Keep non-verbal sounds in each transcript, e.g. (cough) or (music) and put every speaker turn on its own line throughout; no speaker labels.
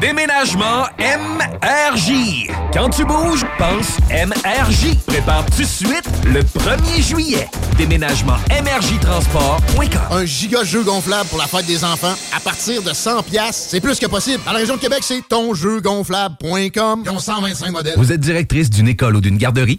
Déménagement MRJ. Quand tu bouges, pense MRJ. Prépare tout de suite le 1er juillet. Déménagement MRJ Transport.com.
Un giga jeu gonflable pour la fête des enfants à partir de 100 pièces, c'est plus que possible. Dans la région de Québec, c'est tonjeugonflable.com. Ils ont 125 modèles.
Vous êtes directrice d'une école ou d'une garderie?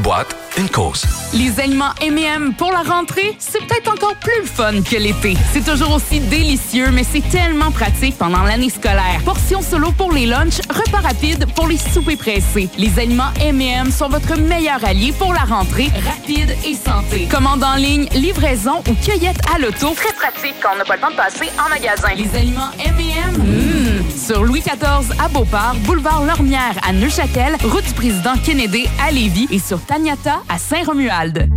boîte, une cause.
Les aliments M&M pour la rentrée, c'est peut-être encore plus le fun que l'été. C'est toujours aussi délicieux, mais c'est tellement pratique pendant l'année scolaire. Portions solo pour les lunchs, repas rapides pour les soupers pressés. Les aliments M&M sont votre meilleur allié pour la rentrée, rapide et santé. Commande en ligne, livraison ou cueillette à l'auto. Très pratique quand on n'a pas le temps de passer en magasin. Les aliments M&M, mm, sur Louis XIV à Beauport, boulevard Lormière à Neuchâtel, route du président Kennedy à Lévis et sur Taniata à Saint-Romuald.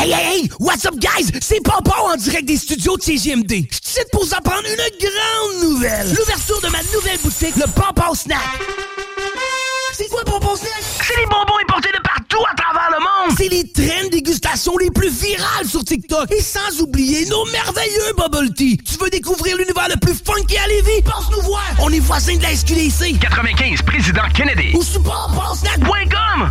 Hey, hey, hey! What's up, guys? C'est Pompon en direct des studios de CGMD. Je suis ici pour vous apprendre une grande nouvelle. L'ouverture de ma nouvelle boutique, le Pompon Snack. bonbons C'est les bonbons importés de partout à travers le monde. C'est les traînes dégustation les plus virales sur TikTok. Et sans oublier nos merveilleux bubble tea. Tu veux découvrir l'univers le plus funky à Lévis? Pense-nous voir. On est voisins de la SQDC.
95, président Kennedy.
Ou support PasseNet.com.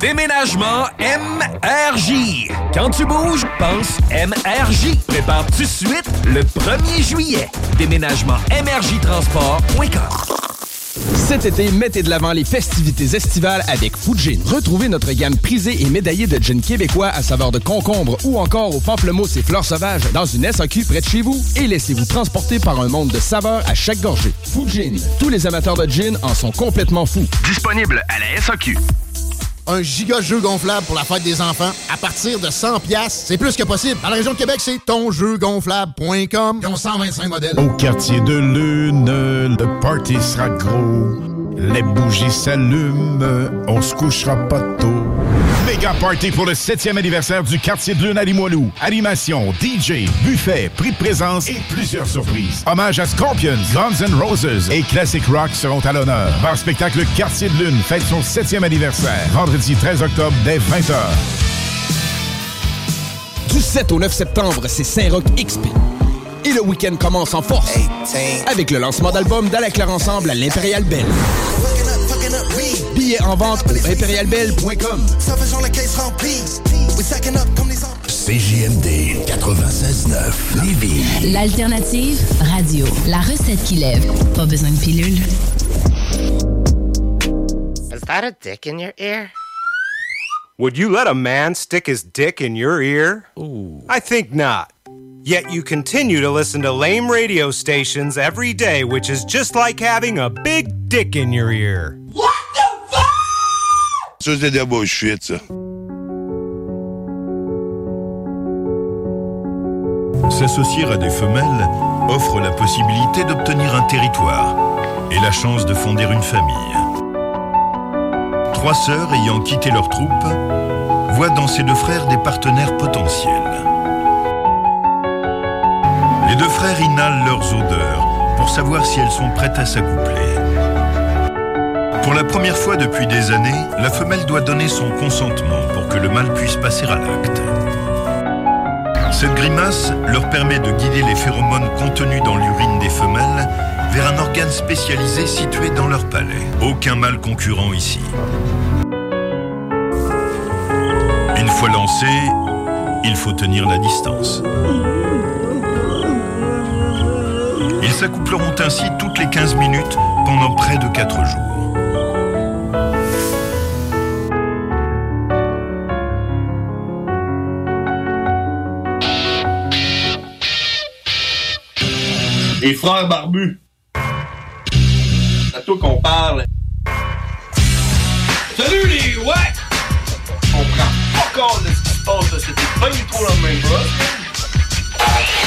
Déménagement MRJ. Quand tu bouges, pense MRJ. Prépare tout de suite le 1er juillet. Déménagement MRJ
Cet été, mettez de l'avant les festivités estivales avec Foodgin. Retrouvez notre gamme prisée et médaillée de gin québécois à saveur de concombre ou encore au pamplemousse et fleurs sauvages dans une SAQ près de chez vous et laissez-vous transporter par un monde de saveurs à chaque gorgée. Foodgin. Tous les amateurs de gin en sont complètement fous.
Disponible à la SAQ.
Un giga jeu gonflable pour la fête des enfants à partir de 100 pièces, c'est plus que possible. Dans la région de Québec, c'est tonjeugonflable.com. Ils ont 125 modèles.
Au quartier de lune, le party sera gros. Les bougies s'allument, on se couchera pas tôt. Méga party pour le 7e anniversaire du quartier de lune à Limoilou. Animation, DJ, buffet, prix de présence et plusieurs surprises. Hommage à Scorpions, Guns N' Roses et Classic Rock seront à l'honneur. Bar spectacle Quartier de lune fête son 7e anniversaire. Vendredi 13 octobre dès 20h.
Du 7 au 9 septembre, c'est Saint-Roch XP. Et le week-end commence en force avec le lancement d'album d'Alain Claire Ensemble à l'Impérial Belle. Billets en vente au impérialbelle.com.
CJMD 96.9 Lévis.
L'alternative radio. La recette qui lève. Pas besoin de pilule.
Is that a dick in your ear?
Would you let a man stick his dick in your ear? I think not. Yet you continue to listen to lame radio stations every day, which is just like having a big dick in your ear.
Ça, c'est de la bullshit, ça.
S'associer à des femelles offre la possibilité d'obtenir un territoire et la chance de fonder une famille. Trois sœurs ayant quitté leur troupe voient dans ces deux frères des partenaires potentiels. Les deux frères inhalent leurs odeurs pour savoir si elles sont prêtes à s'accoupler. Pour la première fois depuis des années, la femelle doit donner son consentement pour que le mâle puisse passer à l'acte. Cette grimace leur permet de guider les phéromones contenus dans l'urine des femelles vers un organe spécialisé situé dans leur palais. Aucun mâle concurrent ici. Une fois lancé, il faut tenir la distance. Ils s'accoupleront ainsi toutes les 15 minutes pendant près de 4 jours.
Les frères barbus. C'est à toi qu'on parle. Salut les ouais! On prend pas compte de ce qui se passe, là. c'était pas du tout la même chose.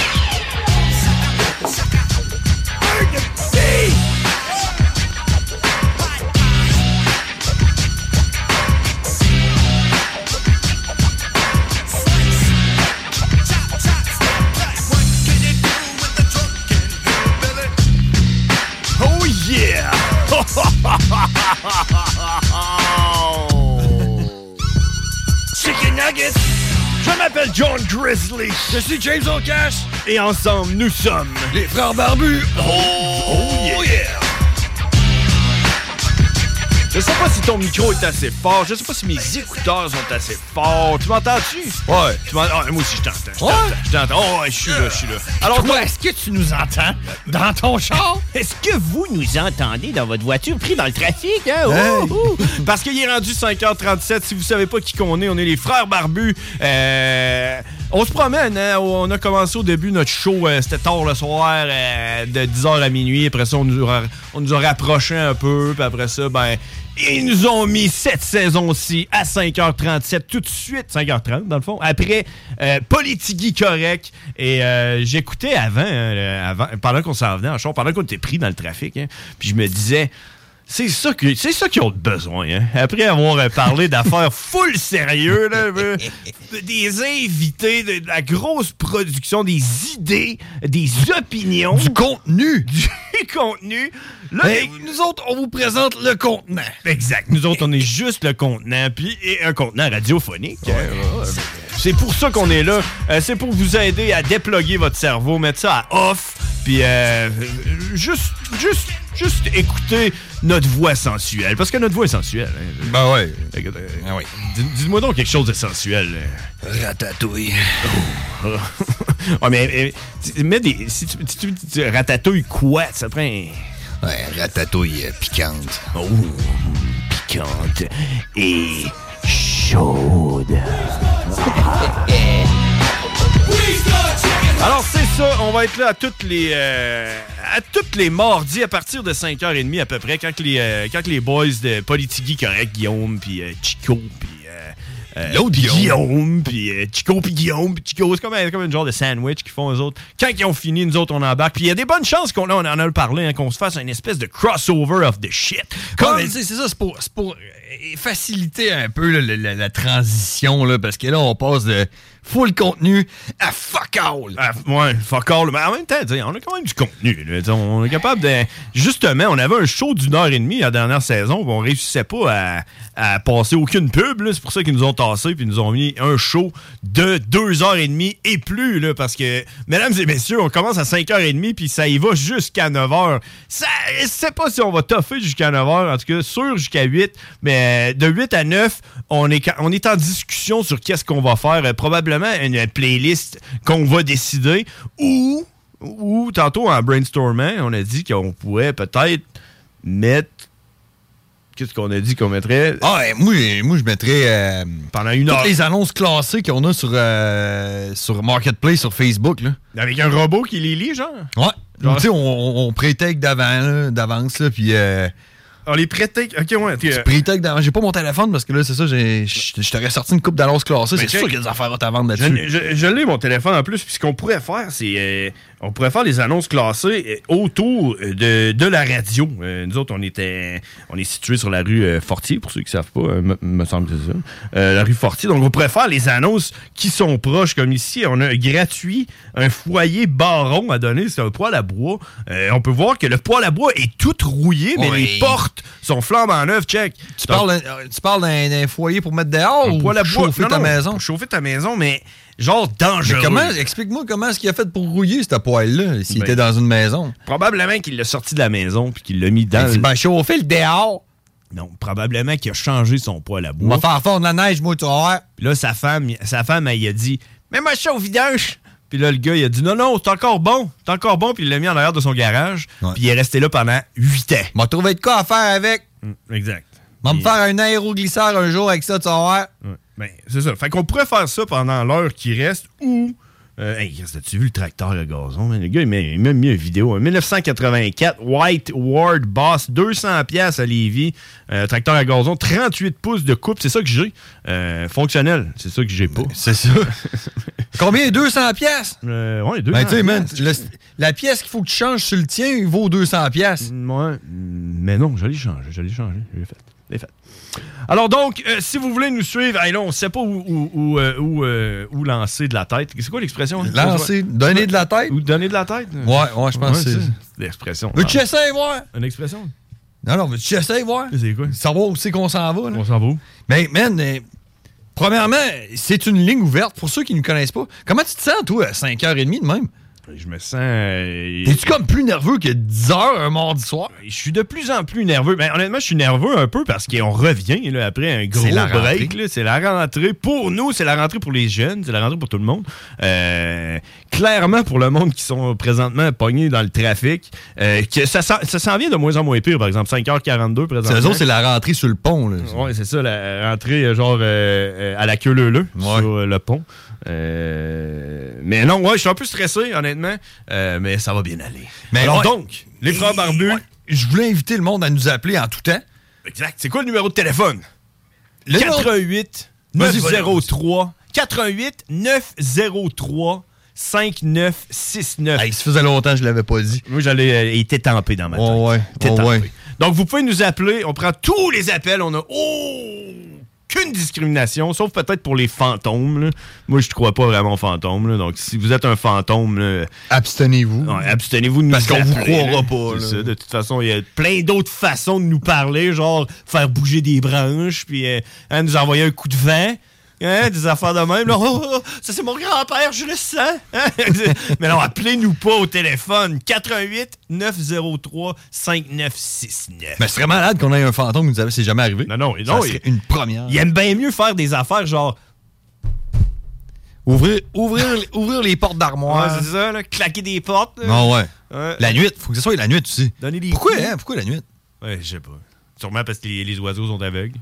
Oh yeah!
(laughs) Oh. Chicken Nuggets. Je m'appelle John Grizzly. Je suis James O'Cash. Et ensemble, nous sommes les frères barbus. Oh, yeah.
Je sais pas si ton micro est assez fort, je sais pas si mes écouteurs sont assez forts. Tu m'entends-tu? Ouais. Tu m'entends? Ah, moi aussi, je t'entends. Je t'entends. Je t'entends. Oh, ouais, je suis là, je suis là.
Alors, Euh, toi, est-ce que tu nous entends dans ton char? Est-ce que vous nous entendez dans votre voiture pris dans le trafic? Hein? Oh, oh.
Parce qu'il est rendu 5h37. Si vous savez pas qui qu'on est, on est les frères barbus. Euh, on se promène. hein. On a commencé au début notre show. euh, C'était tard le soir, euh, de 10h à minuit. Après ça, on nous a, on nous a rapprochés un peu. Puis après ça, ben, Et ils nous ont mis cette saison-ci à 5h37, tout de suite, 5h30 dans le fond, après euh, Politigui Correct. Et euh, j'écoutais avant, hein, le- avant, pendant qu'on s'en venait en char, pendant qu'on était pris dans le trafic, hein, puis je me disais... C'est ça que c'est ça qu'ils ont besoin. hein. Après avoir euh, parlé (laughs) d'affaires full sérieux, là, euh, des invités, de, de la grosse production, des idées, des opinions, du contenu, du contenu. Là, nous autres, on vous présente le contenant. Exact. Nous autres, on est juste le contenant, puis et un contenant radiophonique. Euh, C'est pour ça qu'on est là. Euh, c'est pour vous aider à déploguer votre cerveau, mettre ça à off, puis euh, juste, juste, juste écouter notre voix sensuelle. Parce que notre voix est sensuelle. Ben ouais. Dites-moi donc quelque chose de sensuel. Ratatouille. (laughs) ouais, mais, mais, tu- mets des, si tu, si tu- tu- ratatouille quoi? Ça prend un... Ouais, ratatouille piquante. Oh, piquante. Et chaude. Alors c'est ça, on va être là à toutes les euh, à toutes les mardis à partir de 5h30 à peu près quand que les euh, quand que les boys de Politigui correct Guillaume puis euh, Chico puis euh, euh,
L'autre
puis
Guillaume.
puis euh, Chico puis Guillaume puis Chico c'est comme un, comme un genre de sandwich qu'ils font eux autres. Quand ils ont fini nous autres on embarque puis il y a des bonnes chances qu'on là, on en a parlé hein, qu'on se fasse une espèce de crossover of the shit.
Comme... mais tu sais, c'est ça, c'est pour, c'est pour, euh, faciliter un peu là, la, la- la transition, là, parce que là, on passe de full contenu à fuck all.
Ah, ouais, fuck all. Mais en même temps, tu sais, on a quand même du contenu. là. Tu sais, On est capable de. Justement, on avait un show d'une heure et demie la dernière saison, puis on réussissait pas à, à passer aucune pub. là. C'est pour ça qu'ils nous ont tassé, puis ils nous ont mis un show de Euh, deux heures et demie et plus, là, parce que, mesdames et messieurs, on commence à 5h30, puis ça y va jusqu'à 9h. Ça, je sais pas si on va toffer jusqu'à 9h, en tout cas, sûr jusqu'à 8, mais euh, de 8 à 9, on est, ca- on est en discussion sur qu'est-ce qu'on va faire. Euh, probablement une euh, playlist qu'on va décider ou, ou tantôt en brainstormant, on a dit qu'on pourrait peut-être mettre. Qu'est-ce qu'on a dit qu'on mettrait?
Ah, ouais, moi, moi, je mettrais. euh,
Pendant une
toutes
heure.
les annonces classées qu'on a sur, euh, sur Marketplace, sur Facebook, là.
Avec un robot qui les lit, genre?
Ouais.
Genre-
Tu sais, on, on, on pré-take d'avant, là, d'avance, là, puis. euh,
On Ah, les pré-take. Ok, ouais.
tu pré-take d'avant. J'ai pas mon téléphone parce que là, c'est ça, j'ai- je je t'aurais sorti une coupe d'annonces classées.
Ben,
C'est sûr
check.
qu'il y a des affaires hautes à vendre
Je,
là-dessus.
je- je l'ai mon téléphone en plus. Puis ce qu'on pourrait faire, c'est euh, on pourrait faire les annonces classées euh, autour euh, de, de la radio. Euh, nous autres, on était on est situé sur la rue euh, Fortier pour ceux qui savent pas, euh, me- me semble que c'est ça. Euh, la rue Fortier. Donc on pourrait faire les annonces qui sont proches, comme ici, on a un gratuit un foyer baron à donner. C'est un poêle à bois. Euh, on peut voir que le poêle à bois est tout rouillé, mais
Oui.
les portes sont flambant neuves. Check.
Tu parles d'un- euh, tu parles d'un d'un foyer pour mettre dehors ou
poêle à bois.
chauffer
Non,
ta
non,
maison?
pour chauffer ta maison, mais genre dangereux.
Mais comment, explique-moi comment est-ce qu'il a fait pour rouiller cette poêle-là s'il
Ben,
était dans une maison?
Probablement qu'il l'a sorti de la maison puis qu'il l'a mis dans.
Il dit, ben, chauffer le dehors.
Non, probablement qu'il a changé son poêle à
On va
bois.
faire fondre la neige, moi, tu vas voir.
Puis là, sa femme, sa femme, elle il a dit Mais moi, chauffe vidange Puis là, le gars, il a dit Non, non, c'est encore bon, c'est encore bon. Puis il l'a mis en arrière de son garage. Puis il est resté là pendant 8 ans.
M'a trouvé de quoi à faire avec.
Mm, Exact.
Va me faire un aéroglisseur un jour avec ça, tu vas voir.
Ben, c'est ça. Fait qu'on pourrait faire ça pendant l'heure qui reste ou. Euh, hey, Chris, as-tu vu le tracteur, le gazon? man? Le gars, il m'a il m'a mis une vidéo. hein. 1984, White Ward Boss, 200 pièces à Lévis. Euh, tracteur à gazon, 38 pouces de coupe. C'est ça que j'ai. Euh, fonctionnel, c'est ça que j'ai pas.
C'est
(laughs)
ça. Combien? 200 pièces?
Euh, ouais, 200
Ben, tu sais, man, le- la pièce qu'il faut que tu changes sur le tien, il vaut 200 pièces.
Ouais. Mais non, je l'ai changé, je l'ai changé, je l'ai fait. je l'ai fait. Alors donc, euh, si vous voulez nous suivre, hey, là, on sait pas où, où- où, euh, où, euh, où lancer de la tête. C'est quoi l'expression? hein?
Lancer, donner de la tête.
Ou donner de la tête?
Ouais, ouais, je pense que c'est-
l'expression. Ah,
Veux-tu essayer, voir?
Une expression?
Non, non, veux-tu essayer, voir?
C'est quoi?
Savoir où c'est qu'on s'en va, là. On
s'en va
Mais, man, euh, premièrement, c'est une ligne ouverte pour ceux qui ne connaissent pas. Comment tu te sens, toi, à 5h30 de même?
Je me sens. euh,
T'es-tu comme plus nerveux que 10 heures un mardi soir?
Je suis de plus en plus nerveux. Ben, honnêtement, je suis nerveux un peu parce qu'on revient là, après un gros
C'est la
break.
rentrée.
là. C'est la rentrée. Pour nous, c'est la rentrée pour les jeunes, c'est la rentrée pour tout le monde. Euh, clairement, pour le monde qui sont présentement pognés dans le trafic, euh, que ça, s'en- ça s'en vient de moins en moins pire, par exemple. 5h42 présentement.
C'est eux autres, c'est la rentrée sur le pont, là.
Ouais, c'est ça, la rentrée euh, genre euh, euh, à la queue leu leu sur euh, le pont. Euh, mais non, ouais, je suis un peu stressé, honnêtement, euh, mais ça va bien aller.
Mais
Alors
ouais.
donc, les frères barbus.
Je voulais inviter le monde à nous appeler en tout temps.
Exact. C'est quoi le numéro de téléphone? 88
Vas-y, vas-y,
903 88 903 5969.
Hey, ça faisait longtemps que je l'avais pas dit.
Moi, j'allais. euh, Il était tempé dans ma tête.
ouais,
T'es
ouais,
tempé.
ouais.
Donc, vous pouvez nous appeler. On prend tous les appels. On a aucune discrimination, sauf peut-être pour les fantômes. là. Moi, je ne crois pas vraiment aux fantômes. là. Donc, si vous êtes un fantôme,
abstenez-vous.
abstenez-vous de nous
Parce qu'on vous
appeler,
croira
là.
pas,
C'est
là.
ça. De toute façon, il y a plein d'autres façons de nous parler, genre faire bouger des branches, puis euh, hein, nous envoyer un coup de vent. hein, des affaires de même. là. Oh, oh, oh, ça, c'est mon grand-père, je le sens. Hein? (laughs) Mais non, appelez-nous pas au téléphone. 88 903 5969.
Mais ce serait malade qu'on ait un fantôme qui nous avait, c'est jamais arrivé. Non,
non,
ça
non,
serait
il-
une première.
Il aime bien mieux faire des affaires genre.
Ouvrir, ouvrir, ouvrir les portes d'armoire.
Ouais, c'est ça, là, claquer des portes. là.
Non, Ah ouais.
Ouais.
La nuit, faut que ce soit la nuit aussi.
Donner des
Pourquoi,
coups.
hein? Pourquoi la nuit?
Ouais, je sais pas. Sûrement parce que les, les oiseaux sont aveugles.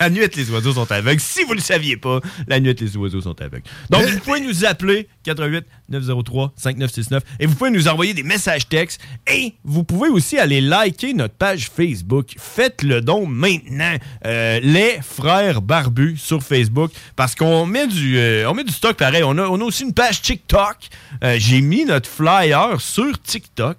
la nuit, les oiseaux sont aveugles. Si vous le saviez pas, la nuit, les oiseaux sont aveugles. Donc, vous pouvez nous appeler 88 903 5969 et vous pouvez nous envoyer des messages textes et vous pouvez aussi aller liker notre page Facebook. Faites le don maintenant. Euh, les frères barbus sur Facebook parce qu'on met du euh, on met du stock pareil. On a, on a aussi une page TikTok. Euh, J'ai mis notre flyer sur TikTok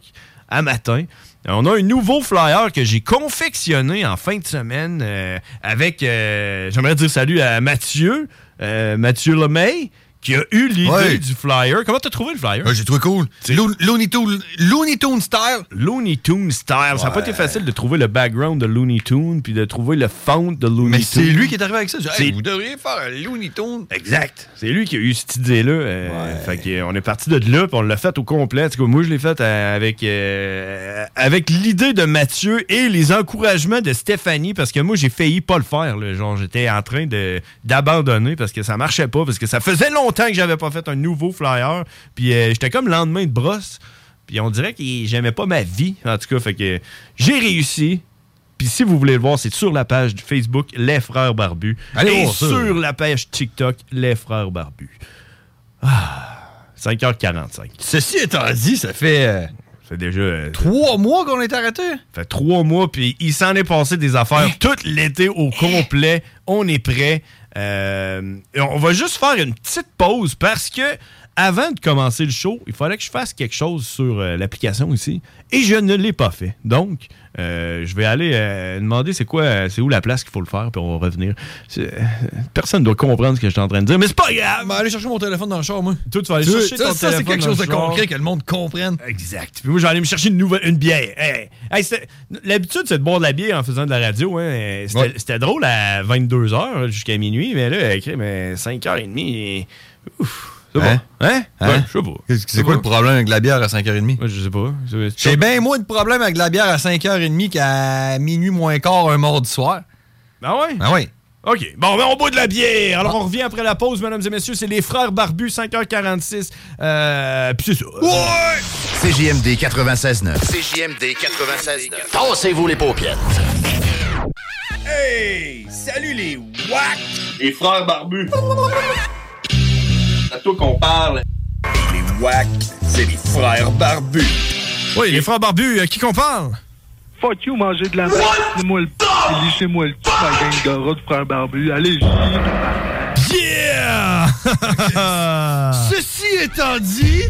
à matin. Euh, On a un nouveau flyer que j'ai confectionné en fin de semaine euh, avec, euh, j'aimerais dire salut à Mathieu, euh, Mathieu Lemay, qui a eu l'idée
Ouais.
du flyer. Comment t'as trouvé le flyer?
j'ai trouvé cool. Lo- Looney Tunes Looney Tunes style.
Looney Tunes style. Ça n'a pas été facile de trouver le background de Looney Tunes puis de trouver le fond de Looney Tunes.
Mais c'est lui qui est arrivé avec ça. J'ai dit,
C'est-
Hey, vous devriez faire un Looney Tunes.
Exact. C'est lui qui a eu cette idée-là. euh, Fait que, euh, on est parti de là, puis on l'a fait au complet. En tout cas, moi, je l'ai fait euh, avec, euh, avec l'idée de Mathieu et les encouragements de Stéphanie, parce que moi, j'ai failli pas le faire. là. Genre, j'étais en train de- d'abandonner parce que ça marchait pas, parce que ça faisait longtemps que j'avais pas fait un nouveau flyer. Puis euh, j'étais comme lendemain de brosse. Puis on dirait que j'aimais pas ma vie. En tout cas, fait que euh, j'ai réussi. Puis si vous voulez le voir, c'est sur la page du Facebook Les Frères Barbus.
Allez
et
voir ça.
sur la page TikTok Les Frères Barbus. Ah, 5h45.
Ceci étant dit, ça fait.
C'est déjà. euh,
Trois mois qu'on est arrêté. Hein?
fait trois mois, puis il s'en est passé des affaires tout l'été au complet. On est prêt. Euh, et on va juste faire une petite pause parce que avant de commencer le show, il fallait que je fasse quelque chose sur euh, l'application ici et je ne l'ai pas fait. Donc, euh, je vais aller euh, demander c'est quoi, euh, c'est où la place qu'il faut le faire, puis on va revenir. C'est- euh, personne ne doit comprendre ce que je suis en train de dire, mais c'est pas grave.
aller Ben, chercher mon téléphone dans le char, moi.
Toi, tu vas aller
Tu veux,
chercher
ça,
ton
ça, c'est
téléphone
quelque
dans
chose
le
de
char.
concret que le monde comprenne.
Exact. Puis moi, j'allais me chercher une nouvelle une bière. Hey, hey, c'était- L'habitude, c'est de boire de la bière en faisant de la radio. hein. C'était c'était drôle à 22h jusqu'à minuit, mais là, écrit, mais 5h30. Ouf. C'est bon.
Hein?
Hein? Ouais, je sais pas.
Qu'est-ce que- C'est quoi le problème avec la bière à 5h30?
je sais pas.
J'ai bien moins de problème avec la bière à 5h30 qu'à minuit moins quart un mardi soir.
Ah ouais?
Ah ouais.
OK. Bon, ben, on boit de la bière. Alors, on revient après la pause, mesdames et messieurs. C'est les frères barbus, 5h46. Euh, puis c'est ça. Ouais!
CJMD 96.9.
CJMD 96. Tassez-vous les paupières.
Hey! Salut les WAC! Les frères barbus! à toi qu'on parle. Les WAC, c'est les frères barbus.
Oui, les frères barbus, à qui qu'on parle?
Fuck you, mangez de la merde. Lissez-moi le p. Lissez-moi le p. Ma gang de rats de frères barbus. Allez,
Yeah!
Ah.
Ceci étant
(laughs)
dit...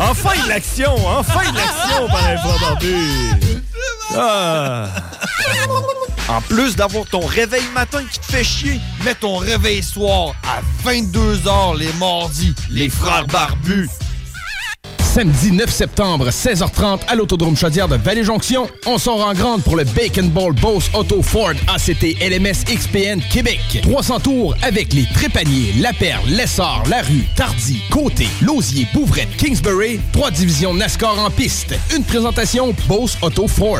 Enfin de l'action! hein? Enfin de l'action par
Ah,
les frères barbus! Ah.
En plus d'avoir ton réveil matin qui te fait chier, mets ton réveil soir à 22h les mardis, les frères barbus.
Samedi 9 septembre, 16h30 à l'Autodrome Chaudière de Vallée-Jonction, on sort en grande pour le Bacon Ball Bose Auto Ford ACT LMS XPN Québec. 300 tours avec les Trépaniers, La Perle, Lessard, La Rue, Tardy, Côté, Lausier, Bouvrette, Kingsbury. Trois divisions NASCAR en piste. Une présentation Bose Auto Ford.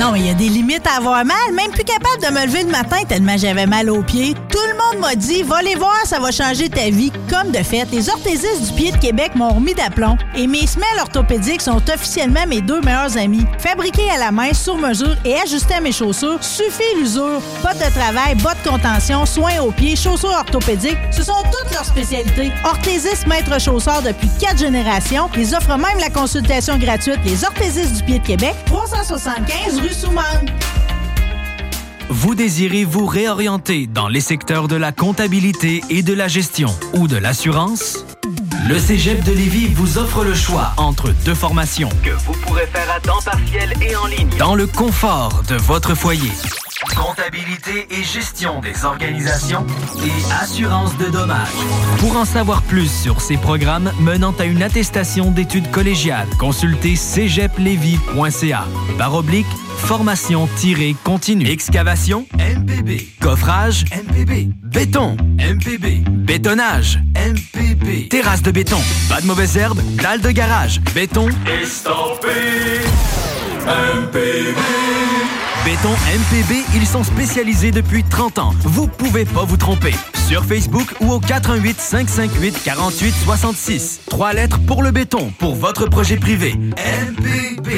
Non, mais il y a des limites à avoir mal. Même plus capable de me lever le matin tellement j'avais mal aux pieds. Tout le monde m'a dit, va les voir, ça va changer ta vie. Comme de fait, les orthésistes du pied de Québec m'ont remis d'aplomb et mes semelles orthopédiques sont officiellement mes deux meilleurs amis. Fabriquées à la main, sur mesure et ajustées à mes chaussures, suffit l'usure. Bottes de travail, bottes de contention, soins aux pieds, chaussures orthopédiques, ce sont toutes leurs spécialités. Orthésistes maître chaussures depuis quatre générations. Ils offrent même la consultation gratuite Les orthésistes du pied de Québec, 375 rue Soumane.
Vous désirez vous réorienter dans les secteurs de la comptabilité et de la gestion ou de l'assurance? Le Cégep de Lévis vous offre le choix entre deux formations que vous pourrez faire à temps partiel et en ligne dans le confort de votre foyer. Comptabilité et gestion des organisations et assurance de dommages. Pour en savoir plus sur ces programmes menant à une attestation d'études collégiales, consultez cégeplevy.ca. Barre oblique, formation-continue. Excavation, MPB. Coffrage, MPB. Béton, MPB. Bétonnage, MPB. Terrasse de béton, pas de mauvaises herbes, dalle de garage, béton,
Estampé MPB
Béton MPB, ils sont spécialisés depuis 30 ans. Vous pouvez pas vous tromper. Sur Facebook ou au 418 558 48 66. Trois lettres pour le béton, pour votre projet privé. MPB.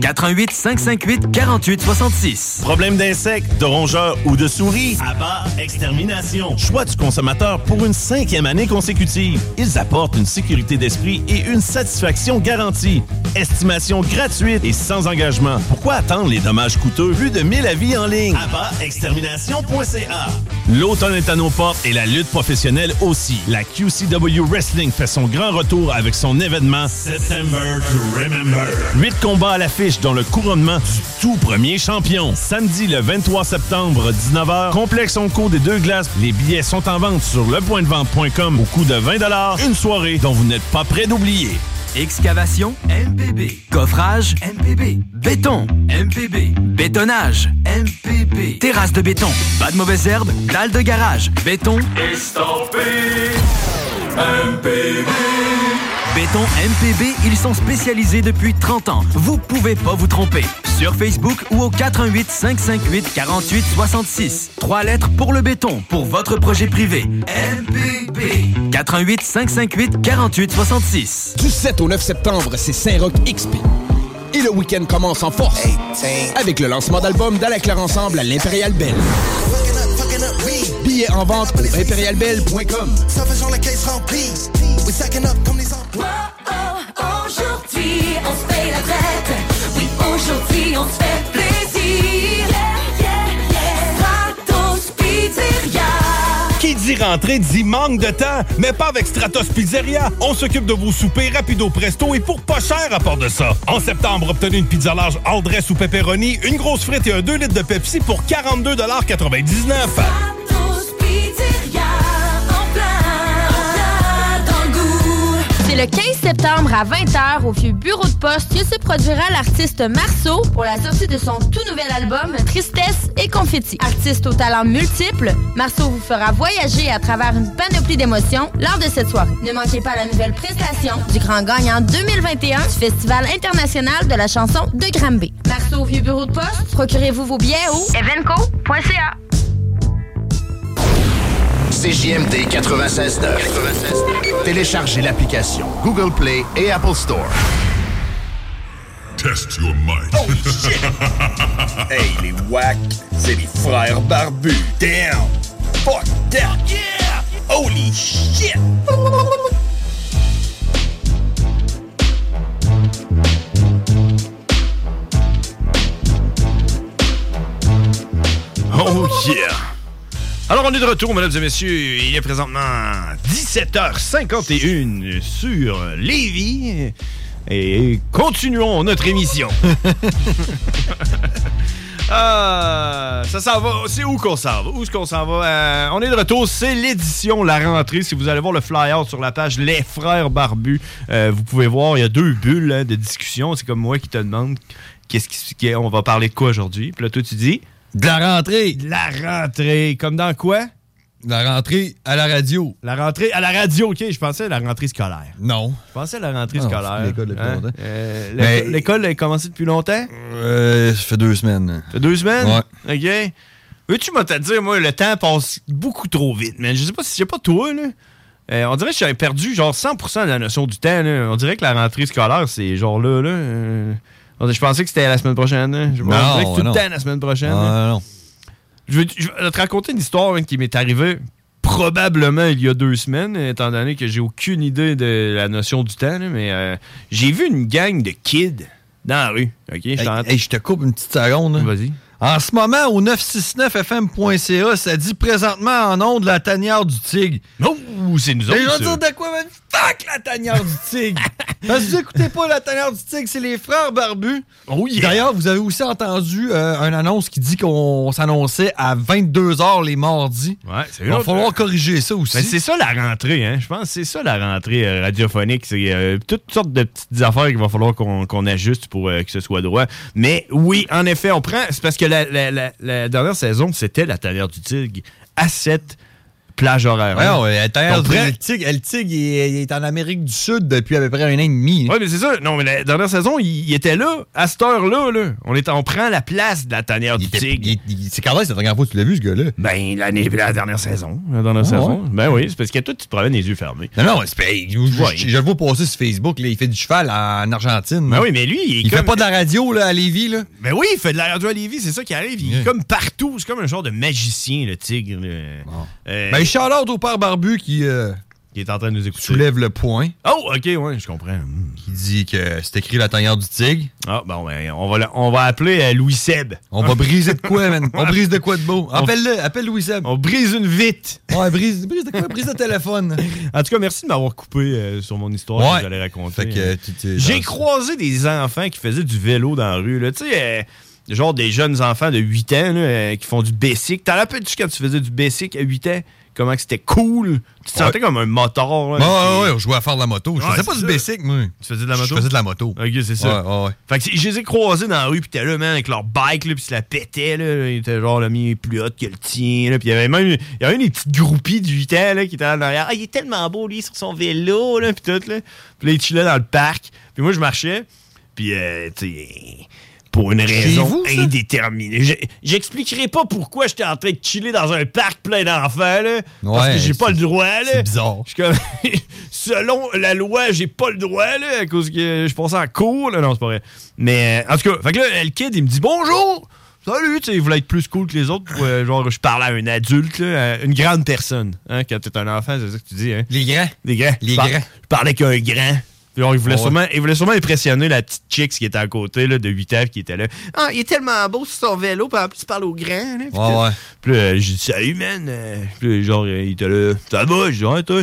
418 558 48 66.
Problème d'insectes, de rongeurs ou de souris?
Abba Extermination.
Choix du consommateur pour une cinquième année consécutive. Ils apportent une sécurité d'esprit et une satisfaction garantie. Estimation gratuite et sans engagement. Pourquoi attendre les dommages coûteux vu de 1000 avis en ligne?
Abba Extermination.ca.
L'automne est à nos portes et la lutte professionnelle aussi. La QCW Wrestling fait son grand retour avec son événement
September to Remember.
8 combats à l'affiche dont le couronnement du tout premier champion. Samedi le 23 septembre 19h, complexe Onco des deux glaces. Les billets sont en vente sur lepointdevente.com au coût de 20 une soirée dont vous n'êtes pas près d'oublier.
Excavation, MPB. Coffrage, MPB. Béton, MPB. Bétonnage, MPB. Terrasse de béton, pas de mauvaises herbes, dalle de garage, béton,
Estampé MPB
Béton MPB, ils sont spécialisés depuis 30 ans. Vous pouvez pas vous tromper. Sur Facebook ou au 418 558 48 66. Trois lettres pour le béton, pour votre projet privé. MPB. 418 558 48 66.
Du 7 au 9 septembre, c'est Saint-Roch XP. Et le week-end commence en force avec le lancement d'album d'Alaclaire Ensemble à l'Impérial Belle. Billets en vente au impérialbelle.com.
oh, Aujourd'hui, on se fait la fête. (laughs) Oui, aujourd'hui, on se fait plaisir. Yeah, yeah, yeah. Stratos Pizzeria.
Qui dit rentrée dit manque de temps, mais pas avec Stratos Pizzeria. On s'occupe de vos soupers rapido presto et pour pas cher à part de ça. En septembre, obtenez une pizza large Aldress ou pepperoni, une grosse frite et un 2 litres de Pepsi pour 42,99
Stratos Pizzeria, en plein, en plein dans le goût.
C'est le 15 septembre à 20h au vieux bureau de poste que se produira l'artiste Marceau pour la sortie de son tout nouvel album Tristesse et Confetti. Artiste aux talents multiples, Marceau vous fera voyager à travers une panoplie d'émotions lors de cette soirée. Ne manquez pas la nouvelle prestation du grand gagnant 2021 du Festival international de la chanson de Granby. Marceau au vieux bureau de poste, procurez-vous vos billets au evenco.ca.
CJMD 96.9. Téléchargez l'application Google Play et Apple Store.
Test your mic.
Oh,
hey, les wack, c'est les frères barbus. Damn!
Fuck that! Yeah! Holy shit!
Oh yeah! Alors, on est de retour, mesdames et messieurs. Il est présentement 17h51 sur Lévis. Et continuons notre émission. Ah, ça s'en va. C'est où qu'on s'en va? Où est-ce qu'on s'en va? Euh, on est de retour. C'est l'édition La Rentrée. Si vous allez voir le flyer sur la page Les Frères Barbus, euh, vous pouvez voir, il y a deux bulles hein, de discussion. C'est comme moi qui te demande qu'est-ce qui, qu'est- on va parler de quoi aujourd'hui. Puis là, toi, tu dis... De la rentrée. De la rentrée. Comme dans quoi?
La rentrée à la radio.
La rentrée à la radio, ok, je pensais à la rentrée scolaire.
Non.
Je pensais à la rentrée
Non,
scolaire.
c'est l'école depuis
Hein?
longtemps.
Euh,
Mais-
l'éco- L'école a commencé depuis longtemps?
Ben, Euh, ça fait deux semaines.
Ça fait deux semaines? OK. Veux-tu me te dire, moi, le temps passe beaucoup trop vite, man. Je sais pas si j'ai pas toi, là. Euh, on dirait que j'avais perdu genre 100% de la notion du temps. là. On dirait que la rentrée scolaire, c'est genre là, là. euh, on- je pensais que c'était la semaine prochaine. là. Je sais pas,
Non,
on dirait que c'est tout
non.
le temps la semaine prochaine.
Ah,
là. Je vais, je vais te raconter une histoire man, qui m'est arrivée probablement il y a deux semaines, étant donné que j'ai aucune idée de la notion du temps, là, mais euh, j'ai vu une gang de kids dans la rue. OK? Je t'en-
je te coupe une petite seconde. hein.
Vas-y.
En ce moment, au 969fm.ca, ça dit présentement en ondes la tanière du tigre.
Non, Oh, c'est nous
Et je vais
autres.
te dire
ça.
de quoi, man? Fuck la tanière du tigre! (laughs) Parce que vous écoutez pas la tanière du tigre, c'est les frères barbus.
Oh
D'ailleurs, vous avez aussi entendu euh, une annonce qui dit qu'on s'annonçait à 22h les mardis.
Ouais, c'est
Il va
l'autre.
falloir corriger ça aussi.
Ben, c'est ça la rentrée, hein. Je pense que c'est ça la rentrée euh, radiophonique. C'est euh, toutes sortes de petites affaires qu'il va falloir qu'on qu'on ajuste pour euh, que ce soit droit. Mais oui, en effet, on prend. C'est parce que la, la- la- la dernière saison, c'était la tanière du Tigre à cette plage horaire.
Ouais, ouais, la tanière du- le
tigre, est, en Amérique du Sud depuis à peu près un an et demi. Oui, mais c'est ça. Non, mais la dernière saison, il, il était là, à cette heure-là. là. On, est, on prend la place de la tanière du tigre.
C'est quand même la dernière fois que tu l'as vu, ce gars-là?
Ben, l'année, la dernière saison. La dernière
Ah,
saison.
ouais.
Ben oui, c'est parce que toi, tu te promènes les yeux fermés.
Non, non, c'est- hey, je, je-
Ouais.
je- je le vois passer sur Facebook, là, il fait du cheval en Argentine.
Ben oui, mais lui, il est
il fait
comme-
pas de la radio là, à Lévis. Là.
Ben oui, il fait de la radio à Lévis, c'est ça qui arrive. Il est comme partout. C'est comme un genre de magicien, le tigre. le- Euh,
Ben, shout-out au père Barbu qui, euh,
qui est en train de nous écouter.
soulève le point.
Oh, ok, ouais, je comprends. Hmm.
Qui dit que c'est écrit la tanière du tigre.
Ah, bon, ben, on va, le- on va appeler euh, Louis Seb.
On va briser de
(laughs)
quoi, man? On brise de quoi de beau? Appelle-le, appelle Louis Seb.
On brise une vite.
Ouais, brise, brise de quoi? Brise de téléphone.
(laughs) En tout cas, merci de m'avoir coupé euh, sur mon histoire
Ouais.
que j'allais raconter.
Fait que,
Euh,
tu t'es-
J'ai
dans-
croisé des enfants qui faisaient du vélo dans la rue. là. Tu sais, euh, genre des jeunes enfants de 8 ans là, euh, qui font du basic. T'en rappelles-tu quand tu faisais du basic à 8 ans? Comment que c'était cool? Tu te sentais comme un motor. là.
Ouais, ouais, ouais, on jouait à faire de la moto. Je
Ouais,
faisais pas
c'est
du
ça.
basic, moi.
Tu faisais de la moto?
Je faisais de la moto.
Ok, c'est ça.
Ouais, ouais, ouais.
Fait que c'est- je les ai croisés dans la rue, pis t'es là, man, avec leur bike, là, pis ils se la pétaient, là. Ils étaient genre, le mien est plus haut que le tien, là. Pis il y avait même, il y avait des petites groupies du 8 ans, là, qui étaient là en arrière. Ah, il est tellement beau, lui, sur son vélo, là, pis tout, là. Pis là, ils chillaient dans le parc. Pis moi, je marchais, pis, euh, tu sais, pour une
Chez
raison
vous, ça?
indéterminée. Je- J'expliquerai pas pourquoi j'étais en train de chiller dans un parc plein d'enfants, là. parce que
Ouais,
j'ai pas le droit, là.
C'est bizarre.
Je suis comme, (laughs) selon la loi, j'ai pas le droit, là, à cause que je passais en cours, là. Non, c'est pas vrai. Mais, euh, en tout cas, fait que là, le kid, il me dit bonjour! Salut, tu sais, il voulait être plus cool que les autres. pour, euh, genre, je parle à un adulte, là, à une grande personne. Hein, quand t'es un enfant, c'est ça que tu dis, hein?
Les grands.
Les grands.
Les
Je par-
grands.
Je parlais avec un grand. Genre, il voulait,
Ah Ouais.
sûrement, il voulait sûrement impressionner la petite chicks qui était à côté, là, de 8 ans, qui était là. Ah, il est tellement beau sur son vélo, puis en plus, il parle au grand, là. Puis
Ah Ouais, ouais.
puis là, j'ai dit, salut, man. Euh, Puis là, genre, euh, il était là, ça va? J'ai dit, ouais, toi?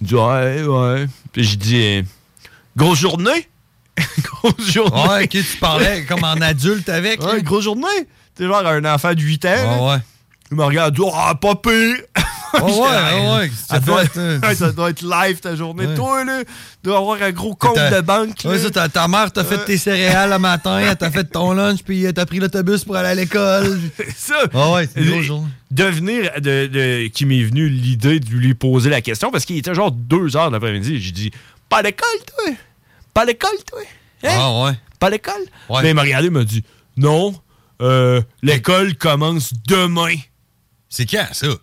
Il dit, ouais, ouais. Puis j'ai dit, euh, grosse journée? (laughs) grosse journée.
Ouais, ok, tu parlais comme en adulte avec. Ah
Ouais, grosse journée. Tu sais, genre, un enfant de 8 ans. là.
ouais. Ah
Il me regarde, il dit, ah, pas pire.
Ouais, ouais,
(laughs) J'étais
ouais,
là,
ouais,
Ça,
ça
doit,
doit être-
ouais, (laughs) ça doit être live ta journée.
Ouais.
Toi, là, tu dois avoir un gros compte
T'as-
de banque.
Ouais,
là. Euh.
ça, ta, ta mère t'a fait tes céréales le matin, elle t'a fait ton lunch, puis elle t'a pris l'autobus pour aller à
(laughs)
l'école.
ça.
Ah ouais, c'est une grosse
Et-
journée.
Devenir de, de- qui m'est venu l'idée de lui poser la question parce qu'il était genre deux heures de l'après-midi. J'ai dit Pas d'école, toi Pas d'école, toi Hein?
Ah ouais.
Pas d'école Mais il m'a regardé, il m'a dit Non, euh, l'école commence demain.
C'est quand ça
euh,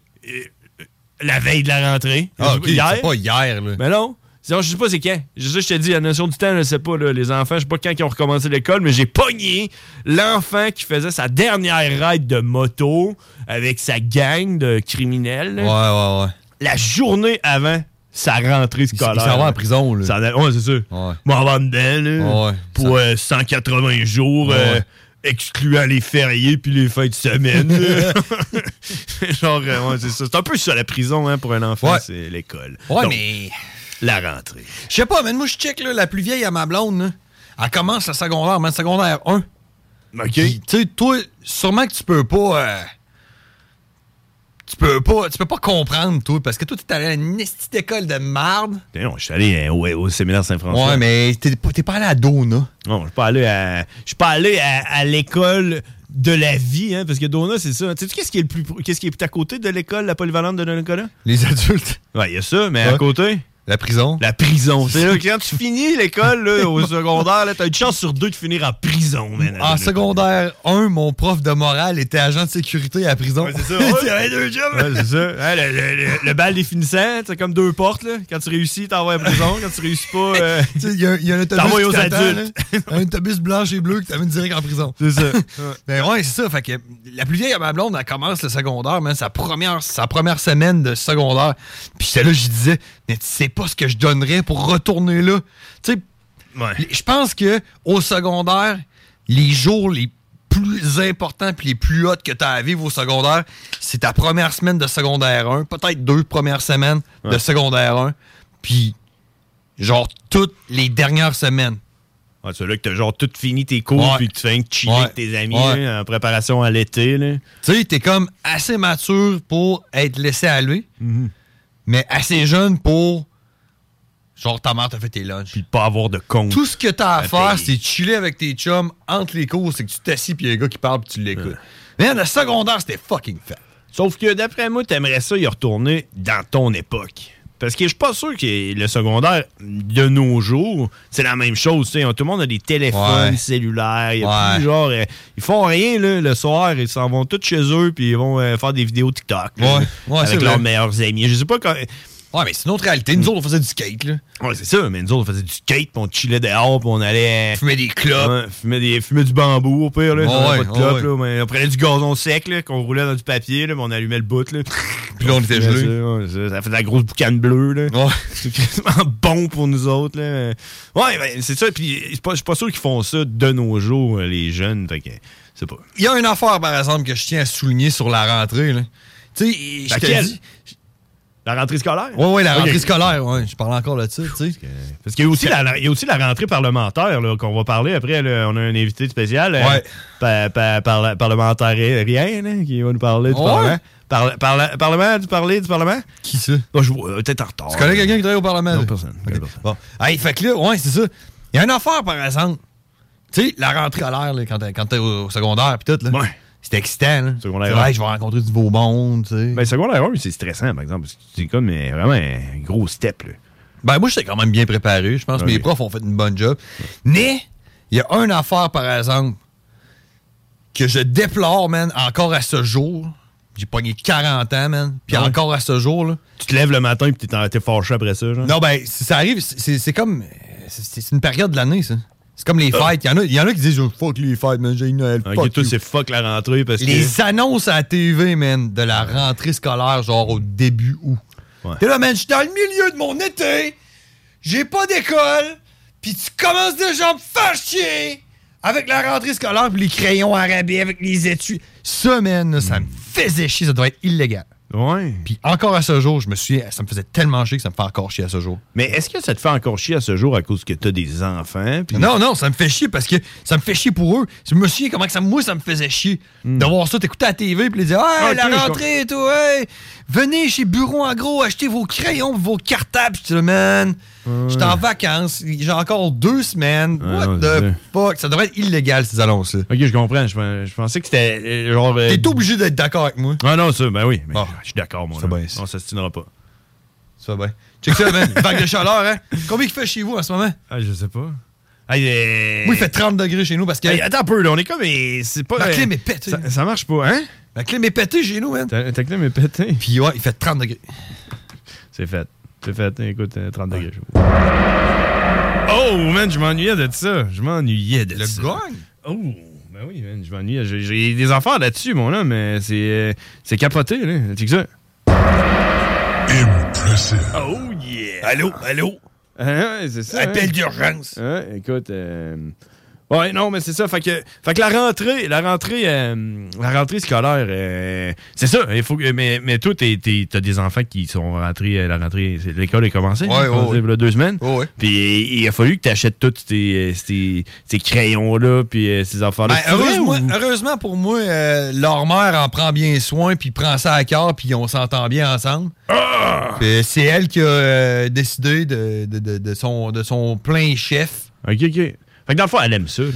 La veille de la rentrée.
Ah, ok, c'est pas
hier, là. Mais non. Sinon, je sais pas c'est quand. Je sais, je te dis, la notion du temps, je sais pas, là, les enfants, je sais pas quand ils ont recommencé l'école, mais j'ai pogné l'enfant qui faisait sa dernière ride de moto avec sa gang de criminels. là.
Ouais, ouais, ouais.
La journée avant sa rentrée scolaire.
il s'en va en prison, là.
Ça en a- ouais, c'est sûr. M'en va dedans, là,
Ouais,
pour euh, (laughs) 180 jours,
Ouais,
euh,
ouais.
excluant les fériés puis les fins de semaine.
(laughs)
là. Genre, euh, ouais, c'est ça. C'est un peu ça, la prison, hein, pour un enfant,
Ouais.
c'est l'école.
Ouais,
Donc,
mais.
La rentrée.
Je sais pas, mais moi, je check, là, la plus vieille à ma blonde, là. Elle commence la secondaire, mais secondaire 1.
OK.
Tu sais, toi, sûrement que tu peux pas. euh, tu peux pas, tu peux pas comprendre, toi, parce que toi, t'es allé à une esti d'école de marde.
Putain, non, Je suis allé euh, au, au séminaire Saint-François.
Ouais, mais t'es pas, t'es pas allé à Dona.
Non, je suis pas allé à. Je suis pas allé à, à l'école de la vie, hein, parce que Dona, c'est ça. Tu sais, qu'est-ce qui est le plus. pro- Qu'est-ce qui est à côté de l'école, la polyvalente de Nicolas?
Les adultes.
Ouais, il y a ça, mais à
Ouais.
côté.
La prison.
La prison. C'est là, quand tu finis l'école là,
(laughs)
au secondaire, là, (laughs) t'as une chance sur deux de finir en prison, man.
En Ah, secondaire 1, mon prof de morale était agent de sécurité à la prison.
ça. Il y avait deux jobs. Ouais, c'est ça. Ouais, le, le- le- le bal définissant, c'est comme deux portes. Là. Quand tu réussis, t'envoies à la prison. Quand tu réussis pas, euh,
(laughs) Tu sais, Il y, a- il y a un
t'envoies
autobus
aux
qui t'attend,
adultes. (laughs)
là. un autobus blanche et bleu qui t'amène direct en prison. (laughs)
C'est ça.
ben ouais, c'est ça. Fait que la plus vieille à ma blonde, elle commence le secondaire, man, sa première, sa première semaine de secondaire. Puis j'étais là, je disais, mais tu sais pas ce que je donnerais pour retourner là. Tu sais, les- je pense que au secondaire, les jours les plus importants puis les plus hauts que tu as à vivre au secondaire, c'est ta première semaine de secondaire 1, peut-être deux premières semaines de
Ouais.
secondaire 1, puis genre toutes les dernières semaines.
Ouais, c'est là que t'as genre tout fini tes cours
Ouais.
puis que tu fais un chiller
Ouais.
avec tes amis
Ouais.
là, en préparation à l'été. là.
Tu sais, t'es comme assez mature pour être laissé aller, mais assez jeune pour. Genre, ta mère t'a fait tes lunchs. Puis
pas avoir de compte. Ben,
Tout ce que t'as à
À
faire,
payer.
c'est chiller avec tes chums entre les cours, c'est que tu t'assis puis y a un gars qui parle puis tu l'écoutes. Mais le secondaire, c'était fucking fat.
Sauf que d'après moi, t'aimerais ça y retourner dans ton époque. Parce que je suis pas sûr que le secondaire de nos jours, c'est la même chose. tu sais. Tout le monde a des téléphones
Ouais.
cellulaires. Il y a
Ouais.
plus genre. euh, ils font rien là, le soir. Ils s'en vont tous chez eux puis ils vont euh, faire des vidéos TikTok. là,
Ouais, c'est
avec
vrai.
leurs meilleurs amis. Je sais pas quand.
Ouais, mais c'est une autre réalité. Nous autres, on faisait du skate, là.
Ouais, c'est ça. Mais nous autres, on faisait du skate, puis on chillait dehors, puis on allait. euh,
Fumer des clopes.
Ouais, fumer, des, fumer du bambou, au pire, là. si on
Ouais,
avait pas de clopes,
ouais.
là, mais on prenait du gazon sec, là, qu'on roulait dans du papier, là, mais on allumait le bout, là.
Puis là, on était
fumait
gelé.
ça, ouais, ça, ça faisait la grosse boucane bleue, là. C'est quasiment bon pour nous autres, là. Ouais, ben, c'est ça. Puis c'est pas- je suis pas sûr qu'ils font ça de nos jours, euh, les jeunes. Fait que, c'est pas.
Il y a une affaire, par exemple, que je tiens à souligner sur la rentrée, là. Tu sais, je te
Laquelle?
dis.
La rentrée scolaire?
Ouais, ouais, la
Ok.
rentrée scolaire, ouais. Je parle encore là-dessus, tu sais.
Parce qu'il y a aussi la, la- il y a aussi la rentrée parlementaire là, qu'on va parler après. là. on a un invité spécial, euh, pa- pa- parla- parlementaire rien, là, qui va nous parler du
Ouais.
Parlement. Parle- parle- parlement, du parler du Parlement?
Qui ça?
je vois, euh, peut-être en retard.
Tu connais quelqu'un qui travaille au Parlement?
Non,
là?
personne.
Ok. Bon. Hey, fait que là, ouais, c'est ça. Il y a une affaire, par exemple. Tu sais, la rentrée à l'air, là, quand t'es- quand t'es au au secondaire, pis tout, là. C'était excitant, là.
Secondaire
C'est
un.
vrai, je vais rencontrer du beau monde, tu sais.
Ben, secondaire 1, c'est stressant, par exemple, parce que c'est comme euh, vraiment un gros step. Là.
Ben, moi, j'étais quand même bien préparé. Je pense que
Ah
mes
oui.
profs ont fait une bonne job. Mais, il y a une affaire, par exemple, que je déplore, man, encore à ce jour. J'ai pogné 40 ans, man. Puis
Ah ouais.
encore à ce jour, là.
Tu te lèves le matin et t'es, en- t'es fâché après ça. Genre.
Non, ben, si ça arrive, c'est- c'est c'est comme. C'est c'est une période de l'année, ça. C'est comme les fêtes. Il y, en a- il y en a qui disent oh, fuck les fêtes, man, j'ai une Noël.
Ah. Ok,
fuck
toi,
you.
c'est fuck la rentrée parce que.
Les annonces à la TV, man, de la rentrée scolaire, genre au début août. T'es là, man, je suis dans le milieu de mon été, j'ai pas d'école, puis tu commences déjà à me faire chier avec la rentrée scolaire, puis les crayons arabais avec les étuis. Ça, man, là, ça me faisait chier, ça doit être illégal.
Ouais.
Puis encore à ce jour, je me souviens, ça me faisait tellement chier que ça me fait encore chier à ce jour.
Mais est-ce que ça te fait encore chier à ce jour à cause que t'as des enfants? puis-
Non, non, ça me fait chier parce que ça me fait chier pour eux. Je me souviens comment que ça, moi, ça me faisait chier de voir ça, t'écouter à la TV, puis les dire Hey,
Ok, Hmm. je
la
comprends.
rentrée et tout, hey, venez chez Bureau en gros, achetez vos crayons, pis vos cartables. Puis tu dis, man, j'étais en vacances, j'ai encore deux semaines. What
non,
the fuck? Ça devrait être illégal, ces annonces-là.
Ah, Ok, je comprends. Je, pen- je pensais que c'était euh, genre. euh,
T'es obligé d'être d'accord avec moi.
Ah non, ça, ben oui. mais Je suis d'accord, moi.
Ça
là.
va bien, ça.
On s'astinera pas.
Ça va bien. Check ça, man. (laughs) Vague de chaleur, hein? Combien il fait chez vous en ce moment?
Ah, je sais pas. Hey, euh,
Moi, il fait 30 degrés chez nous parce que.
Hey, attends un peu, là. On est comme. eh, C'est pas.
La
euh,
clim est pétée.
Ça, ça marche pas, hein?
La clim est pétée chez nous, man.
Ta, ta clim est pétée.
Puis ouais, il fait 30 degrés.
C'est fait. C'est fait. Écoute, euh, 30 degrés. je vois. Oh, man, je m'ennuyais de ça. Je m'ennuyais de ça. Le
gagne?
Oh, ben oui, man, je m'ennuie. J'ai- J'ai des affaires là-dessus, mon homme, mais c'est euh, c'est capoté, là. Tu sais que ça?
Oh yeah! Allô, allô?
Ah, ouais, c'est ça.
Appel
hein.
d'urgence.
Ouais, écoute. euh, Ouais, non, mais c'est ça. Fait que, fait que la rentrée, la rentrée, euh, la rentrée scolaire, euh, c'est ça. Il faut que, mais, mais toi, t'es- t'es- t'as des enfants qui sont rentrés, euh, la rentrée, c'est- l'école est commencée.
Ouais,
hein,
ouais,
commencée
ouais.
il y a deux semaines.
Ouais, ouais.
Puis il a fallu que t'achètes tous tes, euh, ces, ces crayons-là, puis euh, ces affaires-là.
Ben,
C'est vrai
heureusement,
ou-
heureusement pour moi, euh, leur mère en prend bien soin, puis prend ça à cœur, puis on s'entend bien ensemble.
Ah!
Puis C'est elle qui a euh, décidé de, de- de- de son, de son plein chef.
Ok, ok. Fait que dans le fond, elle aime ça. là.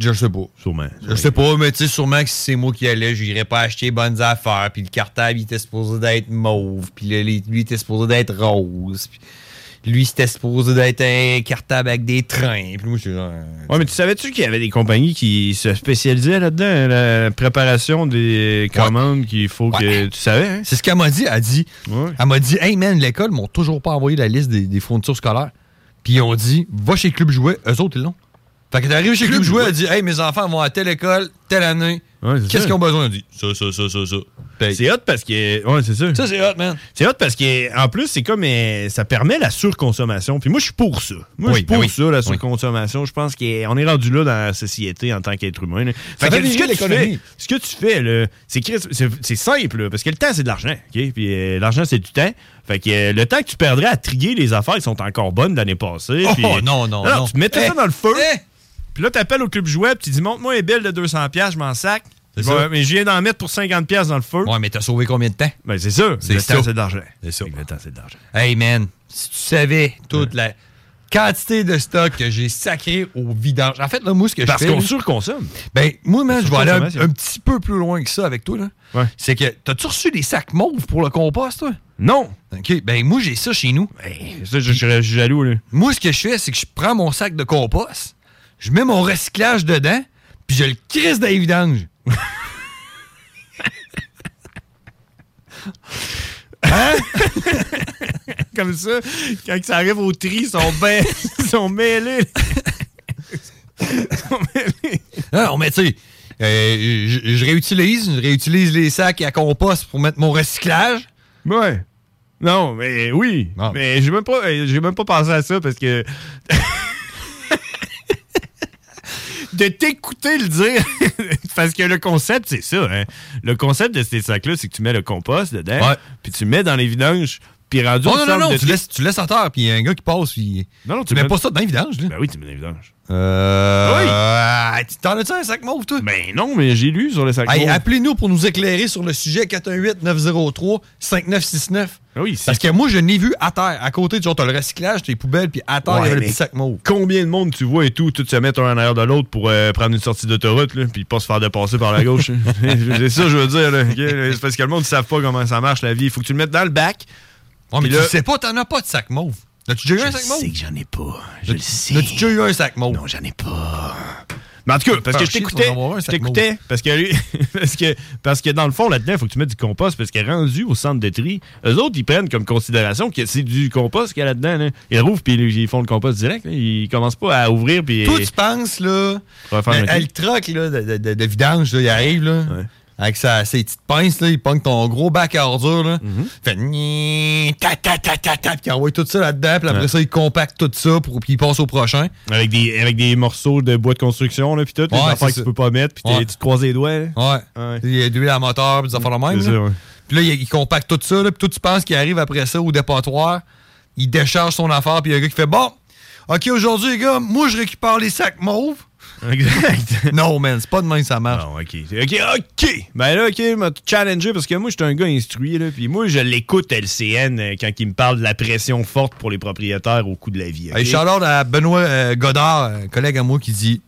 Je sais pas.
Sûrement.
Je sais pas, mais tu sais, sûrement que si c'est moi qui allais, j'irais pas acheter les bonnes affaires. Puis le cartable, il était supposé d'être mauve. Puis le- lui, il était supposé d'être rose. Puis lui, c'était supposé d'être un cartable avec des trains. Puis moi, j'étais genre. euh,
Ouais, mais tu savais-tu qu'il y avait des compagnies qui se spécialisaient là-dedans, hein, la préparation des commandes qu'il faut que. Tu savais, hein?
C'est ce qu'elle m'a dit. Elle, dit, elle m'a dit Hey man, l'école m'ont toujours pas envoyé la liste des, des fournitures scolaires. Puis ils ont dit Va chez Club Jouet, eux autres, ils l'ont. Fait que t'arrives chez Club, Jouet, elle dit Hey, mes enfants vont à telle école, telle année. Qu'est-ce
ça.
qu'ils ont besoin Elle dit
Ça, ça, ça, ça, ça.
Ben,
C'est hot parce que. Ouais, c'est ça.
Ça, c'est hot, man.
C'est hot parce que, en plus, c'est comme. euh, ça permet la surconsommation. Puis moi, je suis pour ça. Moi, je suis
Oui, ben
pour
oui.
ça, la
Oui.
surconsommation. Je pense qu'on est rendu là dans la société en tant qu'être humain. là.
Ça fait
ce que
vivre
tu
l'économie.
fais, ce que tu fais, là, c'est Chris, c'est- c'est simple, là, parce que le temps, c'est de l'argent. ok? Puis euh, l'argent, c'est du temps. Fait que euh, le temps que tu perdrais à trier les affaires qui sont encore bonnes l'année passée.
Oh,
puis-
non, non, non.
Tu mettais
Eh,
ça dans le feu. Puis là, t'appelles au club jouet, puis tu dis Montre-moi un bill de 200$, je m'en sac.
C'est
Je vais-
ça.
mais je viens d'en mettre pour 50$ dans le feu.
Ouais, mais t'as sauvé combien de temps
Ben, c'est ça.
C'est
le
ça.
temps, c'est de l'argent.
C'est ça.
Le temps, c'est de l'argent. (laughs)
Hey man, si tu savais toute la quantité de stock que j'ai sacré au vidange. En fait, là, moi, ce que je
Parce
fais,
qu'on
là-
surconsomme. hein,
Ben, moi, man, je vais aller un,
surconsommation.
un petit peu plus loin que ça avec toi, là. C'est que, t'as-tu reçu des sacs mauves pour le compost, toi?
Non. Ben,
OK, ben, moi, j'ai ça chez nous.
ça, je serais jaloux, là.
Moi, ce que je fais, c'est que je prends mon sac de compost, je mets mon recyclage dedans, puis je le crisse dans les
(laughs)
vidanges.
Hein? Comme ça, quand ça arrive au tri, ils sont, ben, (laughs) ils sont mêlés.
Ah, Non, non, mais tu sais, euh, je je réutilise, je réutilise les sacs à compost pour mettre mon recyclage.
Ouais. Non, mais oui. Mais j'ai même pas euh, j'ai même pas pensé à ça parce que (laughs) de t'écouter le dire (laughs) parce que le concept c'est ça hein. Le concept de ces sacs là, c'est que tu mets le compost dedans, puis tu mets dans les vidanges, puis rendu
Oh, Non, non, non,
au centre
non,
de
tu
tri-
laisses, tu laisses en terre, puis il y a un gars qui passe, puis.
Non, non,
tu mets pas ça dans les vidanges, là.
Ben oui, tu mets dans les vidanges.
Euh. Oui! T'en as-tu un sac mauve, toi?
Ben non, mais j'ai lu sur le sac
Hey,
mauve.
Appelez-nous pour nous éclairer sur le sujet 418-903-5969.
Ah Oui,
Parce que moi, je n'ai vu à terre. À côté, genre, t'as le recyclage, t'as les poubelles, puis à terre, il y
Ouais,
avait le
mais
petit sac mauve.
Combien de monde tu vois et tout, tout se mettre un en arrière de l'autre pour euh, prendre une sortie d'autoroute, là, puis pas se faire dépasser par
(laughs)
la gauche. (laughs) hein. c'est ça, que je veux dire. là, ok? C'est parce que le monde ne savent pas comment ça marche, la vie. Il faut que tu le mettes dans le bac.
Ouais, mais
Puis
tu
là-
sais pas, t'en as pas de sac mauve. As-tu déjà eu un sac mauve?
sais que j'en ai pas. Je le sais.
As-tu déjà eu un sac mauve? Non,
j'en ai pas. Mais en tout cas, parce que je t'écoutais, je t'écoutais, parce que lui- (laughs) parce que, parce que dans le fond, là-dedans, il faut que tu mettes du compost, parce que rendu au centre de tri, eux autres, ils prennent comme considération que c'est du compost qu'il y a là-dedans, là. Ils rouvrent, puis ils ils font le compost direct, là. Ils commencent pas à ouvrir, puis...
Toi, tu penses, là,
On va faire
elle,
un
elle troque, Ben, là, de, de- de- de vidange, là, il arrive, là, avec sa, ses petites pinces, là, il pogne ton gros bac à ordure,
Mm-hmm.
là, fait gnie, ta, ta, ta, ta, ta, puis il envoie tout ça là-dedans, puis après
Ouais.
ça, il compacte tout ça, pour, puis il passe au prochain.
Avec des, avec des morceaux de bois de construction, là, puis tout, les
Ouais,
affaires
c'est
que tu
ça.
peux pas mettre, puis t'es-
Ouais.
tu te croises les doigts, là.
Ouais. Il y a de l'huile à moteur, puis des affaires de même.
C'est
là.
ça, ouais.
Puis là, il, il compacte tout ça, là, puis toi, tu penses qu'il arrive après ça au dépotoir, il décharge son affaire, puis il y a un gars qui fait Bon, OK, aujourd'hui, les gars, moi, je récupère les sacs mauves. (laughs)
Exact.
non, man, c'est pas de même que ça marche.
Non, Ah, OK. OK, OK. Ben là, OK, il m'a challengé parce que moi, je suis un gars instruit, là. Puis moi, je l'écoute, LCN, euh, quand il me parle de la pression forte pour les propriétaires au coût de la vie. OK?
Hey, shout-out à Benoît euh, Godard, un collègue à moi, qui dit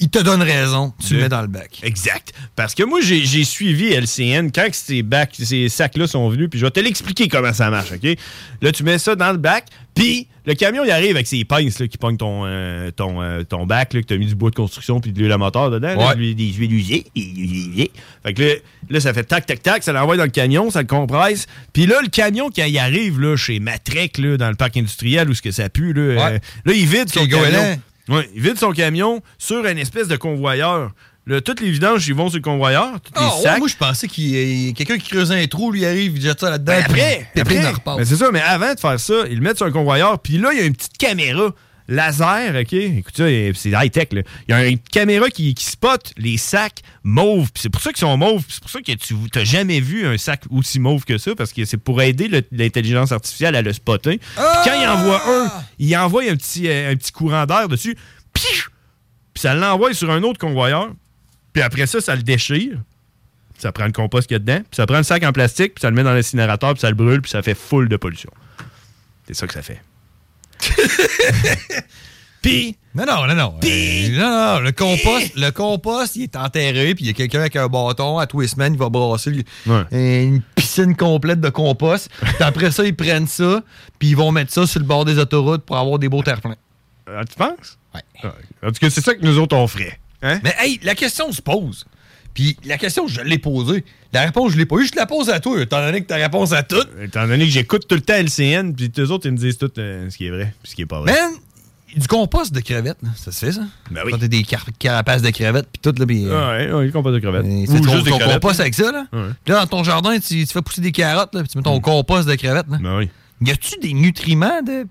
Il te donne raison, tu le mets dans le bac.
Exact. Parce que moi, j'ai j'ai suivi LCN quand que ces, bacs- ces sacs-là sont venus, puis je vais te l'expliquer comment ça marche, OK? Là, tu mets ça dans le bac, puis le camion, il arrive avec ses pinces là, qui pognent ton, euh, ton, euh, ton bac, là, que tu as mis du bois de construction puis de l'huile à moteur dedans, là,
Ouais.
de l'huile- des huiles usées, des huiles usées. Fait que là, là, ça fait tac, tac, tac, ça l'envoie dans le camion, ça le compresse. Puis là, le camion, quand il arrive là, chez Matrec, là, dans le parc industriel, où ce que ça pue, là, euh, là, il vide son
Les goélands.
camion. Ouais, il vide son camion sur une espèce de convoyeur. Là, toutes les vidanges, ils vont sur le convoyeur, tous les
Ah, ouais,
sacs.
moi, je pensais qu'il y a quelqu'un qui creusait un trou, lui il arrive, il jette ça là-dedans.
Ben,
puis
après,
Pépé,
après.
il en repart.
Ben, c'est ça, mais avant de faire ça, ils le mettent sur un convoyeur, puis là, il y a une petite caméra laser, OK? Écoute ça, il- c'est high-tech, là. Il y a une caméra qui, qui spot les sacs mauves, puis c'est pour ça qu'ils sont mauves, puis c'est pour ça que tu n'as jamais vu un sac aussi mauve que ça, parce que c'est pour aider le- l'intelligence artificielle à le spotter. Puis
Ah!
quand il en voit un, il envoie un petit, euh, un petit courant d'air dessus, Piou! puis ça l'envoie sur un autre convoyeur, puis après ça, ça le déchire. Ça prend le compost qu'il y a dedans, puis ça prend le sac en plastique, puis ça le met dans l'incinérateur, puis ça le brûle, puis ça fait full de pollution. C'est ça que ça fait. puis,
Non, non, non, non. Euh, non, non, le compost, le compost, il est enterré, puis il y a quelqu'un avec un bâton, à tous les semaines, il va brasser le- euh, une piscine complète de compost. Puis après ça, ils prennent ça, puis ils vont mettre ça sur le bord des autoroutes pour avoir des beaux terre-pleins.
Ah, tu penses? Ah,
Ouais.
En tout cas, c'est ça que nous autres, on ferait. Hein?
Mais hey, la question se pose. Puis la question, je l'ai posée. La réponse, je l'ai pas eue. Je te la pose à toi, étant donné que ta réponse à tout.
Euh, Étant donné que j'écoute tout le temps LCN, puis eux autres, ils me disent tout euh, ce qui est vrai, puis ce qui est pas vrai.
Man, Ben, du compost de crevettes, là, ça se fait ça? Ben oui. Quand t'as des car- carapaces de crevettes, puis euh, tout, là, pis.
Ah, Ouais, ouais, compost de crevettes.
C'est
Ou
ton,
juste des
ton
crevettes.
compost avec ça, là.
Ouais. Mm.
Puis là, dans ton jardin, tu, tu fais pousser des carottes, là, puis tu mets ton compost de crevettes, là.
Ben oui.
Y a-tu des nutriments de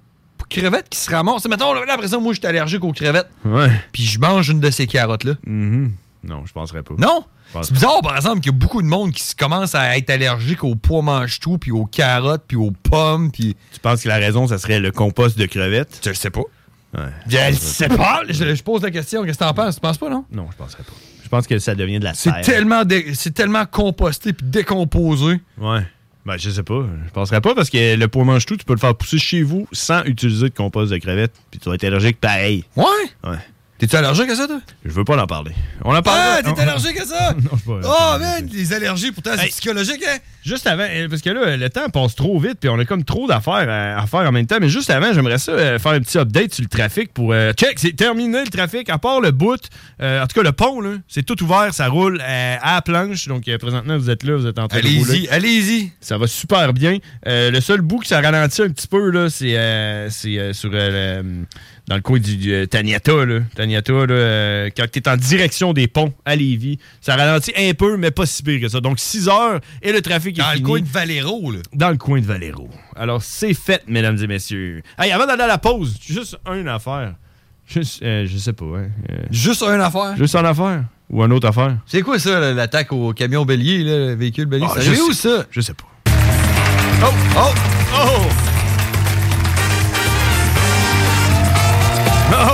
crevettes qui se ramassent? Mettons, là, après ça, moi, je suis allergique aux crevettes.
Ouais.
Puis je mange une de ces carottes-là.
Non, je penserais pas.
Non?
Je pense-
C'est bizarre, par exemple, qu'il y a beaucoup de monde qui se commence à être allergique aux pois mange-tout, puis aux carottes, puis aux pommes, puis...
Tu penses que la raison, ça serait le compost de crevettes?
Je le sais pas.
Ouais.
Je le sais pas! Je, je pose la question, qu'est-ce que t'en penses? Tu penses pas, non?
Non, je penserais pas. Je pense que ça devient de la
C'est
serre.
tellement, dé- c'est tellement composté puis décomposé.
Ouais. Ben, je sais pas. Je penserais pas parce que le pot mange-tout, tu peux le faire pousser chez vous sans utiliser de compost de crevettes. Puis tu vas être allergique pareil.
Ouais?
Ouais.
T'es-tu allergique à ça, toi?
Je veux pas en parler. On en parle.
Ah, t'es allergique à ça?
(laughs) non, je suis pas
Oh, man, les allergies, pourtant, c'est psychologique, hein?
Juste avant, euh, parce que là, le temps passe trop vite, puis on a comme trop d'affaires euh, à, à faire en même temps. Mais juste avant, j'aimerais ça euh, faire un petit update sur le trafic pour. euh, check, c'est terminé le trafic, à part le bout. euh, en tout cas, le pont, là, c'est tout ouvert, ça roule euh, à la planche. Donc, euh, présentement, vous êtes là, vous êtes en train de rouler.
Allez-y, allez-y.
Ça va super bien. Euh, le seul bout que ça ralentit un petit peu, là, c'est euh, c'est, euh, sur euh, le- dans le coin du, du, euh, Taniata. Là. Taniata, là, euh, quand tu es en direction des ponts à Lévis, ça ralentit un peu, mais pas si pire que ça. Donc 6 heures et le trafic est
Dans le
fini.
coin de Valero, là.
Dans le coin de Valero. Alors c'est fait, mesdames et messieurs. Hey, avant d'aller à la pause, juste une affaire. Juste, euh, je sais pas. hein, euh,
Juste une affaire.
Juste une affaire. Ou une autre affaire.
C'est quoi ça, là, l'attaque au camion bélier, là, le véhicule bélier?
Ah,
c'est
je
arrivé où,
sais-
ça?
Je sais pas.
Oh, oh, oh!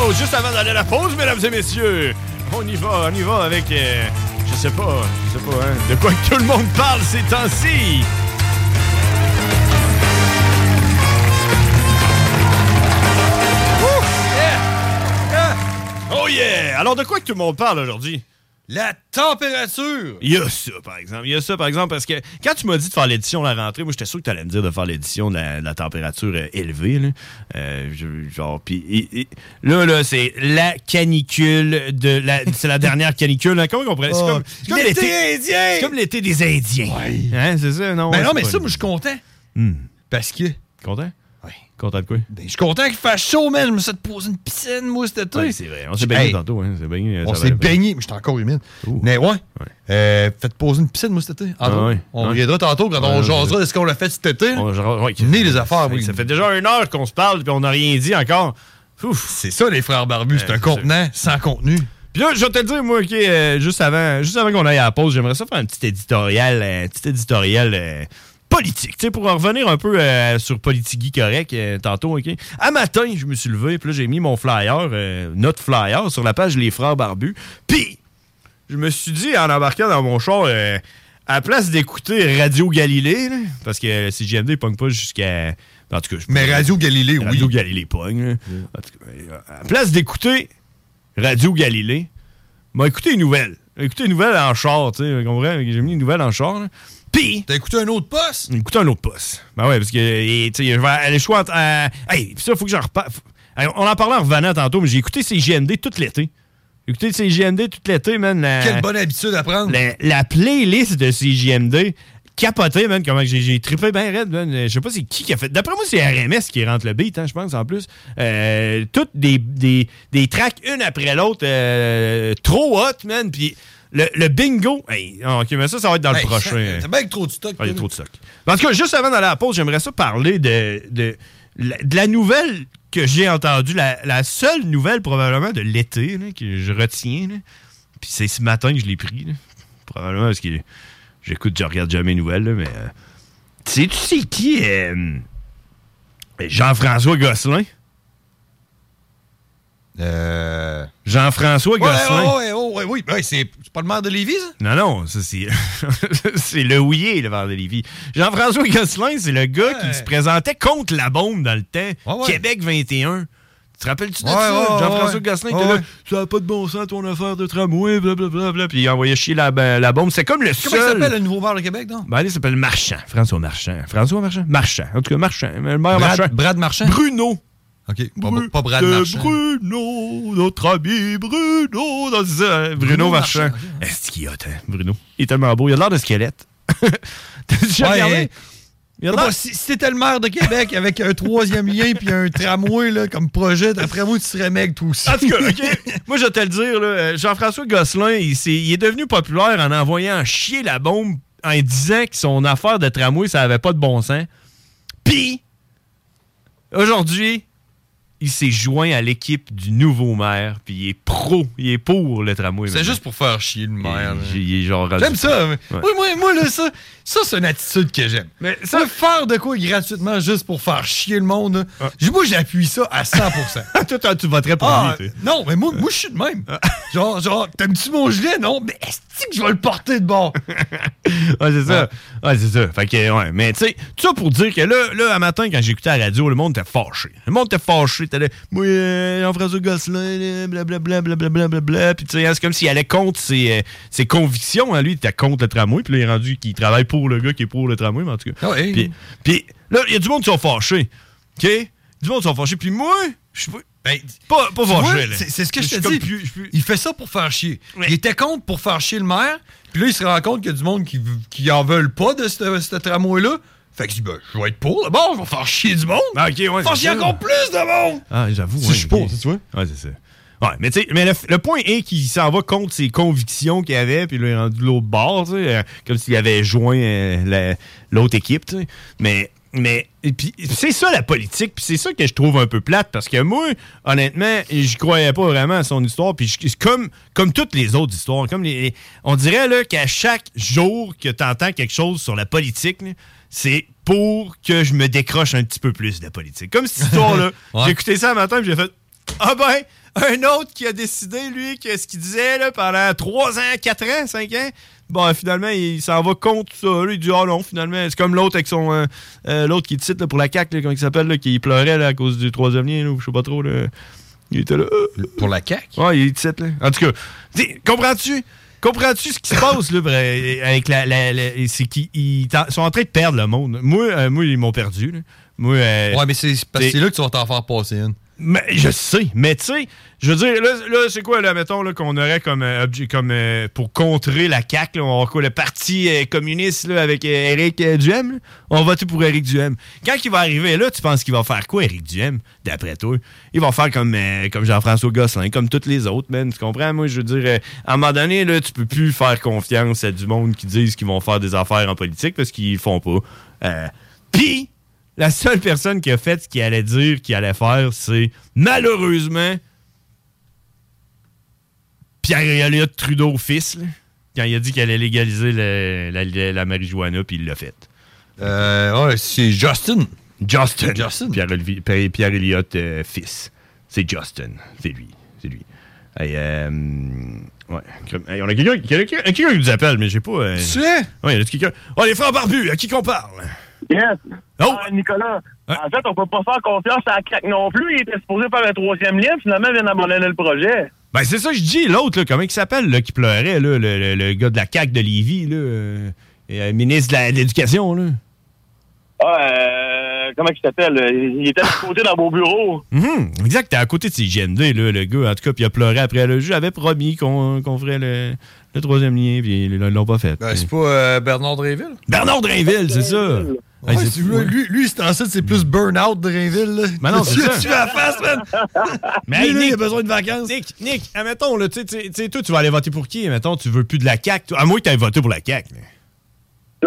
Oh, juste avant d'aller à la pause, mesdames et messieurs, on y va, on y va avec, euh, je sais pas, je sais pas, hein, de quoi que tout le monde parle ces temps-ci. Wouh! (laughs) Yeah! Yeah! Oh yeah! Alors de quoi que tout le monde parle aujourd'hui?
La température!
Il y a ça, par exemple. Il y a ça, par exemple, parce que quand tu m'as dit de faire l'édition à la rentrée, moi, j'étais sûr que tu allais me dire de faire l'édition de la, de la température euh, élevée. Là. Euh, je- genre, puis et- et- là, là, c'est la canicule de la. C'est la dernière canicule. là. Comment on pourrait. Ben, C'est
Oh,
comme, c'est comme
l'été indien!
C'est comme l'été des Indiens. Hein, c'est ça, non?
Ben
ouais,
non,
c'est
mais
pas
ça,
une-
moi, je suis content. Parce que.
Content? Oui. Content de quoi?
Ben, je suis content qu'il fasse chaud, man. Je me suis fait poser une piscine, moi, cet été.
Ouais, c'est vrai. On s'est baigné
Hey,
tantôt. Hein. On s'est baigné. euh,
On
ça
s'est
valait pas.
baigné, mais j'étais encore humide. Mais ouais. Euh, Faites poser une piscine, moi, cet été. Entre
Ah ouais.
autres. On
Ouais.
reviendra tantôt quand on
Ouais,
jasera de ce qu'on a fait cet été. là.
Venez
les affaires, oui.
Ça fait déjà une heure qu'on se parle, puis on n'a rien dit encore.
C'est ça, les frères barbus. C'est un contenant sans contenu.
Puis là, je vais te le dire, moi, OK, euh, juste avant, juste avant qu'on aille à la pause, j'aimerais ça faire un petit éditorial, euh, un petit éditorial euh, politique. Tu sais, pour en revenir un peu euh, sur Politigui correct euh, tantôt, OK? À matin, je me suis levé, puis là, j'ai mis mon flyer, euh, notre flyer, sur la page Les Frères Barbus. Puis, je me suis dit, en embarquant dans mon char, euh, à la place d'écouter Radio Galilée, là, parce que le CGMD, il pogne pas jusqu'à... En tout cas, je-
Mais Radio Galilée, oui.
Radio Galilée pogne. là. En tout cas, euh, à la place d'écouter Radio Galilée, m'a écouté une nouvelle. Écouté une nouvelle en char, tu sais, vous comprenez? J'ai mis une nouvelle en char, là. Puis.
T'as écouté un autre poste?
Écouté un autre poste. Ben ouais, parce que, et, tu sais, je vais aller choix entre. euh, hey, pis ça, faut que j'en reparle. On en parlait en revenant tantôt, mais j'ai écouté CGMD tout l'été. J'ai écouté CGMD tout l'été, man. la-
Quelle bonne habitude à prendre.
la, la playlist de CJMD capotée, man, comment j'ai, j'ai trippé bien raide, man. Je sais pas c'est qui qui a fait. D'après moi, c'est RMS qui rentre le beat, hein, je pense, en plus. Euh, toutes des, des, des tracks, une après l'autre, euh, trop hot, man. Puis le, le bingo. Hey, ok, mais ça, ça va être dans le
Hey,
prochain.
ça, T'as bien Ben, avec trop de stock.
Ah, il y a
toi,
trop de stock. En tout cas, juste avant d'aller à la pause, j'aimerais ça parler de, de, la- de la nouvelle que j'ai entendue, la, la seule nouvelle probablement de l'été là, que je retiens. là. Puis c'est ce matin que je l'ai pris. là. Probablement parce que j'écoute, je regarde jamais les nouvelles, là, mais. euh, Sais-tu c'est qui euh, Jean-François Gosselin? Jean-François
Euh. Ouais,
Gosselin.
ouais, ouais, ouais, ouais, oui. Ben, c'est c'est pas le maire de Lévis, ça?
Non, non, ça c'est. (laughs) c'est le houillé, le verre de Lévis. Jean-François Gosselin, c'est le gars qui se présentait contre la bombe dans le temps. Québec 21. Tu Te rappelles-tu de Ouais, ça? ouais, Jean-François ouais. Gosselin Ouais, était là. ouais. Ça n'a pas de bon sens ton affaire de tramway, blablabla. Puis il envoyait chier la, ben, la bombe. C'est comme le
Comment il
seul.
s'appelle le nouveau maire de Québec, non?
Ben, allez, il s'appelle Marchand. François Marchand. François Marchand? Marchand. En tout cas, Marchand. Le maire
Brad-
Marchand.
Brad Marchand?
Bruno. euh,
OK. Pas, pas Brad
de
Marchand.
Bruno, notre ami Bruno. dans- euh, Bruno,
Bruno
Marchand.
Marchand,
(laughs) Est-ce qu'il y a, hein, Bruno? Il est tellement beau. Il a l'air de squelette. T'as déjà
Ouais,
regardé?
euh,
Il a
je sais
l'air-
pas, si, si t'étais le maire de Québec avec un troisième lien puis un tramway là, comme projet, d'après moi, tu serais mec tout aussi.
En
(laughs)
tout cas, OK. Moi, je vais te le dire, là, euh, Jean-François Gosselin, il, s'est- il est devenu populaire en envoyant chier la bombe en disant que son affaire de tramway, ça avait pas de bon sens. Puis, aujourd'hui, il s'est joint à l'équipe du nouveau maire, puis il est pro, il est pour le tramway.
C'est juste pour faire chier le maire. là.
Il, il est genre...
J'aime ça. mais-
Ouais.
Oui, moi, moi, là, ça, ça c'est une attitude que j'aime. Mais ça, faire de quoi gratuitement juste pour faire chier le monde, là, j- moi, j'appuie ça à 100%.
Ah. (laughs) Toi, tu voterais
pour lui, Ah, Non, mais
Euh.
moi, moi je suis de même.
Ah.
(laughs) genre, genre t'aimes-tu mon gilet? Non, mais est-ce que je vais le porter de bord?
ouais, c'est ça. Ouais, c'est ça. Fait que, ouais. Mais, tu sais, tout ça pour dire que là, là, à matin, quand j'écoutais la radio, le monde était fâché. Le monde était fâché. T'allais, moi, euh, Jean-François Gosselin, euh, blablabla, blablabla, blablabla. Puis, tu sais, hein, c'est comme s'il allait contre ses, euh, ses convictions. hein. Lui, il était contre le tramway. Puis là, il est rendu qu'il travaille pour le gars qui est pour le tramway, mais en tout cas.
Ah Ouais.
Puis, puis là, il y a du monde qui sont fâchés. OK? Du monde qui sont fâchés. Puis moi, je suis pas- ben, pas, (laughs) pas
Tu vois,
fâché, là.
c'est- C'est ce que je te
suis comme
dis.
plus-
Il fait ça pour faire chier. Il était contre pour faire chier le maire. Puis là, il se rend compte qu'il y a du monde qui, qui en veulent pas de ce ce tramway-là. Fait que je dis, ben, je vais être pour. Bon, je vais faire chier du monde.
Ah, ok, ouais,
faire
c'est
chier
ça.
encore plus de monde.
Ah, j'avoue.
Si
ouais,
je suis pour,
ok.
tu vois.
Ouais, c'est ça. Ouais, mais tu sais, mais le, le point est qu'il s'en va contre ses convictions qu'il avait, puis là, il est rendu de l'autre bord, tu sais, euh, comme s'il avait joint euh, la- l'autre équipe, tu sais. Mais, mais, et puis, c'est ça la politique, puis c'est ça que je trouve un peu plate, parce que moi, honnêtement, je croyais pas vraiment à son histoire, puis je- c'est comme, comme toutes les autres histoires, comme les, les- on dirait là qu'à chaque jour que tu entends quelque chose sur la politique, là, c'est pour que je me décroche un petit peu plus de la politique. Comme cette (laughs) histoire-là,
(laughs) Ouais.
j'ai écouté ça le matin, puis j'ai fait ah ben, un autre qui a décidé, lui, que ce qu'il disait là, pendant 3 ans, 4 ans, 5 ans, bon, finalement, il s'en va contre ça. Lui, il dit, ah non, finalement, c'est comme l'autre avec son. euh, euh, l'autre qui titre là, pour la CAQ, là, comment il s'appelle, là, qui pleurait là, à cause du troisième lien, là, ou je sais pas trop. Là. Il était là.
pour la CAQ?
Ouais, il titre, là. En tout cas, dis, comprends-tu? Comprends-tu ce qui se passe, là, vrai, avec la. la- la- c'est qu'ils ils t'en- sont en train de perdre le monde. Moi, euh, moi ils m'ont perdu, là. Moi, euh,
Ouais, mais c'est parce que
t'es-
c'est là que tu vas t'en faire passer une.
mais je sais, mais tu sais, je veux dire, là, là, c'est quoi, là, mettons, là, qu'on aurait comme, euh, objet- comme euh, pour contrer la CAQ, là, on va avoir quoi, le parti euh, communiste, là, avec euh, Éric euh, Duhem, là? on va voter pour Éric Duhem. Quand il va arriver là, tu penses qu'il va faire quoi, Éric Duhem, d'après toi? Il va faire comme, euh, comme Jean-François Gosselin, comme tous les autres, man, tu comprends? Moi, je veux dire, euh, à un moment donné, là, tu peux plus faire confiance à du monde qui disent qu'ils vont faire des affaires en politique parce qu'ils le font pas. Euh, Puis, la seule personne qui a fait ce qu'il allait dire, qu'il allait faire, c'est malheureusement Pierre-Éliott Trudeau fils, là, quand il a dit qu'il allait légaliser le- la, la- la marijuana, puis il l'a fait.
Euh, ouais, c'est Justin.
Justin. Pierre-Éliott Pierre Pierre-Éliott, euh, fils. C'est Justin. C'est lui. C'est lui. Hey, euh, ouais. Hey, on a quelqu'un quelqu'un- quelqu'un qui nous appelle, mais j'ai pas. euh,
Tu es?
Ouais, y a quelqu'un. Oh, les frères barbus, à qui qu'on parle?
Yes. Ah,
Oh!
Nicolas, en fait, on peut pas faire confiance à la CAQ non plus. Il était supposé faire un troisième lien, finalement, il vient d'abandonner le projet.
Ben, c'est ça que je dis, l'autre, là, comment il s'appelle, là, qui pleurait, là, le, le- le gars de la CAQ de Lévis, là, euh, et, euh, ministre de la- de l'Éducation, là.
Ah, euh, comment il s'appelle? Il était à (laughs) côté dans mon bureau.
Mhm, exact, t'es à côté de ces GND, là, le gars, en tout cas, puis il a pleuré après le jeu, avait promis qu'on qu'on ferait le, le troisième lien, puis ils l'ont pas fait.
c'est pas euh, Bernard Dréville?
Bernard Drainville, c'est ça!
Ouais,
Hey, c'est
c'est-
fou, hein.
lui, lui, c'est en fait, c'est plus Burnout Drainville. là.
Mais Ben
(laughs)
non, c'est
Tu-
ça.
Tu vas à la face, man.
Mais
Lui, là, il a
besoin de vacances. Nick, Nick, admettons, là, tu sais, tu sais- tu sais, toi, tu vas aller voter pour qui? Mettons, tu veux plus de la CAQ, toi? à moins que t'aies voté pour la CAQ. là.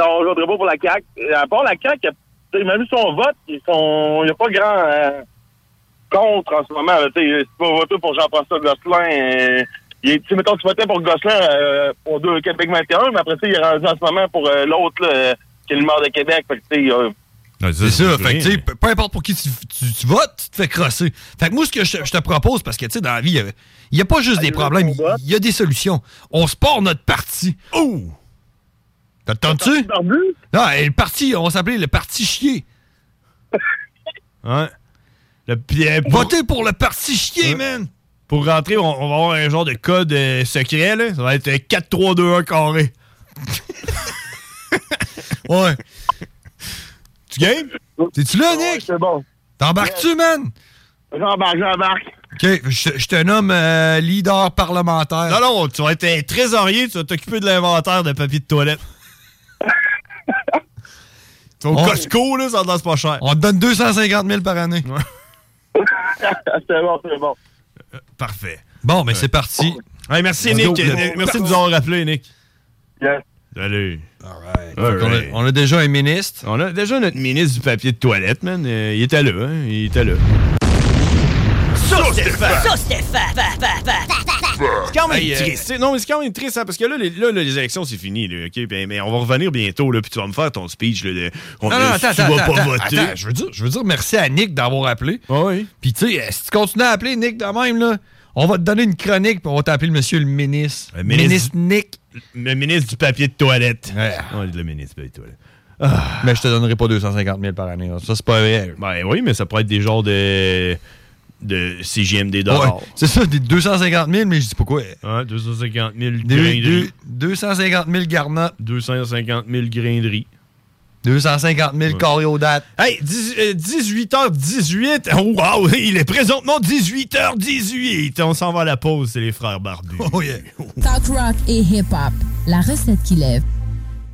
Non, je voterai pas pour la CAQ. À part la CAQ, il y a- même son vote, ils sont- il n'y a pas grand euh, contre en ce moment. là. Tu sais, Si tu vas voter pour Jean-François Gosselin, euh, il est- tu sais, mettons, tu votais pour Gosselin euh, pour deux, Québec 21, mais après ça, il est rendu en ce moment pour euh, l'autre, là, euh, qui est le maire de Québec. Fait que, tu sais, euh,
C'est ça. Fait que, tu sais,
rien.
peu peu importe pour qui tu, tu- tu votes, tu te fais crosser. Fait que moi, ce que je, je te propose, parce que, tu sais, dans la vie, Ah, il n'y a, pas juste des problèmes, il y a des solutions. On se part notre parti. Oh! T'entends-tu? Non, et le parti, on s'appelait le parti chier.
Ouais. Le, puis, euh, pour- Votez pour le parti chier, man! Pour rentrer, on, on va avoir un genre de code euh, secret, là. Ça va être euh, 4-3-2-1 carré. (laughs) ouais. Tu game?
T'es-tu là, Nick?
Oh. Ah C'est bon.
T'embarques-tu, man?
J'embarque, j'embarque.
OK, je, je te nomme euh, leader parlementaire.
Non, non, tu vas être un trésorier, tu vas t'occuper de l'inventaire de papier de (laughs) toilette. tu vas au
On-
Costco, là, ça te lance pas cher.
On te donne 250 000 par année.
(laughs) c'est bon, c'est bon.
Euh, Parfait.
Bon, mais c'est parti.
Ouais, merci,
Let's
Nick.
go.
Euh, merci de nous avoir rappelé, Nick. Salut.
Fait qu'on a-
On, a, déjà un ministre. On a déjà notre ministre du papier de toilette, man. Euh, il était là, hein, Il était là.
Ça, Stéphane!
C'est quand même
Hey, euh,
triste. Non, mais c'est quand même triste, hein, parce que là, les, là, là, les élections, c'est fini. Là, OK? Ben, mais on va revenir bientôt, là, puis tu vas me faire ton speech. Là, de, on
non, non,
ne-
attends,
tu
attends,
vas pas
attends,
voter.
attends, je, veux dire, je veux dire merci à Nick d'avoir appelé.
Ah oui.
Puis, tu sais, euh, si tu continues à appeler Nick de même, là, on va te donner une chronique, puis on va t'appeler le monsieur le ministre. Le
ministre-
Nick.
Le ministre du papier de toilette. Ouais, Ah. le ministre du papier de toilette.
Mais je te donnerai pas 250 000 par année. là. Ça, c'est pas vrai.
Ben oui, mais ça pourrait être des genres de, de CGMD dollars.
Ouais, c'est ça, des 250 000, mais je dis pourquoi.
Ouais, 250 000
Des-
grains de
deux-
riz.
250 000 garnottes.
250 000 grains de riz.
250 000 coriodates.
Hey, euh, 18h18. Oh, wow, il est présentement 18h18. On s'en va à la pause, c'est les frères barbus. Oh yeah.
Talk rock et hip-hop, la recette qui lève.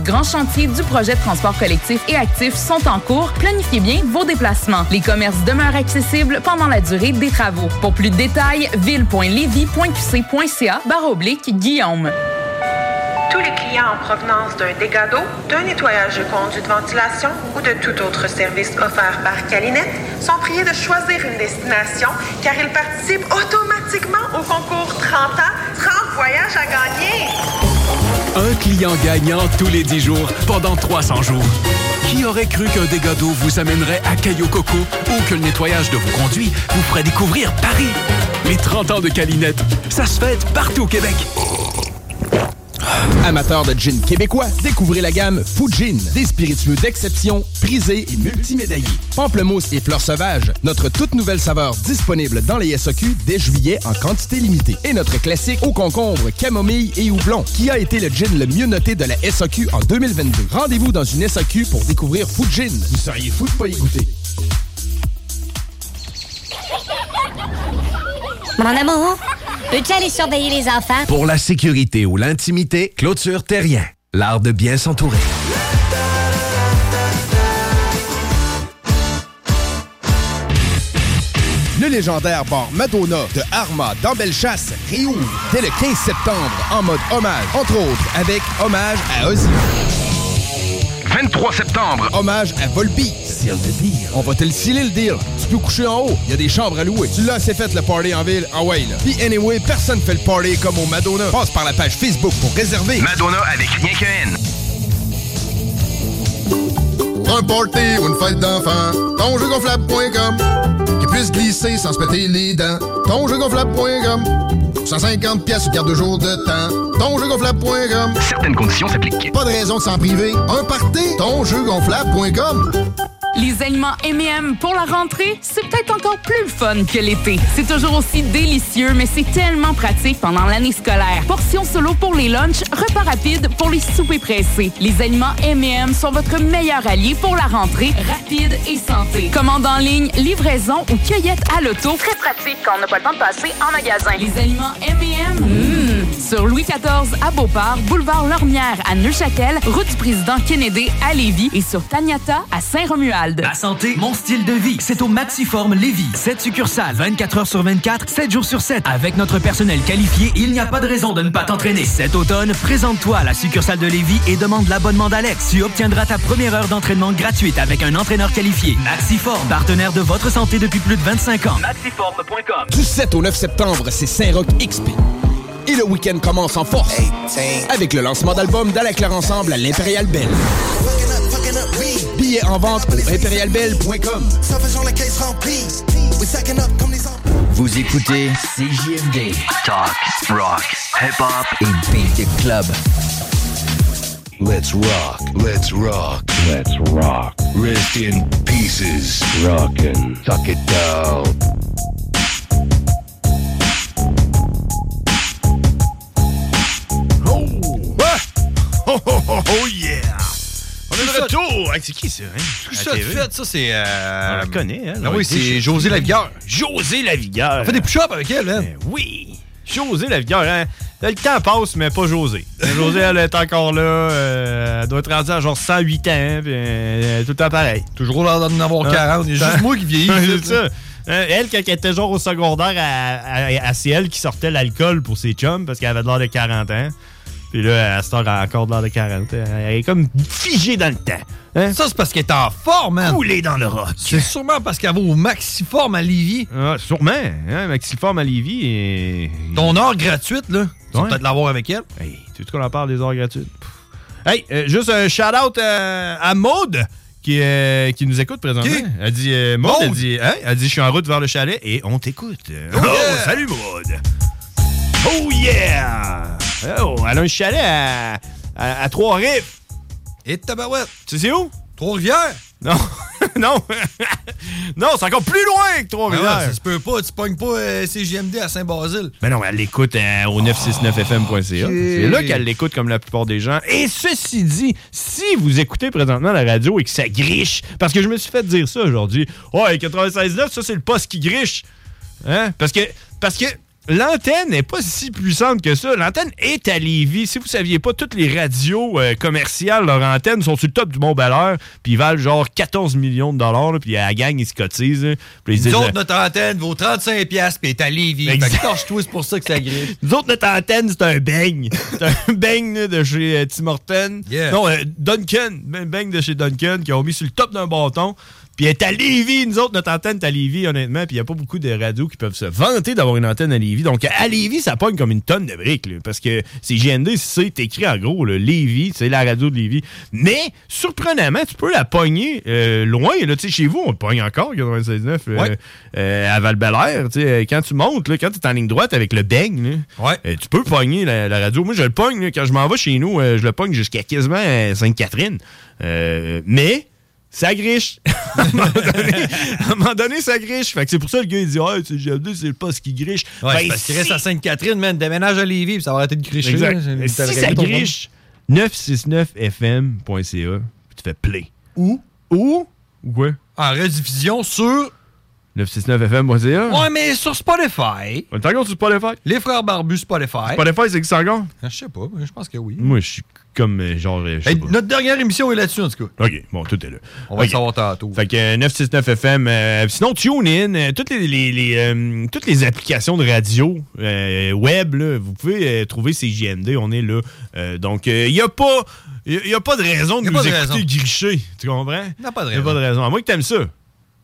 grand chantier du projet de transport collectif et actif sont en cours. Planifiez bien vos déplacements. Les commerces demeurent accessibles pendant la durée des travaux. Pour plus de détails, ville.levy.qc.ca barre oblique Guillaume.
Tous les clients en provenance d'un dégât d'eau, d'un nettoyage de conduits de ventilation ou de tout autre service offert par Calinette sont priés de choisir une destination car ils participent automatiquement au concours 30 ans, 30 voyages à gagner.
Un client gagnant tous les 10 jours pendant 300 jours. Qui aurait cru qu'un dégât d'eau vous amènerait à Caillou Coco ou que le nettoyage de vos conduits vous ferait découvrir Paris? Les 30 ans de Calinette, ça se fête partout au Québec.
Amateur de gin québécois, découvrez la gamme Fujin, des spiritueux d'exception, prisés et multimédaillés. Pamplemousse et fleurs sauvages, notre toute nouvelle saveur disponible dans les SOQ dès juillet en quantité limitée. Et notre classique au concombre, camomille et houblon, qui a été le gin le mieux noté de la SOQ en 2022. Rendez-vous dans une SOQ pour découvrir Fujin. Vous seriez fou de pas y goûter.
Mon amour, peux-tu aller surveiller les enfants?
Pour la sécurité ou l'intimité, Clôture Terrien. L'art de bien s'entourer.
Le légendaire bar Madonna de Arma dans Bellechasse réouvre dès le 15 septembre en mode hommage, entre autres avec hommage à Ozzy. 23 septembre, hommage à Volby. Seal the deal. On va te le sealer le deal. Tu peux coucher en haut, il y a des chambres à louer. Tu l'as assez fait le party en ville, ah ouais là. Puis anyway, personne fait le party comme au Madonna. Passe par la page Facebook pour réserver.
Madonna avec rien que N.
Pour un party ou une fête d'enfant, tonjeugonflable.com Qui puisse glisser sans se péter les dents, tonjeugonflable.com 150 pièces ou garde de jour de temps, tonjeugonflable.com Certaines conditions s'appliquent. Pas de raison de s'en priver. Un party, tonjeugonflable.com
Les aliments M&M pour la rentrée, c'est peut-être encore plus le fun que l'été. C'est toujours aussi délicieux, mais c'est tellement pratique pendant l'année scolaire. Portions solo pour les lunchs, repas rapides pour les soupers pressés. Les aliments M&M sont votre meilleur allié pour la rentrée, rapide et santé. Commande en ligne, livraison ou cueillette à l'auto. Très pratique quand on n'a pas le temps de passer en magasin. Les aliments M&M, mm, sur Louis XIV à Beauport, boulevard Lormière à Neuchâtel, route du président Kennedy à Lévis et sur Tagnata à Saint-Romuald.
Ma santé, mon style de vie, c'est au Maxiform Lévis. 7 succursales, 24 heures sur 24, 7 jours sur 7. Avec notre personnel qualifié, il n'y a pas de raison de ne pas t'entraîner. Cet automne, présente-toi à la succursale de Lévis et demande l'abonnement d'Alex. Tu obtiendras ta première heure d'entraînement gratuite avec un entraîneur qualifié. Maxiform, partenaire de votre santé depuis plus de 25 ans. Maxiform.com.
Du 7 au 9 septembre, c'est Saint-Roch XP. Et le week-end commence en force avec le lancement d'album d'Alain Claire Ensemble à l'Impérial Belle. Billets en vente au impérialbelle.com.
Vous écoutez CJMD, Talk, Rock, Hip Hop et Beat the Club.
Let's rock, let's rock, let's rock. Rest in pieces. Rockin', tuck it down.
(laughs) Oh, oh, oh, oh, yeah! On est
Tout
de
ça-
retour! Hey, c'est qui ça? Hein?
Tout
À
ça de
TV?
fait, ça c'est. euh,
On la connaît, hein, elle.
Ah
Elle a
oui,
été chez-
c'est José Lavigueur.
José Lavigueur. Ben
On fait des push-ups avec elle, hein?
Oui! José Lavigueur, hein? Là, Le temps passe, mais pas José. José, elle est encore là. euh, elle doit être rendue à genre 108 ans. hein, puis, euh, tout le temps pareil.
Toujours l'air d'en avoir
Ah,
40. Il y a
ah.
juste moi qui vieillis.
Ouais,
ici,
c'est
là.
ça. Euh, Elle, quand elle était genre au secondaire, à, à, à- c'est elle qui sortait l'alcool pour ses chums parce qu'elle avait de l'air de 40 ans. Puis là, à cette heure, elle a encore de l'air de 40 ans. Elle est comme figée dans le temps. hein?
Ça, c'est parce qu'elle est en forme, man.
Coulée dans le rock.
C'est sûrement parce qu'elle va au maxiforme à Lévis.
Ah, sûrement. Hein, Maxiforme à Lévis. Et...
Ton heure gratuite, là. Tu vas
Ouais.
peut-être l'avoir avec elle.
Hey, tu sais qu'on en parle des heures gratuites. Pff. Hey, euh, juste un shout-out euh, à Maude qui, euh, qui nous écoute présentement. Elle dit euh, Maude, elle dit, hein, elle dit Je suis en route vers le chalet et on t'écoute. Oh, salut Maude! Oh yeah! Oh, elle a un chalet à, à, à Trois-Rives.
Et Tabarouette.
Tu sais où?
Trois-Rivières.
Non. non. non, c'est encore plus loin que Trois-Rivières.
Ah ouais, ça se peut pas. Tu pognes pas euh, CGMD à Saint-Basile.
Mais non, elle l'écoute euh, au 969fm.ca.
ok.
C'est là qu'elle l'écoute comme la plupart des gens. Et ceci dit, si vous écoutez présentement la radio et que ça griche, parce que je me suis fait dire ça aujourd'hui, ouais, 96.9, ça c'est le poste qui griche. Hein? Parce que, parce que l'antenne n'est pas si puissante que ça. L'antenne est à Lévis. Si vous saviez pas, toutes les radios euh, commerciales, leurs antennes sont sur le top du mont valeur puis ils valent genre 14 millions de dollars, là, puis à la gang, ils se cotisent. là, puis ils
Nous
disent, euh,
autres, notre antenne vaut 35$, piastres, pis t'es à Lévis. Fait
Exact.
que torche-toi, c'est pour ça que ça grille.
Nous autres, notre antenne, c'est un bang. C'est un (laughs) bang là, de chez euh, Tim Horton.
Yeah.
Non, euh, Duncan. Un bang de chez Duncan qui ont mis sur le top d'un bâton. Puis elle est à Lévis. Nous autres, notre antenne est à Lévis, honnêtement. Puis il n'y a pas beaucoup de radios qui peuvent se vanter d'avoir une antenne à Lévis. Donc à Lévis, ça pogne comme une tonne de briques. là, parce que c'est GND, c'est écrit en gros. Là, Lévis, c'est la radio de Lévis. Mais surprenamment, tu peux la pogner euh, loin. Là, Tu sais, chez vous, on pogne encore 96.9 euh,
Ouais.
euh, à val tu sais, euh, quand tu montes, là, quand tu es en ligne droite avec le beigne, là, euh, tu peux pogner la, la radio. Moi, je le pogne. là, Quand je m'en vais chez nous, euh, je le pogne jusqu'à quasiment euh, Sainte-Catherine. Euh, mais ça griche. (laughs) à, un moment donné, à un moment donné, ça griche. Fait que c'est pour ça que le gars, il dit Ah, tu sais, GMD, c'est pas ce qui griche.
Ouais,
Ben,
c'est parce qu'il
si-
reste à Sainte-Catherine, man. Déménage à Lévis, pis ça va arrêter de gricher.
Exact.
là. C'est-
Si
t'as
ça
réglé ton
griche, 969fm.ca, puis tu fais play. Ou Ou Ou quoi
En rediffusion sur.
969fm.ca.
Ouais, mais sur Spotify.
On est encore sur Spotify?
Les frères barbus Spotify.
Spotify, c'est existe encore?
Ah, Je sais pas, mais je pense que oui.
Moi, je suis comme euh, genre. euh, je sais
Hey,
pas.
notre dernière émission est là-dessus, en tout cas.
OK, bon, tout est là.
On va
Ok.
le savoir tantôt.
Fait que euh, 969FM, euh, sinon TuneIn, euh, toutes, les, les- les, euh, toutes les applications de radio euh, web, là, vous pouvez euh, trouver ces JMD, on est là. Euh, donc, il n'y a pas... Il a pas de raison
Y
de
a
nous
pas de
écouter
raison.
gricher. Tu comprends?
Y a pas de
Y a pas de raison. À moins que t'aimes ça.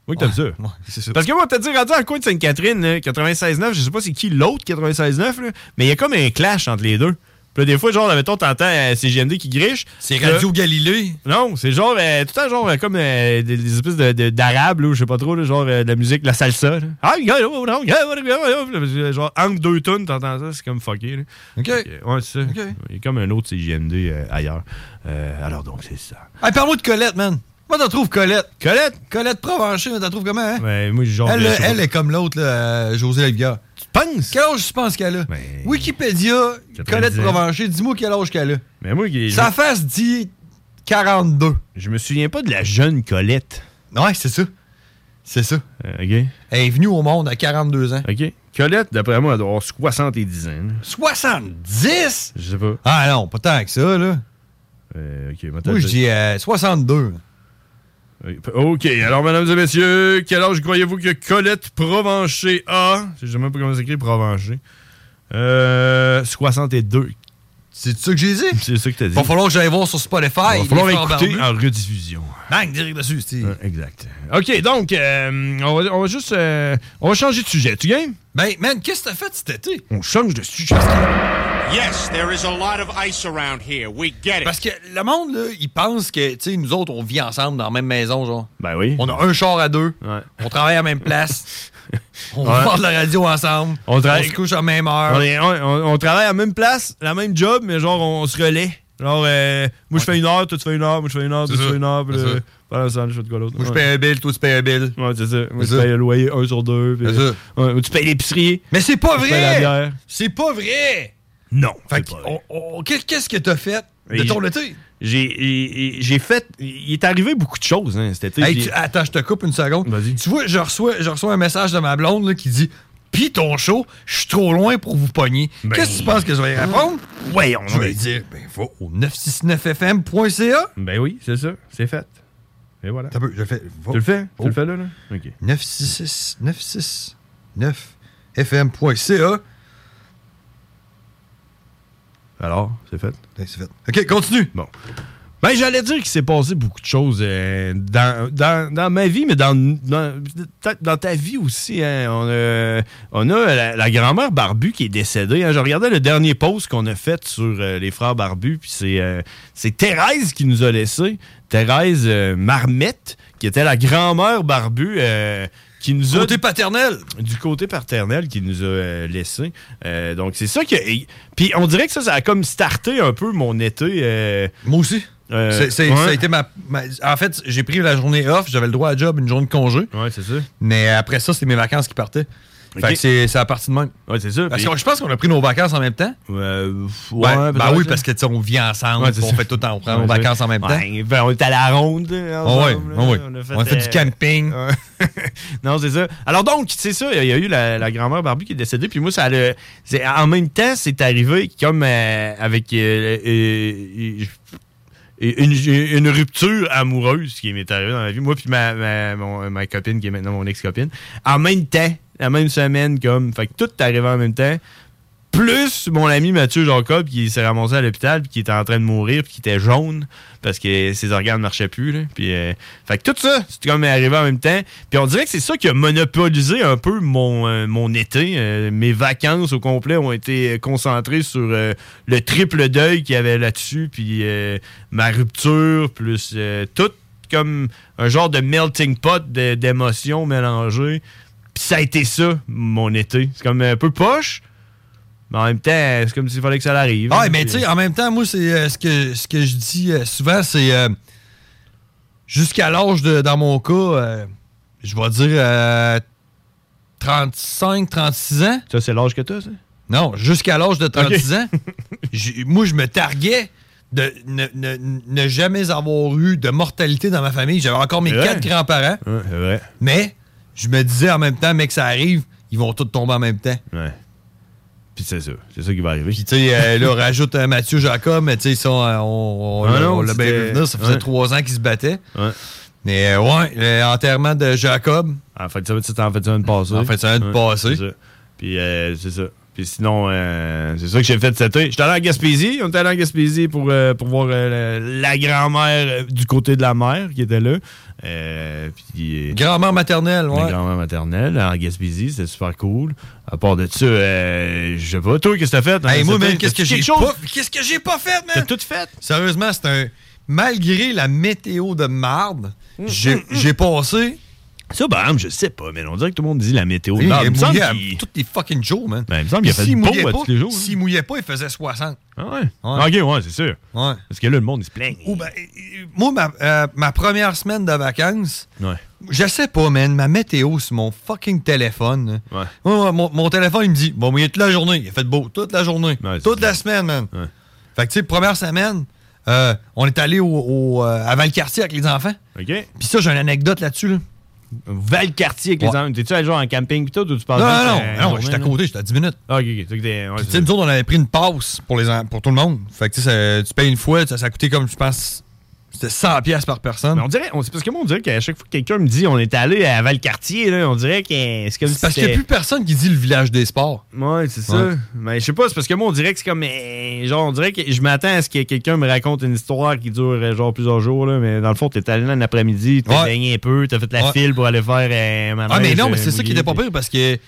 Moi que t'aimes ça. Parce que moi, peut-être dire, rendu à quoi de Sainte-Catherine, là, 96.9, je sais pas c'est qui l'autre 96.9, là, mais il y a comme un clash entre les deux. Puis là, des fois, genre, là, mettons, t'entends euh, CGMD qui griche.
C'est Radio
Galilée. Non, c'est genre, euh, tout le temps, genre, euh, comme euh, des, des espèces de- de- d'arabes, là, ou je sais pas trop, là, genre, euh, de la musique, de la salsa. là. Ah, yeah, oh, no, yeah, oh, yeah, oh, yeah. Genre, entre deux tunes, t'entends ça, c'est comme fucké. là.
OK.
Donc, euh, ouais, c'est ça. Il y a comme un autre CGMD euh, ailleurs. Euh, alors, donc, c'est ça.
Hey, parle-moi de Colette, man. Moi, t'en trouves Colette. Colette? Colette Provencher, mais t'en trouves comment, hein?
Mais moi, genre.
Elle, elle, est comme l'autre, là, euh, José Elga. Tu
penses?
Quel âge tu penses qu'elle a? Wikipédia,
90.
Colette Provencher, dis-moi quel âge qu'elle a.
Mais moi, qui-
Sa face dit 42.
Je me souviens pas de la jeune Colette. Euh,
Ouais, c'est ça. C'est ça.
OK.
Elle est venue au monde à 42 ans.
OK. Colette, d'après moi, elle doit avoir 70 ans. là.
70?
Je sais pas.
Ah non, pas tant que ça, là.
Euh, OK, maintenant,
Moi, je dis euh, 62.
OK, alors, mesdames et messieurs, quel âge croyez-vous que Colette Provencher a? Je sais même pas comment s'écrit Provencher. Euh, 62.
C'est ça que j'ai dit?
C'est ça que t'as dit.
Va falloir que j'aille voir sur Spotify.
Il va
les
falloir
Frères
écouter
Barbus.
en rediffusion.
Bang, direct dessus, Steve.
exact. OK, donc, euh, on, va, on va juste... euh, on va changer de sujet. Tu gagnes?
Ben, man, qu'est-ce que t'as fait cet été?
On change de sujet.
Yes, there is a lot of ice around here. We get it.
Parce que le monde, là, il pense que, tu sais, nous autres, on vit ensemble dans la même maison, genre.
Ben oui.
On a un char à deux. On travaille à la même
(laughs)
place. on
Ouais.
parle de la radio ensemble.
On travaille-
se couche à la même heure.
On, est- on- on- on travaille à la même place, la même job, mais genre, on, on se relaie. Genre, euh, moi, je fais une heure, toi, tu fais une heure, moi, je fais une heure,
C'est
toi, tu
ça.
fais une heure, puis
C'est
euh,
ça.
pendant ce temps, je fais de quoi l'autre.
Moi, je
Ouais.
paye un bill, toi, tu payes un bill.
Ouais, c'est ça. Moi,
C'est
je
ça.
paye le loyer 1 sur 2. Puis, euh,
C'est ça.
Ouais, ou tu payes l'épicerie.
Mais c'est pas
Tu payes la
vrai!
bière.
C'est pas vrai!
Non.
Fait que, on- on- qu'est- qu'est-ce que t'as fait de
Et
ton
j'ai-
été?
J'ai- J'ai j'ai fait. Il est arrivé beaucoup de choses hein, cet été.
Hey,
J'ai-
tu- attends, je te coupe une seconde. Tu vois, je reçois, je reçois un message de ma blonde là, qui dit Pis ton show, je suis trop loin pour vous pogner. Qu'est-ce que tu penses que je vais y répondre
Ben, Voyons,
Je vais
donc.
dire Ben, va au 969fm.ca.
Ben oui, c'est ça. C'est fait. Et voilà.
T'as peu, je le fais. Va-
Tu le fais?
Oh.
Tu le fais là? là? OK.
966 969 fm.ca.
Alors, c'est fait?
Ben, c'est fait. OK, continue.
Bon. Ben, j'allais dire qu'il s'est passé beaucoup de choses euh, dans, dans, dans ma vie, mais dans, dans- peut-être dans ta vie aussi. hein. On a, on a la, la grand-mère Barbu qui est décédée. hein. Je regardais le dernier post qu'on a fait sur euh, les frères Barbu, puis c'est, euh, c'est Thérèse qui nous a laissé. Thérèse euh, Marmette, qui était la grand-mère Barbu. euh, qui nous a, côté
paternel.
Du côté paternel qui nous a euh, laissé. Euh, donc, c'est ça que. et- Puis, on dirait que ça, ça a comme starté un peu mon été. euh,
Moi aussi. C'est- c'est- Ça a été ma, ma- En fait, j'ai pris la journée off, j'avais le droit à job, une journée de congé.
Ouais, c'est ça.
Mais après ça, c'est mes vacances qui partaient.
Ok.
Fait que c'est c'est à partir de même.
Ouais, c'est ça.
Parce
Puis-
que je pense qu'on a pris nos vacances en même temps.
Euh, ouais,
Ben- ben
peut-être,
oui,
là.
parce que tu sais, on vit ensemble,
Ouais,
puis
c'est
on
ça.
fait tout en, on prend nos
Ouais, c'est
vacances
ça.
en même temps.
Ouais, ben, on est à la ronde. hein,
Ah ouais,
ensemble,
ah
là.
ouais. On a fait du camping.
euh, (laughs) non, c'est ça. Alors donc, c'est ça, il y a eu la, la grand-mère Barbie qui est décédée, puis moi, ça le, c'est- en même temps, c'est arrivé comme euh, avec euh, euh, euh, une, une rupture amoureuse qui m'est arrivée dans la vie. Moi, puis ma, ma, mon- ma copine, qui est maintenant mon ex-copine, en même temps, la même semaine, comme. Fait que tout est arrivé en même temps plus mon ami Mathieu Jacob qui s'est ramassé à l'hôpital puis qui était en train de mourir puis qui était jaune parce que ses organes ne marchaient plus là. puis euh, fait que tout ça c'est comme arrivé en même temps puis on dirait que c'est ça qui a monopolisé un peu mon euh, mon été Euh, mes vacances au complet ont été euh, concentrées sur euh, le triple deuil qu'il y avait là-dessus puis euh, ma rupture plus euh, tout comme un genre de melting pot de- d'émotions mélangées puis ça a été ça mon été c'est comme un peu poche mais en même temps, c'est comme s'il fallait que ça arrive.
Ouais, Ah, mais tu sais, en même temps, moi, c'est euh, ce, que, ce que je dis euh, souvent, c'est euh, jusqu'à l'âge de, dans mon cas, euh, je vais dire euh, 35, 36 ans.
Ça, c'est l'âge que t'as, ça?
Non, jusqu'à l'âge de 36
(laughs)
ans, j'ai- moi, je me targuais de ne, ne- ne jamais avoir eu de mortalité dans ma famille. J'avais encore mes
Ouais.
quatre grands-parents,
Ouais, c'est vrai.
mais je me disais en même temps, mec, ça arrive, ils vont tous tomber en même temps.
Ouais. Puis c'est ça. C'est ça qui va arriver. Puis
tu sais, euh, là, rajoute euh, Mathieu Jacob, mais tu sais, ça, euh, on, on-
Ah
on-
non,
on l'a bien vu
c'était-
venir, ça faisait
ouais.
trois ans qu'il se battait.
(laughs) Ouais.
Mais euh, ouais, l'enterrement de Jacob.
En fait, ça va être en fait, ça va passer.
En fait, ça va
Ouais,
être passé.
c'est ça. Puis euh, c'est ça. Puis sinon, euh, c'est ça que j'ai fait cet été. J'étais allé en Gaspésie. On était allé en Gaspésie pour, euh, pour voir euh, la, la grand-mère euh, du côté de la mère qui était là. Euh, puis, euh,
Grand-mère maternelle, ouais.
La grand-mère maternelle en Gaspésie, c'était super cool. À part de ça, euh, je sais pas. Toi, qu'est-ce que t'as fait? hein,
Hey, moi,
cet
man,
été?
qu'est-ce que
T'as-tu
j'ai
quelque chose?
pas, qu'est-ce que j'ai pas fait, man?
T'as tout fait?
Sérieusement, c'est un. Malgré la météo de marde, j'ai j'ai passé
Ça, Baham, je sais pas, mais on dirait que tout le monde dit la météo.
Oui,
Non,
il
il me semble
mouillait à
qu'il-
tous les fucking jours, man.
Ben, il me semble qu'il a fait
S'il
beau
mouillait
à
pas-
tous les jours, hein.
S'il mouillait pas, il faisait 60.
Ah ouais? Ok, ouais, c'est sûr. Parce que là, le monde, il se plaint.
Ou ben, euh, moi, ma, euh, ma première semaine de vacances,
Ouais.
je sais pas, man, ma météo sur mon fucking téléphone. là. Moi, moi, mon, mon téléphone, il me dit, bon, il est toute la journée, il a fait beau, toute la journée, toute la semaine, man. Fait que, tu sais, première semaine, euh, on est allé au, au, euh, à Valcartier avec les enfants.
OK.
Puis ça, j'ai une anecdote là-dessus, là.
Valcartier avec les enfants. T'es-tu allé genre en camping pis tout, ou tu passes
Non,
juste
non,
euh, la
non, non,
journée,
j'étais à
là?
côté, j'étais à 10 minutes.
Ah, ok, ok. Tu sais que t'es- ouais,
Puis, tu
c'est-
sais, nous autres, on avait pris une passe pour, les, en- pour tout le monde. Fait que, tu sais, ça- tu payes une fois, ça, ça a coûté comme, je pense, c'était 100 pièces par personne.
Mais on dirait, on, c'est parce que moi, on dirait qu'à chaque fois que quelqu'un me dit on est allé à Valcartier, là, on dirait que c'est comme si
C'est parce qu'il n'y
c'était-
a plus personne qui dit le village des sports.
Ouais, c'est ça. Mais je sais pas, c'est parce que moi, on dirait que c'est comme. euh, genre, on dirait que je m'attends à ce que quelqu'un me raconte une histoire qui dure euh, genre plusieurs jours, là, mais dans le fond, t'es allé là un après-midi, t'as
Ouais.
baigné un peu, t'as fait la
Ouais.
file pour aller faire. euh, ma
Ah, mais
neige,
non,
euh,
mais c'est ça qui
mouillée,
était pas pire parce que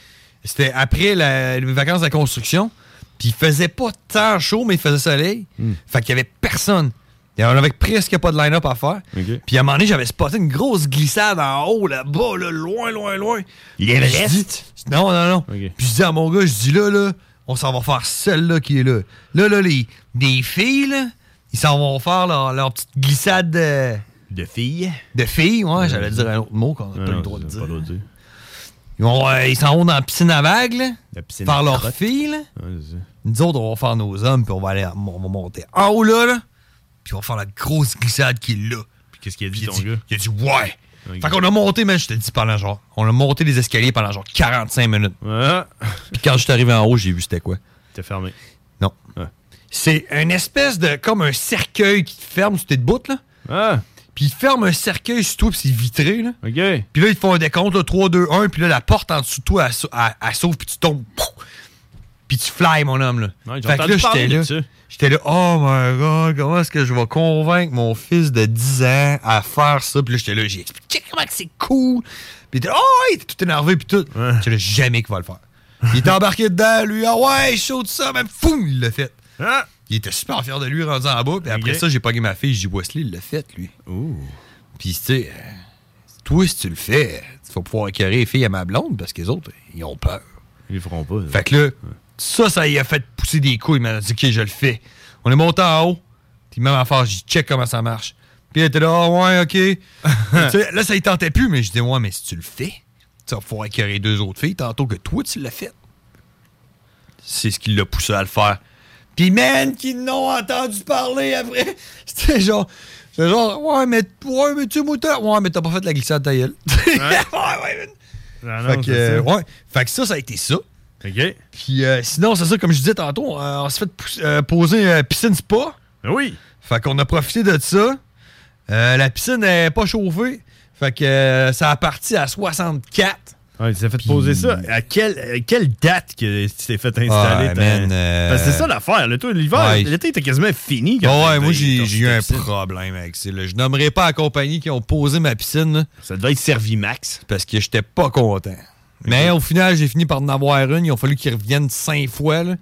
c'était après la- les vacances de la construction, puis il faisait pas tant chaud, mais il faisait soleil.
Hmm.
Fait qu'il y avait personne. Et on avait presque pas de line-up à faire.
Ok.
Puis à un moment donné, j'avais spoté une grosse glissade en haut, là-bas, là, loin, loin, loin.
Il est
Je dis- Non, non, non. Puis je dis à mon gars, je dis là, là, on s'en va faire celle-là qui est là. Là, là, les, des filles, là, ils s'en vont faire leur, leur petite glissade de...
De filles.
De filles, ouais, j'allais dire un autre mot qu'on n'a
Non,
pas
non,
le droit de dire.
dire.
Ils, vont, euh, ils s'en vont dans la piscine à vagues, là,
piscine à
faire leur
crottes.
fille, là.
Ouais, c'est ça.
Nous autres, on va faire nos hommes, puis on va aller à- on va monter en haut, là, là. Puis on va faire la grosse glissade qui est là. Puis
qu'est-ce qu'il a dit,
il
ton gars?
Il a dit, ouais.
Ok.
Fait qu'on a monté, mais je te le dis pendant genre, on a monté les escaliers pendant genre 45 minutes. Puis quand je suis arrivé en haut, j'ai vu c'était quoi.
T'es fermé.
Non. C'est une espèce de. comme un cercueil qui te ferme sur tes bouts, là.
Ah.
Puis ils ferment un cercueil sur toi, puis c'est vitré, là. Puis là, ils te font un décompte, là, 3, 2, 1, puis là, la porte en dessous de toi, elle, s'ou- elle- elle s'ouvre, puis tu tombes. Pouf! Puis tu fly, mon homme, là.
Ouais, j'ai
fait que
entendu
là,
parler
j'étais
de
là.
ça.
J'étais là, oh my god, comment est-ce que je vais convaincre mon fils de 10 ans à faire ça? Puis là, j'étais là, j'ai expliqué comment que c'est cool. Puis il était, oh, il était tout énervé, puis tout. J'étais là, jamais qu'il va le faire. Il était embarqué dedans, lui, ah ouais, chaud de ça, même fou, il l'a fait.
Hein?
Il était super fier de lui, rendu en bas. Puis après
Ok.
ça, j'ai pogné ma fille, j'ai dit, Wesley, il l'a fait, lui. Puis, tu sais, euh, toi, si tu le fais, tu vas pouvoir écœurer les filles à ma blonde parce que les autres, ils ont peur.
Ils le feront pas. hein.
Fait que là, ça, ça y a fait pousser des couilles. Il m'a dit, OK, je le fais. On est monté en haut. Puis même en face, j'ai dit, check comment ça marche. Puis il était là, Ah ouais, OK. Tu sais, là, ça y tentait plus, mais je dis, ouais, mais si tu le fais, tu vas pouvoir écœurer deux autres filles tantôt que toi, tu l'as fait. C'est ce qui l'a poussé à le faire. Puis, man, qui n'ont entendu parler après. (laughs) C'était genre, c'était genre, ouais, mais, ouais, mais tu mouton. Ouais, mais t'as pas fait la glissade de ta gueule.
Non,
Fait
Ah non,
que,
c'est
euh,
ça.
ouais. Fait que ça, ça a été ça.
OK.
Puis euh, sinon, c'est ça, comme je disais tantôt, euh, on s'est fait pous- euh, poser euh, piscine spa.
Oui.
Fait qu'on a profité de ça. Euh, la piscine n'est pas chauffée. Fait que euh, ça a parti à 64.
Ouais, tu t'es fait poser ça. À quelle, à quelle date que tu t'es fait installer?
Ouais,
ta-
man, euh,
Parce que c'est ça l'affaire. là. Toi, L'hiver,
Ouais.
l'été était quasiment fini. quand
Ah ouais,
t'as-
moi, j'ai
t'as-
j'ai eu un
piscine.
problème avec ça. là. Je nommerai pas la compagnie qui ont posé ma piscine.
Ça devait être Servimax.
Parce que j'étais pas content. Mais au final, j'ai fini par en avoir une. Il a fallu qu'ils reviennent cinq fois. là.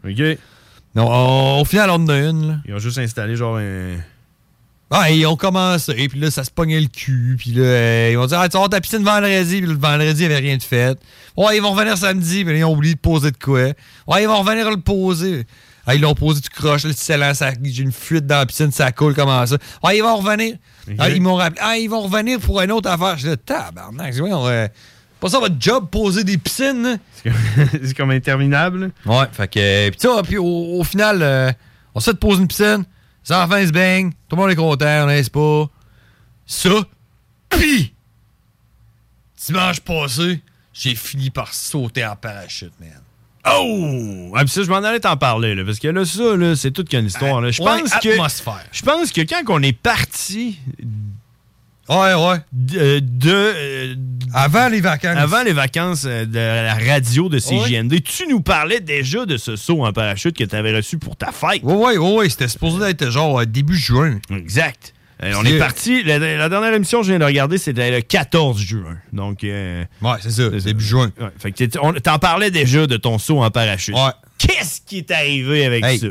Non, on- au final, on en a une. là.
Ils ont juste installé genre un.
Ah, ils ont commencé, puis là, ça se pognait le cul, puis là, euh, ils ont dit, ah, tu vas avoir ta piscine vendredi, puis le vendredi, il n'y avait rien de fait. Ouais, ils vont revenir samedi, mais là, ils ont oublié de poser de quoi. Ouais, ils vont revenir le poser. Ah, ils l'ont posé, tu croches, là, tu sais, ça- j'ai une fuite dans la piscine, ça coule, comment ça. Ouais, ils vont revenir. Ah, ils m'ont rappelé, ah, ils vont revenir pour une autre affaire. Je dis, tabarnak, c'est voyons, euh, pas ça votre job, poser des piscines. hein?
c'est comme (laughs) interminable.
Ouais, fait que. Puis, tu vois, puis au, au final, euh, on se fait poser une piscine, les enfants ils se baignent, tout le monde est content, on n'est pas. Ça, puis, dimanche passé, j'ai fini par sauter en parachute, man.
Oh! Ah, puis ça, je m'en allais t'en parler, là, parce que là, ça, là, c'est toute qu'une histoire. là. Je
ouais,
pense que.
atmosphère.
Je pense que quand on est parti.
Ouais, ouais.
De. euh, d-
avant les vacances.
Avant les vacances euh, de la radio de CJND, tu nous parlais déjà de ce saut en parachute que tu avais reçu pour ta fête.
Oui, oui, oui, c'était supposé être genre euh, début juin.
Exact. Euh, on
Puis,
est
euh,
parti. La, la dernière émission que je viens de regarder, c'était le 14 juin. Donc. euh,
ouais, c'est ça. Début juin.
fait que t'es- on- t'en parlais déjà de ton saut en parachute. Qu'est-ce qui est arrivé avec
Hey,
ça?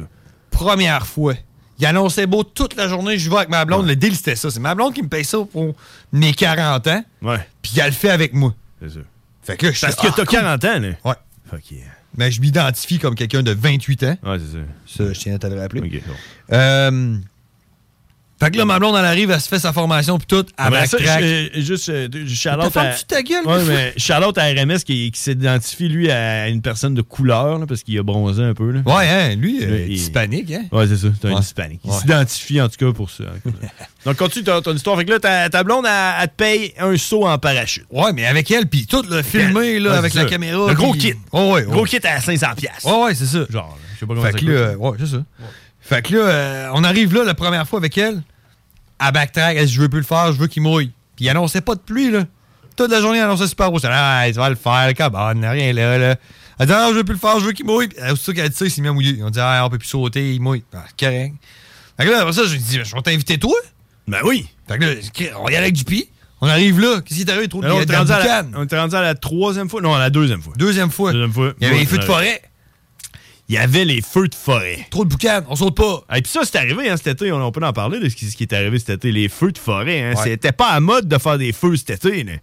Première fois, Il annonçait beau toute la journée, je vais avec ma blonde. Le deal, c'était ça. C'est ma blonde qui me paye ça pour mes 40 ans. Puis elle le fait avec moi.
C'est sûr.
Fait que là, je
Parce que t'as 40 ans, là.
Ouais.
Fuck yeah.
Mais je m'identifie comme quelqu'un de 28 ans.
Ouais, c'est sûr.
Ça, je tiens à te le rappeler. Euh, fait que là, ma blonde, elle arrive, elle se fait sa formation, puis tout. Elle
Après ça,
backtrack.
je- juste, euh, de- je- shout-out
T'as
à-
fendu ta gueule, quoi.
Ouais, (laughs) mais shout-out à RMS qui, qui s'identifie, lui, à une personne de couleur, là, parce qu'il a bronzé un peu. Là.
Ouais, hein, lui, euh,
il-
hispanique, hein?
Ouais, c'est ça, c'est un
Ouais.
hispanique. Il
Ouais.
s'identifie, en tout cas, pour ça. Donc, continue ton, ton histoire. Fait que là, ta, ta blonde, elle, elle te paye un saut en parachute.
Ouais, mais avec elle, puis tout le filmé, là,
Ouais,
avec
c'est
la
ça.
caméra.
Le gros
puis-
kit.
Ouais, oh. ouais,
Gros
ouais.
kit à 500$. piastres.
Ouais, ouais, c'est ça.
Genre, je sais pas comment
Fait
ça
que là, euh, ouais, c'est ça. Fait que là, euh, on arrive là la première fois avec elle, à backtrack, elle dit, je veux plus le faire, je veux qu'il mouille. Puis il annonçait pas de pluie, là. Toute la journée, il annonçait super beau. Elle dit, ah, tu vas le faire, le cabane, rien là, là. Elle dit, non, je veux plus le faire, je veux qu'il mouille. Puis, euh, aussitôt qu'elle dit ça, il s'est mis à mouiller. On dit, ah, on peut plus sauter, il mouille. Ah, c'est correct. Fait que là, après ça, je lui dis, je vais t'inviter toi.
Ben oui.
Fait que là, on y allait avec du pied. On arrive là. Qu'est-ce qui est arrivé? Trop de
Mais là, on
il y
était
a
rendu
dans
à
le
la-
boucan.
on était rendu à la troisième fois. Non, à la deuxième fois.
Deuxième fois.
Deuxième fois.
Il y avait
Ouais,
les feux de
euh,
forêt.
Il y avait les feux de forêt.
Trop de boucan, on saute pas.
Et puis ça, c'est arrivé hein, cet été. On, on peut en parler de ce qui, ce qui est arrivé cet été. Les feux de forêt. hein.
Ouais.
C'était pas à mode de faire des feux cet été. là.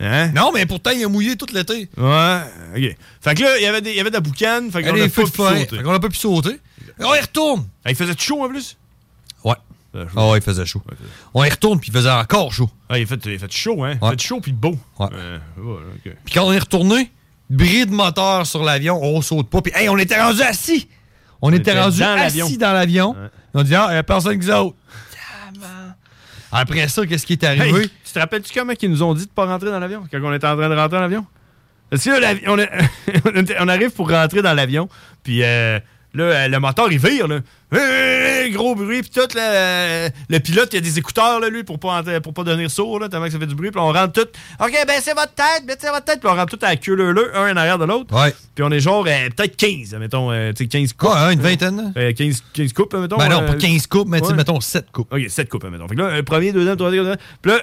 Hein?
Non, mais pourtant, il a mouillé tout l'été.
Ouais, ok. Fait que là, il y avait, des- il y avait de la boucane. Fait
Il y a
qu'on
des
a
feux
pas
de
pu
forêt.
sauter.
Fait qu'on a pas pu sauter. Et on y retourne.
Ah, il faisait chaud en plus?
Ouais. Ah ouais, il faisait chaud. On y retourne, puis il faisait encore chaud.
Ah, il a fait, il a fait chaud, hein? Il a
Ouais.
fait chaud puis beau.
Ouais.
Euh, voilà, ok.
Puis quand on est retourné, bris de moteur sur l'avion, on saute pas. Puis hey, on était rendu assis. On, était
était
rendu
dans l'avion.
assis dans l'avion. On dit, ah, il y a personne qui saute. Après ça, qu'est-ce qui est arrivé?
Hey, tu te rappelles-tu comment ils nous ont dit de pas rentrer dans l'avion quand on était en train de rentrer dans l'avion? Parce que là, l'avi- on, est- (laughs) on était- on arrive pour rentrer dans l'avion, puis euh, là, euh, le moteur, il vire, là. Hey, gros bruit, puis tout, là, euh, le pilote, il a des écouteurs, là, lui, pour pas, ent- pour pas devenir sourd, là, tellement que ça fait du bruit, puis on rentre tout. OK, baissez votre tête, baissez votre tête, puis on rentre tout à la queue leu-leu, un en arrière de l'autre.
Ouais.
Puis on est genre, euh, peut-être 15, mettons, euh, tu sais, 15 coupes.
Ouais, hein, une vingtaine,
Euh, 15, 15 coupes, mettons.
Ben non,
euh,
pas 15 coupes, mais tu sais,
ouais.
mettons 7 coupes.
OK, 7 coupes, mettons. Fait que là, un premier, deuxième, troisième, quatrième. Puis là,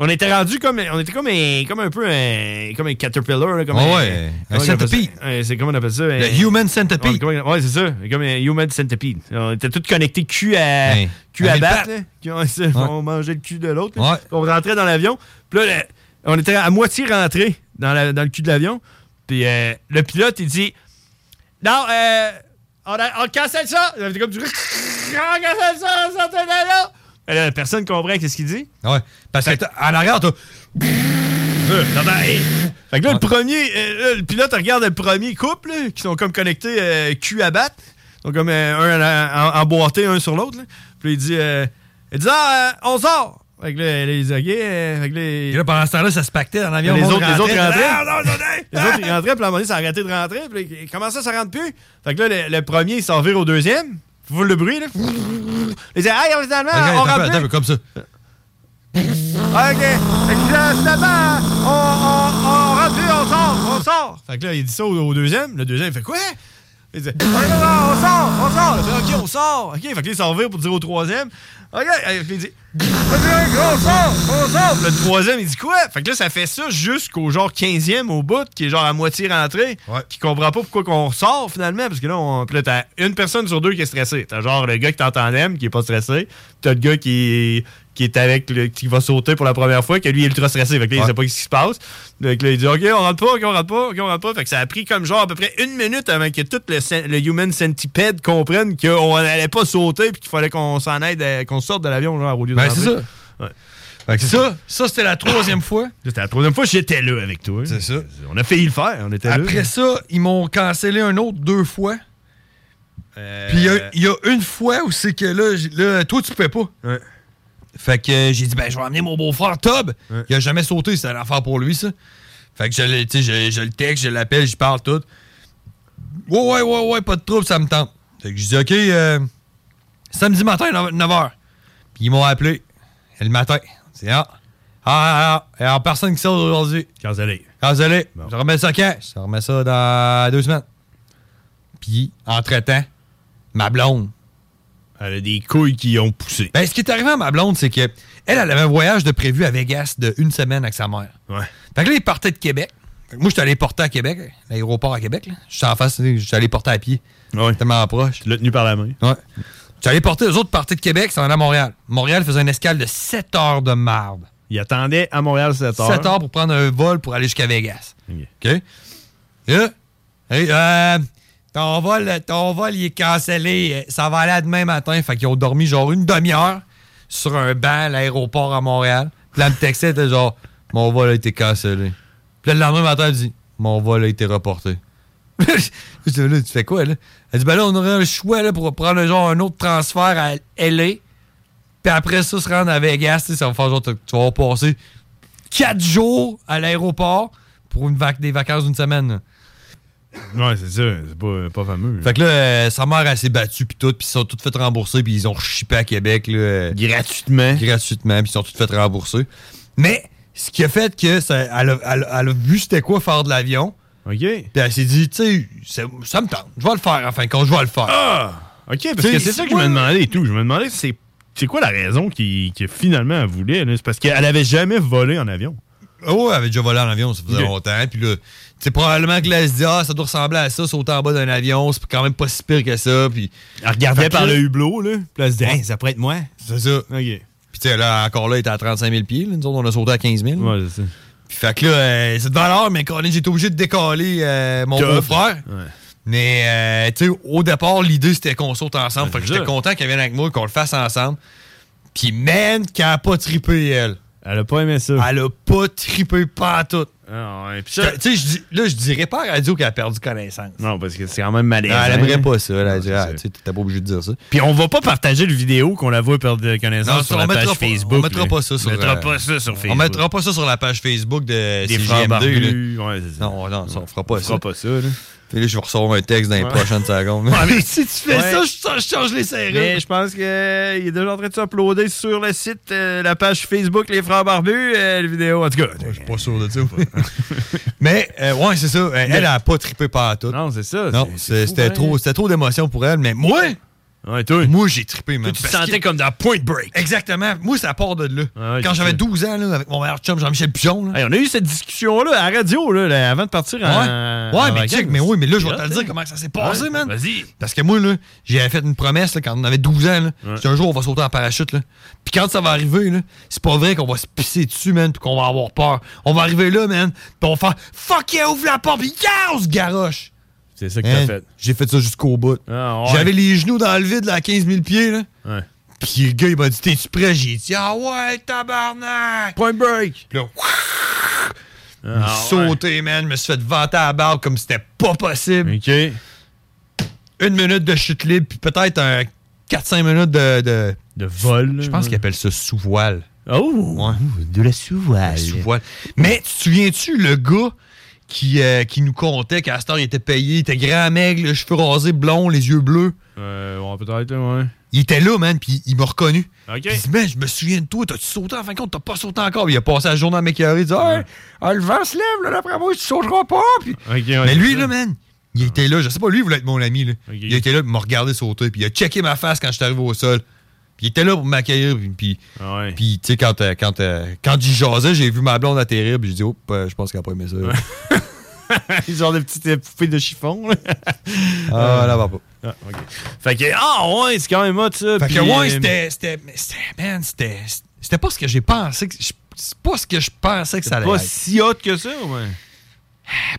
on était rendu comme. On était comme un, comme un peu un, comme un caterpillar. là, Comme
Ah
un,
ouais, un
comment on appelle ça?
centipede.
Ouais, c'est comment on appelle ça?
Le
un-
human centipede.
Ouais, comment- Ah, ouais, c'est ça. Comme un human centipede. On était tous connectés cul à,
Ben,
cul à
Avec
battre.
le
là. Puis On, se- on mangeait le cul de l'autre. là. Puis On rentrait dans l'avion. Puis là, le- on était à moitié rentré dans, la- dans le cul de l'avion. Puis euh, le pilote, il dit Non, euh, on, a- on cancelle ça. Il avait comme du. Grand cancelle ça, ça, ça, ça, ça. Mais là, Personne comprend qu'est-ce qu'il dit.
Ouais. Parce que t'as- en arrière, t'as. Euh,
Fait que
Ah.
là, le premier, euh, là, le pilote regarde le premier couple là, qui sont comme connectés euh, cul à battre. Donc comme euh, un à- en- emboîté un sur l'autre. là. Puis là, il dit, euh, il dit ah, euh, on sort. Fait que là, là, il dit, OK. euh, Fait que là, il-
Et là, pendant ce temps-là, ça se pactait dans l'avion.
les,
le monde
autres, les autres
rentrait.
rentraient.
Ah, non, non, non.
les autres, ils rentraient, puis à un moment donné, ça a arrêté de rentrer. Puis là, il- comment ça, ça rentre plus? Fait que là, le, le premier, il s'en vire au deuxième. Vous le bruit, là. Il dit, hey,
Regarde,
finalement, on
attends un peu,
rentre
attends un
plus.
peu, comme ça.
OK. Fait que là, finalement, on, on, on rentre plus, on sort, on sort. Fait que là, il dit ça au, au deuxième. Le deuxième, il fait quoi? Il dit, OK, on sort, on sort. Il fait, OK, on sort. OK, fait que là, il s'en revient pour dire au troisième. OK, Fait que là, il dit, OK, on sort, on sort. Le troisième, il dit quoi? Fait que là, ça fait ça jusqu'au genre 15e au bout, qui est genre à moitié rentré, qui comprend pas pourquoi qu'on sort finalement, parce que là, on, puis là, t'as une personne sur deux qui est stressée. T'as genre le gars qui t'entend aime, qui est pas stressé, pis t'as le gars qui, qui est avec, le, qui va sauter pour la première fois, que lui, il est ultra stressé. Fait que là, il sait pas ce qui se passe. Fait que là, il dit, OK, on rentre pas, OK, on rentre pas, OK, on rentre pas. Fait que ça a pris comme genre à peu près une minute avant que tout le, cen- le human centipede comprenne qu'on allait pas sauter, puis qu'il fallait qu'on s'en aide, à- qu'on sorte de l'avion, genre, au lieu de
Ben, c'est
rentrer.
ça. Fait que ça, ça c'était la troisième fois.
C'était la troisième fois que j'étais là avec toi. C'est
ça.
On a failli le faire, on était là.
Après ça, ils m'ont cancellé un autre deux fois.
Euh,
Puis il y a- il y, a une fois où c'est que là, j'ai- là, toi, tu pouvais pas. Fait que euh, j'ai dit, ben, je vais amener mon beau-frère Tob. Il a jamais sauté, c'est une affaire pour lui, ça. Fait que je, le- tu sais, je, je le texte, je l'appelle, j'y parle tout. Ouais, ouais, ouais, ouais, pas de trouble, ça me tente. Fait que je dis, OK, euh, samedi matin, 9h. Puis ils m'ont appelé Et le matin. C'est ah, ah, ah, ah, et en personne qui sort aujourd'hui.
Cancellé.
Cancellé. Je remets ça quand? Je remets ça dans deux semaines. Puis, entre-temps, ma blonde.
Elle a des couilles qui ont poussé.
Ben, ce qui est arrivé à ma blonde, c'est que elle, elle avait un voyage de prévu à Vegas de une semaine avec sa mère.
Ouais.
Fait que là, ils partaient de Québec. Fait que moi, je suis allé porter à Québec, l'aéroport à Québec. là. Je suis en face, je suis allé porter à pied.
Ouais.
Tellement proche.
Tu l'as tenu par la main.
Ouais. Tu allais porter les autres parties de Québec, ça en allait à Montréal. Montréal faisait une escale de 7 heures de marde.
Il attendait à Montréal 7 heures.
7 heures pour prendre un vol pour aller jusqu'à Vegas. OK? Là, hey, euh, ton, vol, ton vol, il est cancellé. Ça va aller à demain matin. Fait qu'ils ont dormi genre une demi-heure sur un banc à l'aéroport à Montréal. Puis là, me textait, était genre, mon vol a été cancellé. Puis là, le lendemain matin, elle dit, mon vol a été reporté. (laughs) Je dis, là, tu fais quoi, là? Elle dit, ben là, on aurait un choix là, pour prendre genre un autre transfert à LA. Puis après ça, se rendre à Vegas. tu sais, Ça va faire genre, tu tu vas passer quatre jours à l'aéroport pour une vac- des vacances d'une semaine. là.
Ouais, c'est ça. C'est pas, pas fameux.
Fait que là, euh, sa mère, elle s'est battue, puis tout, puis ils sont toutes fait rembourser, puis ils ont rechippé à Québec. gratuitement. Gratuitement, puis ils sont toutes fait rembourser. Mais ce qui a fait que, ça, elle, a, elle a- elle a vu c'était quoi faire de l'avion.
OK. Puis
elle s'est dit, tu sais, ça, ça me tente, je vais le faire, enfin, quand je vais le faire.
Ah! OK, parce que c'est ça que je me demandais et tout. Je me demandais, c'est c'est quoi la raison qui, qui finalement elle voulait? là? C'est parce qu'elle avait jamais volé en avion.
Oh, elle avait déjà volé en avion, ça faisait
Ok.
longtemps. Puis là, tu sais, probablement que là, elle se dit, ah, ça doit ressembler à ça, sauter en bas d'un avion, c'est quand même pas si pire que ça. Puis. Elle
regardait par le
hublot, là. Puis elle se dit,
Hey,
ça pourrait être moi. C'est ça. OK. Puis, tu sais, là, encore là, elle était à 35 000 pieds. là. Nous autres, on a sauté à 15 000. Ouais, c'est ça. Puis, fait que là, euh, c'est de valeur, mais Colin, j'étais obligé de décaler euh, mon
Top.
beau-frère. Mais, euh, tu sais, au départ, l'idée, c'était qu'on saute ensemble. fait que
c'est
j'étais
ça.
content qu'elle vienne avec moi, qu'on le fasse ensemble. Puis, man, qu'elle a pas trippé, elle. Elle a pas aimé ça. Ah, Elle a pas trippé pas tout. Tu sais, je dis- là, je dirais pas à la radio qu'elle a perdu connaissance.
Non, parce que (laughs) c'est quand même malaisant.
Non, elle aimerait pas ça. Elle a dit, ah, tu sais, t'étais pas obligé de dire ça.
Puis on va pas partager le vidéo qu'on la voit perdre de connaissance
Non,
sur
on
la
mettra
page
pas-
Facebook.
On mettra
là.
pas ça sur
On mettra
euh,
pas ça sur Facebook.
On mettra pas ça sur la page Facebook de
Des frères
CGMD.
barbus,
là. non, non, ça, on fera pas ça.
fera
pas ça. Puis là, je vais recevoir un texte dans les
Ouais.
prochaines secondes.
Ah,
(laughs)
mais
si tu
fais ça, je-
je change les serrures.
Mais je pense qu'il est déjà en train de s'uploader sur le site, euh, la page Facebook Les Frères Barbus, euh, la vidéo. En tout cas, je suis
pas sûr de ça. Mais, euh, ouais, (laughs) c'est ça. Euh, Elle, elle a pas trippé par tout. Non, c'est ça. Non, c'est- c'était
pareil.
trop, c'était trop d'émotion pour elle. Mais moi, moi, j'ai trippé, man.
tu te
Parce
sentais
que-
comme dans Point Break.
Exactement. Moi, ça part de là. Quand
c'est
j'avais
ça.
12 ans, là, avec mon meilleur chum Jean-Michel Pigeon. là.
Hey, on a eu cette discussion-là à la radio là, là, avant de partir en.
Ouais, ouais mais check, mais oui, mais là, je vais te le dire comment ça s'est passé,
Ouais,
man.
vas-y.
Parce que moi, là, j'avais fait une promesse là, quand on avait 12 ans. Là, J'ai dit, un jour, on va sauter en parachute. Là. Puis quand ça va arriver, là, c'est pas vrai qu'on va se pisser dessus, man, puis qu'on va avoir peur. On va arriver là, man, puis on va faire Fuck yeah, ouvre la porte, puis yeah, on se garoche.
C'est ça que t'as
Hein?
fait. Ah,
J'ai fait ça jusqu'au bout.
(laughs)
J'avais les genoux dans le vide, là, à 15 000 pieds, là. Puis le gars, il m'a dit, t'es-tu prêt? J'ai dit, ah ouais, tabarnak! Point break! Puis là,
Ah,
sauté, man. Je me suis fait vanter à la barbe comme c'était pas possible. OK. Une minute de chute libre, puis peut-être un 4-5 minutes de, de. vol. Je pense qu'ils appellent ça sous-voile. Oh! De la sous-voile. Mais tu te souviens-tu, le gars qui, euh, qui nous contait qu'à cette heure, il était payé, il était grand, maigre, les cheveux rasés, blond, les yeux bleus.
Euh, ouais, peut-être, ouais.
Il était là, man, puis il m'a reconnu.
OK.
Il dit, man, je me souviens de toi, t'as-tu sauté en fin de compte, t'as pas sauté encore. Puis Il a passé la journée à m'écœurer, il dit, hey, ah, le vent se lève, là, d'après moi, tu sauteras pas. Puis- Mais lui, là, man, il était là, je sais pas, lui, il voulait être mon ami, là. Il était là, puis il m'a regardé sauter, puis il a checké ma face quand je suis arrivé au sol. Puis il était là pour m'accueillir, puis, puis,
Ah
puis, tu sais, quand, euh, quand, euh, quand j'y jasais, j'ai vu ma blonde atterrir, puis j'ai dit, oh, je pense qu'elle a pas aimé ça.
Genre de petites euh, poupées de chiffon. là.
Ah, là, va pas.
Ah, ok. Fait que, ah, ouais, c'est quand même hot, ça.
Fait
Puis,
que ouais,
euh,
c'était. C'était. mais c'était- Man, c'était. C'était pas ce que j'ai pensé. que- C'est pas ce que je pensais que ça allait
pas
être.
si hot que ça, ouais.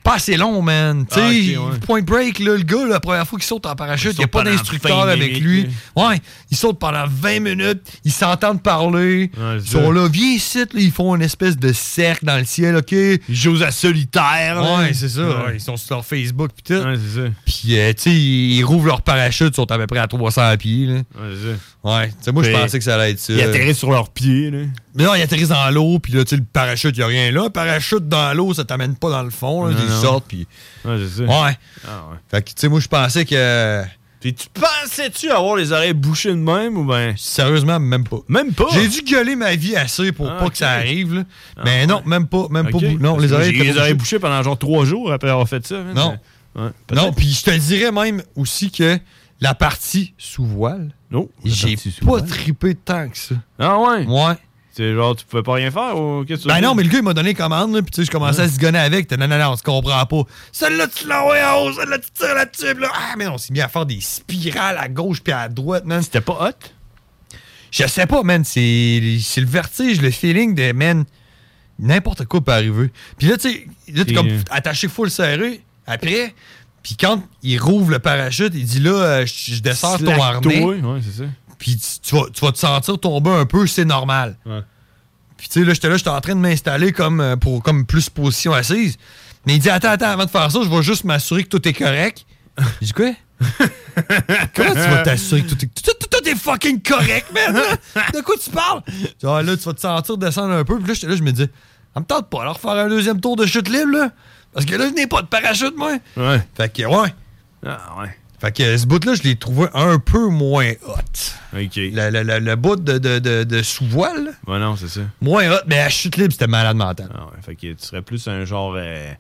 Pas assez long, man. Tu sais,
Ah, ok, ouais.
point break, là, le gars, la première fois qu'il saute en parachute, il n'y a
saute
pas
pendant
d'instructeur
20
avec
minutes,
lui. Ouais, il saute pendant 20 minutes, ils s'entendent parler. ils sont là, viens ici, là, ils font une espèce de cercle dans le ciel, OK? Ils jouent à solitaire.
là.
Ah, Ouais, c'est ça.
Ah, Ouais.
ouais, ils sont sur leur Facebook, pis tout. Ouais, c'est ça. Puis, euh, tu sais, ils rouvrent leur parachute, ils sont à peu près à 300 pieds, là. Ouais, c'est ça. Ouais, tu sais, moi, je
Puis,
pensais que ça allait être ça.
Ils atterrissent sur leurs pieds, là.
Mais non, ils atterrissent dans l'eau, puis là, tu sais, le parachute, il n'y a rien là. Parachute dans l'eau, ça t'amène pas dans le fond. Là,
Non,
ils
non.
sortent, puis.
Ouais, c'est ça.
Ouais.
Ah, ouais.
Fait que, tu sais, moi, je pensais que.
Puis tu pensais-tu avoir les oreilles bouchées de même ou ben.
Sérieusement, même pas.
Même pas. Ah,
J'ai dû gueuler ma vie assez pour pas que ça arrive, là. Mais non, même pas. Même pas. bou- Non, les oreilles.
J'ai
étaient
les
bouchées.
oreilles bouchées pendant genre trois jours après avoir fait ça. man.
Non.
Ouais.
Non, puis je te dirais même aussi que la partie sous voile. Non. J'ai pas trippé tant que ça.
Ah ouais?
Ouais.
t'es- genre, tu pouvais pas rien faire ou qu'est-ce que tu
Ben non, mais le gars, il m'a donné commande, là, puis tu sais, je commençais à se gonner avec. T'es, Non, non, non, on se comprend pas. Celle-là, tu l'envoies en haut, celle-là, tu tires là-dessus, puis là. Ah, mais on s'est mis à faire des spirales à gauche puis à droite, man. C'était
pas hot?
Je sais pas, man. C'est, c'est le vertige, le feeling de, man, n'importe quoi peut arriver. Puis là, tu sais, là, t'es
Et-
comme attaché full serré après. Puis quand il rouvre le parachute, il dit là, euh, je je desserre ton
Slack-toi,
harnais.
Ouais, c'est ça.
Puis tu- tu vas, tu vas te sentir tomber un peu, c'est normal.
Ouais.
Puis tu sais, là, j'étais là, j'étais en train de m'installer comme euh, pour comme plus position assise. Mais il dit Attends, attends, avant de faire ça, je vais juste m'assurer que tout est correct. J'ai dit quoi? Comment tu vas t'assurer que tout est tout, tout- tout est fucking correct, man? là? De quoi tu parles? Tu vois, là, tu vas te sentir descendre un peu. Puis là, j'étais là, je me dis, ça me tente pas, alors faire un deuxième tour de chute libre, là. Parce que là, je n'ai pas de parachute, moi.
Ouais.
Fait que, ouais.
Ah, ouais.
Fait que ce bout-là, je l'ai trouvé un peu moins hot.
OK.
Le, le- le- le bout de, de- de- de sous-voile,
Ouais, non, c'est ça.
moins hot, mais la chute libre, c'était malade mental.
Ah ouais, fait que tu serais plus un genre. euh,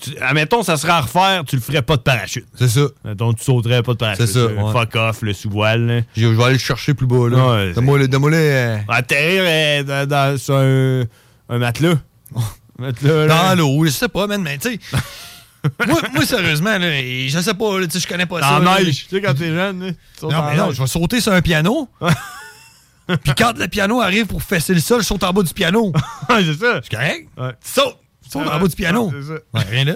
tu- admettons, ça serait à refaire, tu le ferais pas de parachute.
C'est ça.
Donc tu sauterais pas de parachute.
C'est ça,
Euh,
ouais.
Fuck off, le sous-voile.
Je vais aller le chercher plus bas, là.
Ouais,
Donne-moi le- donne-moi le, euh,
Atterrir euh, dans, dans- sur un, un matelas. matelas
Dans l'eau, je sais pas, man, mais
(laughs)
tu sais. moi, moi, sérieusement, là, je sais pas, Oh, là, tu sais, je connais pas ça.
Dans
là.
la neige. Tu sais, quand t'es jeune. là, tu sautes
Non,
dans
mais
la
non,
neige.
je vais sauter sur un
(laughs)
piano. Puis quand le piano arrive pour fesser le sol, je saute en bas du
(laughs)
piano.
c'est ça.
C'est correct? Tu sautes. Tu sautes en bas du piano.
Ouais, c'est ça.
Ouais, rien là.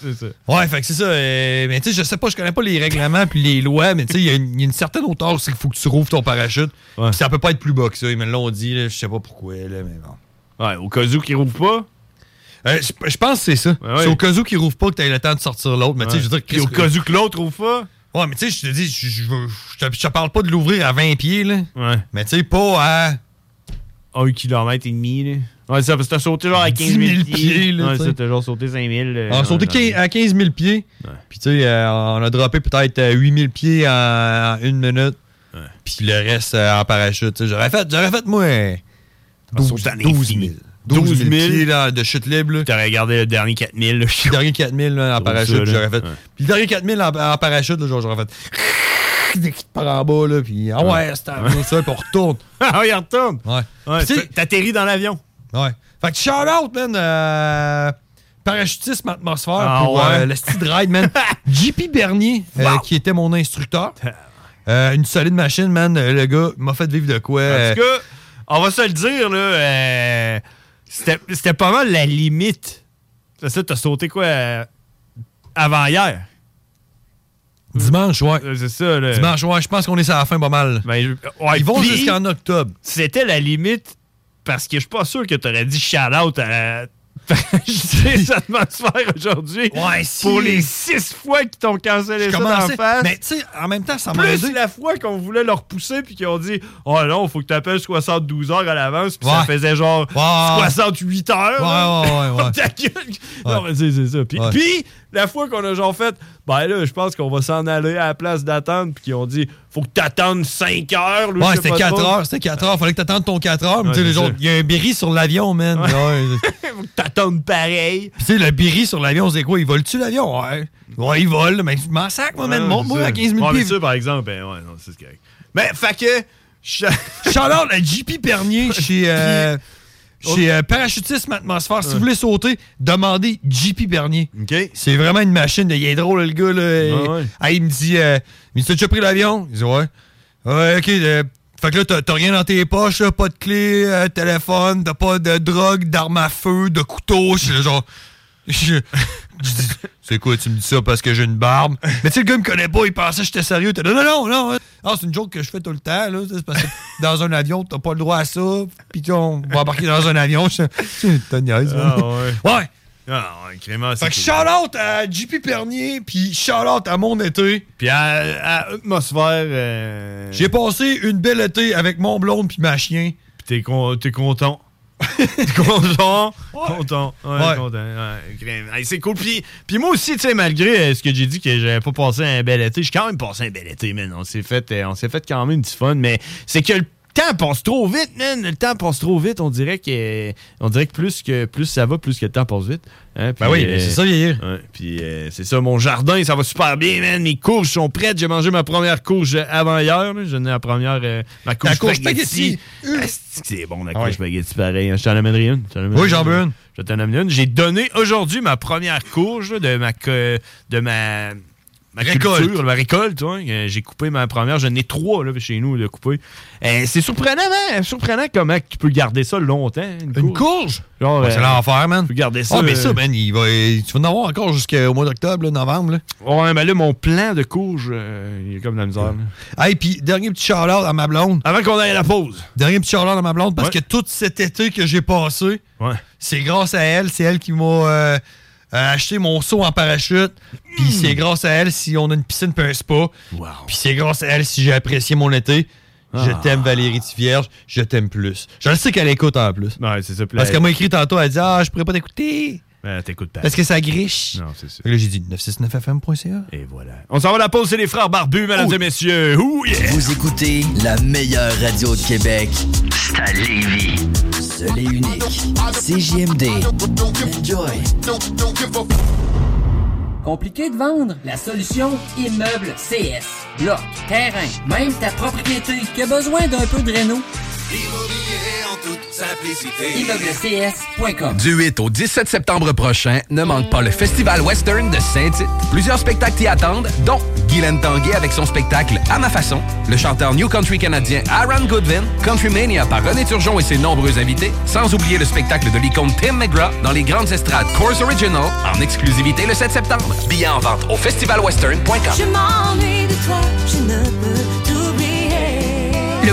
C'est ça.
Ouais, fait que c'est ça. euh, mais tu sais, je sais pas, je connais pas les règlements puis les lois, mais tu sais, il y, a une- il y a une certaine hauteur, c'est qu'il faut que tu rouvres ton parachute. Puis ça peut pas être plus bas que ça. Ils me l'ont dit, là, je sais pas pourquoi, là, mais bon. Euh,
Ouais, au cas où qu'il rouvre pas.
je pense que c'est ça. C'est au cas où qu'il rouvre pas que t'as le temps de sortir l'autre, mais tu sais, je veux dire.
Puis au cas où que l'autre rouvre pas.
Ouais, mais tu sais, je te dis, je- je je te- je te parle pas de l'ouvrir à 20 pieds, là. Mais tu sais, pas hein. à.
1 km et demi, là. Ouais, ça, parce que t'as sauté genre à 15 000
10 000 pieds, là,
Ouais,
t'sais.
ça, t'as genre sauté 5 000. euh,
On a
ouais,
sauté
genre.
quin- à 15 000 pieds. Puis, tu sais, euh, on a droppé peut-être euh, 8 000 pieds en, en une minute. Puis le reste euh, en parachute. Tu sais, J'aurais fait, j'aurais fait, moi,
Ah,
12, 12 000. 12 000,
12 000.
pieds là, de chute libre. là.
T'aurais gardé le dernier 4 000. là.
Puis le dernier 4 000 là, en
Gros
parachute,
ça, là.
j'aurais fait.
Ouais.
Puis le dernier 4 000 en, en parachute, là, genre, j'aurais fait. Dès qu'il te part en bas, là, puis ah ouais,
Ouais.
c'est un gros ça, puis on
(laughs)
retourne.
Ah, il retourne.
Ouais.
Ouais,
Puis tu sais-
t'as- T'atterris dans l'avion.
Ouais. Fait que shout out, man. euh, parachutisme atmosphère
Ah
pour euh,
ouais?
le Steed Ride,
(laughs)
man. JP Bernier, euh, qui était mon instructeur. Euh, une solide machine, man. Euh, Le gars m'a fait vivre de quoi.
En
euh,
tout cas, on va se le dire, là. euh, c'était c'était pas mal la limite. Ça, ça, t'as sauté quoi euh, avant hier?
Dimanche, ouais.
Euh, C'est ça, là. Ben,
Dimanche, ouais, je pense qu'on est à la fin pas mal. Ils vont
puis-
jusqu'en octobre.
C'était la limite parce que je suis pas sûr que t'aurais dit shout-out à (laughs) la parachutiste atmosphère aujourd'hui
Ouais, si.
pour les six fois qu'ils t'ont cancellé
Je
ça d'en
commençais-
face.
Mais tu sais, en même temps, ça m'a aidé.
Plus la fois qu'on voulait leur pousser puis qu'ils ont dit « Oh non, faut que t'appelles 72 heures à l'avance. » Puis ça
Ouais.
faisait genre
Ouais.
68
Ouais,
heures. là.
ouais, ouais, ouais.
(laughs) Ta gueule. Non, mais c'est c'est ça. Puis,
Ouais.
puis, la fois qu'on a genre fait « Ben là, je pense qu'on va s'en aller à la place d'attendre. » Puis qu'ils ont dit « Faut que t'attendes 5 heures. »
Ouais, c'était 4 heures, c'était 4 heures. Fallait que t'attendes ton 4 heures. mais tu sais,
Ouais,
les
c'est
autres,
ça.
il y a un berry sur l'avion, man.
Ouais.
Ouais.
(laughs) Faut que t'attendes pareil.
Puis tu sais, le Berry sur l'avion, c'est quoi? Il vole-tu l'avion? Ouais. Ouais, il vole. Mais je m'en sac, moi, man.
Ouais,
Monte-moi
c'est
à
ça.
15 000
Ouais, mais
pieds.
ça, par exemple, ben ouais, non, c'est correct. Mais, fait que...
Shout-out à JP
(laughs)
Pernier chez, euh, chez euh, Parachutisme Atmosphère. Si vous voulez sauter, demandez JP Pernier. C'est vraiment une machine. de- Il est drôle, le gars. Là.
Ah ouais.
Ah, il me dit, euh, il me dit, t'as déjà pris l'avion? Il dit, ouais. Ouais, OK. euh, fait que là, t'as- t'as rien dans tes poches, là, pas de clé, euh, téléphone, t'as pas de drogue, d'armes à feu, de couteau. Je suis là, genre... Je, je dis, c'est quoi, tu me dis ça parce que j'ai une barbe? (laughs) Mais tu sais, le gars me connaît pas, il pensait que j'étais sérieux. T'es là, non, non, non, non. Ah, c'est une joke que je fais tout le temps, là. C'est parce que dans un avion, t'as pas le droit à ça. Puis tu sais, on va embarquer dans un avion. (laughs) Je suis t'as une niaise,
Ah
man.
ouais.
Ouais.
Ah ouais, crément,
Fait que shout-out à JP Pernier, puis shout-out à mon été.
Puis à, à atmosphère... euh,
J'ai passé une belle été avec mon blonde puis ma chien.
Puis t'es con- t'es content. (laughs) T'es content. Content. Ouais,
Ouais.
content. Ouais, crème. Hey, c'est cool. Puis, puis moi aussi, tu sais, malgré euh, ce que j'ai dit que j'avais pas passé un bel été, j'ai quand même passé un bel été, man. On s'est fait, euh, on s'est fait quand même du fun, mais c'est que le temps passe trop vite, man. Le temps passe trop vite. On dirait que, on dirait que plus que plus ça va, plus que le temps passe vite. Hein,
Ben oui, c'est ça,
vieillir. puis euh, c'est ça, mon jardin, ça va super bien, man. Mes courges sont prêtes. J'ai mangé ma première courge avant hier. là. J'en ai la première, euh, ma courge,
courge
spaghetti.
spaghetti.
Asti que C'est bon, la
Ah ouais.
courge spaghetti, pareil. hein. Je t'en amènerai une. Je t'en amènerai
Oui, j'en veux une.
Je t'en amène une. J'ai donné aujourd'hui ma première courge là, de ma, co- de ma, ma
Récolte.
culture, ma récolte. hein. Euh, J'ai coupé ma première. J'en ai trois là, chez nous de couper. Euh, c'est surprenant, hein, surprenant comment tu peux garder ça longtemps. Une courge? Genre,
Ouais, c'est
euh,
l'enfer, man.
Regardez ça,
Ah, mais
euh,
ça, man, il va, tu vas en avoir encore jusqu'au mois d'octobre, là, novembre. Là.
Ouais, mais là, mon plan de courge, euh, il est comme de la misère.
Hey, puis dernier petit shout-out à ma blonde.
Avant qu'on aille à la pause.
Dernier petit shout-out à ma blonde parce
Ouais.
que tout cet été que j'ai passé, c'est grâce à elle. C'est elle qui m'a euh, euh, acheté mon saut en parachute. Puis
Hmm.
c'est grâce à elle si on a une piscine puis un spa. Puis c'est grâce à elle si j'ai apprécié mon été. Je
Ah.
t'aime Valérie Tivierge, je t'aime plus. Je le sais qu'elle écoute en plus.
Ouais, c'est ça. puis
Parce
là,
qu'elle m'a écrit tantôt, elle dit Ah, je pourrais pas t'écouter.
Ben, t'écoutes pas.
Parce que ça griche.
Non, c'est sûr.
Là, j'ai dit 969fm.ca.
Et voilà. On s'en va à la pause, c'est les frères barbus, mesdames et messieurs. Ouh, yeah!
Vous écoutez la meilleure radio de Québec. C'est à Lévis. Seul et unique. CJMD. Enjoy.
Compliqué de vendre? La solution Immeuble CS. Bloc, terrain, même ta propriété qui a besoin d'un peu de réno. ImmeubleCS.com
Du 8 au 17 septembre prochain, ne manque pas le Festival Western de Saint-Tite. Plusieurs spectacles t'y attendent, dont Guylaine Tanguay avec son spectacle À ma façon, le chanteur New Country canadien Aaron Goodwin, Countrymania par René Turgeon et ses nombreux invités, sans oublier le spectacle de l'icône Tim McGraw dans les grandes estrades Course Original, en exclusivité le 7 septembre. Billets en vente au
Je
festivalwestern.com.
m'ennuie de toi, je ne peux t'oublier.
Le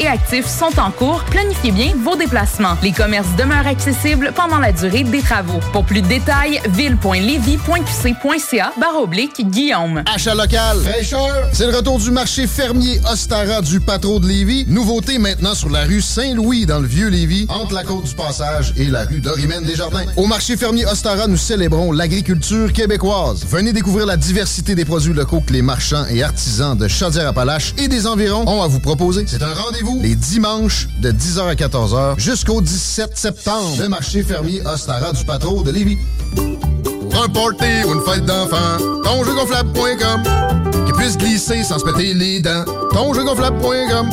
et actif sont en cours. Planifiez bien vos déplacements. Les commerces demeurent accessibles pendant la durée des travaux. Pour plus de détails, ville.levy.qc.ca barre oblique Guillaume.
Achat local. Fraîcheur. C'est le retour du marché fermier Ostara du Patro de Lévis. Nouveauté maintenant sur la rue Saint-Louis dans le vieux Lévis, entre la côte du Passage et la rue Dorimène Desjardins. Au marché fermier Ostara, nous célébrons l'agriculture québécoise. Venez découvrir la diversité des produits locaux que les marchands et artisans de Chaudière-Appalaches et des environs ont à vous proposer. C'est un rendez-vous les dimanches de 10h à 14h jusqu'au 17 septembre. Le marché fermier Ostara du Patro de Lévis.
Un party ou une fête d'enfant,
tonjeugonflable.com qui puisse glisser sans se péter les dents. Tonjeugonflable.com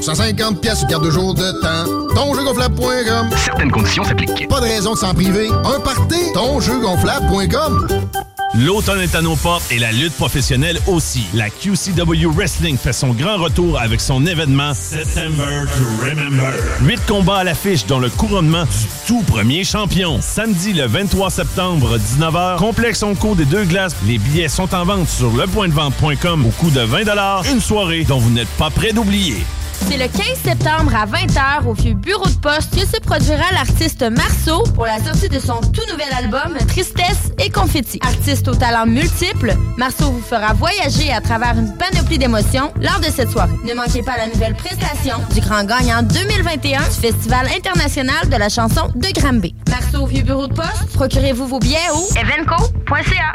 150 pièces sur garde de jour de temps. Tonjeugonflable.com
Certaines conditions s'appliquent.
Pas de raison de s'en priver. Un party. Tonjeugonflable.com
L'automne est à nos portes et la lutte professionnelle aussi. La QCW Wrestling fait son grand retour avec son événement September to Remember. Huit combats à l'affiche dans le couronnement du tout premier champion. Samedi le 23 septembre 19h, complexe Onco des deux glaces. Les billets sont en vente sur lepointdevente.com au coût de 20 une soirée dont vous n'êtes pas prêt d'oublier.
C'est le 15 septembre à 20h au vieux bureau de poste que se produira l'artiste Marceau pour la sortie de son tout nouvel album Tristesse et Confetti. Artiste aux talents multiples, Marceau vous fera voyager à travers une panoplie d'émotions lors de cette soirée. Ne manquez pas la nouvelle prestation du grand gagnant 2021 du Festival international de la chanson de Granby. Marceau au vieux bureau de poste, procurez-vous vos billets au evenco.ca.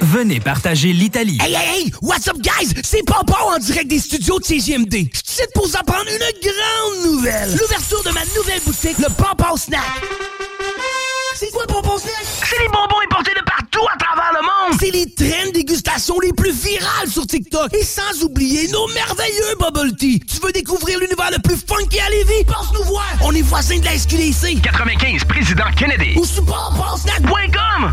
venez partager l'Italie.
Hey, hey, hey! What's up, guys? C'est Pompon en direct des studios de CGMD. Je suis ici pour vous apprendre une grande nouvelle. L'ouverture de ma nouvelle boutique, le Pompon Snack. C'est quoi Pompon Snack? C'est des bonbons importés de partout à travers le
monde! C'est les traînes dégustation les plus virales sur TikTok. Et sans oublier nos merveilleux bubble tea. Tu veux découvrir l'univers le plus funky à Lévis? Pense nous voir! On est voisins de la SQDC.
95, président Kennedy.
Ou support snack.com!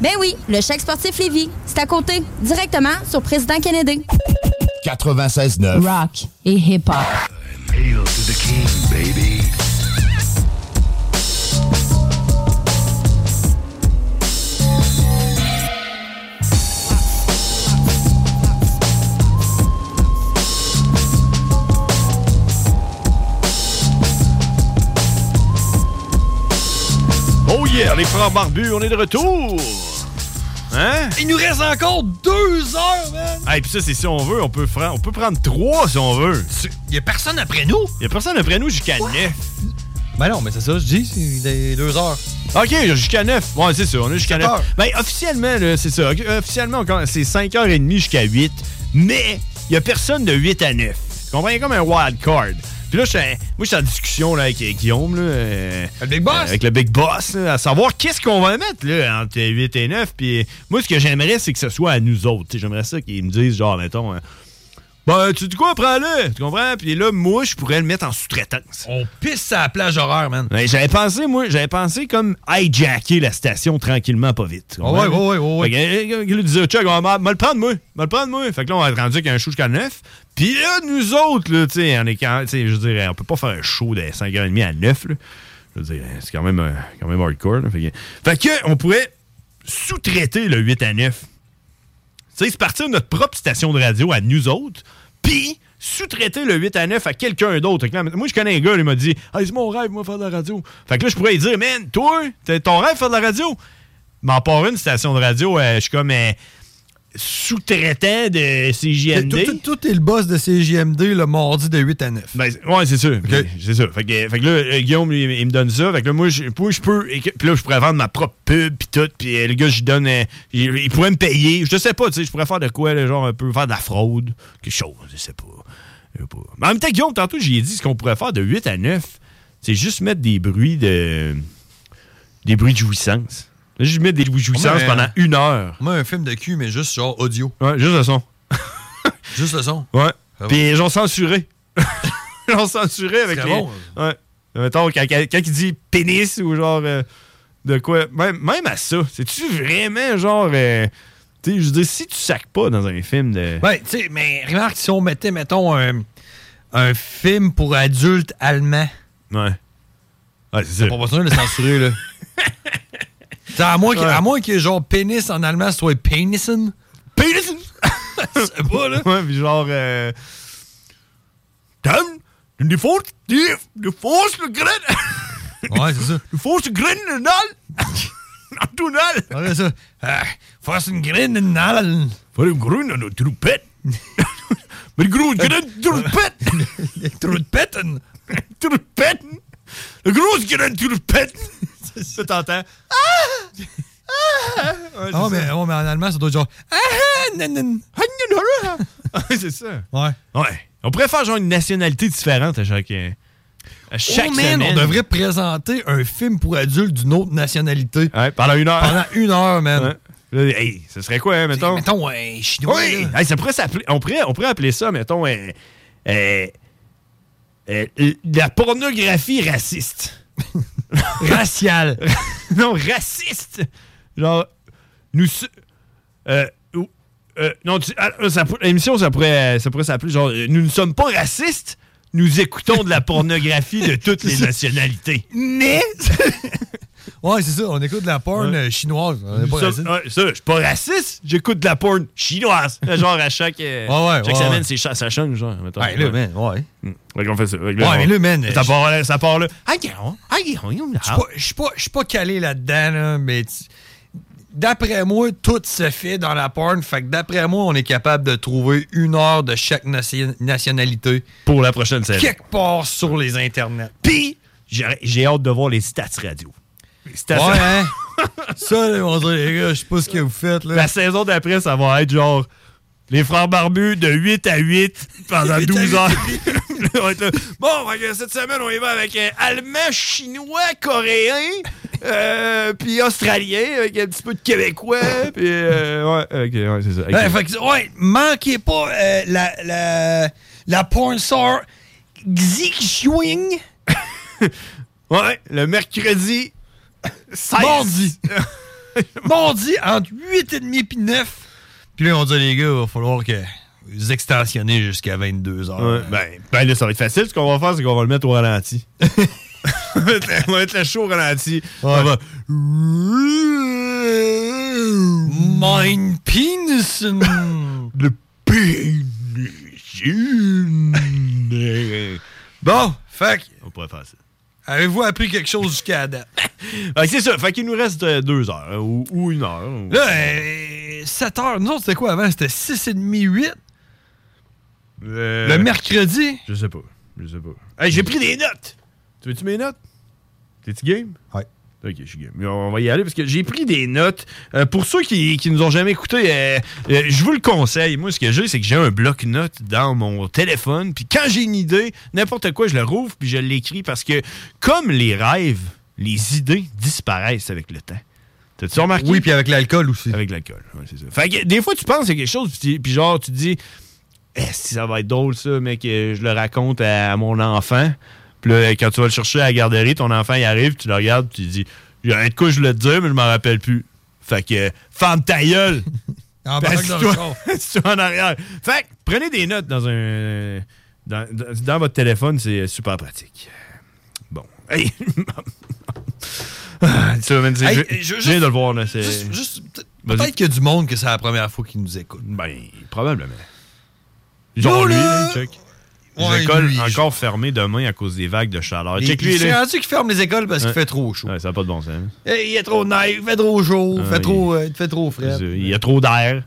Ben oui, le chèque sportif Lévis, c'est à côté, directement sur Président Kennedy.
96.9.
Rock et hip-hop.
Hail to the king, baby.
Oh yeah, les frères barbus, on est de retour! Hein?
Il nous reste encore deux heures, man!
Ah, et puis ça, c'est si on veut, on peut, fra- on peut prendre trois si on veut.
Y a personne après nous?
Y a personne après nous jusqu'à
Quoi?
9.
Ben non, mais c'est ça, je dis, c'est des deux heures.
OK, jusqu'à 9. Ouais, c'est ça, on est jusqu'à 9.
Sept heures.
Ben, officiellement, là, c'est ça. Ok, Officiellement, on commence- c'est 5h30 jusqu'à 8. Mais, il y a personne de 8 à 9. Tu comprends? Il y a comme un wild card. Puis là, je suis en- moi, je suis en discussion là, avec euh, Guillaume. Là, le Big Boss? Avec le Big Boss, là, à savoir qu'est-ce qu'on va mettre là, entre 8 et 9. Puis moi, ce que j'aimerais, c'est que ce soit à nous autres. Tu sais, J'aimerais ça qu'ils me disent, genre, mettons... euh, ben, tu dis quoi, prends-le, tu comprends? Puis là, moi, je pourrais le mettre en sous-traitance.
On pisse à la plage horaire, man.
Ouais, j'avais pensé, moi, j'avais pensé comme hijacker la station tranquillement, pas vite.
Ah ouais, ouais, ouais, ouais, ouais.
Fait que, euh, il lui disait, check, on va me le prendre, moi, me le prendre, moi. Fait que là, on va être rendu avec un show jusqu'à 9. Puis là, nous autres, là, tu sais, on est quand tu sais, je veux dire, on peut pas faire un show de 5h30 à 9, là. Je veux dire, c'est quand même, euh, quand même hardcore, là. Fait que, fait que, on pourrait sous-traiter le 8 à 9. Tu sais, c'est partir de notre propre station de radio à nous autres, puis sous-traiter le 8 à 9 à quelqu'un d'autre. Fait que là, Moi, je connais un gars, il m'a dit Hey, c'est mon rêve, moi, faire de la radio. Fait que là, je pourrais lui dire Man, toi, t'as ton rêve, faire de la radio. M'en part une station de radio, euh, je suis comme euh, sous-traitant de CJMD.
Tout, tout- tout est le boss de CJMD le mardi de 8 à 9.
Ben, ouais, c'est sûr. C'est ça. Fait que, fait que là, euh, Guillaume, lui, il, me donne ça. Fait que là, moi, je, moi, je peux. et que- Puis là, je pourrais vendre ma propre pub, puis tout. Puis euh, le gars, je lui donne. euh, il, il pourrait me payer. Je sais pas, tu sais. Je pourrais faire de quoi, là, genre, un peu faire de la fraude. Quelque chose, je sais pas. Je sais pas. Mais en même temps, Guillaume, tantôt, j'ai dit ce qu'on pourrait faire de 8 à 9. C'est juste mettre des bruits de. Des bruits de jouissance. Là, je mets des bruits de jouissance
Ouais, mais-
pendant une heure.
euh, Moi, un film de cul, mais juste genre audio.
Ouais, juste le son.
Juste le son.
Ouais.
Ça va.
Puis j'en censuré. (laughs) j'en censuré avec
Ah C'est hein.
les...
bon,
Ouais. Mettons, quand, quand- quand il dit pénis ou genre euh, de quoi... Même, même à ça, c'est-tu vraiment genre... euh, tu sais, je veux dire, si tu sacs pas dans un film de...
Ouais, Ben, tu sais, Eh, mais remarque, si on mettait, mettons, un, un film pour adultes allemands.
Ouais. Ouais, Ah, c'est ça.
Pas besoin de le censurer, (laughs) là. T'sais, à moins qu'il y ait genre pénis en allemand, ce soit pénissen.
Pénissen!
(laughs) Je sais pas, là.
Ouais, puis genre... euh, Dann, die Faust, die, die Faust, le (laughs) Gren-
Ouais, c'est ça.
Die Faust, Gren, le Nal. Tunnel.
Ouais, ça. Ah, fasse une graine de nal.
Faire une graine dans notre (laughs) troupette. Mais gros, graine de (laughs) troupette.
Troupetten.
Troupetten. Le gros graine
(laughs)
de troupette. Ça t'entends? Ouais,
Ah,
c'est
mais, oh, mais en allemand, ça doit être genre. Ah, ah, nan, nan. Ah, nan,
(laughs)
nan, nan.
Ouais, c'est ça.
Ouais.
Ouais. On pourrait faire genre une nationalité différente à chaque, euh, à chaque
Oh, man,
semaine.
on devrait présenter un film pour adultes d'une autre nationalité.
Ouais, pendant une heure.
Pendant une heure, man.
Ouais. Là, Hey, ce serait quoi, hein, mettons?
Mettons, un chinois.
Oui!
là.
Hey, ça pourrait s'appeler- on, pourrait, on pourrait appeler ça, mettons, euh, euh, euh, l- la pornographie raciste. (laughs)
Raciale.
non, raciste. Genre, nous. se- euh, ou- euh, non, tu- ah, ça pour- l'émission, ça pourrait, ça pourrait s'appeler genre, euh, nous ne sommes pas racistes, nous écoutons de la pornographie de toutes (laughs) les nationalités. Mais.
ouais, c'est ça. On écoute de la porn euh, chinoise. On est
Nous
pas
sommes-
raciste.
ouais, ça, je suis pas raciste, j'écoute de la porn
(laughs)
chinoise. Genre à chaque, euh,
Ouais, ouais,
chaque
ouais,
semaine,
ouais.
c'est cha- ça change, genre. mettons. Mm.
Ouais, là, man, ouais.
Fait qu'on fait ça. Fait que
Ouais, mais
on-
là, man,
Ça
je-
part là. Ça part là.
Je suis pas- je suis pas, je suis pas calé là-dedans, là, mais tu- d'après moi, tout se fait dans la porn. Fait que d'après moi, on est capable de trouver une heure de chaque nation- nationalité
Pour la prochaine saison.
quelque part sur les internets.
Puis, j'ai j'ai hâte de voir les stats radio. Les stats
Ouais,
(laughs)
hein? Ça, là, on dirait, les gars, je sais pas ce que vous faites. Là.
La saison d'après, ça va être genre les frères barbus de 8 à 8 pendant 12 heures. On va être là, bon, fait que cette semaine, on y va avec euh, Allemand, Chinois, Coréen, euh, puis Australien, avec un petit peu de Québécois. Puis, euh, ouais, ok, ouais, c'est ça. ok.
Ouais, Euh, fait que- ouais, manquez pas euh, la, la, la porn star Xi (laughs) Xuing.
ouais, le mercredi 16.
(laughs) Mardi. Mardi, entre 8h30 et 9. Puis là, on dit, les gars, il va falloir que vous extensionnez jusqu'à 22h.
Ouais, ben, ben là, ça va être facile. Ce qu'on va faire, c'est qu'on va le mettre au (laughs) ralenti. on va mettre le show au ralenti. On va-
Mein penis. (laughs) Le (laughs) penis. bon, fait que,
On pourrait faire ça.
avez-vous appris quelque chose jusqu'à la
(laughs)
date?
Fait que Ah, c'est ça. Fait qu'il nous reste euh, deux heures hein, ou, ou une heure. ou-
Là,
euh,
7 h Nous autres, c'était quoi avant? C'était 6h30, 8?
Euh,
Le mercredi?
Je sais pas. Je sais pas. Hey, j'ai pris des notes. Tu veux-tu mes notes? T'es-tu game?
Ouais.
Ok, je suis game. Mais On va y aller parce que j'ai pris des notes. Euh, pour ceux qui, qui nous ont jamais écoutés, euh, euh, je vous le conseille. Moi, ce que j'ai, c'est que j'ai un bloc-notes dans mon téléphone. Puis quand j'ai une idée, n'importe quoi, je le rouvre puis je l'écris parce que comme les rêves, les idées disparaissent avec le temps. T'as-tu remarqué?
Oui, puis avec l'alcool aussi.
Avec l'alcool, ouais, c'est ça. Fait que des fois, tu penses à quelque chose, puis puis genre, tu te dis, Eh, si ça va être drôle, ça, mec, euh, je le raconte à mon enfant. Puis là, quand tu vas le chercher à la garderie, ton enfant, il arrive, tu le regardes, puis tu dis, il y a un de quoi je voulais te dire, mais je m'en rappelle plus. Fait que, femme ta
(laughs)
gueule!
En
Puis
barraque dans
assis-toi-
le char.
(laughs) assis-toi en arrière. Fait que, prenez des notes dans un. Dans, dans- dans votre téléphone, c'est super pratique. Bon.
(laughs)
Hey! (laughs) Ah, ça, man, c'est-
Hey,
je,
euh, je-
je
juste-
viens de le voir, là. c'est-
Juste, juste- peut-
Vas-y.
peut-être qu'il y a du monde que c'est la première fois qu'ils nous écoute.
Ben, probablement. Genre lui, là, check. Les
Ouais,
écoles
lui,
encore fermées demain à cause des vagues de chaleur.
Les-
check lui,
C'est
là.
rendu qu'ils ferment les écoles parce qu'il
Ouais.
fait trop chaud.
Ouais, ça n'a pas de bon sens.
Eh, il est trop neige, il fait trop chaud, il
Ah,
fait, trop, euh, il fait trop frais.
Il y a trop d'air.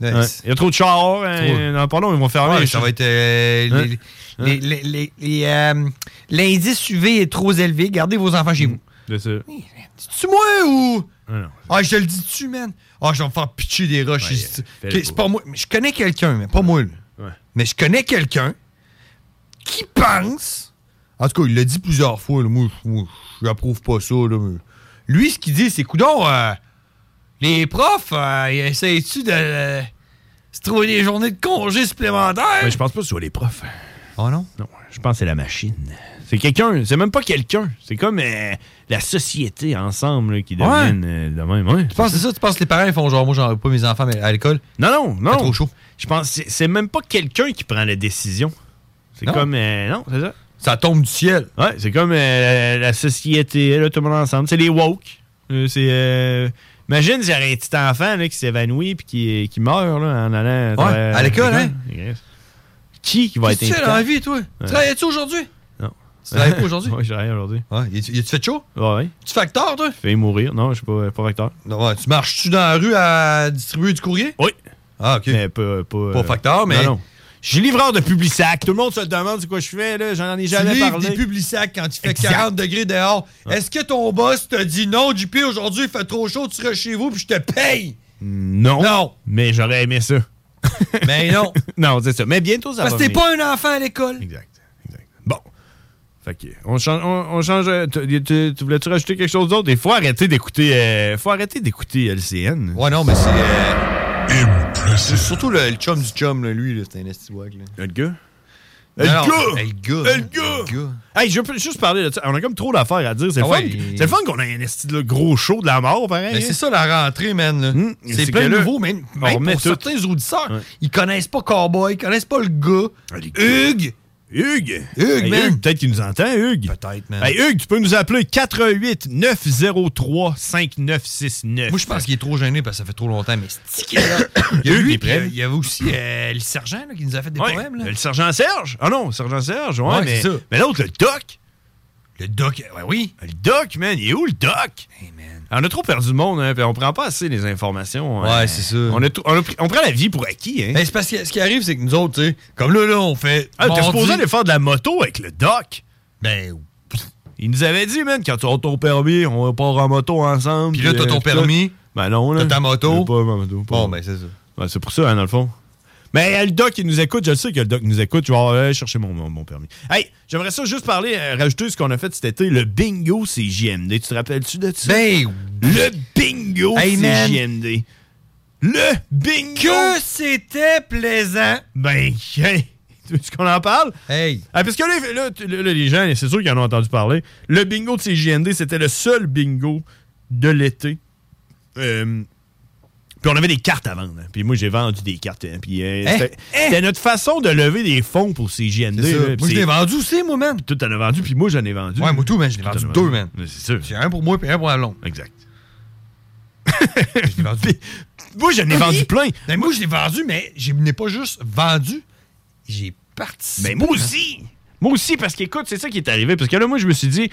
Nice.
Ouais. Il y a trop de chars.
Trop.
hein,
Dans pas long, ils vont fermer.
Ouais,
les
ça
choses.
va être. euh,
Hein?
les- les- les- les- les, euh, L'indice UV est trop élevé. Gardez vos enfants chez vous.
C'est ça.
Tu moi ou.
Ah, non.
Ah, je te le dis-tu, man? Ah, je vais me faire pitcher des roches.
Ouais,
ici.
fais
Ok,
le
c'est
pas.
pas moi. Mais Je connais quelqu'un, mais pas moi. là.
Ouais.
Mais je connais quelqu'un qui pense. En tout cas, il l'a dit plusieurs fois. là, moi, je- moi, j'approuve pas ça. là, mais- Lui, ce qu'il dit, c'est coudon. les profs, euh, ils essayent-tu de euh, se trouver des journées de congé supplémentaires?
Mais je pense pas que ce soit les profs. hein.
Oh non?
Non, je pense que c'est la machine. C'est quelqu'un, c'est même pas quelqu'un. C'est comme euh, la société ensemble là, qui domine euh, de même. Ouais.
Tu penses c'est ça? Tu penses que les parents ils font genre, moi, j'en veux pas mes enfants mais à l'école?
Non, non, non.
trop chaud.
Je pense que c'est- c'est même pas quelqu'un qui prend la décision. C'est
Non.
comme. euh, non, c'est ça.
Ça tombe du ciel.
Ouais, c'est comme euh, la société, là, tout le monde ensemble. C'est les woke. Euh, c'est. euh, imagine s'il y avait un petit enfant là, qui s'évanouit puis qui, qui meurt là, en allant. travailler
à l'école, hein?
Qui, qui va être
Qu'est-ce que tu fais dans la vie, toi?
Ouais.
Tu travailles-tu aujourd'hui?
Non.
Tu travailles
(laughs)
pas aujourd'hui?
Oui, je travaille aujourd'hui.
Ouais, y a-tu fait chaud?
Ouais.
Tu facteurs, toi?
Fait mourir. Non, je suis pas, pas facteur.
Non, ouais, tu marches-tu dans la rue à distribuer du courrier?
Oui.
Ah, OK.
Mais pas, pas, euh,
Pas facteur, mais-
Non, non. Je suis livreur de Publisac. Tout le monde se demande c'est quoi je fais, là. J'en ai
Tu
jamais
livres
parlé.
des publicsacs quand il fait
Exact.
40 degrés dehors. Est-ce que ton boss te dit non, JP, aujourd'hui il fait trop chaud, tu seras chez vous puis je te paye?
Non. Non. Mais j'aurais
(laughs)
aimé ça.
mais Ben non.
non, c'est ça. Mais bientôt, ça
Parce
va
que t'es
venir.
pas un enfant à l'école.
Fait que, on change. On, on change euh, tu, tu- tu voulais-tu rajouter quelque chose d'autre? Il faut arrêter d'écouter. euh, faut arrêter d'écouter LCN.
Ouais, non, mais c'est. euh, Surtout le, le chum du chum, là, lui, là, c'est un estiwag.
Le gars?
Le
Le
gars!
gars!
Le gars!
Le gars! Hey, je peux juste parler de ça. On a comme trop d'affaires à dire. C'est
Ah
le fun.
ouais.
C'est le fun qu'on ait un esti de gros show de la mort, pareil.
Mais
hein?
Ben, c'est ça la rentrée, man. là.
c'est
C'est plein
que
de
là,
nouveaux, mais
on
même
remet
pour
tout.
certains auditeurs, ils connaissent pas Cowboy, ils connaissent pas le gars. Hugues!
Ah, Hugues!
Hugues,
Hey,
man!
Hugues, peut-être qu'il nous entend, Hugues.
Peut-être, man.
Hey, Hugues, tu peux nous appeler 88 903 5969.
Moi, je pense qu'il est trop gêné parce que ça fait trop longtemps, mais c'est qu'il est là. (coughs) Il y a (coughs)
Hugues
lui,
est
puis
prêt.
il y a- il y avait aussi euh, le sergent là, qui nous a fait des
Ouais,
poèmes. Là.
Euh, Le sergent Serge. Ah non, sergent Serge, ouais,
Ouais,
mais,
c'est ça.
mais l'autre, le doc.
Le doc, euh, ouais, oui.
Le doc, man, il est où le doc? On a trop perdu le monde, hein, puis on prend pas assez les informations.
Ouais, c'est
ça. On, a tout- on, a pris- on prend la vie pour acquis, hein.
Mais Ben, c'est parce que ce qui arrive, c'est que nous autres, tu sais, comme là, là, on fait.
Ah, t'es
mardi.
supposé aller faire de la moto avec le doc. Ben, il nous avait dit, man, quand tu auras ton permis, on va part en moto ensemble.
Puis là, t'as
euh,
ton
tout ça.
permis.
Ben non, là.
T'as ta moto.
J'ai Pas ma moto. Bon, ben
c'est ça.
c'est pour ça, hein, dans le fond. Mais euh, le doc, il nous écoute. Je le sais que le doc nous écoute. Je vais aller chercher mon, mon, mon permis. Hey, j'aimerais ça juste parler, euh, rajouter ce qu'on a fait cet été. Le bingo, c'est JMD. Tu te rappelles-tu de ça? Ben, le bingo,
Hey,
c'est
man.
JMD. Le bingo! Que c'était plaisant! Ben, hey! (laughs) Tu veux qu'on en parle? Hey! Ah, parce que là, là, tu- là, les gens, c'est sûr qu'ils en ont entendu parler. Le bingo de CJND, c'était le seul bingo de l'été. Euh, puis on avait des cartes à vendre. hein. Puis moi, j'ai vendu des cartes. hein. Puis euh,
Hein?
c'était c'était notre façon de lever des fonds pour CJND.
C'est ça.
là.
Moi,
Puis
je
c'est-
l'ai vendu aussi, moi, man.
Tout t'en as vendu, puis moi, j'en ai vendu.
Ouais, moi, tout, man. Je l'ai
Tout
vendu
en a
deux, man.
Mais C'est sûr.
J'ai un pour moi et un pour Alon. (laughs)
Exact.
Moi, j'en
ai vendu plein.
Mais Ben, moi, je l'ai vendu, mais je n'ai pas juste vendu, j'ai participé.
Mais moi aussi! Moi aussi, parce qu'écoute, c'est ça qui est arrivé. Parce que là, moi, je me suis dit,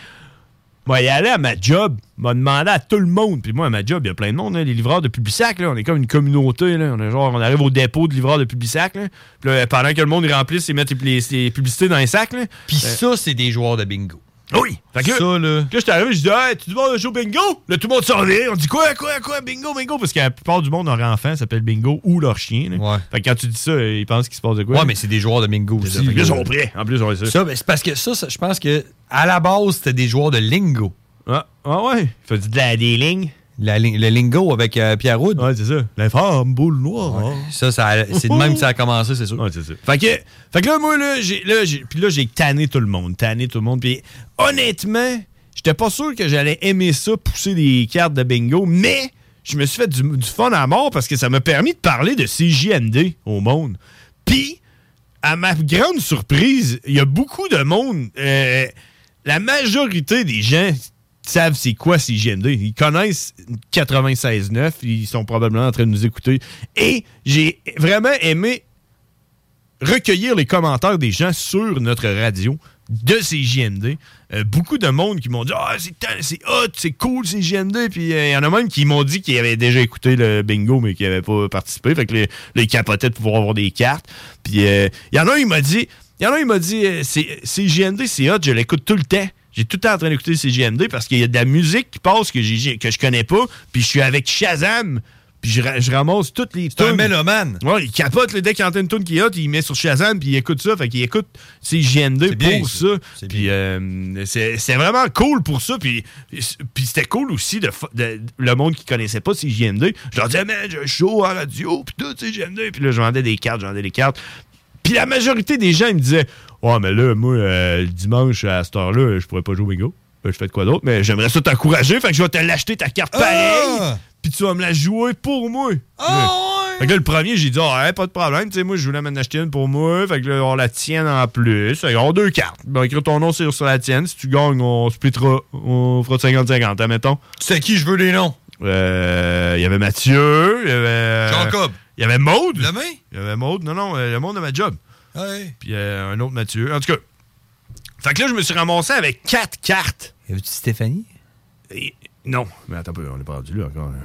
moi, y aller à ma job, m'a demandé à tout le monde. Puis moi, à ma job, il y a plein de monde, là, les livreurs de Publisac, là, on est comme une communauté. Là, on, est genre, on arrive au dépôt de livreurs de Publisac. Là, puis là, pendant que le monde il remplisse et met les, les- les publicités dans les sacs. Là, Euh,
Puis ça, c'est des joueurs de bingo.
Oui! Fait que,
Ça, là.
Puis là, j'étais arrivé, je dis, hey, tu demandes un show bingo? Là, tout le monde s'en vient. On dit, quoi, quoi, quoi, bingo, bingo? Parce que la plupart du monde, leur enfant s'appelle bingo ou leur chien. là. Fait que quand tu dis ça, ils pensent qu'il se passe de quoi.
Ouais, mais c'est des joueurs de bingo
C'est ça.
aussi.
Fait que là,
là.
ils sont prêts. En plus, on est sûr.
Ça, ben, c'est parce que ça, ça, je pense que à la base, c'était des joueurs de lingo.
Ah, ouais. Il faisait de la, des lignes.
le lingo avec euh, Pierre Roud.
Ouais, c'est ça. L'informe, boule noire.
Ça, ça a- c'est de même que ça a commencé, c'est sûr.
Ouais, c'est ça. Fait que, fait que là, moi, là, j'ai, là, j'ai, puis là, j'ai tanné tout le monde, tanné tout le monde. Puis honnêtement, j'étais pas sûr que j'allais aimer ça, pousser des cartes de bingo, mais je me suis fait du, du fun à mort parce que ça m'a permis de parler de CJMD au monde. Puis, à ma grande surprise, il y a beaucoup de monde. euh, la majorité des gens savent c'est quoi CGMD. Ils connaissent 96.9. Ils sont probablement en train de nous écouter. Et j'ai vraiment aimé recueillir les commentaires des gens sur notre radio de CJMD. Euh, beaucoup de monde qui m'ont dit Ah, c'est tan- c'est hot, c'est cool CJMD. Puis euh, il y en a même qui m'ont dit qu'ils avaient déjà écouté le bingo, mais qu'ils n'avaient pas participé. Fait que les, les capotaient de pouvoir avoir des cartes. Puis euh, il y en a un, il m'a dit Il y en a un, il m'a dit euh, C'est- CJMD, c'est hot, je l'écoute tout le temps. J'ai tout le temps en train d'écouter CJMD parce qu'il y a de la musique qui passe que, j'ai- que je connais pas. Puis je suis avec Shazam. Puis je, ra- je ramasse toutes les C'est un
mélomane.
Ouais, il capote le dès qu'il entend une tune qui hot, il met sur Shazam puis il écoute ça, fait qu'il écoute ses GND
bien,
pour ça. Puis euh, c'est c'est vraiment cool pour ça puis puis c'était cool aussi de, fa- de- le monde qui connaissait pas ses GND. Je leur disais man, j'ai un show à radio puis tout c'est GND puis là je vendais des cartes, je vendais des cartes. Puis la majorité des gens ils me disaient "Ouais, mais là moi euh, le dimanche à cette heure-là, je pourrais pas jouer au bingo." Ben, je fais de quoi d'autre, mais j'aimerais ça t'encourager, fait que je vais te l'acheter ta carte
Ah!
pareil, puis tu vas me la jouer pour moi. Fait que là, le premier, j'ai dit, ah, ouais, pas de problème. Tu sais, moi, je voulais m'en acheter une pour moi. Fait que là, on la tienne en plus. Fait qu'on a deux cartes. Ben, écris ton nom sur, sur la tienne. Si tu gagnes, on splittera. On fera de 50-50, admettons. Tu sais qui je veux des noms? Euh, il y avait Mathieu. Il y avait. euh,
Jacob.
Il y avait Maude.
Lemay?
Il y avait Maude. Non, non, euh, le monde de ma job.
Ouais.
Puis euh, un autre Mathieu. En tout cas. Fait que là, je me suis ramassé avec quatre cartes.
Y avait-tu Stéphanie?
Et- Non. Mais attends un peu, on n'est pas rendu là encore. là.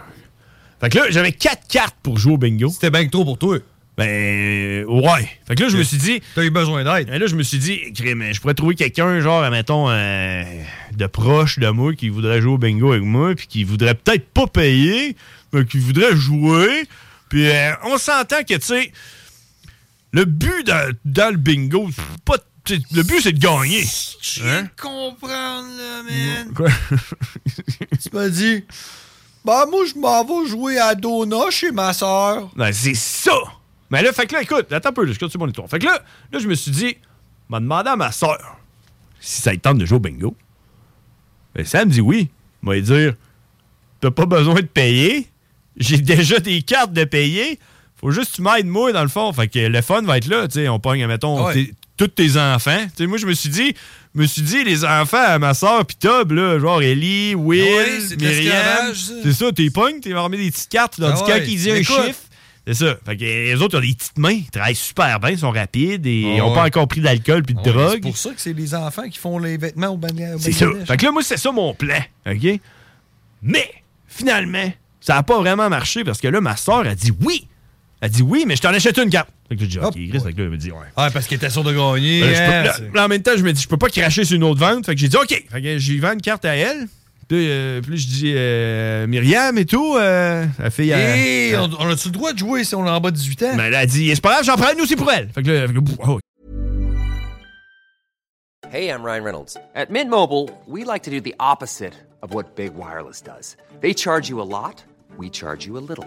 Fait que là, j'avais quatre cartes pour jouer au bingo. C'était
bien trop pour toi.
Ben, ouais. Fait que là, je me suis dit. T'as eu besoin d'aide. Là, je me suis dit, crime, je pourrais trouver quelqu'un, genre, mettons, de proche de moi qui voudrait jouer au bingo avec moi, puis qui voudrait peut-être pas payer, mais qui voudrait jouer. Puis euh, on s'entend que, tu sais, le but dans, dans le bingo, c'est pas. tu sais, Le but, c'est de gagner. Hein?
(laughs) comprendre, là, man.
Quoi?
tu m'as dit, bah, moi, je m'en vais jouer à Dona chez ma soeur.
Ben, c'est ça! Mais là, fait que là, écoute, attends un peu, là, je continue mon histoire. Fait que là, là je me suis dit, m'a demandé à ma soeur si ça lui tente de jouer au bingo. Ben, ça me dit oui. M'a dit dire, t'as pas besoin de payer. J'ai déjà des cartes de payer. Faut juste que tu m'aides, moi, dans le fond. Fait que le fun va être là, tu sais. On pogne, mettons,
Ah Ouais.
tous tes enfants. Tu sais, moi, je me suis dit, je me suis dit, les enfants à ma soeur pis Tob, là, genre Ellie, Will,
Ah Ouais, c'est de
Myriam.
l'esclavage, ça.
C'est ça, t'es pognes, t'es remis des petites cartes. Tandis
Ah
que
ouais,
quand il dit un
écoute.
chiffre, c'est ça. Fait que les autres ont des petites mains, ils travaillent super bien, ils sont rapides et
Ah
ils n'ont pas
ouais.
encore pris d'alcool puis de
C'est
drogue.
pour ça que c'est les enfants qui font les vêtements au bagage.
C'est ça. Fait que là, moi, c'est ça mon plan. OK? Mais, finalement, ça n'a pas vraiment marché parce que là, ma soeur a dit oui. Elle dit oui, mais je t'en achète une carte. Fait que j'ai dit, OK, Chris, fait que là, elle me dit, ouais.
Ah, parce qu'il était sûr de gagner.
Ben là, je peux-
hein,
là-
c'est-
là, en même temps, je me dis, je peux pas cracher sur une autre vente. Fait que j'ai dit, OK. Fait que j'ai vendu une carte à elle. Puis, euh, puis là, je dis, euh, Myriam et tout, euh, la fille.
Hey,
elle-
on, on a-tu le droit de jouer si on est en bas de 18 ans?
ben, elle a dit, c'est pas grave, j'en prends une aussi pour elle. Fait que là, fait que là, bouh, oh,
Hey, I'm Ryan Reynolds. At Mint Mobile, we like to do the opposite of what Big Wireless does. They charge you a lot, we charge you a little.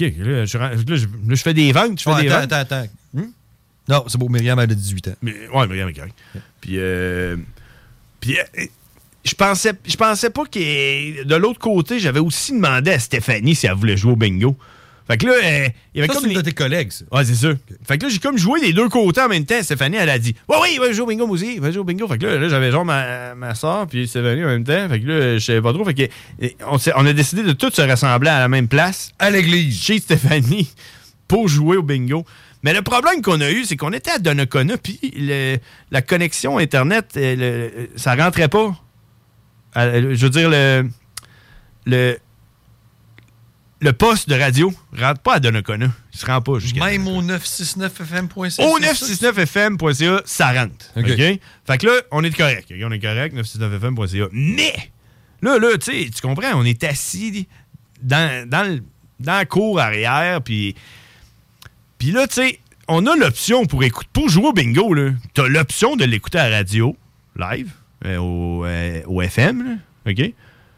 OK, là, je, rends- là, je- là, je fais des ventes, je fais
Ouais,
des
attends,
ventes. Hmm?
attends, attends. Non, c'est beau, Myriam, elle a 18 ans.
Mais, ouais, mais regarde, mais correct. Puis, euh, puis euh, je pensais, je pensais pas que de l'autre côté, j'avais aussi demandé à Stéphanie si elle voulait jouer au bingo. Fait que là, euh, il y avait
Ça,
comme
c'est une
les-
de tes collègues, ça.
Ouais, c'est sûr. Fait que là, j'ai comme joué les deux côtés en même temps. Stéphanie, elle a dit Ouais, oui, ouais, je joue au bingo, moi aussi, ouais, je joue au bingo. Fait que là, là, j'avais genre ma, ma soeur puis Stéphanie en même temps. Fait que là, je savais pas trop. Fait que et, on, s'est- on a décidé de tous se rassembler à la même place.
À l'église.
Chez Stéphanie (laughs) pour jouer au bingo. Mais le problème qu'on a eu, c'est qu'on était à Donnacona, puis le- la connexion Internet, euh, le- ça rentrait pas. Euh, Je veux dire, le. le le poste de radio rentre pas à Donnacona. Il se rend pas jusqu'à
Même au 969fm.ca.
au
c'est ça?
969fm.ca, ça rentre. OK? Fait que là, on est correct. OK? On est correct, 969fm.ca. Mais, là, là, tu sais, tu comprends, on est assis dans, dans, le- dans la cour arrière, puis puis là, tu sais, on a l'option pour écouter, pour jouer au bingo, là. T'as l'option de l'écouter à la radio, live, euh, au, euh, au FM, là. OK?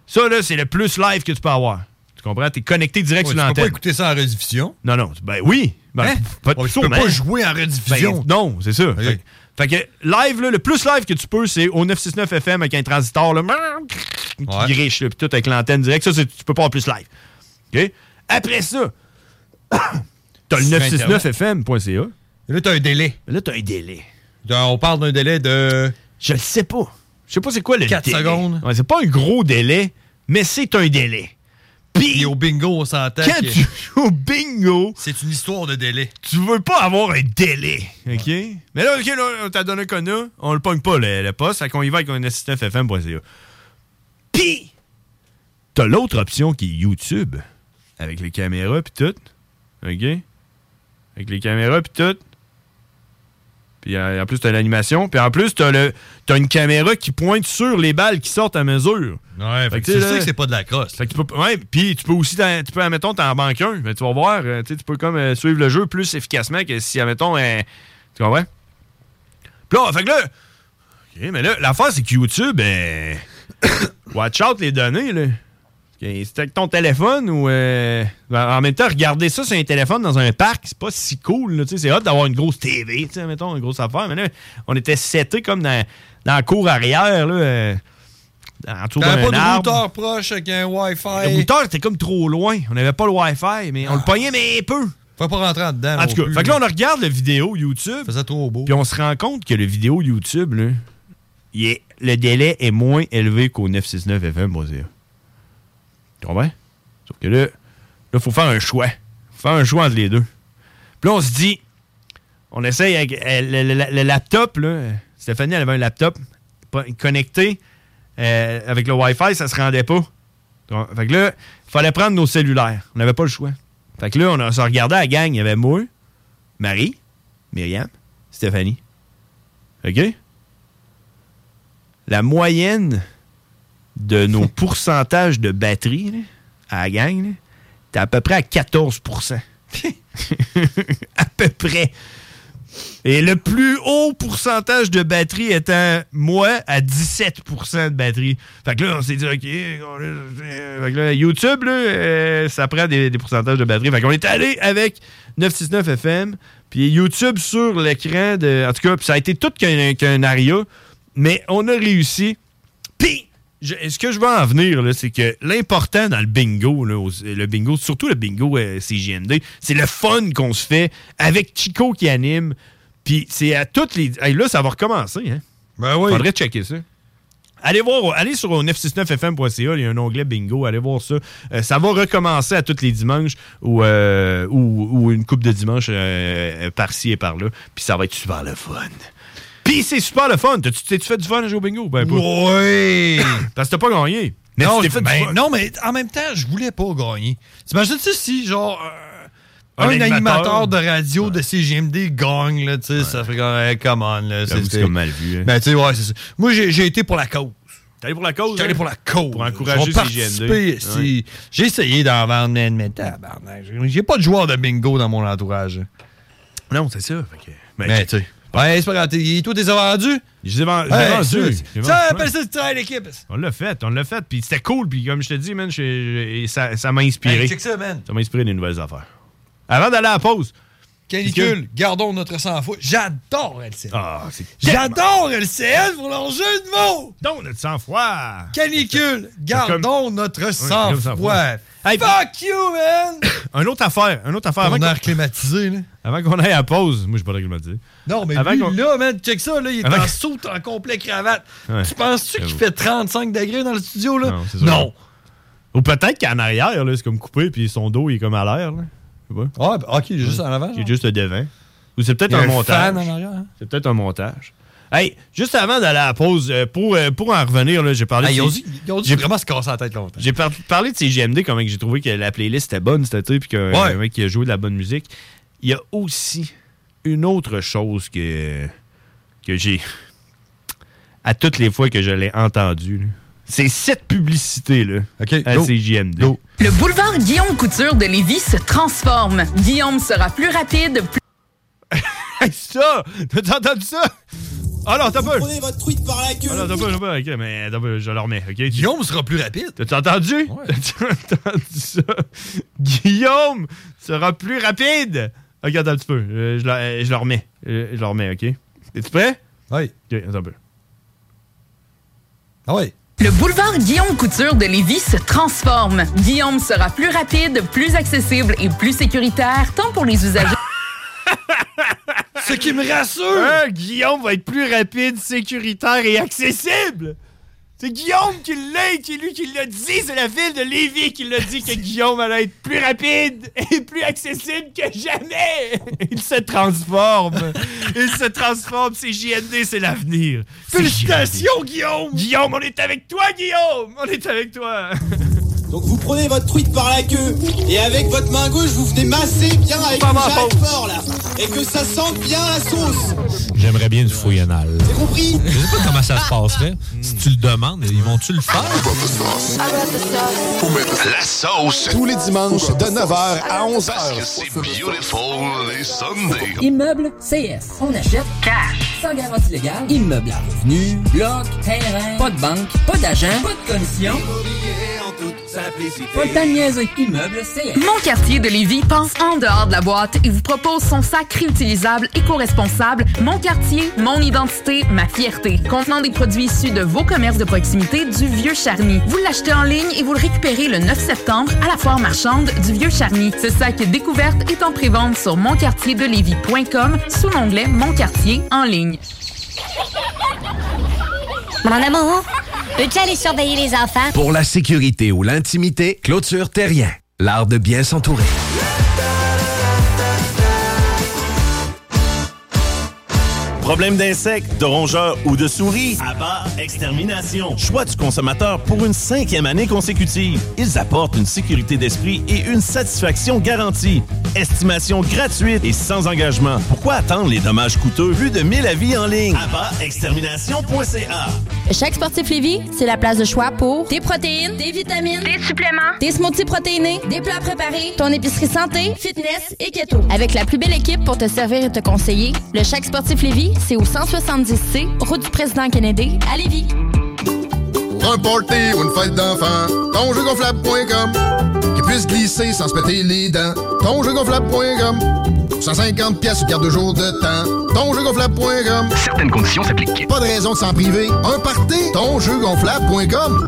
Ça, là, c'est le plus live que tu peux avoir. Tu comprends? T'es connecté direct
Ouais,
sur
tu peux
l'antenne.
pas écouter ça en rediffusion?
Non, non. Ben oui. Ben,
Hein?
pas-
Ouais, tu peux
sûrement.
pas jouer en rediffusion.
Ben, non, c'est sûr. Fait, fait que live, là, le plus live que tu peux, c'est au 969 FM avec un transistor là, qui griche, là, puis tout avec l'antenne directe. Ça, c'est- tu peux pas en plus live. OK? Après ça, (coughs) t'as le
Sur
969fm.ca.
Là, t'as un délai.
Là, t'as un délai.
on parle d'un délai de.
Je le sais pas. Je sais pas c'est quoi le
4
délai.
secondes.
Ouais, c'est pas un gros délai, mais c'est un délai. Puis au bingo, on s'entend. Quand
que-
tu joues au bingo,
C'est une histoire de délai.
tu veux pas avoir un délai. OK? Mais là, OK, là, on t'a donné un connu, on le pogne pas, le, le poste, fait qu'on y va avec un assistant FM.ca. Puis, t'as l'autre option qui est YouTube, avec les caméras puis tout. OK? Avec les caméras puis tout. Puis en en plus, t'as l'animation. Puis en plus, t'as le- t'as une caméra qui pointe sur les balles qui sortent à mesure.
Ouais, fait que
tu sais,
c'est sûr
là-
que c'est pas de la crosse.
fait que tu peux, ouais, puis tu peux aussi, t'en- tu peux, admettons, t'en banques un, mais tu vas voir, euh, tu sais, tu peux comme euh, suivre le jeu plus efficacement que si, admettons, euh, tu comprends? Puis là, fait que là, OK, mais là, l'affaire, c'est que YouTube, euh, (coughs) watch out les données, là. C'était avec ton téléphone ou. euh, en même temps, regarder ça sur un téléphone dans un parc, c'est pas si cool. là, tu sais, C'est hot d'avoir une grosse TV, tu sais, mettons, une grosse affaire. Mais là, on était setés comme dans, dans la cour arrière, là. euh, en dessous
T'avais
d'un
pas de
arbre.
routeur proche avec un
Le
Wi-Fi. Ah.
routeur était comme trop loin. On n'avait pas le Wi-Fi, mais on le pognait, mais peu.
Faut pas rentrer dedans.
En tout cas, fait que là, on regarde le vidéo YouTube.
faisait trop beau.
Puis on se rend compte que le vidéo YouTube, là, il est- le délai est moins élevé qu'au 969FM, moi, c'est- Tu comprends? Sauf que là, il faut faire un choix. faut faire un choix entre les deux. Puis là, on se dit, on essaye avec euh, le, le- le laptop, là. Stéphanie, elle avait un laptop pas- connecté euh, avec le Wi-Fi, ça se rendait pas. Donc, Fait que là, il fallait prendre nos cellulaires. On n'avait pas le choix. Fait que là, on a- on se regardait à la gang. Il y avait moi, Marie, Myriam, Stéphanie. OK? La moyenne de nos pourcentages de batterie là, à la gang, là, t'es à peu près à 14 (laughs) à peu près. Et le plus haut pourcentage de batterie étant moi à 17 de batterie. Fait que là, on s'est dit, OK, on- euh, fait que là, YouTube, là, euh, ça prend des, des pourcentages de batterie. Fait qu'on est allé avec 969 FM, puis YouTube sur l'écran. de- En tout cas, puis ça a été tout qu'un qu'un aria, mais on a réussi. Puis, je- ce que je veux en venir, là, c'est que l'important dans le bingo, là, au- le bingo, surtout le bingo euh, CGMD, c'est le fun qu'on se fait avec Chico qui anime. Puis c'est à toutes les. Hey, là, ça va recommencer, hein? Ben oui. Faudrait checker ça. Allez voir, allez sur 969fm.ca, il y a un onglet bingo, allez voir ça. Euh, ça va recommencer à tous les dimanches ou, euh, ou, ou une coupe de dimanche euh, par-ci et par-là. Puis ça va être super le fun. Puis c'est super le fun. T'as-tu t'es-tu fait du fun à jouer au bingo? Ben, pas.
Oui!
(laughs) Parce que t'as pas gagné. Mais
non,
tu t'es
je-
fait du
ben,
fun.
non, mais en même temps, je voulais pas gagner. T'imagines-tu si, genre, euh,
Un
un,
animateur-
animateur, de radio de CGMD gagne, là, tu sais, ça fait comme, hey, come on, là.
J'avoue, c'est comme mal vu, hein.
Ben, tu sais, ouais, c'est ça. Moi, j'ai j'ai été pour la cause.
T'es allé pour la cause?
J'étais allé
hein?
pour la cause.
Pour
Ils
encourager
ont
CGMD.
participé, si- J'ai essayé d'en vendre, mais mais tabarnak, j'ai- J'ai pas de joueur de bingo dans mon entourage.
Non, c'est ça. Ben,
Mais, tu sais. Ouais, c'est pas grave. t'es- Toi, t'es vendu?
Je les ai vend- je les ai
Hey,
vendus.
ça,
Je les
Ah,
ai
ça,
vendus.
appelle ça du travail d'équipe.
On l'a fait, on l'a fait. Puis c'était cool. Puis comme je te dis, man, je- je- et ça, ça m'a inspiré.
Hey, check ça, man.
m'a inspiré des nouvelles affaires. Avant d'aller à la pause.
Canicule, gardons notre sang-froid. J'adore LCN.
Ah, c'est
J'adore LCN pour leur jeu de mots.
Donc, notre sang-froid.
Canicule, gardons notre
notre sang-froid.
sang-froid. Fuck you, man!
(coughs) Un autre affaire, un autre affaire.
Ton
qu'on-
air climatisé, là.
Avant qu'on aille à la pause. Moi, je suis pas l'air climatisé.
Non, mais
Avant
lui,
qu'on-
là, man, check ça, là, il est
Avant qu'on-
en soute, en complet cravate.
Ouais,
tu penses-tu qu'il
j'avoue.
fait 35 degrés dans le studio, là?
Non, c'est sûr. Ou peut-être qu'en arrière, là, c'est comme coupé, puis son dos, il est comme à l'air. Là.
Ah, ok, il est juste en avant.
Il est juste devant. Ou c'est peut-être
Il y a
un,
un
montage.
fan en arrière, hein?
C'est peut-être un montage. Hey, juste avant d'aller à la pause, euh, pour, euh, pour en revenir, là, j'ai parlé.
Hey,
de
ils ont
ces-
dû- ils ont dû
j'ai-
vraiment se casser la tête
(laughs)
longtemps.
J'ai par- parlé de ces GMD, comment que j'ai trouvé que la playlist était bonne, c'était puis que
Ouais.
le mec qui a joué de la bonne musique. Il y a aussi une autre chose que, que j'ai. À toutes les fois que je l'ai entendue, là. c'est cette publicité-là à
go.
CGMD.
Le boulevard Guillaume Couture de Lévis se transforme. Guillaume sera plus rapide, plus...
(laughs) Hey, ça! T'as entendu ça? Ah non, t'as peur!
Prenez votre tweet par la queue.
Ah non, t'as pas, t'as pas, ok, mais attends un peu, je le remets, ok?
Guillaume sera plus rapide.
T'as-tu entendu? (laughs) T'as-tu entendu ça? Guillaume sera plus rapide! Ok, attends un petit peu, euh, je, le- euh, je le remets, Euh, je le remets, ok? Es-tu prêt?
Oui.
Ok, attends un peu.
Ah oui?
Le boulevard Guillaume Couture de Lévis se transforme. Guillaume sera plus rapide, plus accessible et plus sécuritaire, tant pour les usagers...
Ce qui me rassure! Ah,
Ah, Guillaume va être plus rapide, sécuritaire et accessible! C'est Guillaume qui l'a, qui lui qui l'a dit, c'est la ville de Lévis qui l'a dit que Guillaume allait être plus rapide et plus accessible que jamais! Il se transforme! Il se transforme, c'est JND, c'est l'avenir!
Félicitations, Guillaume!
Guillaume, on est avec toi, Guillaume! On est avec toi!
Donc vous prenez votre truite par la queue et avec votre main gauche vous venez masser bien avec
Pas
le
ma
jarret
faute.
fort là et que ça sente bien la sauce.
J'aimerais bien une fouille anale.
T'as compris
Je sais pas comment ça se passerait. Si tu le demandes, ils vont-tu le faire?
La sauce.
Tous les dimanches de 9h à 11h.
Parce que c'est beautiful les Sunday.
Immeuble CS. On achète cash. Sans garantie légale. Immeuble à revenus. Bloc. Terrain. Pas de banque. Pas d'agent. Pas de commission. Pas le temps de niaiser. Immeuble CS.
Mon quartier de Lévis pense en dehors de la boîte et vous propose son sac réutilisable éco-responsable Mon quartier, mon identité, ma fierté, contenant des produits issus de vos commerces de proximité du Vieux Charny. Vous l'achetez en ligne et vous le récupérez le 9 septembre à la foire marchande du Vieux Charny. Ce sac découverte est en prévente sur monquartierdelévis.com sous l'onglet Mon quartier en ligne.
Mon amour, peux-tu aller surveiller les enfants?
Pour la sécurité ou l'intimité, Clôture Terrien. L'art de bien s'entourer.
Problème d'insectes, de rongeurs ou de souris? Abba Extermination. Choix du consommateur pour une cinquième année consécutive. Ils apportent une sécurité d'esprit et une satisfaction garantie. Estimation gratuite et sans engagement. Pourquoi attendre les dommages coûteux vu de 1000 avis en ligne? Abba Extermination.ca
Chaque sportif Lévis, c'est la place de choix pour des protéines, des vitamines, des suppléments, des smoothies protéinés, des plats préparés, ton épicerie santé, fitness et keto. Avec la plus belle équipe pour te servir et te conseiller, le Chaque sportif Lévis, c'est au 170C, route du président Kennedy, à Lévis.
Pour un party ou une fête d'enfant, tonjeugonflable.com. Qui puisse glisser sans se péter les dents. Tonjeugonflable.com. 150 pièces sur carte de jour de temps. Tonjeugonflable.com.
Certaines conditions s'appliquent.
Pas de raison de s'en priver. Un party, tonjeugonflable.com.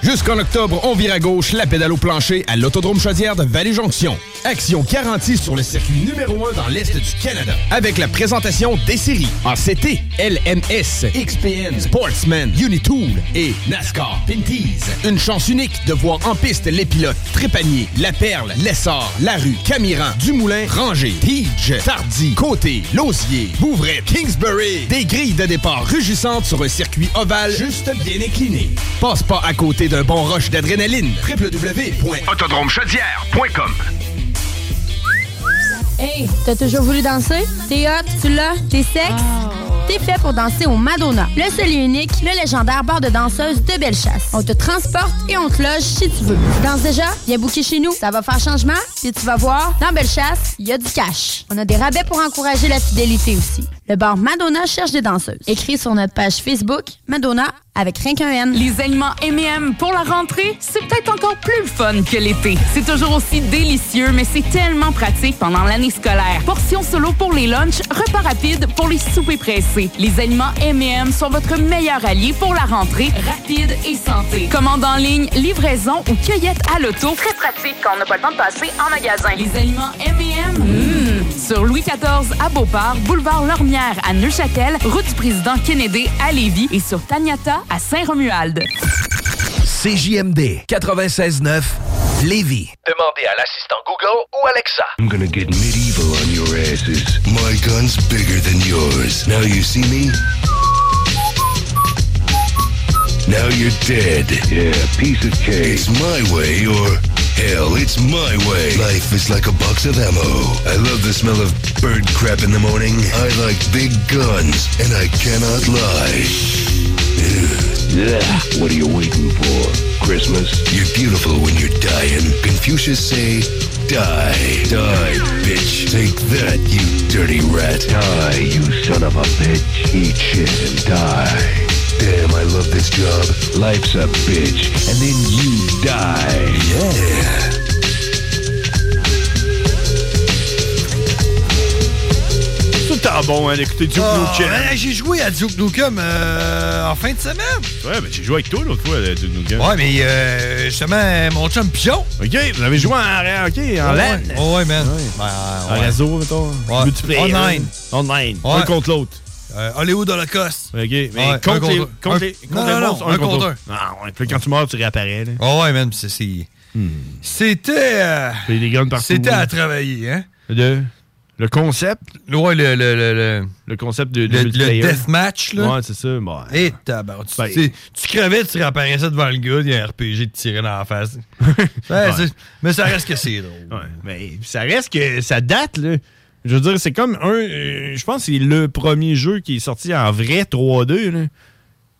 Jusqu'en octobre, on vire à gauche la pédale au plancher à l'Autodrome Chaudière de Vallée-Jonction. Action garantie sur le circuit numéro 1 dans l'Est du Canada. Avec la présentation des séries en CT, LMS, XPN, Sportsman, Unitool et NASCAR Pinties. Une chance unique de voir en piste les pilotes Trépanier, La Perle, Lessard, Larue, Camiran, Dumoulin, Ranger, Teach, Tardy, Côté, Lausier, Bouvray, Kingsbury. Des grilles de départ rugissantes sur un circuit ovale juste bien incliné. Passe pas à côté d'un bon rush d'adrénaline. www.autodromechaudière.com
Hey, t'as toujours voulu danser? T'es hot, tu l'as, t'es sexe?
Oh.
T'es fait pour danser au Madonna, le seul et unique, le légendaire bar de danseuses de Bellechasse. On te transporte et on te loge si tu veux. Danse déjà? Viens bouquer chez nous. Ça va faire changement? Puis tu vas voir, dans Bellechasse, il y a du cash. On a des rabais pour encourager la fidélité aussi. Le bar Madonna cherche des danseuses. Écris sur notre page Facebook, Madonna, avec rien qu'un N.
Les aliments M&M pour la rentrée, c'est peut-être encore plus le fun que l'été. C'est toujours aussi délicieux, mais c'est tellement pratique pendant l'année scolaire. Portions solo pour les lunchs, repas rapides pour les soupers pressés. Les aliments M&M sont votre meilleur allié pour la rentrée, rapide et santé. Commande en ligne, livraison ou cueillette à l'auto. Très pratique quand on n'a pas le temps de passer en magasin. Les aliments M&M. Sur Louis XIV à Beauport, boulevard Lormière à Neuchâtel, route du président Kennedy à Lévis et sur Taniata à Saint-Romuald.
CJMD 96.9, Lévis.
Demandez à l'assistant Google ou Alexa.
I'm gonna get medieval on your asses. My gun's bigger than yours. Now you see me? Now you're dead. Yeah, piece of cake. It's my way or hell, it's my way. Life is like a box of ammo. I love the smell of bird crap in the morning. I like big guns, and I cannot lie. Yeah, what are you waiting for? Christmas? You're beautiful when you're dying. Confucius say, die, die, bitch. Take that, you dirty rat. Die, you son of a bitch. Eat shit and die. Damn, I love this job. Life's a bitch. And then you die. Yeah.
Tout le temps bon, hein, d'écouter Duke
Ah,
Nukem.
hein, J'ai joué à Duke Nukem euh, en fin de semaine.
Ouais, mais j'ai joué avec toi l'autre fois, à Duke Nukem.
Ouais, mais euh, justement, euh, mon chum Pion.
OK, vous avez joué en, OK, en LAN.
Ouais, ouais, man. Ben,
En
ouais.
réseau, mettons.
Ouais.
Multiplayer.
Online.
euh, Online.
Ouais.
Un contre l'autre.
Euh, Hollywood Holocaust.
OK, mais
Ouais, un
contre, les,
contre un.
contre, les, contre
Non,
les
non,
monstres,
non, un contre
Ah, ouais, puis quand tu meurs, tu réapparais. Là.
Ah ouais, man, c'est- c'est.
Hmm.
C'était. euh,
C'est des guns partout.
C'était
là.
à travailler, hein?
Le, le concept.
Ouais, le. Le, le, le,
concept de, de
le,
multiplayer.
deathmatch, là.
Ouais, c'est ça. Bon,
Et tabarnak, Eh, tu,
Ben,
tu- tu crevais, tu réapparaissais devant le gars, il y a un RPG qui te tirait dans la
(laughs)
face. Ouais, c'est- (laughs) Mais ça reste que c'est drôle.
Ouais, mais ça reste que ça date, là. Je veux dire, c'est comme un. euh, je pense que c'est le premier jeu qui est sorti en vrai 3D, là.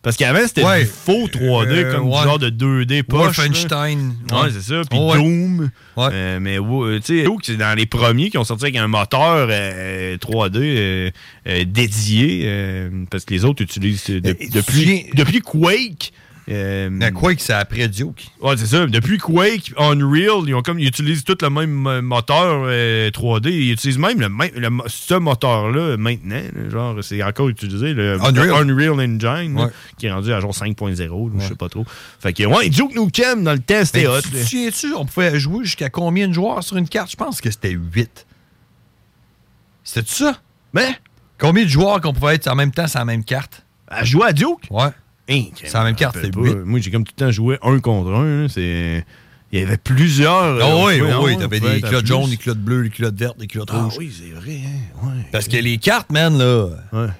Parce qu'avant, c'était
Ouais.
du faux 3D,
Euh,
comme
ouais.
du genre de 2D poche. là.
Wolfenstein.
Ouais,
Ouais. Oh,
c'est ça. Puis
Ouais.
Doom. Euh, mais, wo- euh, tu sais, Doom, c'est dans les premiers qui ont sorti avec un moteur euh, 3D euh, euh, dédié. euh, parce que les autres utilisent. euh, de- depuis, depuis Quake. euh,
Quake, c'est après Duke.
Ouais, c'est ça. Depuis Quake, Unreal, ils, ont comme, ils utilisent tout le même euh, moteur euh, 3D. Ils utilisent même le, même- le mo- ce moteur-là maintenant. là. genre, c'est encore utilisé. Le
Unreal.
Unreal Engine, là,
Ouais.
qui est rendu à genre 5.0, là, je sais pas trop. Fait que, ouais, Duke Nukem dans le test, c'était
Mais
hot.
Ben, tu
là.
te souviens-tu, on pouvait jouer jusqu'à combien de joueurs sur une carte? Je pense que c'était 8. C'était ça?
Mais?
Combien de joueurs qu'on pouvait être en même temps sur la même carte?
À jouer à Duke?
Ouais.
Hey,
sur la même carte,
Je me
c'est
rappelle
8.
pas. ben, Moi, j'ai comme tout le temps joué un contre un. là. C'est... Il y avait plusieurs.
Ah
euh,
oui, oui,
joueurs,
oui. T'avais
on pouvait
des
être à
culottes
plus.
jaunes, des culottes bleues, des culottes vertes, des culottes
Ah
rouges.
oui, c'est vrai. hein. Ouais.
Parce que les cartes, man, là,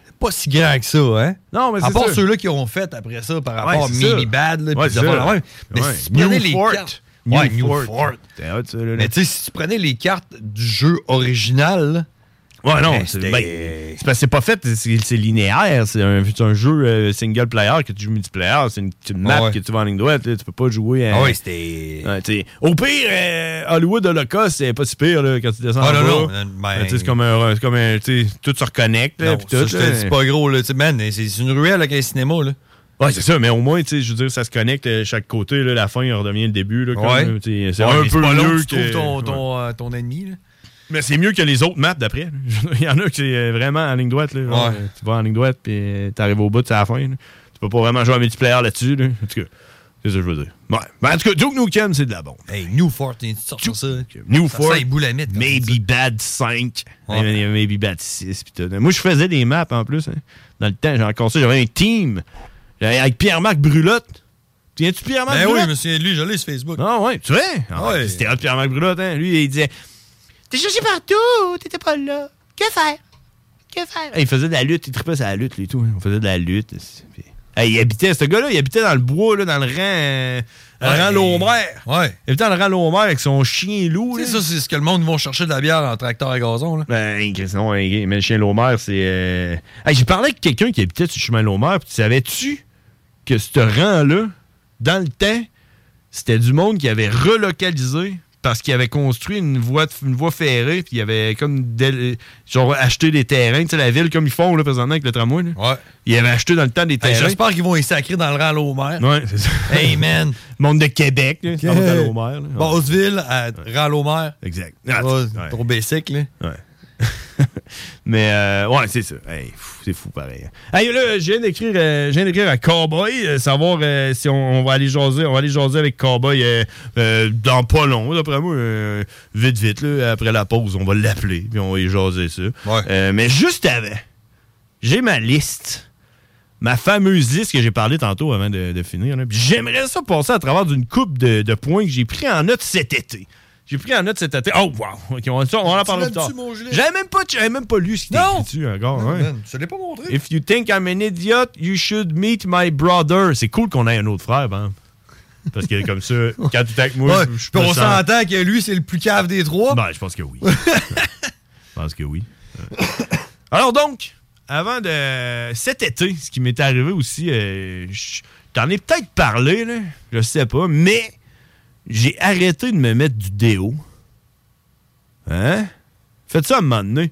c'est pas si grand que ça, hein?
Non, mais
À
c'est
part
sûr.
ceux-là qui ont fait après ça par rapport
Ouais,
à
c'est ça.
Mini Bad, là,
Ouais,
puis
c'est
des affaires
ça.
de même. Mais
Ouais.
si tu prenais
New
les
Fort.
cartes.
New
ouais, New
Fort.
Fort.
C'était hot, ça, là, là.
Mais tu sais, si tu prenais les cartes du jeu original,
Ouais, non,
Mais
c'est
c'était-
ben, c'est parce que c'est pas fait, c'est c'est linéaire. C'est un, c'est un jeu euh, single player que tu joues multiplayer. C'est une, c'est une map
Ouais.
que tu vas en ligne droite. là, Tu peux pas jouer.
Ah ouais,
(laughs) c'était. au pire, euh, Hollywood Holocaust, c'est pas si pire là, quand tu descends.
Ah
en
non,
bas.
non, ben-
Euh, tu sais, c'est comme un. c'est comme un- tu sais, tout se reconnecte. là,
Non,
puis
ça,
tout,
je
là.
te dis pas gros, là. Tu sais, man, c'est c'est une ruelle avec un cinéma, là.
Ouais, c'est ça, mais au moins, tu sais, je veux dire, ça se connecte euh, chaque côté, là, la fin elle redevient le début. Là, comme,
Ouais.
là, tu sais, c'est
Ouais,
un
mais c'est
peu
pas long
mieux
que tu trouves
que.
ton, ton, euh, ton ennemi, là.
Mais c'est mieux que les autres maps d'après. (laughs) Il y en a qui c'est vraiment en ligne droite. Là, Genre, euh, Tu vas en ligne droite, puis euh, t'arrives au bout, c'est la fin. là. Tu peux pas vraiment jouer à multiplayer là-dessus. Là. En tout cas, c'est ça que je veux dire. Ouais. Ben, en tout cas, Duke Nukem, c'est de la bombe.
Hey, New Fort, tu sors ça.
New
Ça
Fort,
sent les boules à mythe, comme
Maybe Bad 5, Maybe- Maybe Bad 6. pis tout. Moi, je faisais des maps en plus. hein. Dans le temps, j'ai encore ça. J'avais un team J'avais avec Pierre-Marc Brulotte. Tiens-tu Pierre-Marc
Ben oui,
Brulotte?
je me souviens de lui, je l'ai sur Facebook.
Ah ouais, tu sais? Ah ouais, C'était hot Pierre-Marc Brulotte. Hein. Lui, il disait T'es cherché partout, t'étais pas là. Que faire? Que faire? Il faisait de la lutte, il tripait sur la lutte, lui, et tout. hein. On faisait de la lutte. c'est- puis- Ah, il habitait, ce gars-là, il habitait dans le bois, là, dans le rang. euh, dans le rang Lomère.
Ouais.
Il habitait dans le rang Lomère avec son chien loup.
C'est ça, c'est ce que le monde va chercher de la bière en tracteur à gazon, là.
Ben, Chris, non, hein, mais le chien Lomère, c'est. euh, Hey, J'ai parlé avec quelqu'un qui habitait sur le chemin Lomère, puis tu savais-tu que ce rang-là, dans le temps, c'était du monde qui avait relocalisé parce qu'il avait construit une voie, de- une voie ferrée, puis il avait comme. dél- Genre, acheté des terrains, tu sais, la ville, comme ils font, là, présentement, avec le tramway, là.
Ouais.
Il avait acheté dans le temps des
Hey,
terrains.
Ben, J'espère qu'ils vont y sacrer dans le rang à l'Homère.
Ouais, c'est ça.
Hey, man.
(laughs) Monde de Québec, là. c'est dans l'Homère, là. Ah, Ouais.
Basseville à rang à l'Homère.
Exact.
Ouais, Trop basic, là.
(laughs) Mais euh, ouais, c'est ça. Hey, pff, c'est fou pareil. hein. Hey, là, je viens d'écrire, euh, je viens d'écrire à Cowboy, euh, savoir euh, si on, on va aller jaser, on va aller jaser avec Cowboy euh, euh, dans pas long, d'après moi, euh, vite vite là, après la pause, on va l'appeler puis on va y jaser ça. Euh, mais juste avant, j'ai ma liste, ma fameuse liste que j'ai parlé tantôt avant de, de finir. là. Puis J'aimerais ça passer à travers d'une coupe de, de points que j'ai pris en note cet été. J'ai pris en note cet été. Oh wow, ok, on, ça, on en parle plus tard. J'avais même pas, j'avais même pas lu ce qui était dessus encore. hein.
Je l'ai pas montré.
If you think I'm an idiot, you should meet my brother. C'est cool qu'on ait un autre frère, ben. Parce que
(laughs)
comme ça, quand tu t'attaques moi,
Ouais,
je- je
puis
me
on
sens-
s'entend que lui, c'est le plus cave des trois.
Ben, je pense que oui. Je pense que oui. Euh. (coughs) Alors donc, avant de. Cet été, ce qui m'est arrivé aussi, euh, je- t'en ai peut-être parlé, là, je sais pas, mais j'ai arrêté de me mettre du déo. Hein? Faites ça à un moment donné.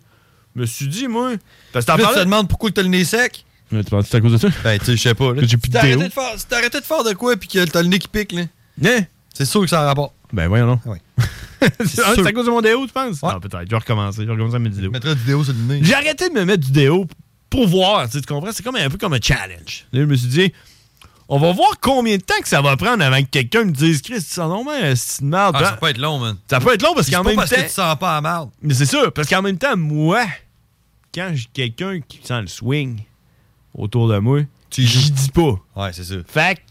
Je me suis dit, moi. Parce que t'en
Puis là,
parlais-
tu te demandes pourquoi t'as le nez sec.
Mais tu penses que c'est à cause de ça?
Ben, tu sais, je sais pas. Là.
J'ai plus
Si
de
t'as
déo.
arrêté de faire- si t'as arrêté de faire de quoi puis que t'as le nez qui pique, là.
Hein?
C'est sûr que ça a rapport.
Ben, voyons, non.
Ouais.
(laughs) c'est
sûr.
à cause de mon déo, tu penses? Ah, peut-être. Je vais recommencer. Je vais recommencer à mettre du déo.
Mettre du déo sur le nez.
J'ai arrêté de me mettre du déo pour voir. Tu sais, tu comprends? C'est comme un peu comme un challenge. Là, je me suis dit, on va voir combien de temps que ça va prendre avant que quelqu'un me dise, Chris, tu sens non, mais c'est une merde.
Ah, ça
Hein?
peut être long, man.
Ça peut être long parce
C'est
qu'en
pas
même
parce
temps.
que tu sens pas la merde.
Mais c'est sûr, parce qu'en même temps, moi, quand j'ai quelqu'un qui sent le swing autour de moi, j'y dis pas.
Ouais, c'est sûr.
Fait que,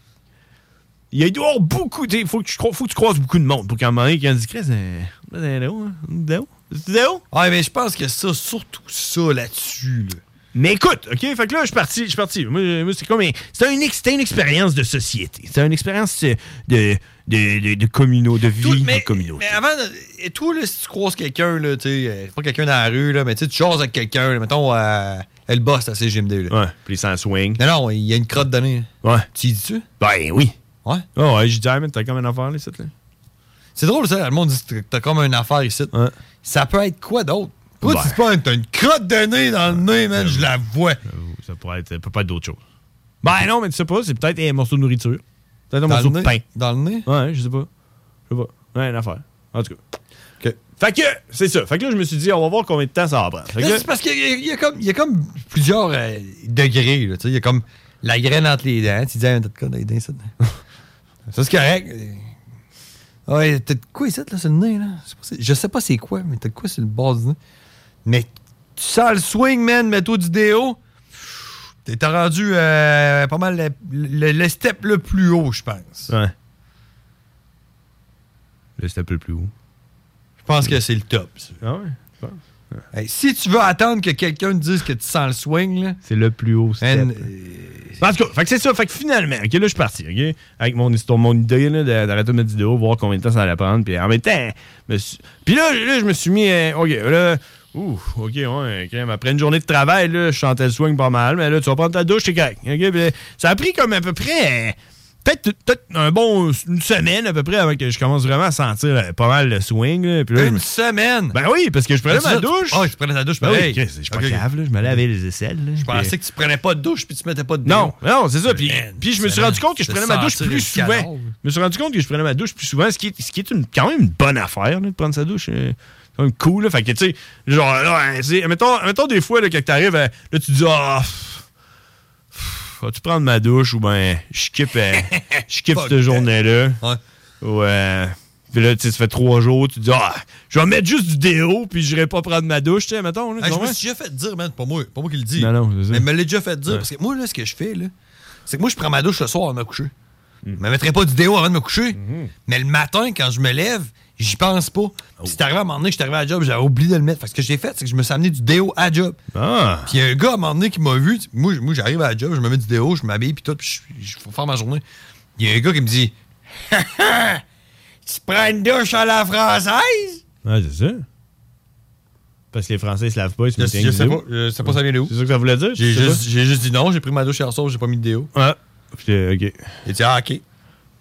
il y a dû y avoir beaucoup. Il faut, que tu cro- faut que tu croises beaucoup de monde pour qu'à un moment donné, quand tu dis, Chris, euh, on a des déos, hein? On a des déos.
Ouais, mais je pense que ça, surtout ça là-dessus. là.
Mais écoute, OK? Fait que là, je suis parti. Je suis parti. Moi, euh, moi, c'est comme un- C'était une, ex- c'était une expérience de société. C'était une expérience euh, de, de, de, de communaux, de vie de communaux.
Mais Ben, avant, de- et toi, là, si tu croises quelqu'un, là, tu sais, euh, c'est pas quelqu'un dans la rue, là, mais tu sais, tu jases avec quelqu'un, là, mettons, euh, elle bosse à CGMD, là.
Ouais, puis il s'en swing.
Non, non, il y a une crotte donnée.
Ouais.
Tu y dis-tu?
Ben oui.
Ouais.
Ah ouais, j'ai dit, ah, man, t'as comme une affaire, là, cette là.
C'est drôle, ça. Le monde dit que t'as comme une affaire ici. Ça peut être quoi d'autre?
Ben.
Pourquoi tu dis pas, t'as une crotte de nez dans le nez,
Euh,
man, je la vois.
Ça pourrait être, ça peut pas être d'autre chose. Ben non, mais tu sais pas, c'est peut-être un morceau de nourriture. Peut-être
Dans
un morceau
le
de pain.
nez? Dans le nez?
Ouais, je sais pas. Je sais pas. Ouais, une affaire. En tout cas. Fait que, c'est ça. Fait que là, je me suis dit, on va voir combien de temps ça va prendre. Fait que
Là,
là-
C'est parce qu'il y, a- il y a comme- il y a comme plusieurs euh, degrés. là, tu sais. Il y a comme la graine entre les dents. Tu dis, ah, t'as de quoi dans les (laughs) dents, ça? ça, c'est correct. Ouais, t'as de quoi ici, là, sur le nez? Là? Je sais pas c'est- Je sais pas c'est quoi, mais t'as de quoi sur le bord du nez? Mais tu sens le swing, man, mets-toi du déo. T'es t'as rendu euh, pas mal le, le- le step le plus haut, je pense.
Ouais. Là, c'était un peu plus haut.
Je pense que c'est le top. ça.
Ah ouais? Ouais.
Hey, si tu veux attendre que quelqu'un te dise que tu sens le swing, là,
C'est le plus haut step.
And-
En tout cas, fait que c'est ça. Fait que finalement, ok, là, je suis parti, ok? Avec mon histoire, mon idée, là, de- d'arrêter de mettre vidéo, voir combien de temps ça allait prendre. Puis en même temps, me suis- puis là, là, je me suis mis, euh, ok, là, Ouh, OK, ouais, quand même. Après une journée de travail, là, je chantais le swing pas mal, mais là, tu vas prendre ta douche, t'es correct. OK, puis, euh, ça a pris comme à peu près. euh, Peut-être peut-être un bon, une semaine à peu près avant que je commence vraiment à sentir là, pas mal le swing. là. Puis là, je me-
Une semaine!
Ben oui, parce que je prenais
Ah, tu
ma
dis-
douche.
Ah, je prenais ta douche,
Ben oui,
pareil.
Chris, je suis pas
Ok, ok.
cave, là, je me lavais les aisselles. là,
Je
puis-
pensais que tu prenais pas de douche puis tu mettais pas de déo.
non, non, c'est ça. Puis,
Man,
puis je me suis
c'est
rendu compte que je
se
prenais ma douche
sentir
plus
le cadavre.
souvent. Je me suis rendu compte que je prenais ma douche plus souvent, ce qui est, ce qui est une, quand même une bonne affaire là, de prendre sa douche. euh, quand même cool. Là. Fait que, tu sais, genre, là, hein, c'est- mettons, mettons des fois là, que t'arrives, euh, là, tu dis, ah, pff, pff, vas-tu prendre ma douche ou ben, je kiffe euh, je
(laughs)
kiffe
Fuck
cette
that.
journée-là. Ou, euh, puis là, tu sais, ça fait trois jours, tu dis, ah, je vais mettre juste du déo, puis je pas prendre ma douche, tu sais, mettons. Là,
Ah,
tu
je me
comprends?
suis déjà fait dire, man, pas moi, pas moi qui le dis.
Non, non, c'est ça.
Mais me l'ai déjà fait dire.
Ouais.
Parce que moi, là, ce que je fais, là, c'est que moi, je prends ma douche le soir avant de me coucher.
Hmm.
Je me mettrais pas du déo avant de me coucher. Mais le matin, quand je me lève, j'y pense pas. Puis
Oh.
c'est arrivé à un moment donné, je suis arrivé à la job, j'avais oublié de le mettre. Fait que ce que j'ai fait, c'est que je me suis amené du déo à la job.
Ah.
Puis il y a un gars à un moment donné qui m'a vu. Moi, j- moi j'arrive à la job, je me mets du déo, je m'habille, puis tout, puis je, je- faut faire ma journée. Il y a un gars qui me
(laughs)
dit Tu prends une douche à la française
Ouais, c'est ça. Parce que les Français, ils se lavent pas, ils se
Je
mettent
sais,
rien
je
que
sais
du
pas,
déo.
je sais pas ça vient de où.
C'est ça que ça voulait dire?
J'ai
Je sais
juste, j'ai juste dit non, j'ai pris ma douche hier soir, j'ai pas mis de déo.
pas. Ah. Puis, euh, OK.
Il dit, ah, OK.
Puis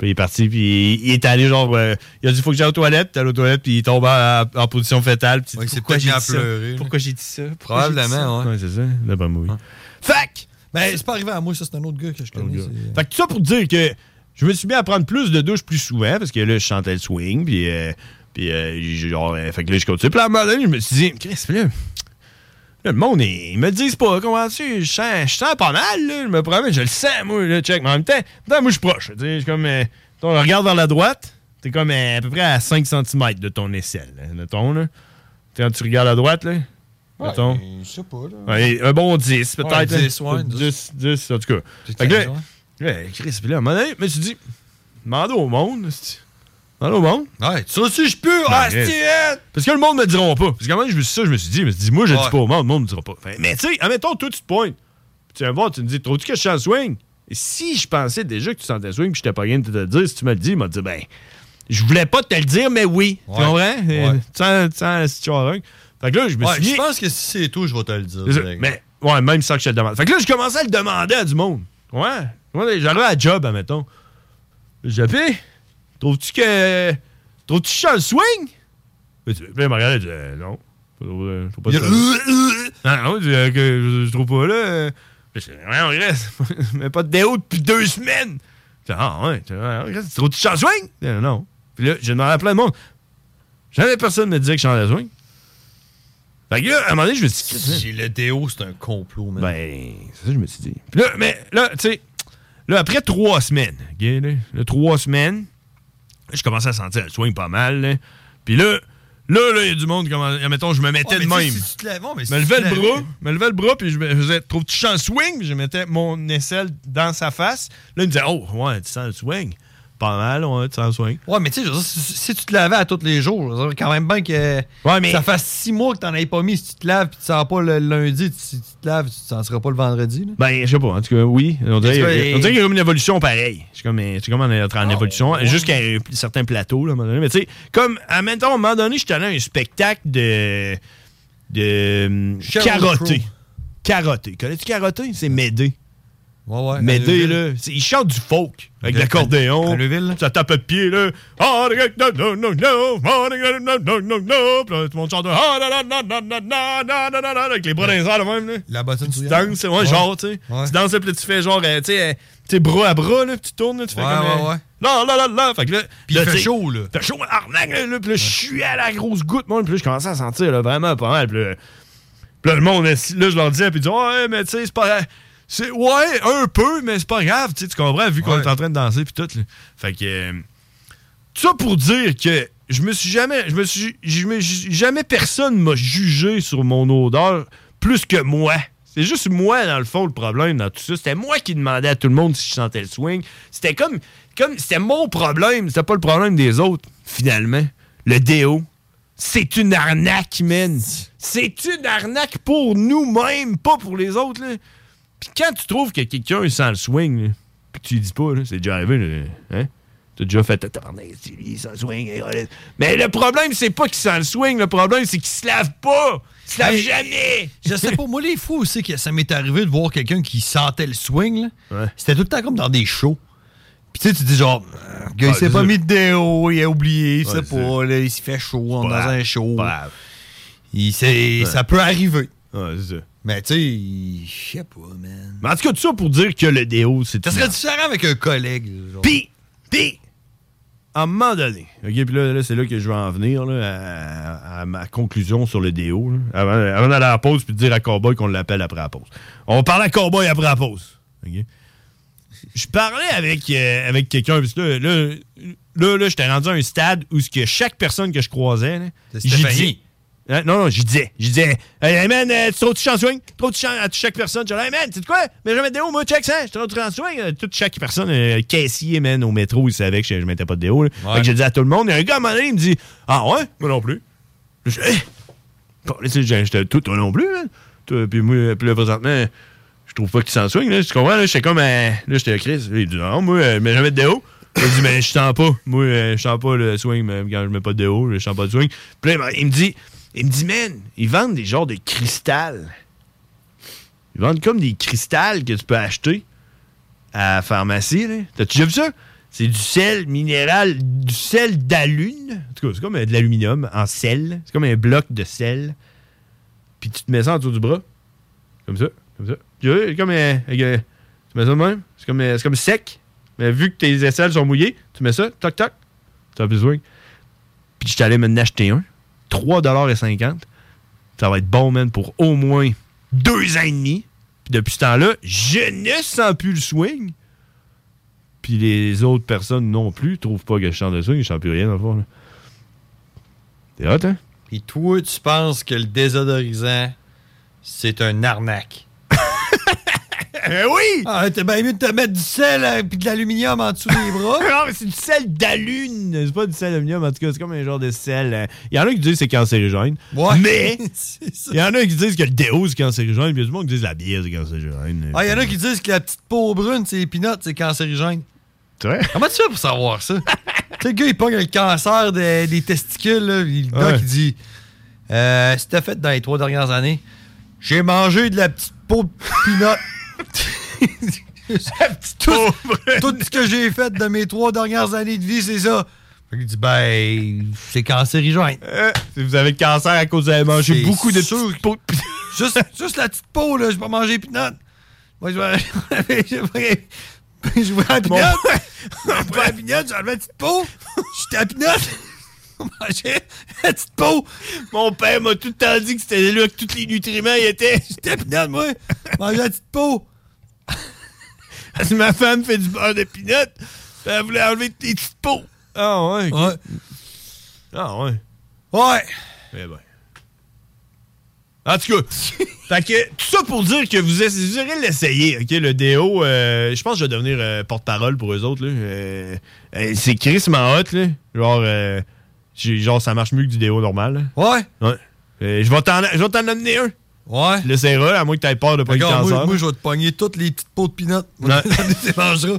il est parti, puis il, il est allé genre. euh, il a dit, faut que j'aille aux toilettes, puis allé aux toilettes, puis il tombe en, en position fétale. Puis il s'est
peut-être mis à pleurer, là.
Pourquoi j'ai dit ça? Pourquoi j'ai dit
Probablement,
ça?
ouais.
Ouais, c'est ça. D'après moi, oui.
Fac! Ben, c'est pas arrivé à moi, ça, c'est un autre gars que je connais. c'est-
Euh, Fait que tout ça pour dire que je me suis mis à prendre plus de douches plus souvent parce que là, je chantais le swing, puis. euh, puis, euh, j'ai- genre, euh, fait que là, je continue. Puis là, à un moment donné, je me suis dit, Chris, là, là, le monde, ils ils me disent pas, comment tu, je sens, je sens pas mal, là, je me promets, je le sens, moi, là, check. Mais en même temps, en même temps, moi, je suis proche. Tu sais, je suis comme, euh, on regarde vers la droite, t'es comme euh, à peu près à 5 cm de ton aisselle, là, mettons, là. Tu sais, Quand tu regardes à droite, là,
Ouais,
mettons.
Je sais pas, là.
Ouais, un bon 10, peut-être. hein.
Ouais,
là.
10, ouais,
10, 10, en tout cas. Fait que là, ouais, Chris, puis là, à un moment donné, je me suis dit, demande au monde. c'est-tu. Demande au monde.
Ouais, tu sais, si je peux, ah, c'est
hein? Parce que le monde me diront pas. Parce que quand même, je me suis ça, je me suis dit, je me suis dit, moi, je le
Ouais. Ben,
dis pas au monde, le monde me dira pas. Fait, mais tu sais, admettons, toi, tu te pointes. Puis Tu vas me voir, tu me dis, trouves-tu que je suis en swing? Et si je pensais déjà que tu sentais le swing, puis je t'ai pas rien de te le dire, si tu me le dis, il m'a dit, ben, je voulais pas te le dire, mais oui. Tu
Ouais.
comprends?
Ouais.
Euh, (laughs) Tu sens, tu sens la situation. Fait que là, je me
Ouais,
suis dit.
je pense que si c'est tout, je vais te le dire.
C'est ça.
direct. (laughs)
Mais, ouais, même sans que je te le demande. Fait que là, je commençais à le demander à du monde. Ouais. Ouais, J'arrive à la job, admettons. J'appelle. Trouves-tu que. Trouves-tu que je suis dans le swing? Puis tu- puis là, il m'a regardé, il dit euh, non. Je trouve, euh, je trouve pas
Il
ça.
a-
Non, non, il dit, euh, que je, je trouve pas là. euh. Puis je dis, ouais, on reste. (laughs) Mais pas de déo depuis deux semaines. Je dis, ah, ouais. Tu ouais, on reste. Trouves-tu que je suis en swing? Il dit, euh, non. Puis là, j'ai demandé à plein de monde. Jamais personne me disait que je suis en swing. Fait que là, à un moment donné, je me suis dit,
J'ai le déo, c'est un complot, man.
Ben, c'est ça que je me suis dit. Puis là, mais là, tu sais, là, après trois semaines, OK, là, là, trois semaines, là, je commençais à sentir le swing pas mal. là. Puis là, là, là, il y a du monde, comme, admettons, je me mettais
Ouais,
de
mais
même.
tu sais, si tu te lèves, bon, mais si
me
tu
levais
te
le
lèves-
bras, me levais le bras, puis je me je faisais, trouves-tu que je suis en swing? Puis Je mettais mon aisselle dans sa face. Là, il me disait, oh, ouais, tu sens le swing. Pas mal, ouais, tu sens le swing.
Ouais, mais tu sais, je veux dire, si, si tu te lavais à tous les jours, je veux dire, quand même bien que
mais-
ça fasse six mois que t'en avais pas mis, si tu te laves puis tu sens pas le lundi, tu- si tu te laves, tu te sentiras pas le vendredi. Là.
Ben, je sais pas. En tout cas, oui. On dirait,
En tout cas,
on dirait qu'il y a comme une évolution pareille. C'est comme, euh, c'est comme en, en évolution, jusqu'à un certain plateau, là, à un moment donné. Mais tu sais, comme, à même temps, à un moment donné, j'étais allé à un spectacle de. de.
Sheryl
carotté.
Crow.
Carotté. Connais-tu carotté? C'est Médé.
Ouais, ouais.
Médé,
à
là. c'est- Il chante du folk. Avec
De-
l'accordéon.
à Neuville,
Ça tape de pied, là. Ah, non, non, non, non, ah, non, non, non, non, non. Puis là, tout le monde chante. Ah, non, non, non, non, non, non, non, non, non, avec les bras dans les airs, là, même, là.
La bottine
Tu
souillante.
danses, ouais, genre, tu sais. Tu danses, puis là, tu fais genre, euh, tu sais, euh, tu sais, bras à bras, là, puis tu tournes, là, tu fais
Ouais,
comme.
ouais,
euh,
ouais.
Là, là, là, là. Fait que là.
Puis
là,
il fait
tu sais,
chaud, là.
Fait chaud, arnaque, là, là, puis là, je suis à la grosse goutte, moi, puis là, je commençais à sentir, là, vraiment pas mal, puis là. Puis là, le monde, là, je leur disais, puis ils disaient, ouais, mais tu sais, c'est pas. C'est, ouais, un peu, mais c'est pas grave, tu sais, tu comprends, vu qu'on est en train de danser, puis tout, là. Fait que. euh, tout ça pour dire que je me suis jamais. Je me suis. je me- je- jamais personne m'a jugé sur mon odeur plus que moi. C'est juste moi, dans le fond, le problème dans tout ça. C'était moi qui demandais à tout le monde si je sentais le swing. C'était comme. comme c'était mon problème. C'était pas le problème des autres, finalement. Le déo. C'est une arnaque, man. C'est une arnaque pour nous-mêmes, pas pour les autres, là. Puis quand tu trouves que quelqu'un sent le swing, là, puis que tu lui dis pas, là, c'est déjà arrivé, là, hein? T'as déjà fait Tabarnak, il s'en swing. il relève. Mais le problème, c'est pas qu'il s'en swing. Le problème, c'est qu'il se lave pas. Il se lave
Hey,
jamais.
Je sais pas, moi, les fois aussi que ça m'est arrivé de voir quelqu'un qui sentait le swing, là, c'était tout le temps comme dans des shows. Puis tu sais, tu dis genre, Ah, le gars,
Ah,
il s'est
c'est
pas
sûr.
mis de déo, il a oublié, il
Ouais,
sait
c'est
pas, là, il s'y fait chaud, on est dans
grave,
un show. Il sait-
Bah. Ouais.
Ça peut arriver. Mais tu sais, je sais pas, man.
Mais en tout cas, tout ça pour dire que le déo, c'est.
Ça serait différent avec un collègue. genre.
Pis, pis, à un moment donné, OK, puis là, là, c'est là que je vais en venir là, à, à ma conclusion sur le déo. là. Avant, avant d'aller à la pause, puis de dire à Cowboy qu'on l'appelle après la pause. On parle à Cowboy après la pause. OK? Je parlais avec, euh, avec quelqu'un, parce que là, là, là, là, j'étais rendu à un stade où ce que chaque personne que je croisais, là, j'y
Stéphanie.
dis- Hein, non, non, j'y disais. J'y disais, hey, hey, man, euh, tu trouves-tu en swing? Trop tu à chaque personne? J'allais, hey, man, tu sais quoi? Mais je mets de déo, moi, check ça. Je trouve tu en swing? Euh, Toute chaque personne, euh, caissier, man, au métro, il savait que je, je mettais pas de déo. là. Fait que j'ai dit à tout le monde, et un gars, à un moment donné, il me dit, ah ouais? Moi non plus. Là, Je hey! Bon, là, tu sais, j'ai- j'étais tout, toi non plus, man. Toi, puis moi, euh, puis là, présentement, je trouve pas qu'il s'en swing, là. Tu comprends? Là, j'étais comme, euh, là, j'étais Chris. Il dit, non, moi, euh, mais je mets de déo. Il dit, mais je sens pas. Moi, euh, je sens pas le swing, mais quand je mets pas de déo, je sens pas de swing. Puis là, il me dit, il me dit, man, ils vendent des genres de cristal. Ils vendent comme des cristals que tu peux acheter à la pharmacie. là. T'as-tu déjà vu ça? C'est du sel minéral, du sel d'alune. En tout cas, c'est comme euh, de l'aluminium en sel. C'est comme un bloc de sel. Puis tu te mets ça en dessous du bras. Comme ça, comme ça. Tu vois, comme un- avec, euh, tu mets ça de même. C'est comme, euh, c'est comme sec. Mais vu que tes aisselles sont mouillées, tu mets ça, toc, toc. Tu as besoin. Puis je suis allé m'en acheter un. 3,50$. Ça va être bon, man, pour au moins deux ans et demi. Puis depuis ce temps-là, je ne sens plus le swing. Puis les autres personnes non plus trouvent pas que je sens le swing. Je sens plus rien, dans le fond. là. T'es hot, hein?
Puis toi, tu penses que le désodorisant, c'est un arnaque. (laughs)
oui!
Ah, t'es bien mieux de te mettre du sel euh, puis de l'aluminium en dessous des (laughs) bras.
non, mais c'est du sel d'alune. C'est pas du sel d'aluminium, en tout cas, c'est comme un genre de sel. euh, Il y en a qui disent que c'est cancérigène.
(laughs)
Mais il y en a qui disent que le déo, c'est cancérigène. Puis il y a du monde qui disent que la bière, c'est cancérigène.
Ah, il y en a qui disent que la petite peau brune, c'est les peanuts, c'est cancérigène. Comment tu fais pour savoir
(laughs)
ça? tu sais, le gars, il pogne le cancer des, des testicules, là, puis le doc,
Ouais.
il dit euh, C'était fait dans les trois dernières années. J'ai mangé de la petite peau de
(laughs)
(laughs) peanut. tout, tout ce que j'ai fait de mes trois dernières années de vie, c'est ça. Fait qu'il dit Ben, c'est cancérigène.
Euh, si vous avez le cancer à cause d'avoir mangé beaucoup de
petites peaux (laughs) juste, juste la petite peau, là, je vais manger peanut. Moi, je vais. (laughs) je vais- Je vais à peanut. (laughs) Je vais à peanut, j'enlevais la petite peau. J'étais à peanut. (laughs) Je mangeais la petite peau.
Mon père m'a tout le temps dit que c'était là que tous les nutriments y étaient.
(laughs) J'étais à peanut, moi. Je mangeais la petite peau.
Parce que (laughs) ma femme fait du beurre de peanut. Elle voulait enlever tes petites peaux. Ah ouais. Ah ouais.
Ouais.
Eh ben. En tout
(laughs)
cas, fait que, tout ça pour dire que vous, essa- vous irez l'essayer, OK? Le déo, euh, je pense que je vais devenir euh, porte-parole pour eux autres. là. Euh, euh, c'est crissement hot, là. Genre, euh, j'ai- genre, ça marche mieux que du déo normal.
Ouais.
Ouais. Euh, je vais t'en je vais t'en amener un.
Ouais.
Tu l'essayeras, E, à moins que t'aies peur de pas le
Regarde,
cancer.
moi, moi, je vais te pogner toutes les petites peaux de peanut. (laughs)
Ouais.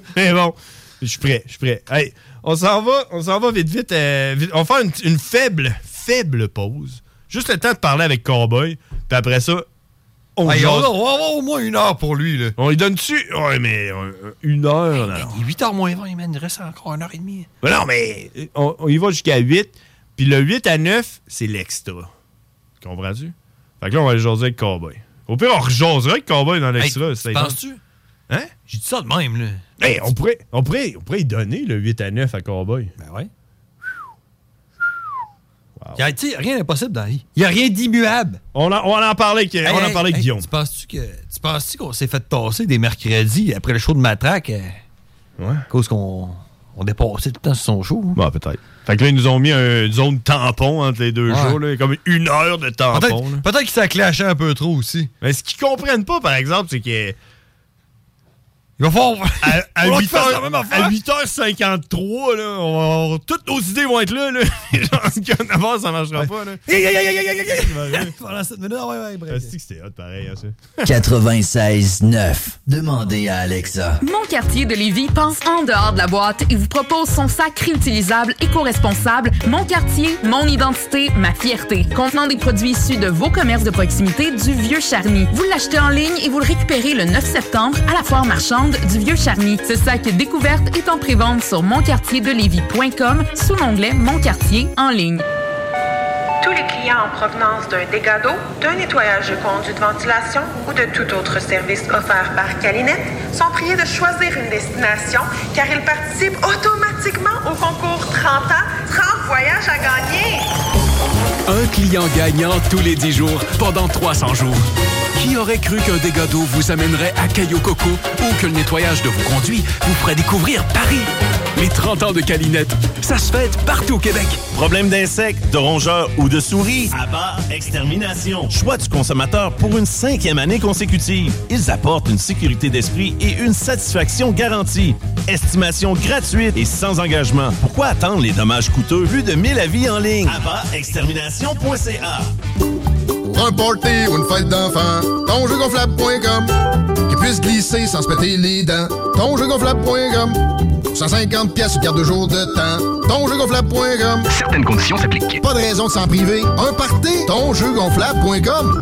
(laughs) Mais bon, je suis prêt, je suis prêt. Hey, on s'en va, on s'en va vite, vite, euh, vite. On va faire une, une faible, faible pause. Juste le temps de parler avec Cowboy. Puis après ça, on
Hey,
jase.
on a- on va avoir au moins une heure pour lui. Là.
On lui donne-tu? Ouais, mais euh, une heure. là.
Il est 8h moins 20, man. Il reste encore 1h30.
Mais non, mais euh, on, on y va jusqu'à 8. Puis le 8 à 9, c'est l'extra. Comprends-tu? Fait que là, on va aller jaser avec Cowboy. Au pire, on rejasera avec Cowboy dans l'extra. c'est
Penses-tu?
Hein?
J'ai dit ça de même, là.
Hey, on pourrait, on, pourrait, on pourrait y donner le 8 à 9 à Cowboy.
Ben ouais. Y a- tu sais, rien n'est possible dans la vie. Il n'y a rien d'immuable.
On en, on en parlait avec, on en parlait avec Guillaume.
Tu penses-tu que- tu penses-tu qu'on s'est fait tasser des mercredis après le show de Matraque? euh,
À
cause qu'on on dépassait tout le temps sur son show. hein.
Bon, peut-être. Fait que là, ils nous ont mis un- une zone tampon entre les deux
Ouais.
jours, là, comme une heure de tampon. là.
Peut-être peut-être que ça clashait un peu trop aussi.
Mais ce qu'ils comprennent pas, par exemple, c'est que
Il va falloir.
(laughs) À, à
Faut
8
qu'on fasse la
heures-
même affaire.
à 8h53, là, on va- toutes nos idées vont être là. (laughs) là. Genre, ce qu'il y en a à voir, ça marchera pas. Là.
Hey, hey, hey, hey, hey, hey, hey,
(laughs)
hey.
Pendant 7 minutes, ah, ouais, ouais, bref. que c'était hot, pareil, hein, ça.
96.9. Demandez à Alexa.
Mon quartier de Lévis pense en dehors de la boîte et vous propose son sac réutilisable éco-responsable Mon quartier, mon identité, ma fierté, contenant des produits issus de vos commerces de proximité du Vieux Charny. Vous l'achetez en ligne et vous le récupérez le 9 septembre à la foire marchande du Vieux Charny. Ce sac découverte est en prévente sur monquartierdelévis.com sous l'onglet Mon quartier en ligne.
Tous les clients en provenance d'un dégât d'eau, d'un nettoyage de conduits de ventilation ou de tout autre service offert par Calinette sont priés de choisir une destination car ils participent automatiquement au concours 30 ans, 30 voyages à gagner.
Un client gagnant tous les 10 jours pendant 300 jours. Qui aurait cru qu'un dégât d'eau vous amènerait à Cayo Coco ou que le nettoyage de vos conduits vous ferait découvrir Paris? Les 30 ans de Calinette, ça se fête partout au Québec.
Problème d'insectes, de rongeurs ou de souris? Abba Extermination. Choix du consommateur pour une cinquième année consécutive. Ils apportent une sécurité d'esprit et une satisfaction garantie. Estimation gratuite et sans engagement. Pourquoi attendre les dommages coûteux vu de 1000 avis en ligne? Abba Extermination.ca
Pour un party ou une fête d'enfant, tonjeugonflable.com Qui puisse glisser sans se péter les dents. Tonjeugonflable.com 150 pièces sur carte de jour de temps. Tonjeugonflable.com Certaines conditions s'appliquent. Pas de raison de s'en priver. Un party, tonjeugonflable.com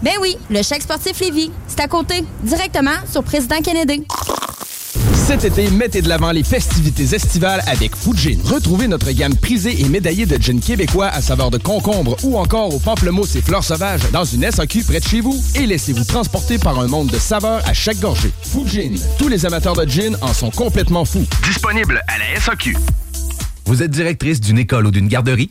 Ben oui, le chèque sportif Lévis, c'est à côté, directement sur Président Kennedy.
Cet été, mettez de l'avant les festivités estivales avec Fujin. Retrouvez notre gamme prisée et médaillée de gin québécois à saveur de concombre ou encore aux pamplemousses et fleurs sauvages dans une SAQ près de chez vous et laissez-vous transporter par un monde de saveurs à chaque gorgée. Fujin. Tous les amateurs de gin en sont complètement fous.
Disponible à la SAQ.
Vous êtes directrice d'une école ou d'une garderie?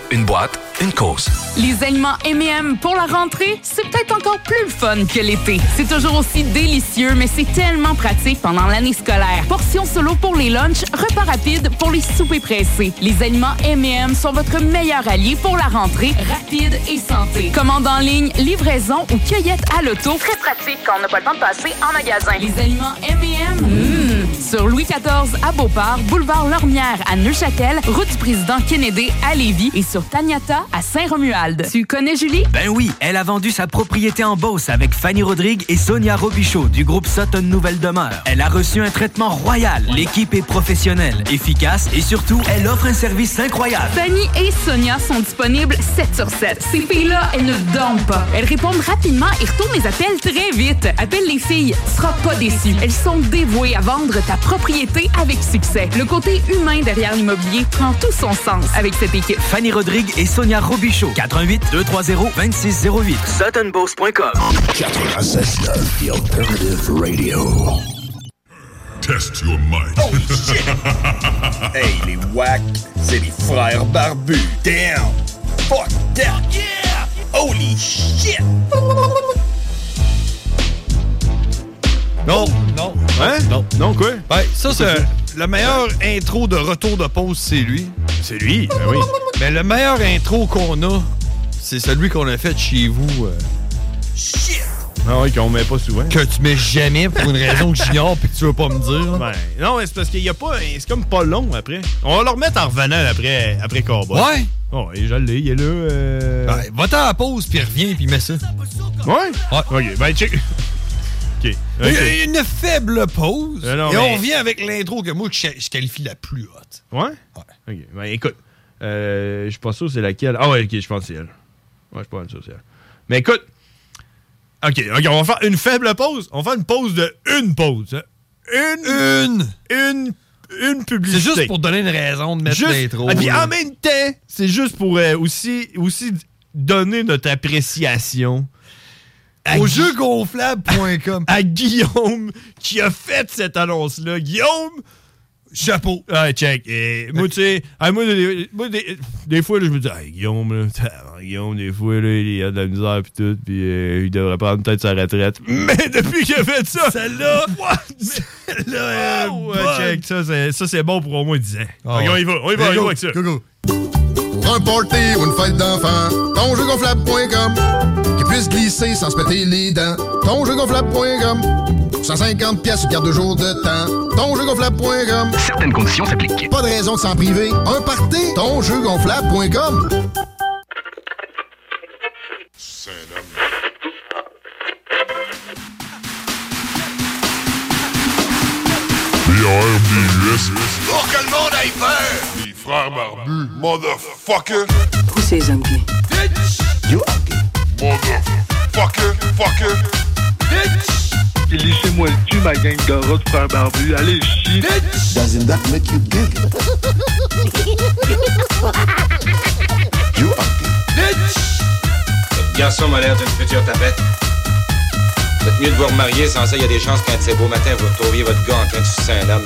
une boîte, une cause.
Les aliments M&M pour la rentrée, c'est peut-être encore plus le fun que l'été. C'est toujours aussi délicieux, mais c'est tellement pratique pendant l'année scolaire. Portions solo pour les lunchs, repas rapides pour les soupers pressés. Les aliments M&M sont votre meilleur allié pour la rentrée, rapide et santé. Commande en ligne, livraison ou cueillette à l'auto. Très pratique quand on n'a pas le temps de passer en magasin. Les aliments M&M. Sur Louis XIV à Beauport, boulevard Lormière à Neuchâtel, route du président Kennedy à Lévis et sur Tagnata à Saint-Romuald. Tu connais Julie?
Ben oui, elle a vendu sa propriété en Beauce avec Fanny Rodrigue et Sonia Robichaud du groupe Sutton Nouvelle Demeure. Elle a reçu un traitement royal. L'équipe est professionnelle, efficace et surtout, elle offre un service incroyable.
Fanny et Sonia sont disponibles 7 sur 7. Ces filles-là, elles ne dorment pas. Elles répondent rapidement et retournent les appels très vite. Appelle les filles, seras pas déçu. Elles sont dévouées à vendre ta propriété avec succès. Le côté humain derrière l'immobilier prend tout son sens avec cette équipe.
Fanny Rodrigue et Sonia Robichaud. 88 230 2608. SuttonBeauce.com.
96.9, The Alternative Radio.
Test your mind. Oh
(laughs)
shit! hey, les wack, c'est les frères barbus. Damn! Fuck that! Yeah! Holy shit!
Non, non.
Hein? Non, non, quoi?
Ouais, Ben, ça, c'est le meilleur intro de retour de pause, c'est lui.
C'est lui, ben oui.
Mais le meilleur intro qu'on a, c'est celui qu'on a fait chez vous. Shit!
Ah oui, qu'on met pas souvent.
Que tu mets jamais pour une raison que j'ignore puis que tu veux pas me dire.
Ben, non, mais c'est parce qu'il y a pas. C'est comme pas long après. On va le remettre en revenant après, après Cowboy.
Ouais.
Oh, et je l'ai, il est là. euh,
Va-t'en à la pause, puis reviens, puis mets ça.
Ouais? Ok, ben check. OK. OK. Euh,
Une une faible pause.
Non, non,
et
mais-
on revient avec l'intro que moi, que je, je qualifie la plus haute.
Ouais? Ouais. OK. Ben, écoute, euh, je suis pas sûr c'est laquelle. Ah ouais, OK, je pense que c'est elle. Ouais, je suis pas mal sûr que c'est elle. Mais écoute, OK, OK, on va faire une faible pause. On va faire une pause de une pause. hein. Une. Une. Une. Une
C'est
publicité.
juste pour donner une raison de mettre
Juste-
l'intro.
Ah, puis
là.
en même temps, c'est juste pour euh, aussi, aussi donner notre appréciation au jeugonflable.com à Guillaume qui a fait cette annonce-là. Guillaume, chapeau. Ah, check. Et moi, tu sais, ah, moi, des, moi, des- des fois, là, je me dis, ah, Guillaume, là, tabarnak, Guillaume, des fois, là, il a de la misère puis tout, puis euh, il devrait prendre peut-être sa retraite. Mais (laughs) depuis qu'il a fait ça, (laughs) celle-là, celle-là, oh, ouais, check, ça, c'est- ça, c'est bon pour au moins 10 ans.
Ah
Ok, on y va, on y va, on y va avec ça.
Pour un party ou une fête d'enfant, tonjeugonflable.com qui puisse glisser sans se péter les dents. Tonjeugonflable.com 150 pièces garde de jour de temps. Tonjeugonflable.com Certaines conditions s'appliquent. Pas de raison de s'en priver. Un party, tonjeugonflable.com
B.R.B.U.S. Pour que le monde aille peur! Les frères barbus, motherfucker! Où c'est les hommes gays? Bitch! You are gay. Motherfucker, fucker! Bitch! Laissez-moi le cul,
(laughs)
ma gang de route, frères barbus, allez chier! Bitch! Doesn't that make you gay? You are gay. Bitch!
Votre garçon m'a l'air d'une future tapette. Faites mieux de vous remarier, sans ça, il y a des chances qu'un de ces beaux matins, vous retrouviez votre gars en train de sucer un homme.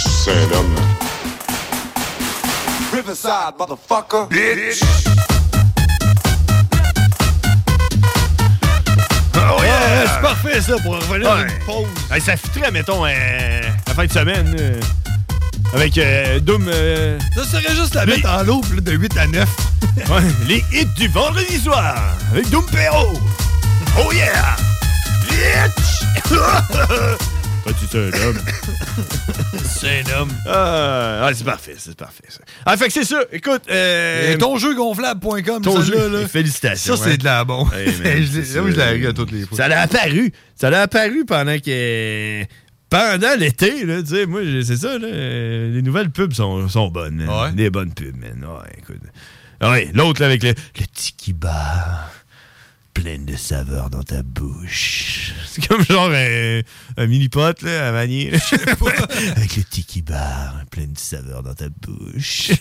Sucer un homme.
Riverside, motherfucker. Bitch.
Oh, yeah,
c'est parfait, ça, pour
Ben
revenir à une pause.
Hey, ça fitterait, mettons, euh, la fin de semaine. euh, avec euh, Doom. euh,
Ça serait juste la mettre en loupe là, de 8 à 9.
ouais, les hits du vendredi soir. Avec Doom Perro. Oh yeah! Bitch! Pas-tu ça,
(laughs)
un homme? (laughs) c'est un homme. Ah, ah, c'est parfait, c'est parfait. ça. Ah, fait que c'est ça. Écoute. Euh,
Et tonjeugonflable.com,
Ton
celle-là,
jeu,
là.
Félicitations.
Ça, c'est de la
(laughs)
bonne. (laughs) Je l'ai- oui, je la regarde
toutes les fois. Ça l'a apparu. Ça l'a apparu pendant que. Pendant l'été, là, tu sais, moi, j'ai- c'est ça, là, euh, les nouvelles pubs sont, sont bonnes. man. Des bonnes pubs, man. Ouais, écoute. Ouais, l'autre, là, avec le, le tiki bar, pleine de saveurs dans ta bouche. C'est comme genre un, un mini-pot, là, à manier. là. (laughs) avec le tiki bar, pleine de saveurs dans ta (laughs) bouche.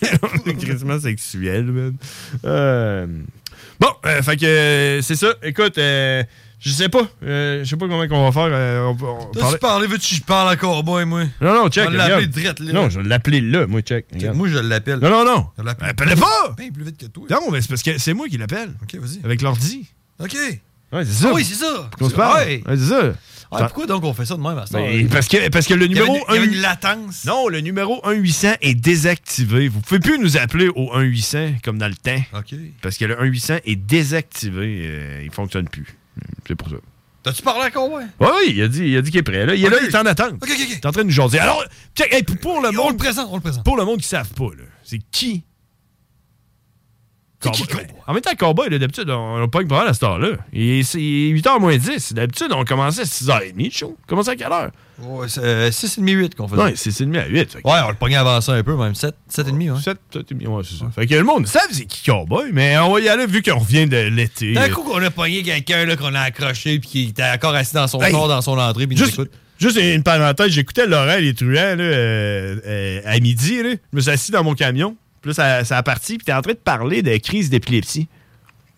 Crissement sexuel, man. Euh, Bon, euh, fait que euh, c'est ça. Écoute, euh, je sais pas. Euh, je sais pas comment qu'on va faire. euh, on- on
Toi,
parlait-
tu parlais, veux-tu que je parle à Cowboy, moi?
Non, non, check.
On va l'appeler
regarde.
direct, là.
Non, je vais l'appeler là, moi, check. regarde.
moi, je l'appelle.
Non, non, non.
Je l'appelle.
Appelle pas!
Ben, plus vite que toi.
Non, mais c'est parce que c'est moi qui l'appelle.
OK, vas-y.
Avec l'ordi.
OK.
Ouais, c'est ça.
Ah oui, c'est ça.
Qu'on se parle.
Ouais.
Ouais, c'est ça.
Ah,
Ça-
pourquoi donc on fait ça de même à ce
Ben,
temps-là?
parce, que, parce que le
Il y avait
numéro
une- il y avait
1
une latence.
Non, le numéro 1-800 est désactivé. Vous pouvez plus nous appeler au 1-800 comme dans le temps.
OK.
Parce que le 1-800 est désactivé. euh, il fonctionne plus. C'est pour ça.
T'as-tu parlé à Cowboy?
Oui, oui, il a dit, il a dit qu'il est prêt. Là, il est là,
Ok.
il est en attente.
Ok, ok, ok.
Il est en train de nous jaser. Alors, check, hey, puis pour le monde.
présente, on le présente.
Pour le monde qui ne savent pas, là, c'est qui
C'est qui,
Ben, En même temps, Cowboy, là, d'habitude, on n'a pas une parole à cette heure-là. Il est, 8h moins 10. D'habitude, on commençait à 6h30 le show. On Commençait à quelle heure?
Ouais, c'est euh, 6,5, 8 qu'on faisait.
Ouais, 6h30 à 8.
Ouais, on le pognait avant ça un peu, même 7, 7,5. Ouais.
7, 7,5, ouais, c'est ça. Fait que le monde savent c'est qui Cowboy, mais on va y aller vu qu'on revient de l'été.
D'un coup qu'on a pogné quelqu'un là, qu'on a accroché puis qui était encore assis dans son
Hey!
corps, dans son entrée, puis il nous
Juste,
écoute.
juste une parenthèse, j'écoutais Laurent les truands là, euh, euh, à midi. là. Je me suis assis dans mon camion. Puis là, ça, ça a parti. Puis t'es en train de parler de crise d'épilepsie.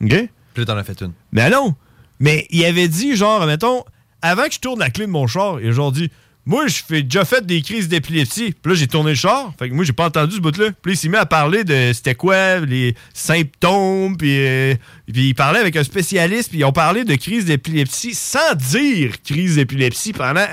OK?
Puis là, t'en as fait une.
Mais non! Mais il avait dit, genre, mettons, avant que je tourne la clé de mon char, il a genre dit Moi, je fais déjà fait des crises d'épilepsie. Puis là, j'ai tourné le char. Fait que moi, j'ai pas entendu ce bout-là. Puis là, il s'est mis à parler de c'était quoi, les symptômes. Puis, euh, puis il parlait avec un spécialiste. Puis ils ont parlé de crise d'épilepsie sans dire crise d'épilepsie pendant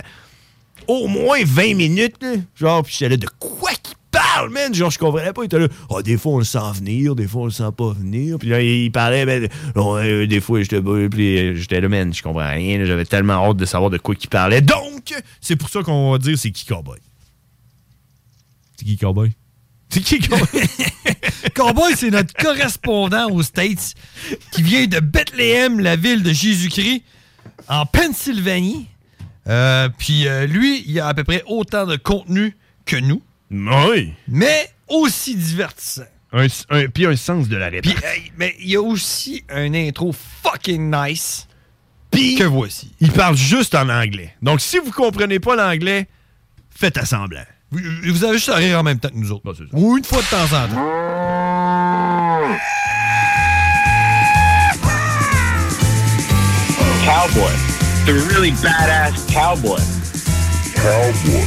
au moins 20 minutes. là. Genre, puis j'étais là de quoi qu'il parle, man? Genre, je comprenais pas. Il était là, ah, des fois on le sent venir, des fois on le sent pas venir. Puis là, il parlait, ben, oh, euh, des fois j'étais bas, puis euh, j'étais là, man, je comprends rien. là. J'avais tellement hâte de savoir de quoi qu'il parlait. Donc, c'est pour ça qu'on va dire c'est qui Cowboy. C'est qui Cowboy? C'est qui Cowboy?
(laughs) Cowboy, c'est notre correspondant aux States qui vient de Bethléem, la ville de Jésus-Christ, en Pennsylvanie. Euh, puis euh, lui, il a à peu près autant de contenu que nous.
Oui.
Mais aussi divertissant.
Un, un- puis un sens de la
Puis,
répartie.
hey, mais il y a aussi un intro fucking nice. que voici.
Il parle juste en anglais. Donc, si vous comprenez pas l'anglais, faites à semblant.
Vous, vous avez juste à rire en même temps que nous autres. Ou une fois de temps en temps.
Cowboy. The really badass cowboy. Cowboy.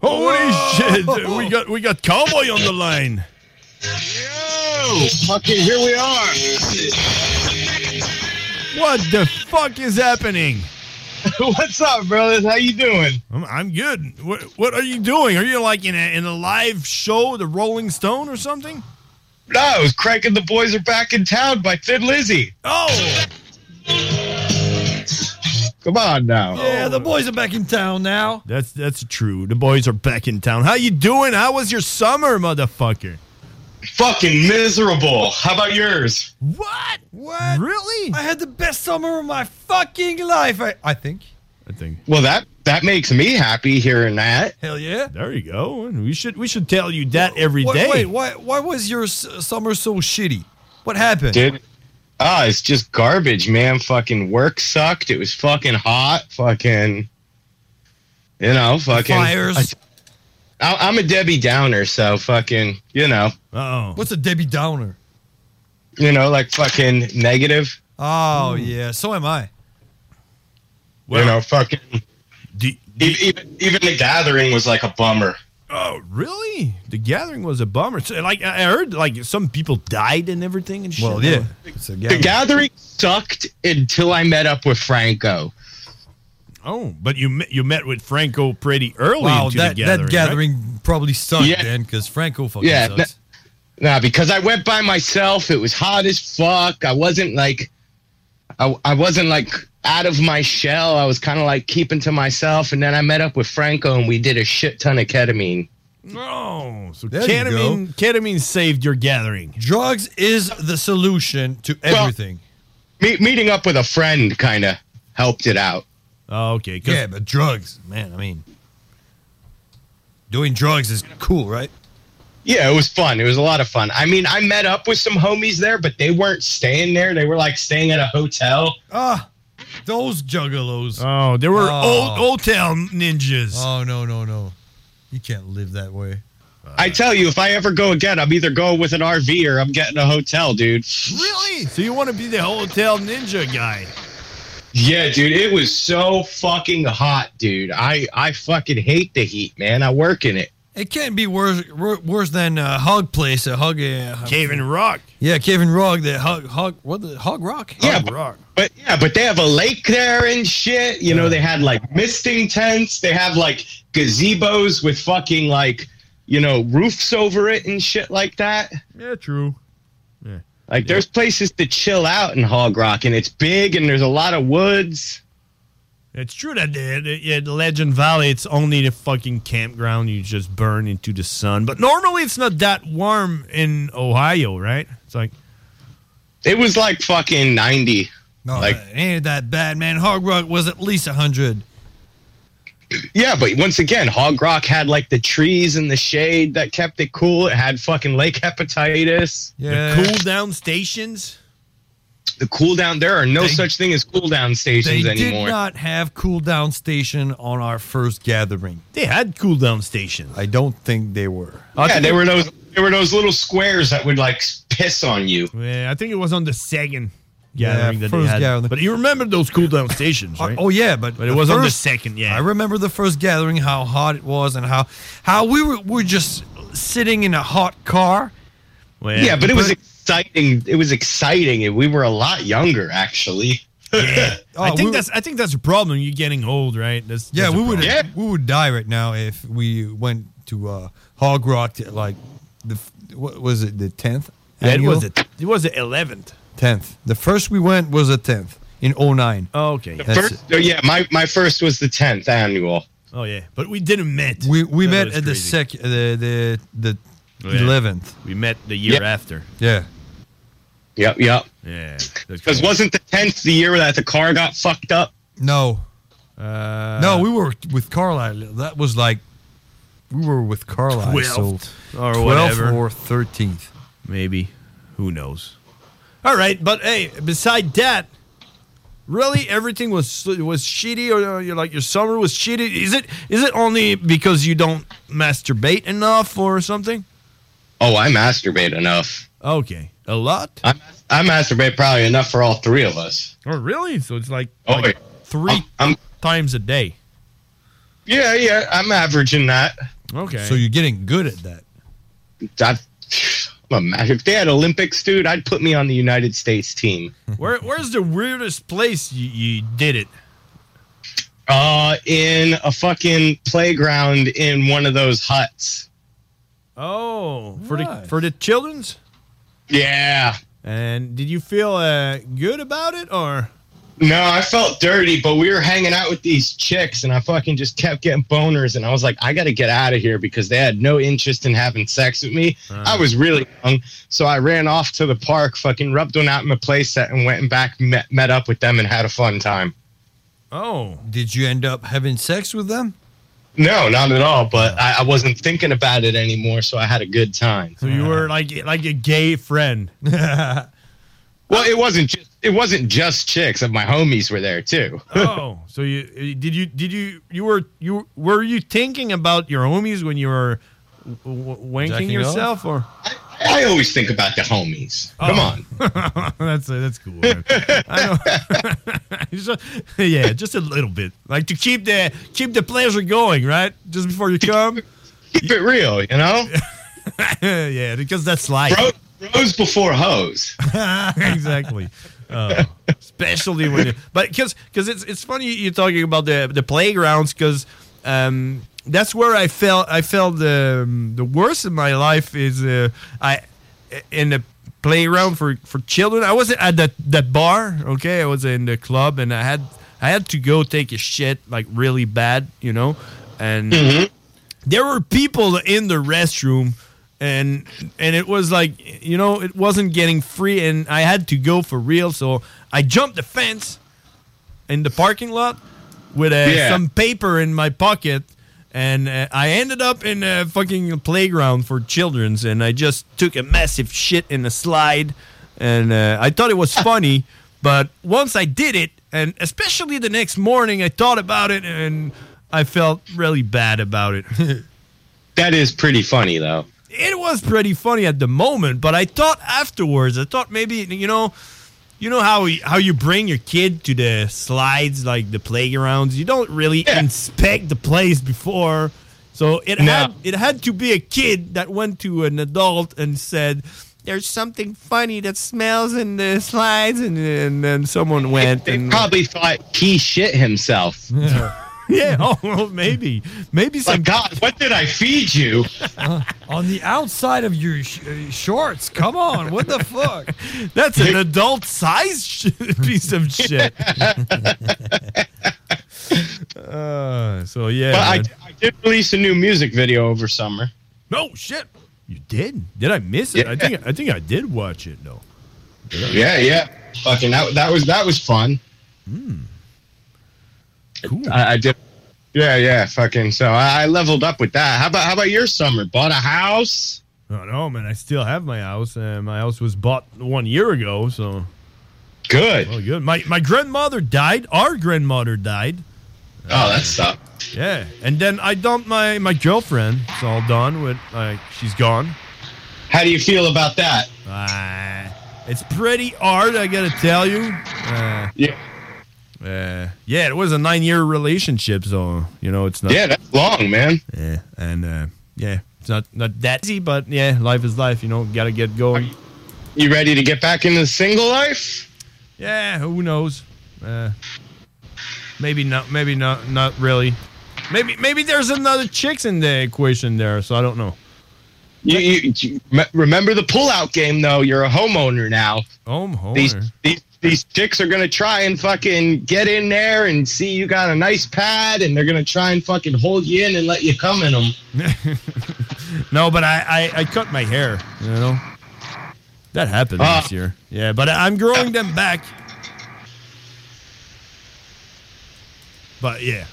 Holy shit! We got, we got Cowboy on the line.
Fucking here we are.
What the fuck is happening?
(laughs) What's up, brothers? How you doing?
I'm, I'm good. What, what are you doing? Are you like in a, in a live show, The Rolling Stone or something?
No, I was cranking The Boys Are Back in Town by Thin Lizzy.
Oh!
Come on now.
Yeah, the boys are back in town now.
Oh. That's that's true. The boys are back in town. How you doing? How was your summer, motherfucker?
Fucking miserable. How about yours?
What? What? Really? I had the best summer of my fucking life. I, I think.
I think.
Well, that that makes me happy hearing that.
Hell yeah.
There you go. And we should we should tell you that every day.
Wait, wait, why, why was your s- summer so shitty? What happened?
Dude. Ah, it's just garbage, man. Fucking work sucked. It was fucking hot. Fucking, you know, fucking
Fires.
I, I'm a Debbie Downer, so fucking, you know,
Oh.
What's a Debbie Downer?
you know, like fucking negative.
Oh, yeah. So am I.
you know, fucking. E- even, even the gathering was like a bummer.
Oh, really? The gathering was a bummer. So, like I I heard like some people died and everything and shit.
Well, yeah.
It's a
The gathering sucked until I met up with Franco.
Oh, but you met, you met with Franco pretty early
Wow,
into
that,
the gathering.
that
right?
gathering probably (laughs) sucked
Yeah.
then because Franco fucking
Yeah.
sucks.
n- Nah, because I went by myself. It was hot as fuck. I wasn't like, I, I wasn't like out of my shell. I was kind of like keeping to myself. And then I met up with Franco and we did a shit ton of ketamine.
Oh, so
There you
ketamine, ketamine saved your gathering.
Drugs is the solution to everything.
Me- meeting up with a friend kind of helped it out.
Oh, okay.
Yeah, but drugs, man, I mean, doing drugs is cool, right?
Yeah, it was fun. It was a lot of fun. I mean, I met up with some homies there, but they weren't staying there. They were like staying at a hotel.
Ah, those juggalos.
Oh, there were
Oh.
old old town ninjas.
Oh, no, no, no. You can't live that way.
I tell you, if I ever go again, I'm either going with an RV or I'm getting a hotel, dude.
Really? So you want to be the hotel ninja guy?
Yeah, dude, it was so fucking hot, dude. I I fucking hate the heat, man. I work in it.
It can't be worse wor- worse than uh, Hog Place, a Hog. Uh,
Cave and Rock.
Yeah, Cave and Rock, the Hog, Hog, what the, Hog Rock?
Yeah, but, but yeah, but they have a lake there and shit. You know, they had like misting tents. They have like gazebos with fucking like you know roofs over it and shit like that.
Yeah, true.
Like there's places to chill out in Hog Rock, and it's big, and there's a lot of woods.
It's true that the, the- yeah, the Legend Valley, it's only the fucking campground you just burn into the sun. But normally it's not that warm in Ohio, right? It's like
It was like fucking ninety.
No, it ain't that bad, man. Hog Rock was at least 100.
Yeah, but once again, Hog Rock had like the trees and the shade that kept it cool. It had fucking lake hepatitis.
Yeah.
cool down stations.
The cool down. There are no such thing as cool down
They
stations anymore.
did not have cool down station on our first gathering.
They had cool down stations.
I don't think they were.
yeah, there were those. There were those little squares that would like piss on you.
Yeah, I think it was on the second gathering that they
first
had.
gathering.
But you remember those
(laughs)
cool down stations, right?
Oh yeah, but,
But it was on the second. Yeah,
I remember the first gathering, how hot it was, and how how we were, were just sitting in a hot car.
yeah, but it was exciting. It was exciting, and we were a lot younger actually.
Yeah. I
Oh,
think
we-
that's I think that's a problem. You're getting old, right? That's,
Yeah,
that's a
we would
problem.
we would die right now if we went to uh, Hog Rock at like the f- what was it the tenth?
Yeah, it was the it was the eleventh.
tenth. The first we went was the tenth in 09.
Oh, okay.
The
That's
first, oh, yeah, my, my first was the tenth annual.
Oh yeah, but we didn't met.
We we
That
met
was
at the
crazy.
sec the the the
Yeah.
eleventh.
We met the year
Yep.
after.
Yeah.
Yep, yep.
Yeah.
Because wasn't the tenth the year that the car got fucked up?
No.
Uh,
no, we were with Carlisle. That was like we were with Carlisle. so
or
12th
whatever.
or thirteenth,
maybe. Who knows? All right, but hey, beside that, really everything was was shitty, or uh, you're like your summer was shitty. Is it is it only because you don't masturbate enough or something?
Oh, I masturbate enough.
Okay, a lot.
I, I masturbate probably enough for all three of us.
Oh, really? So it's like,
Oh,
like three times a day.
Yeah, yeah, I'm averaging that.
Okay.
So you're getting good at that.
That, (sighs) I'm a- if they had Olympics, dude, I'd put me on the United States team.
Where where's the weirdest place you, you did it?
Uh, in a fucking playground in one of those huts.
Oh, for the for the children's.
Yeah.
And did you feel uh, good about it or?
No, I felt dirty, but we were hanging out with these chicks, and I fucking just kept getting boners, and I was like, I got to get out of here because they had no interest in having sex with me.
Uh.
I was really young, so I ran off to the park, fucking rubbed one out in my playset, and went back, met, met up with them, and had a fun time.
Oh.
Did you end up having sex with them?
No, not at all. But I, I wasn't thinking about it anymore, so I had a good time.
So you were like like a gay friend. (laughs)
Well, it wasn't just it wasn't just chicks. uh, My homies were there too.
oh, so you did you did you you were you were you thinking about your homies when you were w- w- wanking
Jacking
yourself or?
I always think about the homies.
Oh.
Come on.
(laughs) on, (laughs) that's uh, that's cool. man. I know. (laughs) Just- yeah, just a little bit, like to keep the keep the pleasure going, right? Just before you come,
keep it real, you know.
(laughs) yeah, because that's life.
Bro, bros before hoes.
(laughs) exactly. Oh, especially when, you, but because because it's it's funny you're talking about the the playgrounds because um, that's where I felt I felt the um, the worst in my life is uh, I in the playground for for children. I wasn't at that that bar. Okay, I was in the club and I had I had to go take a shit like really bad, you know, and there were people in the restroom and and it was like you know it wasn't getting free and i had to go for real so i jumped the fence in the parking lot with uh,
Yeah.
some paper in my pocket and uh, i ended up in a fucking playground for children's and i just took a massive shit in a slide and uh, i thought it was funny (laughs) but once i did it and especially the next morning i thought about it and i felt really bad about it (laughs)
That is pretty funny though.
it was pretty funny at the moment, but I thought afterwards, I thought maybe you know, you know how how you bring your kid to the slides like the playgrounds, you don't really inspect the place before. So it
No.
had it had to be a kid that went to an adult and said, "There's something funny that smells in the slides," and and then someone went
(laughs)
and
Probably thought he shit himself.
(laughs) yeah, oh well, maybe maybe some Uh,
God, what did I feed you?
on the outside of your sh- uh, shorts. Come on, what the
(laughs)
fuck?
That's an adult size sh- (laughs) piece of
(laughs)
shit. uh, so yeah.
But
man.
I, I did release a new music video over summer.
No shit. You did? Did I miss it? I think I think I did watch it though. Did I?
Yeah, yeah. Fucking that that was that was fun.
Hmm.
Cool. I, I did. Yeah, yeah. Fucking. So I, I leveled up with that. How about how about your summer? Bought a house.
Oh no, man! I still have my house. Uh, my house was bought one year ago, so
good.
Well, good. My my grandmother died. Our grandmother died.
Oh, that sucked.
Yeah, and then I dumped my my girlfriend. It's all done with. Like she's gone.
How do you feel about that?
Uh, it's pretty hard, I gotta tell you. Uh,
yeah.
Euh,
Uh, yeah, it was a nine year relationship, so you know it's not.
Yeah, that's long, man.
Yeah, and uh, yeah, it's not not that easy, but yeah, life is life. You know, gotta get going.
You ready to get back into the single life?
Yeah, who knows? Uh, maybe not. Maybe not. Not really. Maybe maybe there's another chicks in the equation there, so I don't know.
You, you, you- me- remember the pullout game though. You're a homeowner now.
Homeowner.
These these, these chicks are gonna try and fucking get in there and see you got a nice pad, and they're gonna try and fucking hold you in and let you come in them.
(laughs) No, but I, I I cut my hair. You know, that happened
Ah.
this year. Yeah, but I'm growing them back. But yeah,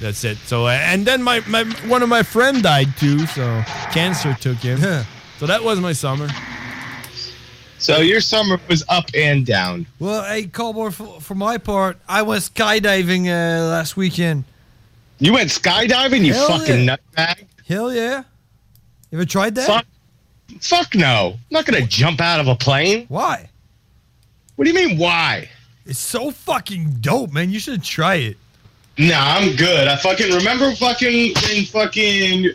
that's it. So uh, and then my, my one of my friend died too. So cancer took him. so that was my summer.
So your summer was up and down.
Well, hey, Cowboy, for, for my part, I went skydiving uh, last weekend.
You went skydiving, you fucking nutbag.
Hell yeah. You ever tried that?
Fuck, fuck no. I'm not going to jump out of a
(laughs)
plane.
Why?
What do you mean, why?
It's so fucking dope, man. You should try it.
Nah, I'm good. I fucking remember fucking when fucking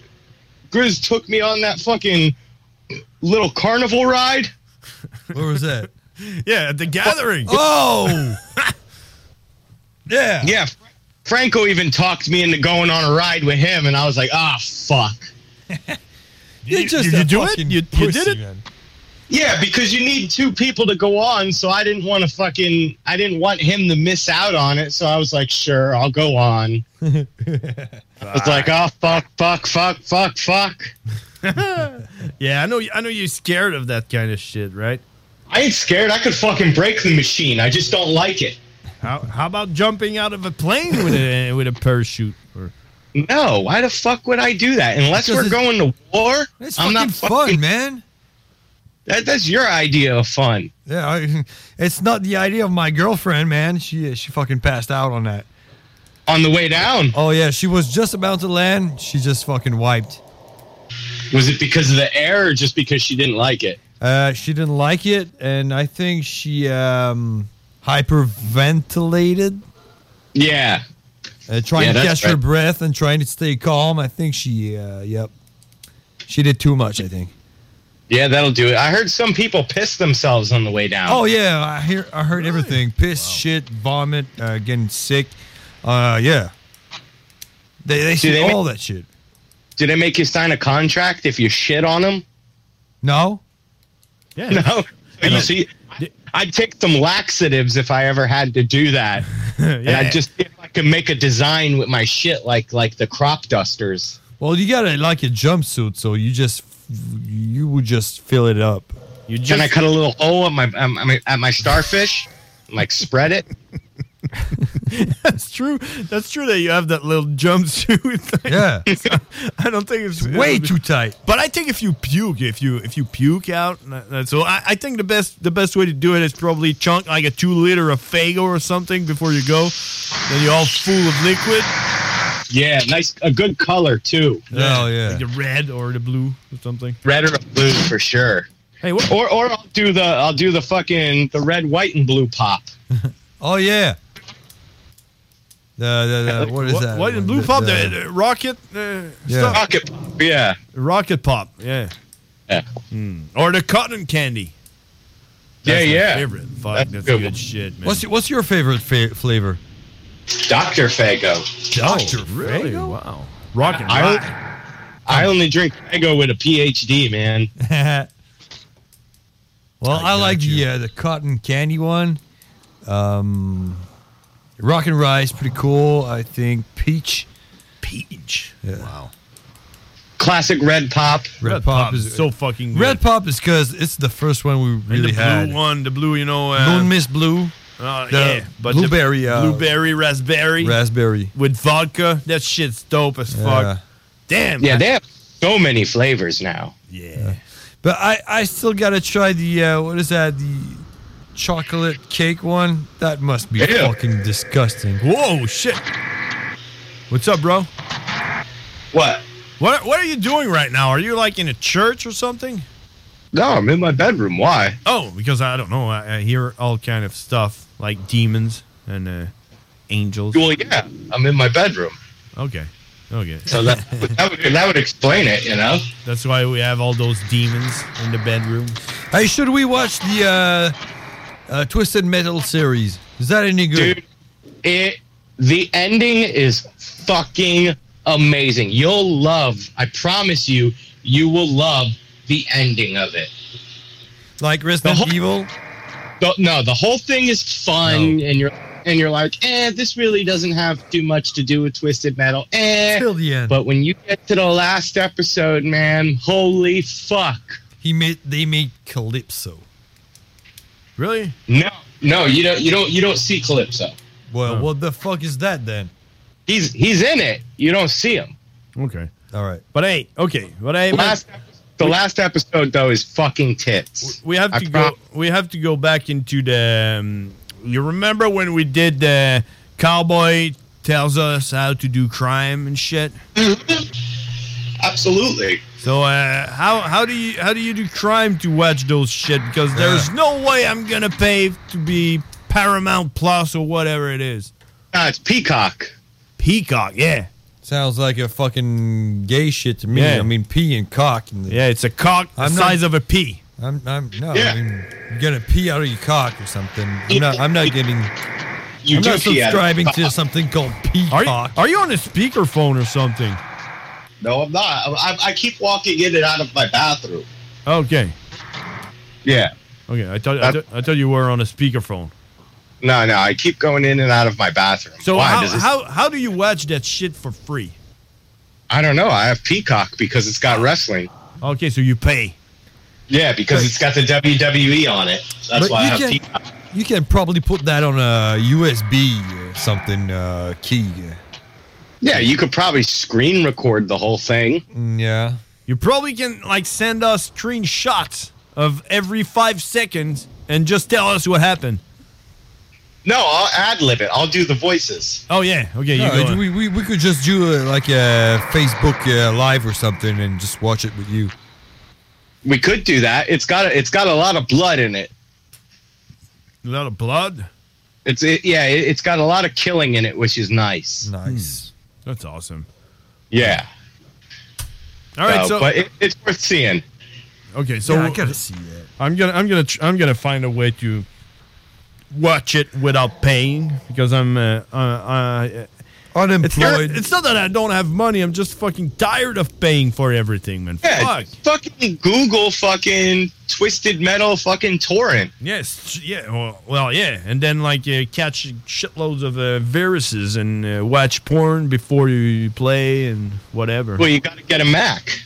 Grizz took me on that fucking little carnival ride.
Where was that?
(laughs)
yeah, at the gathering.
Oh! yeah.
Yeah. Fra- Franco even talked me into going on a ride with him, and I was like, ah, (laughs) fuck.
you
just did you a do it? fucking You- you did pussy, it? man.
Yeah, because you need two people to go on, so I didn't want to fucking, I didn't want him to miss out on it, so I was like, sure, I'll go (laughs) on. It's like, oh fuck, fuck, fuck, fuck, fuck.
(laughs) yeah, I know. I know you're scared of that kind of shit, right?
I ain't scared. I could fucking break the machine. I just don't like it.
How, how about jumping out of a plane with a with a parachute? Or
No, why the fuck would I do that? Unless
Because
we're going to war,
It's
I'm not
fucking
fucking
fun, man.
That, that's your idea of fun.
Yeah, I, it's not the idea of my girlfriend, man. She she fucking passed out on that.
On the way down.
Oh yeah, she was just about to land. She just fucking wiped.
Was it because of the air or just because she didn't like it?
Uh, she didn't like it, and I think she um, hyperventilated,
Yeah.
uh, trying
Yeah,
to
that's
catch her
right.
breath and trying to stay calm. I think she, uh, yep, she did too much. I think.
Yeah, that'll do it. I heard some people piss themselves on the way down.
Oh yeah, I hear I heard everything: piss, shit, vomit, uh, getting sick. Uh, yeah, they they
Do
see
they
all
make-
that shit.
Do they make you sign a contract if you shit on them?
No,
Yeah.
No. You see, I'd take some laxatives if I ever had to do that, and
Yeah.
I'd just see if I could make a design with my shit like like the crop dusters.
Well, you got to like a jumpsuit, so you just you would just fill it up.
You
Can I cut a little hole at my um, I mean, at my starfish? Like spread it.
(laughs) that's true. That's true that you have that little jumpsuit. (laughs) Thing.
Yeah.
(laughs) I don't think it's,
way too tight.
But I think if you puke, if you if you puke out, that- that- so I, I think the best the best way to do it is probably chunk like a two liter of Fago or something before you go. Then you're all full of liquid.
Yeah, nice, a good color too.
Like the red or the blue or something.
red or blue for sure.
Hey, what?
Or or I'll do the I'll do the fucking the red, white, and blue pop.
(laughs) Oh yeah. The, the, the, what is
Wh-
that?
White and blue
The-
pop,
the-
the, the rocket. Uh,
Yeah.
stuff.
Rocket pop. Yeah.
Rocket pop. Yeah. Hmm.
Yeah.
Or the cotton candy.
Yeah,
That's my
yeah.
Favorite. Fuck, that's,
That's a good
good
one.
shit, man.
What's what's your favorite fa- flavor? (laughs)
Doctor Fago.
Doctor
really? Wow. Rocket.
I, I only drink Fago with a PhD, man.
well, I, like the uh, the cotton candy one. Um, rock and rice, pretty cool. I think peach.
Peach. Wow.
Classic red pop.
Red, pop, is
so fucking good.
Red pop is because it's the first one we
And
really
the blue
had.
one, the blue, you know. Uh,
Moon Miss Blue,
uh,
the
yeah, but the
blueberry, uh,
blueberry, raspberry,
raspberry.
with vodka. That shit's dope as
Yeah.
fuck. Damn.
Yeah,
I-
they have so many flavors now.
Yeah.
But I, I still gotta try the uh, what is that the chocolate cake one? That must be
Ew.
fucking disgusting.
Whoa, shit! What's up, bro?
What?
What What are you doing right now? Are you like in a church or something?
No, I'm in my bedroom. Why?
Oh, because I don't know. I, I hear all kind of stuff like demons and uh, angels.
Well, yeah, I'm in my bedroom.
Okay, okay.
So that (laughs) that would, that would explain it, you know.
That's why we have all those demons in the bedroom.
Hey, should we watch the uh, uh, Twisted Metal series? Is that any good?
Dude, It the ending is fucking amazing. You'll love. I promise you, you will love the ending of it.
Like Resident Evil.
The, no, the whole thing is fun, and you're and you're like, eh, this really doesn't have too much to do with Twisted Metal. Eh.
Till the end.
But when you get to the last episode, man, holy fuck!
He made they made Calypso. Really?
No, no, you don't, you don't, you don't see Calypso.
Well, what the fuck is that then?
He's he's in it. You don't see him.
Okay.
All right.
But hey, okay. But hey,
last, the last episode though is fucking tits.
we have
I
to
prom-
go. We have to go back into the. um, you remember when we did the cowboy tells us how to do crime and shit?
Absolutely.
So uh, how how do you how do you do crime to watch those shit? Because there's
Yeah.
no way I'm gonna pay to be Paramount Plus or whatever it is.
Ah, it's Peacock.
Peacock, yeah.
Sounds like a fucking gay shit to me.
Yeah.
I mean, pee and cock. And
yeah, it's a cock the size of a pea.
I'm, I'm no.
Yeah.
I mean, you're gonna pee out of your cock or something. I'm not. I'm not getting.
You
I'm
do
not
pee out of your
subscribing to
cock.
something called peacock.
Are you, are you on a speakerphone or something?
No, I'm not. I, I keep walking in and out of my bathroom.
Okay.
Yeah.
Okay. I thought I, thought- I thought you were on a speakerphone.
No, no, I keep going in and out of my bathroom.
So
Why
how,
does this-
how how do you watch that shit for free?
I don't know. I have Peacock because it's got wrestling.
Okay, so you pay.
Yeah, because it's got the WWE E on it. That's
But
why I
you
have
can-
Peacock.
You can probably put that on a USB or something uh, key.
Yeah, you could probably screen record the whole thing.
Mm, Yeah.
You probably can like send us screenshots of every five seconds and just tell us what happened.
No, I'll ad lib it. I'll do the voices.
Oh yeah. Okay.
No,
you go.
we, we, we could just do uh, like a Facebook uh, live or something and just watch it with you.
We could do that. It's got a, it's got a lot of blood in it.
A lot of blood.
It's it, yeah. It, it's got a lot of killing in it, which is nice.
Nice.
Hmm. That's awesome.
Yeah.
All right,
No,
so-
but it, it's worth seeing.
Okay. So
Yeah, I gotta
see that.
I'm gonna I'm gonna tr- I'm gonna find a way to watch it without paying because I'm uh, uh, uh,
Unemployed.
It's not, it's not that I don't have money. I'm just fucking tired of paying for everything, man.
Yeah, fucking Google fucking twisted metal fucking torrent.
Yes, yeah, well, well, yeah, and then like uh, catch shitloads of uh, viruses and uh, watch porn before you play and whatever.
Well, you gotta get a Mac.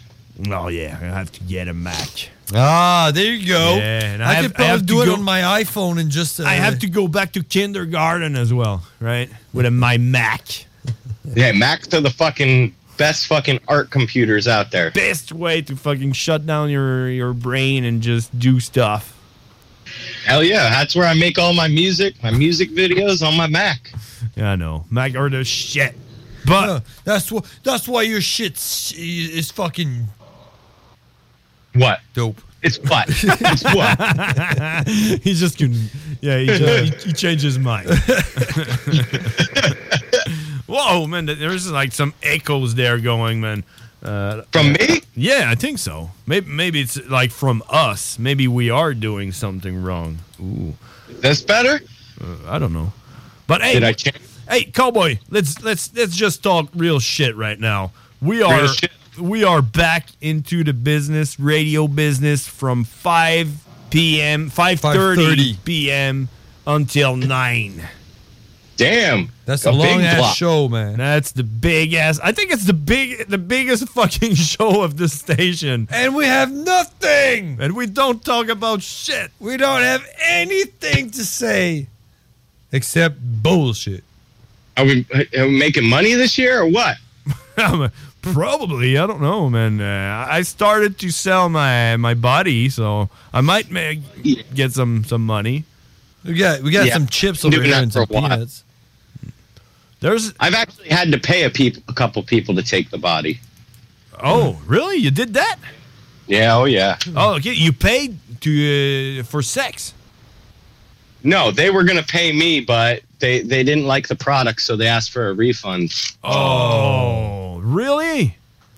Oh yeah, I have to get a Mac.
Ah, there you go.
Yeah, and I
I,
have-
could
I have
probably
to
do it
go-
on my iPhone and just. Uh,
I have to go back to kindergarten as well, right? With a, my Mac.
Yeah, Macs are the fucking best fucking art computers out there.
Best (laughs) way to fucking shut down your your brain and just do stuff.
Hell yeah, that's where I make all my music, my music videos on my Mac.
Yeah, I know. Mac are the shit. But
that's why that's why your shit s- is fucking
What?
dope.
It's
(laughs)
what? it's
what? (laughs) He's just gonna, yeah. He, just, he, he changed his mind. (laughs) Whoa, man! th- There's like some echoes there going, man. Uh,
from me?
Yeah, I think so. Maybe maybe it's like from us. Maybe we are doing something wrong. Ooh,
that's better.
Uh, I don't know, but hey,
Did I change?
hey, cowboy, let's let's let's just talk real shit right now. We
Real
are
shit.
we are back into the business, radio business from 5 p.m. 5:30
5:30.
p.m. until 9.
Damn.
That's a, long ass show, man.
That's the big ass. I think it's the big the biggest (laughs) fucking show of the station.
And we have nothing.
And we don't talk about shit.
We don't have anything to say except bullshit.
Are we, are we making money this year or what?
(laughs) Probably, I don't know, man. Uh, I started to sell my my body, so I might ma- get some some money.
We got we got
Yeah.
some chips
Doing
over here
that
and
for a
some
while.
peanuts.
There's
I've actually had to pay a peop a couple people to take the body.
Oh, really? You did that?
Yeah, oh yeah.
Oh, okay. You paid to uh, for sex.
No, they were gonna pay me, but they they didn't like the product, so they asked for a refund.
Oh, really?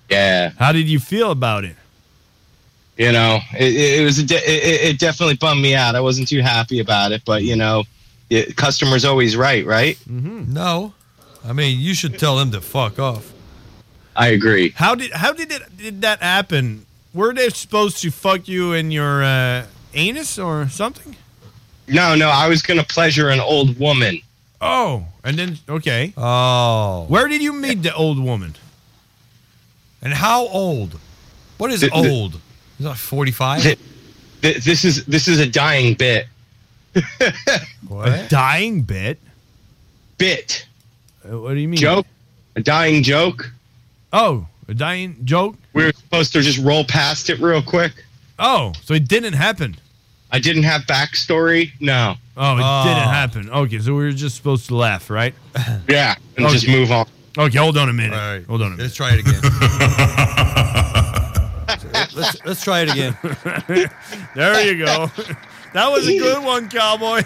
Yeah.
How did you feel about it?
You know, it, it, it was a de- it, it- it definitely bummed me out. I wasn't too happy about it, but you know, it, customer's always right, right?
Mm-hmm.
No. I mean, you should tell them to fuck off.
I agree.
How did how did it did that happen? Were they supposed to fuck you in your uh, anus or something?
No, no, I was gonna pleasure an old woman.
Oh, and then okay.
Oh.
Where did you meet the old woman?
And how old? What is
The- the-
old? Is that 45?
Th- th- this is this is a dying bit. (laughs)
A dying bit.
Bit.
Uh, What do you mean?
Joke. A dying joke.
Oh, a dying joke.
We were supposed to just roll past it real quick.
Oh, so it didn't happen.
I didn't have backstory. No.
Oh, it
Oh.
didn't happen. Okay, so we were just supposed to laugh, right?
(laughs) Yeah, and just move on.
Okay, hold on a minute. Hold on a minute. Let's
try it
(laughs)
again. let's, let's try it again.
(laughs) there you go. (laughs) That was a good
(laughs)
one, cowboy.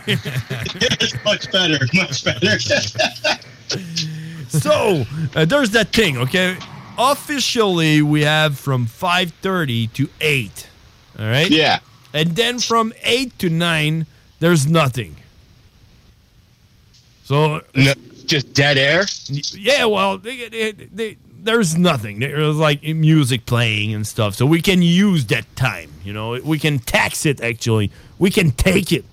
much better. Much better.
(laughs) so uh, there's that thing okay officially we have from 5.30 to 8 all right
Yeah.
and then from 8 to 9 there's nothing so
just dead air
yeah well they, they, they, there's nothing there's like music playing and stuff so we can use that time you know we can tax it actually we can take it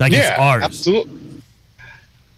like it's ours
Absolutely.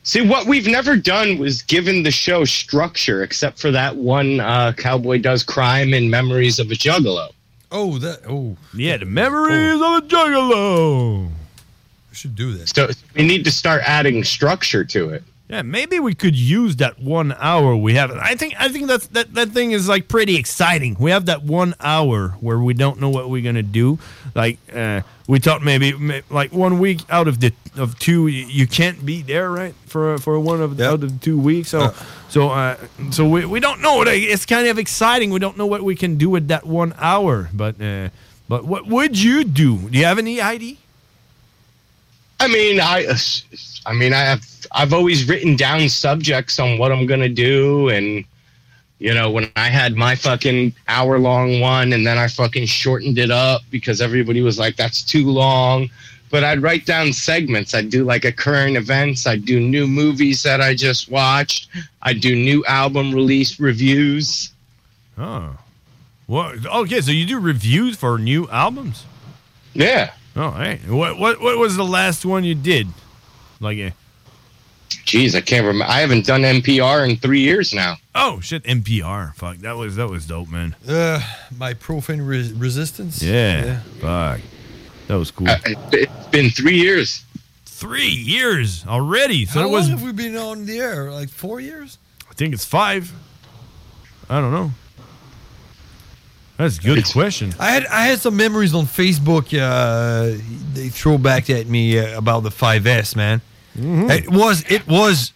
See, what we've never done was given the show structure, except for that one uh, cowboy does crime and memories of a juggalo.
Oh, that. Oh.
Yeah, the memories of a juggalo.
We should do that.
So we need to start adding structure to it.
Yeah, maybe we could use that one hour we have. I think I think that's that, that thing is like pretty exciting. We have that one hour where we don't know what we're gonna do. Like uh, we thought maybe may- like one week out of the of two y- you can't be there right for for one of the out of two weeks. So so uh, so we, we don't know. Like, It's kind of exciting. We don't know what we can do with that one hour. But uh, but what would you do? Do you have any idea?
I mean, I, uh, s- I mean, I have, I've always written down subjects on what I'm gonna do, and you know, when I had my fucking hour long one, and then I fucking shortened it up because everybody was like, "That's too long." But I'd write down segments. I'd do like a current events. I'd do new movies that I just watched. I'd do new album release reviews.
Oh. What? Okay, so you do reviews for new albums?
Yeah.
All right. What what what was the last one you did? Like eh, a
Jeez, I can't remember. I haven't done NPR in three years now.
oh shit NPR. Fuck, that was that was dope, man.
Uh, my profane res- resistance?
Yeah. Fuck. That was cool.
Uh, it's been three years.
Three years already. So
How
it was.
long have we been on the air? Like four years?
I think it's five. I don't know. That's a good question.
I had I had some memories on Facebook. Uh, they threw back at me uh, about the 5S, man.
Mm-hmm.
It was it was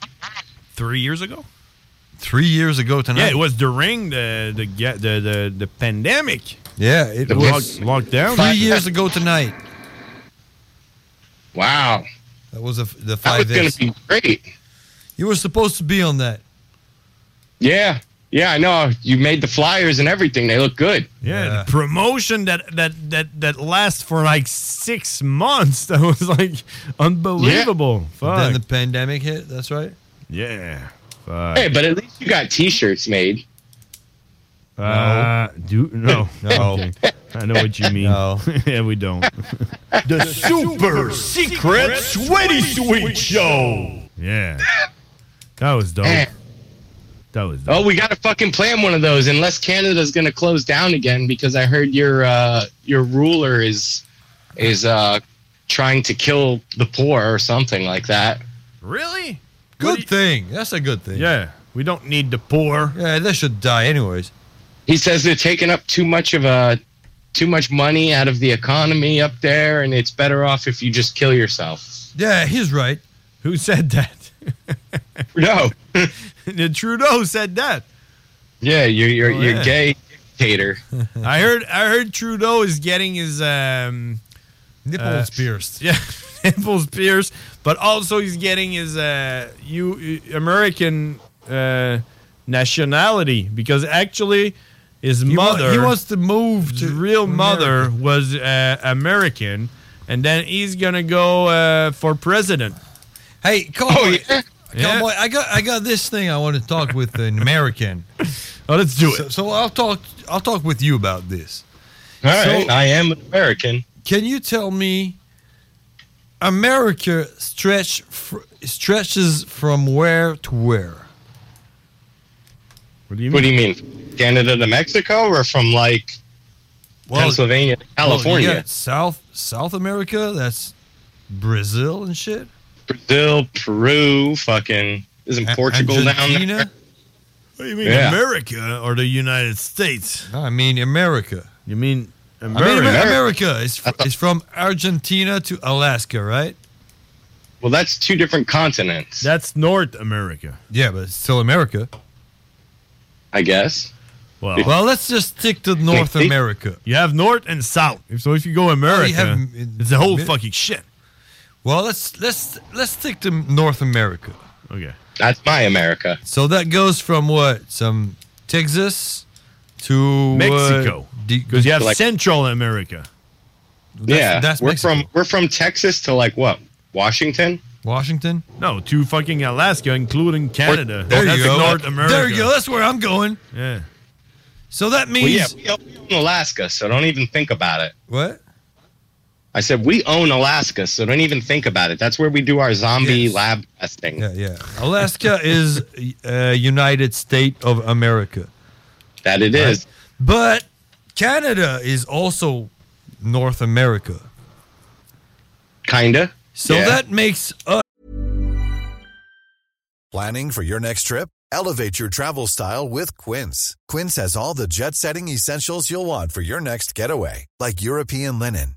Three years ago.
three years ago tonight.
Yeah, it was during the the ga- the the, the pandemic.
Yeah, it
The
was
lock- lockdown.
Three years ago tonight.
Wow,
that was a, the
That was
five.
gonna be great.
You were supposed to be on that.
Yeah. Yeah, I know. You made the flyers and everything. They look good.
Yeah, the promotion that that that that lasts for like six months. (laughs) That was like unbelievable. Fuck.
Then the pandemic hit. That's right.
yeah.
Hey, but at least you got t-shirts made.
Uh, do (laughs) no
No.
Okay. I know (laughs) what you mean. yeah,
(laughs)
we don't. the
Super Secret Sweaty Sweet Show.
Yeah, that was dope. That was dope.
Oh, we got to fucking plan one of those unless Canada's going to close down again because I heard your uh your ruler is is uh trying to kill the poor or something like that.
really
good thing. That's a good thing.
Yeah, we don't need the poor.
Yeah, they should die anyways.
He says they're taking up too much of a too much money out of the economy up there and it's better off if you just kill yourself.
Yeah, he's right.
Who said that? (laughs)
No.
Trudeau said that.
Yeah, you're you're,
Oh,
you're
yeah.
gay dictator.
I heard. I heard Trudeau is getting his um, uh,
Nipples pierced.
(laughs) Yeah, nipples pierced. But also he's getting his uh, you American uh, nationality because actually his
wa-
mother,
he wants to move to
his real mother, was uh, American, and then he's gonna go uh, for president.
Hey, Cowboy. Cowboy, I got I got this thing I want to talk with an American.
oh, let's
do it. So, so I'll talk I'll talk with you about this.
All right, I
am an American. Can you tell me America stretch fr- stretches from where to where?
What do you
(laughs) What do you mean? Canada to Mexico or from like Pennsylvania to
well, you
California?
got South South America, that's Brazil and shit.
Brazil, Peru, fucking isn't
A-
Portugal down
Argentina?
there?
What do you mean,
Yeah.
America or the United States?
I mean America.
You mean
I mean,
America?
Amer- America is, fr- is from Argentina to Alaska, right?
Well, that's two different continents.
That's North America.
Yeah, but it's still America.
I guess.
Well,
Well, let's just stick to North America. Oh,
You have North and South. If- So if you go America, it's a whole fucking shit.
Well, let's let's let's stick to North America.
Okay.
That's my America.
So that goes from what? Some Texas to
Mexico. Because you have Central America.
yeah, we're from we're from Texas to like what Washington.
Washington?
No, to fucking Alaska, including Canada.
There
That's
you
like
go.
North America.
There you go. That's where I'm going.
Yeah.
So that
Well, yeah,
means
we own we own Alaska, so don't even think about it.
What?
I said we own Alaska, so don't even think about it. That's where we do our zombie lab testing.
Yeah, yeah.
(laughs)
Alaska is uh, United State of America.
That it is.
But Canada is also North America.
Kinda.
So
Yeah.
that makes us
Planning for your next trip? Elevate your travel style with Quince. Quince has all the jet setting essentials you'll want for your next getaway, like European linen,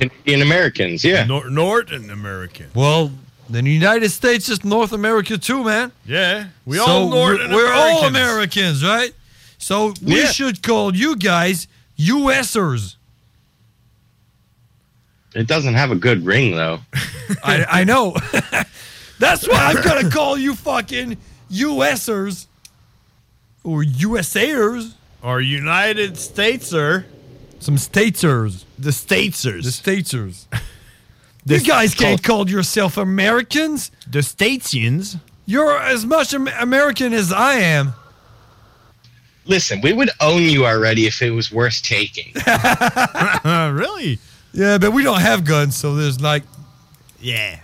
Canadian Americans, yeah.
Nor- North and American.
Well, the United States is North America too, man.
Yeah. We
So
all North
we're,
and
we're all
Americans.
Americans, right? So we
Yeah.
should call you guys USers.
It doesn't have a good ring though.
I, I know. That's why I'm gonna call you fucking USers or USAers
or United Statesers.
Some statesers.
The statesers.
The
(laughs)
statesers.
The
you guys can't
cul-
call yourself Americans.
The statesians.
You're as much Am- American as I am.
Listen, we would own you already if it was worth taking.
(laughs)
really?
Yeah, but we don't have guns, so there's like
Yeah.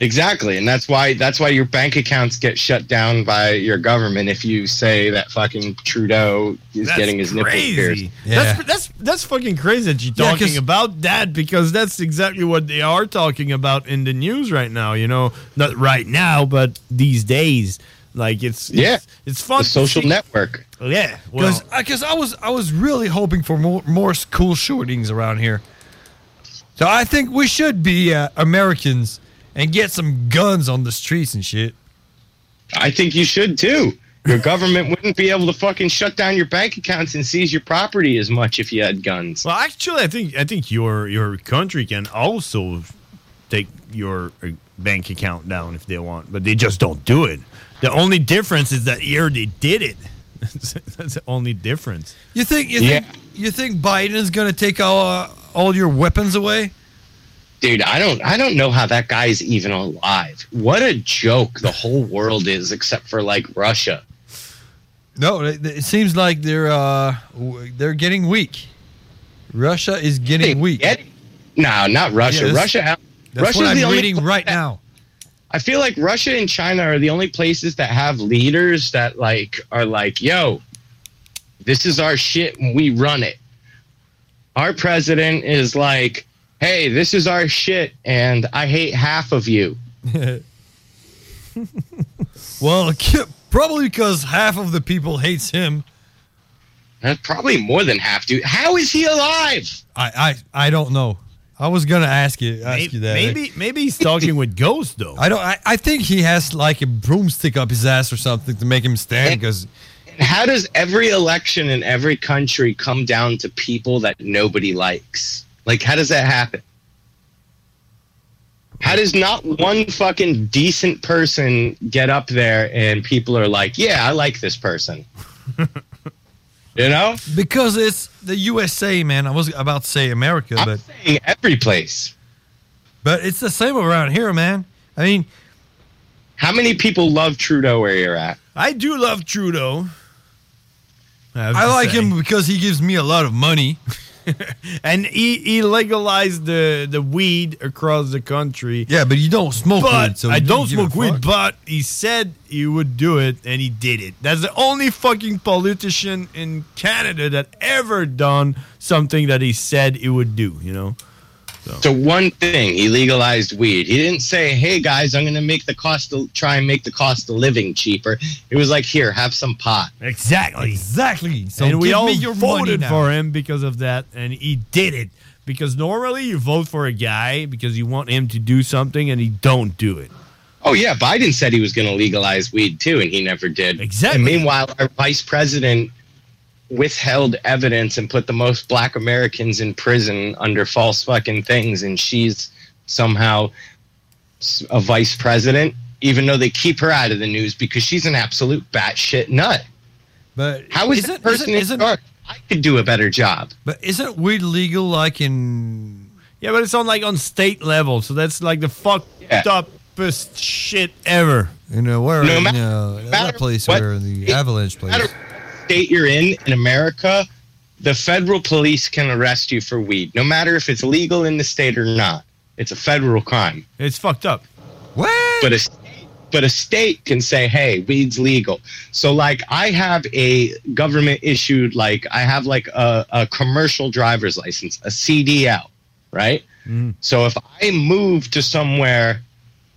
Exactly, and that's why that's why your bank accounts get shut down by your government if you say that fucking Trudeau is
That's
getting his
crazy.
nipples pierced.
That's, that's that's fucking crazy that you're
Yeah, 'cause-
talking about that because that's exactly what they are talking about in the news right now. You know, not right now, but these days. Like it's
Yeah.
it's, it's fun.
The social network.
Yeah, well,
because I was I was really hoping for more more school shootings around here. So I think we should be uh, Americans and get some guns on the streets and shit.
I think you should too. Your government wouldn't be able to fucking shut down your bank accounts and seize your property as much if you had guns.
well, actually, I think I think your your country can also take your uh, bank account down if they want, but they just don't do it. The only difference is that here they did it. (laughs) that's the only difference.
You think you
Yeah.
think you think Biden's gonna take all uh, all your weapons away?
Dude, I don't I don't know how that guy's even alive. What a joke the whole world is except for like Russia.
No, it, it seems like they're uh, w- they're getting weak. Russia is getting weak.
No, not Russia.
Yeah, that's-
Russia.
That's
Russia's
what I'm
the only
reading right now.
I feel like Russia and China are the only places that have leaders that like are like, yo, this is our shit and we run it. Our president is like, hey, this is our shit and I hate half of you.
well, (laughs) probably because half of the people hates him.
That's Uh, probably more than half, dude. How is he alive?
I I, I don't know. I was gonna ask you ask you that.
Maybe maybe he's talking with ghosts though.
I don't. I, I think he has like a broomstick up his ass or something to make him stand. Because
And how does every election in every country come down to people that nobody likes? Like, how does that happen? How does not one fucking decent person get up there and people are like, yeah, I like this person? you know,
because it's the USA, man. I was about to say America, but
saying every place.
But it's the same around here, man. I mean,
how many people love Trudeau where you're at?
I do love Trudeau. have
I
to
like
say.
him because he gives me a lot of money.
(laughs) and he, he legalized the, the weed across the country.
Yeah, but you don't smoke
But
weed, so
I
you
don't
give a
smoke weed,
fuck.
but he said he would do it and he did it. That's the only fucking politician in Canada that ever done something that he said he would do, you know?
So one thing, he legalized weed. He didn't say, "Hey guys, I'm going to make the cost of try and make the cost of living cheaper." It was like, "Here, have some pot."
Exactly.
Exactly. So
and we
give
all
me your money
voted
now.
for him because of that, and he did it. Because normally you vote for a guy because you want him to do something and he don't do it.
Oh yeah, Biden said he was going to legalize weed too, and he never did. Exactly. And meanwhile, our vice president withheld evidence and put the most Black Americans in prison under false fucking things, and she's somehow s- a vice president, even though they keep her out of the news because she's an absolute batshit nut.
But
how is that person in charge? I could do a better job.
But isn't weed legal like in
Yeah, but it's on like on state level, so that's like the fucked upest shit ever.
You know where
No
in,
matter-
uh, that place
what-
where the avalanche place?
state you're in in America, the federal police can arrest you for weed, no matter if it's legal in the state or not. It's a federal crime.
It's fucked up.
What?
But a state- but a state can say, "Hey, weed's legal." So like I have a government issued like I have like a, a commercial driver's license, a CDL, right? So if I move to somewhere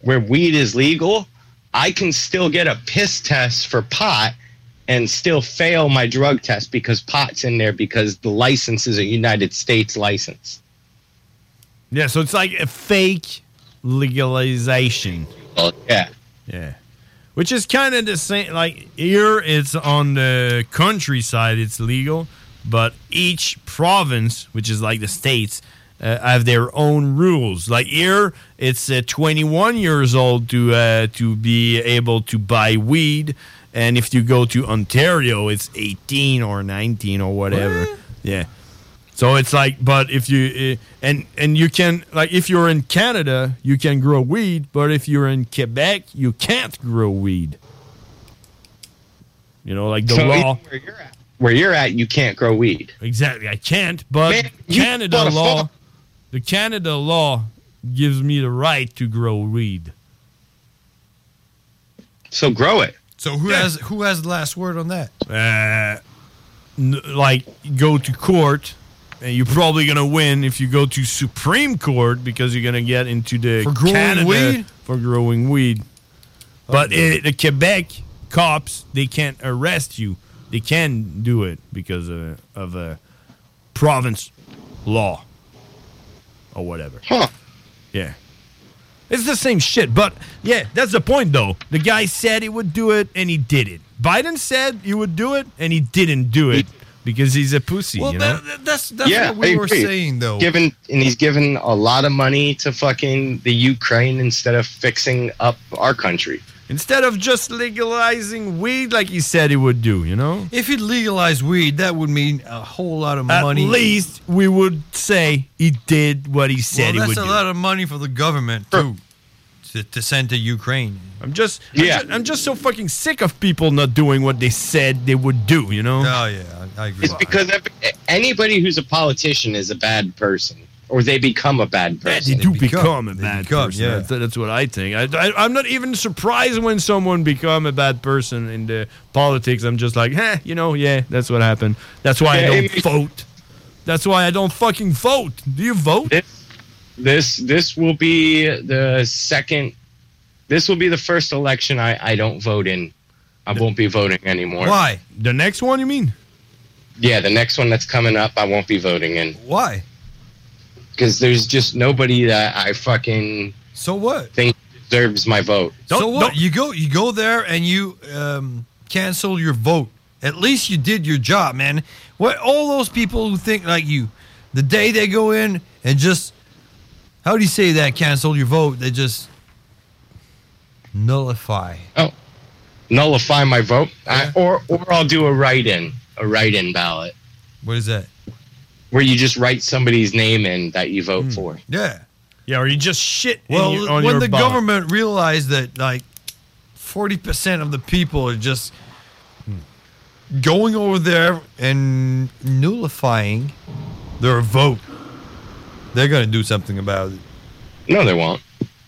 where weed is legal, I can still get a piss test for pot and still fail my drug test because pot's in there because the license is a United States license.
Yeah, so it's like a fake legalization.
Oh yeah.
Yeah. Which is kind of the same. Like here, it's on the countryside, it's legal, but each province, which is like the states, uh, have their own rules. Like here, it's uh, 21 years old to uh, to be able to buy weed, and if you go to Ontario, it's 18 or 19 or whatever. Yeah. So it's like, but if you eh, and and you can like if you're in Canada, you can grow weed, but if you're in Quebec, you can't grow weed. You know, like the
So even
law.
Where you're, at, where you're at, you can't grow weed.
Exactly, I can't. But
you
Canada
motherfucker.
law, the Canada law gives me the right to grow weed.
So grow it.
So who has who has the last word on that?
uh, n- like go to court and you're probably gonna win if you go to Supreme Court because you're gonna get into the
For growing
Canada
weed?
for growing weed. But it, the Quebec cops they can't arrest you. They can do it because of, of a province law or whatever. Yeah. It's the same shit, but yeah, that's the point though. The guy said he would do it and he did it. Biden said he would do it and he didn't do it because he's a pussy.
Well,
you know?
that- that- that's that's what we
I
were
agree.
saying though.
Given and he's given a lot of money to fucking the Ukraine instead of fixing up our country.
Instead of just legalizing weed like he said he would do, you know?
If he legalized weed, that would mean a whole lot of
At
money.
least we would say he did what he
well,
said he
that's
would
a
do.
lot of money for the government too to, to send to Ukraine.
I'm just yeah. I'm just, so fucking sick of people not doing what they said they would do, you know?
Oh yeah, I, I agree.
It's because every, anybody who's a politician is a bad person. or they become a bad person.
They do become, a bad person. That's, that's what I think. I, I, am not even surprised when someone become a bad person in the politics. I'm just like, eh, you know, yeah, that's what happened. That's why
Yeah,
I
it
don't vote. That's why I don't fucking vote. Do you vote?
This this will be the second. This will be the first election I I don't vote in. I won't be voting anymore.
Why? The next one, you mean?
Yeah, the next one that's coming up, I won't be voting in
Why?
because there's just nobody that I fucking
so what
think deserves my vote.
so what? You go you go there and you um, cancel your vote. At least you did your job, man. What all those people who think like you, the day they go in and just how do you say that? Cancel your vote. They just nullify.
Oh, nullify my vote, I, or or I'll do a write-in, a write-in ballot
What is that?
where you just write somebody's name in that you vote for.
Yeah.
Yeah, or you just shit.
in
Well,
your- on
when
your
the
ballot.
government realized that like forty percent of the people are just going over there and nullifying their vote, they're gonna do something about
(laughs)
it.
No, they won't.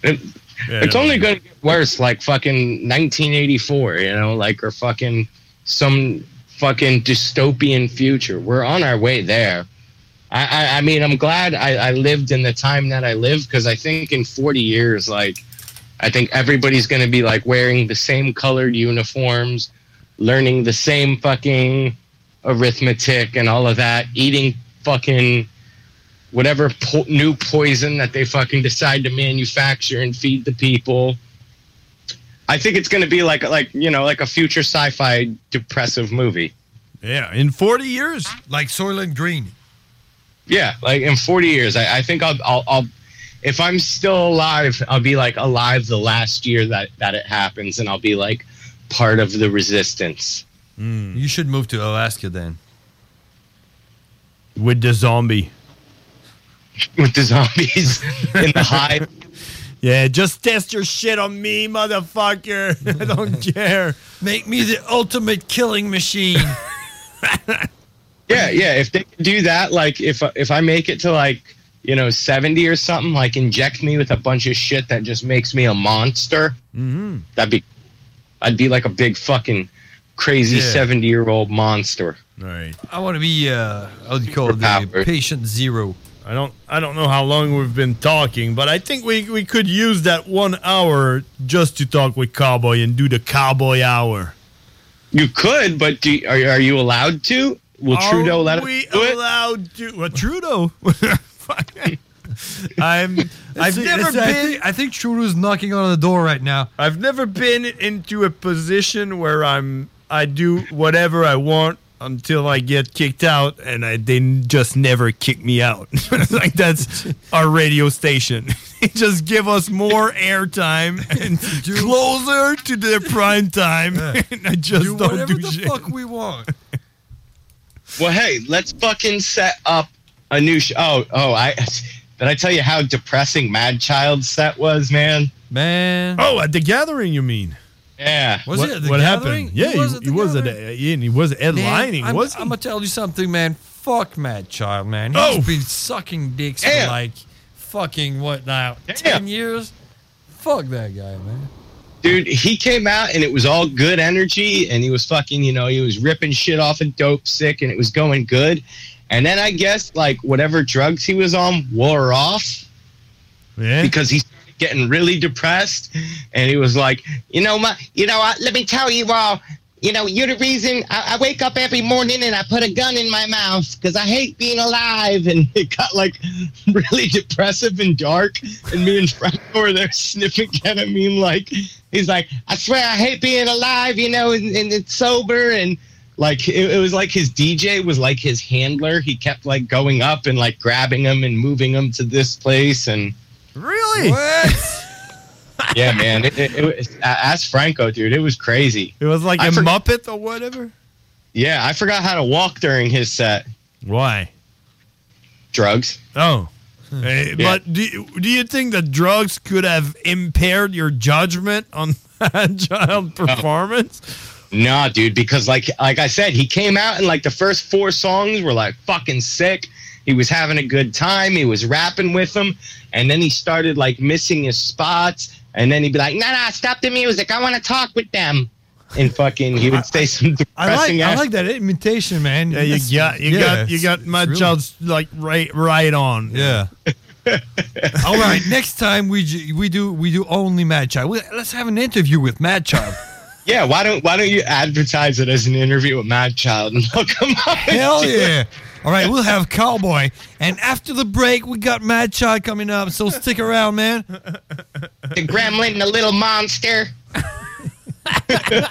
It- it's only going to get worse, like fucking 1984, you know, like or fucking some fucking dystopian future. We're on our way there. I, I, I mean, I'm glad I, I lived in the time that I lived because I think in 40 years, like, I think everybody's going to be like wearing the same colored uniforms, learning the same fucking arithmetic and all of that, eating fucking whatever po- new poison that they fucking decide to manufacture and feed the people. I think it's going to be like like you know like a future sci-fi depressive movie.
Yeah, in 40 years,
like Soylent Green.
Yeah, like in 40 years, I, I think I'll, I'll I'll if I'm still alive, I'll be like alive the last year that that it happens, and I'll be like part of the resistance. Mm.
You should move to Alaska then.
With the zombie.
With the zombies (laughs) in the hive.
Yeah, just test your shit on me, motherfucker. (laughs) I don't care.
Make me the ultimate killing machine.
Yeah, yeah. If they could do that, like if if I make it to like you know seventy or something, like inject me with a bunch of shit that just makes me a monster.
Mm-hmm.
(laughs) That'd be, I'd be like a big fucking crazy
Yeah.
seventy year old monster.
Right.
I want to be uh, how do you call it? The patient zero.
I don't I don't know how long we've been talking, but I think we, we could use that one hour just to talk with Cowboy and do the Cowboy Hour.
You could, but do, are are you allowed to? Will
Are
Trudeau let us
we
do it?
allowed to? Well, Trudeau. (laughs) I'm.
It's-
I've never
it's- I
been.
think- I think Trudeau's knocking on the door right now.
I've never been into a position where I'm I do whatever I want until I get kicked out, and I, they n- just never kick me out. (laughs) (laughs) like that's our radio station. They just give us more airtime
(laughs)
and closer to their prime time, (laughs) and I just
do
don't
whatever
do
the
shit.
fuck we
(laughs)
want.
Well, hey, let's fucking set up a new show. Oh, oh, I (laughs) did I tell you how depressing Mad Child set was, man?
Man.
Oh, at the gathering, you mean?
Yeah.
Was
Ah, what,
it at the
what
gathering?
happened?
He
Yeah,
was
he,
at
he was at a, yeah, and he was at lining,
I'm,
was
I'm gonna tell you something, man. Fuck Mad Child, man. He's
Oh.
been sucking dicks
Damn.
for like fucking what now? Ten years. Fuck that guy, man.
Dude, he came out and it was all good energy and he was fucking, you know, he was ripping shit off of dope sick and it was going good. And then I guess like whatever drugs he was on wore off.
Yeah.
Because he's getting really depressed and he was like, you know, my you know, uh, let me tell you all, you know, you're the reason I, I wake up every morning and I put a gun in my mouth because I hate being alive. And (laughs) it got like really depressive and dark. And me and Frank (laughs) were there sniffing ketamine. Like, he's like, I swear I hate being alive, you know, and, and it's sober. And like, it, it was like his DJ was like his handler. He kept like going up and like grabbing him and moving him to this place. And
Really?
What?
yeah, man, it, it, it was, ask Franco, dude. It was crazy.
It was (laughs) like
a
a Muppet or whatever.
Yeah, I forgot how to walk during his set.
Why?
Drugs.
Oh.
Hmm.
Eh,
Yeah.
But do you, do you think that drugs could have impaired your judgment on (laughs)
Oh.
child performance?
Nah, dude, because like like I said, he came out and like the first four songs were like fucking sick. He was having a good time. He was rapping with them, and then he started like missing his spots. And then he'd be like, "Nah, nah, stop the music. I want to talk with them." And fucking, he would say some
I like,
depressing.
I
ass-
like that imitation, man.
Yeah, you got- you got- you got my
child's, like right right on.
Yeah. (laughs) All right, next time we ju- we do we do only Mad Child. We- Let's have an interview with
(laughs)
Mad Child.
yeah, why don't why don't you advertise it as an interview with Mad Child and they'll come on?
Hell yeah! All right, we'll have Cowboy, and after the break, we got Mad Child coming up. So stick around, man.
(laughs) The gremlin, the little monster.
(laughs) Hey,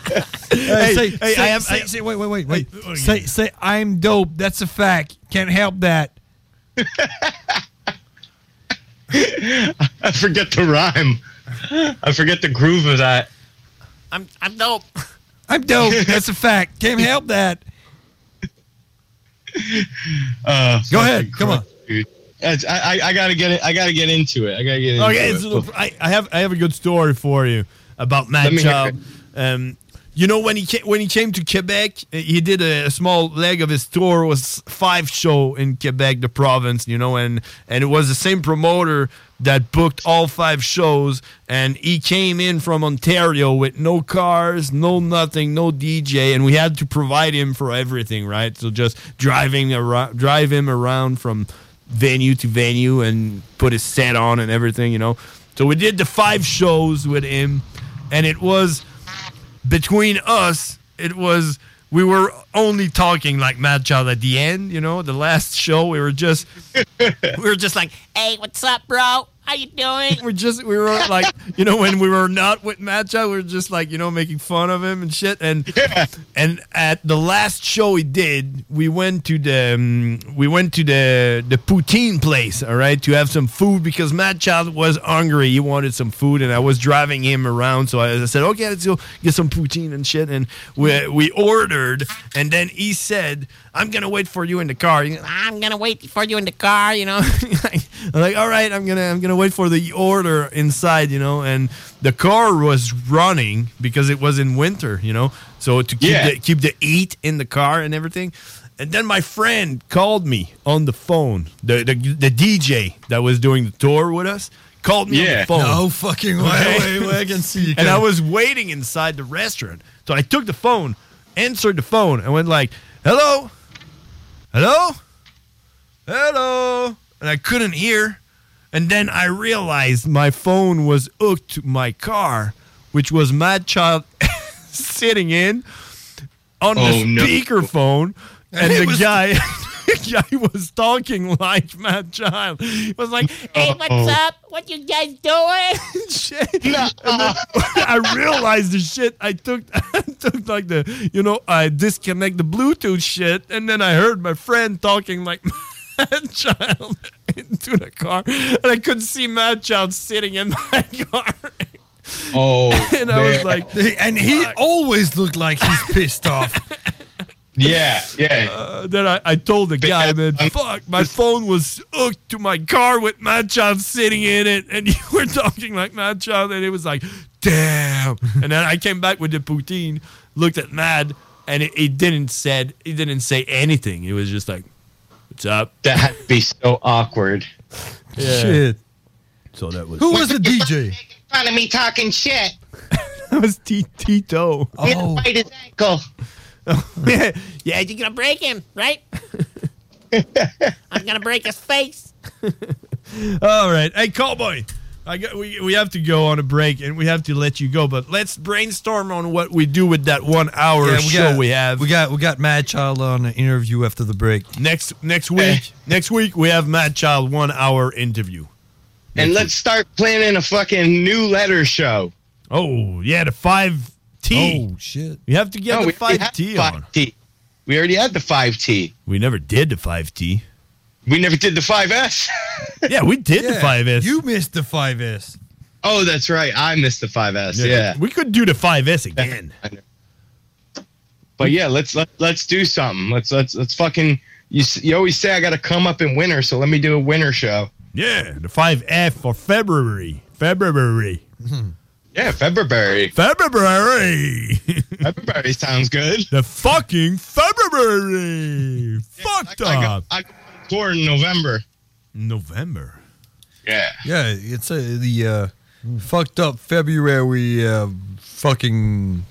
Hey,
say,
hey,
say-
I have-
say-
I-
say- wait, wait, wait, wait. say, say, I'm dope. That's a fact. Can't help
(laughs)
that.
I forget the rhyme. I forget the groove of that.
I'm I'm
(laughs)
dope.
I'm dope. That's a fact. Can't help that.
Uh,
Go ahead. Come on.
I, I, I gotta get it. I gotta get into it. I gotta get into
Oh,
okay,
it.
so I, I have I have a good story for you about Mad
Let me hear
Child. Um, you know when he came, when he came to Quebec, uh, he did a, a small leg of his tour was five show in Quebec, the province. You know, and and it was the same promoter that booked all five shows, and he came in from Ontario with no cars, no nothing, no DJ, and we had to provide him for everything, right? So just driving around, drive him around from venue to venue and put his set on and everything, you know. So we did the five shows with him, and it was between us, it was we were only talking like Mad Child at the end, you know, the last show we were just we were just like
Hey, what's up, bro? How you doing?
we're just we were like you know when we were not with Mad Child, we were just like you know making fun of him and shit and and at the last show he did, we went to the um, we went to the the poutine place, all right, to have some food because Mad Child was hungry. He wanted some food and I was driving him around, so I, I said, "Okay, let's go get some poutine and shit." And we we ordered and then he said, "I'm going to wait for you in the car." He-
I'm gonna wait for you in the car, you know. (laughs)
I'm like, all right, I'm gonna I'm gonna wait for the order inside, you know. And the car was running because it was in winter, you know. So to keep
Yeah.
the, keep the heat in the car and everything. And then my friend called me on the phone. The the, the DJ that was doing the tour with us called me on the phone.
No fucking way.
Okay?
Wait, wait, I can see you.
(laughs) and I
coming.
was waiting inside the restaurant. So I took the phone, answered the phone, and went like, "Hello, hello, hello," and I couldn't hear. And then I realized my phone was hooked to my car, which was Mad Child (laughs) sitting in on
Oh,
the
no.
speakerphone, and
It
the
was-
guy. (laughs) the guy was talking like Mad Child. He was like,
hey, what's up? What you guys doing?
Shit. And then (laughs) I realized the shit. I took, (laughs) I took like the, you know, I disconnect the Bluetooth shit, and then I heard my friend talking like (laughs) Mad Child (laughs) into the car, and I could see Mad Child sitting in my car.
Oh,
(laughs) And I was like,
and he always looked like he's pissed off.
(laughs) Yeah, yeah.
Uh, then I, I told the guy, man, fuck, my phone was hooked to my car with Mad Child sitting in it, and (laughs) you were talking like Mad Child, and it was like,
(laughs)
damn. And then I came back with the poutine, looked at Mad, and it, it didn't said he didn't say anything. It was just like, what's up?
That had to be so awkward.
(laughs) Yeah.
Shit.
So that was
Who was the DJ?
Fun of me talking
(laughs)
shit.
that was T- Tito.
Oh.
Bite his ankle.
(laughs) yeah,
(laughs) yeah, you're gonna break him, right? I'm gonna break his face.
All right. Hey, Cowboy. I got, we, we have to go on a break and we have to let you go, but let's brainstorm on what we do with that one hour
Yeah,
show
got,
we have.
We got we got Mad Child on an interview after the break.
Next next week, next week we have Mad Child one hour interview.
And let's start planning a fucking new letter show.
Oh yeah, the five (laughs) T. Oh,
shit!
You have to get the
we already
5T
had
on.
5T. We already had the five T.
We never did the five T.
We never did the five S.
Yeah, we did the
Yeah,
5S.
You missed the 5S.
Oh, that's right. I missed the five S. Yeah.
We could do the
(laughs)
5S again.
But yeah, let's let, let's do something. Let's let's let's fucking. You s- you always say I got to come up in winter, so let me do a winter show.
Yeah, the 5F for February. February.
(laughs) Yeah, February.
February. (laughs)
February sounds good.
The fucking February. Fucked
I go-
up.
I go
tour in November.
November.
Yeah.
Yeah, it's uh, the uh, fucked up February uh, fucking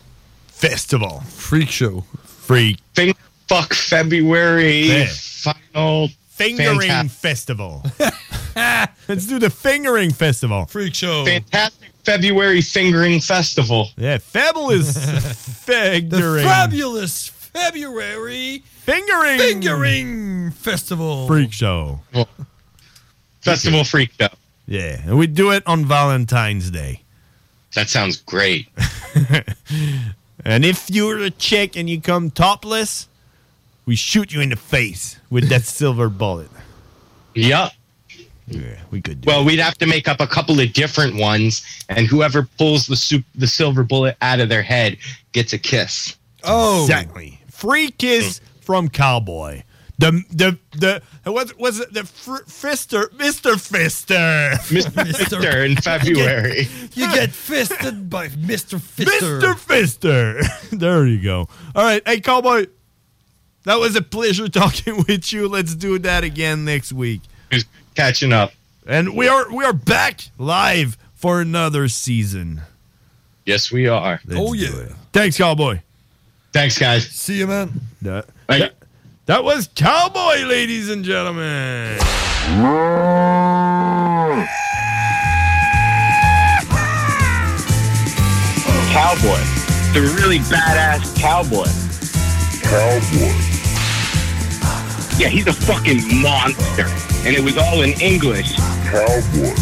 festival
freak show.
Freak.
Thing fuck February
Yeah.
final
Fingering
fanta-
festival. (laughs) Let's do the fingering festival. Freak show.
fantastic February fingering festival.
Yeah, fabulous
(laughs)
fingering.
Fabulous February
fingering
fingering festival.
freak show.
Festival freak show.
Yeah, and we do it on Valentine's Day.
That sounds great.
(laughs) and if you're a chick and you come topless, we shoot you in the face
(laughs)
with that silver bullet.
Yeah.
Yeah, we could.
Well, we'd have to make up a couple of different ones, and whoever pulls the soup, the silver bullet out of their head gets a kiss.
Oh,
exactly. Free kiss from Cowboy. The the the what was it the fr- Fister Mister Fister
Mister
(laughs)
in February.
You
(laughs)
get fisted by Mr. Fister.
Mister Fister. there (laughs) you go. All right, hey Cowboy. That was a pleasure talking (laughs) with you. Let's do that again next week.
Catching up.
And we are we are back live for another season.
Yes, we are.
oh yeah.
Thanks, Cowboy.
Thanks, guys.
See you, man.
That, that, that was Cowboy, ladies and gentlemen.
Cowboy. The really badass cowboy. Cowboy. Yeah, he's a fucking monster. And it was all in English. Cowboy.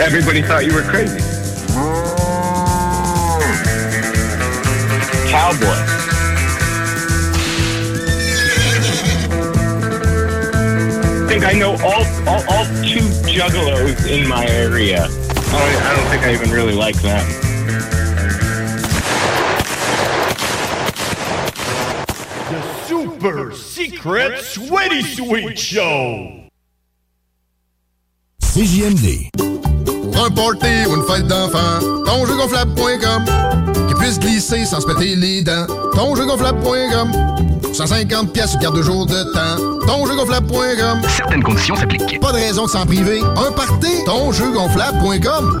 Everybody thought you were crazy. Cowboy. I think I know all, all, all two juggalos in my area. I don't, I don't think I even really like them.
The Super Secret Sweaty Sweet Show.
CJMD. Pour un party ou une fête d'enfant, tonjeugonflable.com. Qui puisse glisser sans se péter les dents. Tonjeugonflable.com. 150 pièces sur garde de jour de temps. Tonjeugonflable.com.
Certaines conditions s'appliquent.
Pas de raison de s'en priver. Un party, tonjeugonflable.com.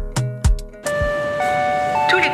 Tous les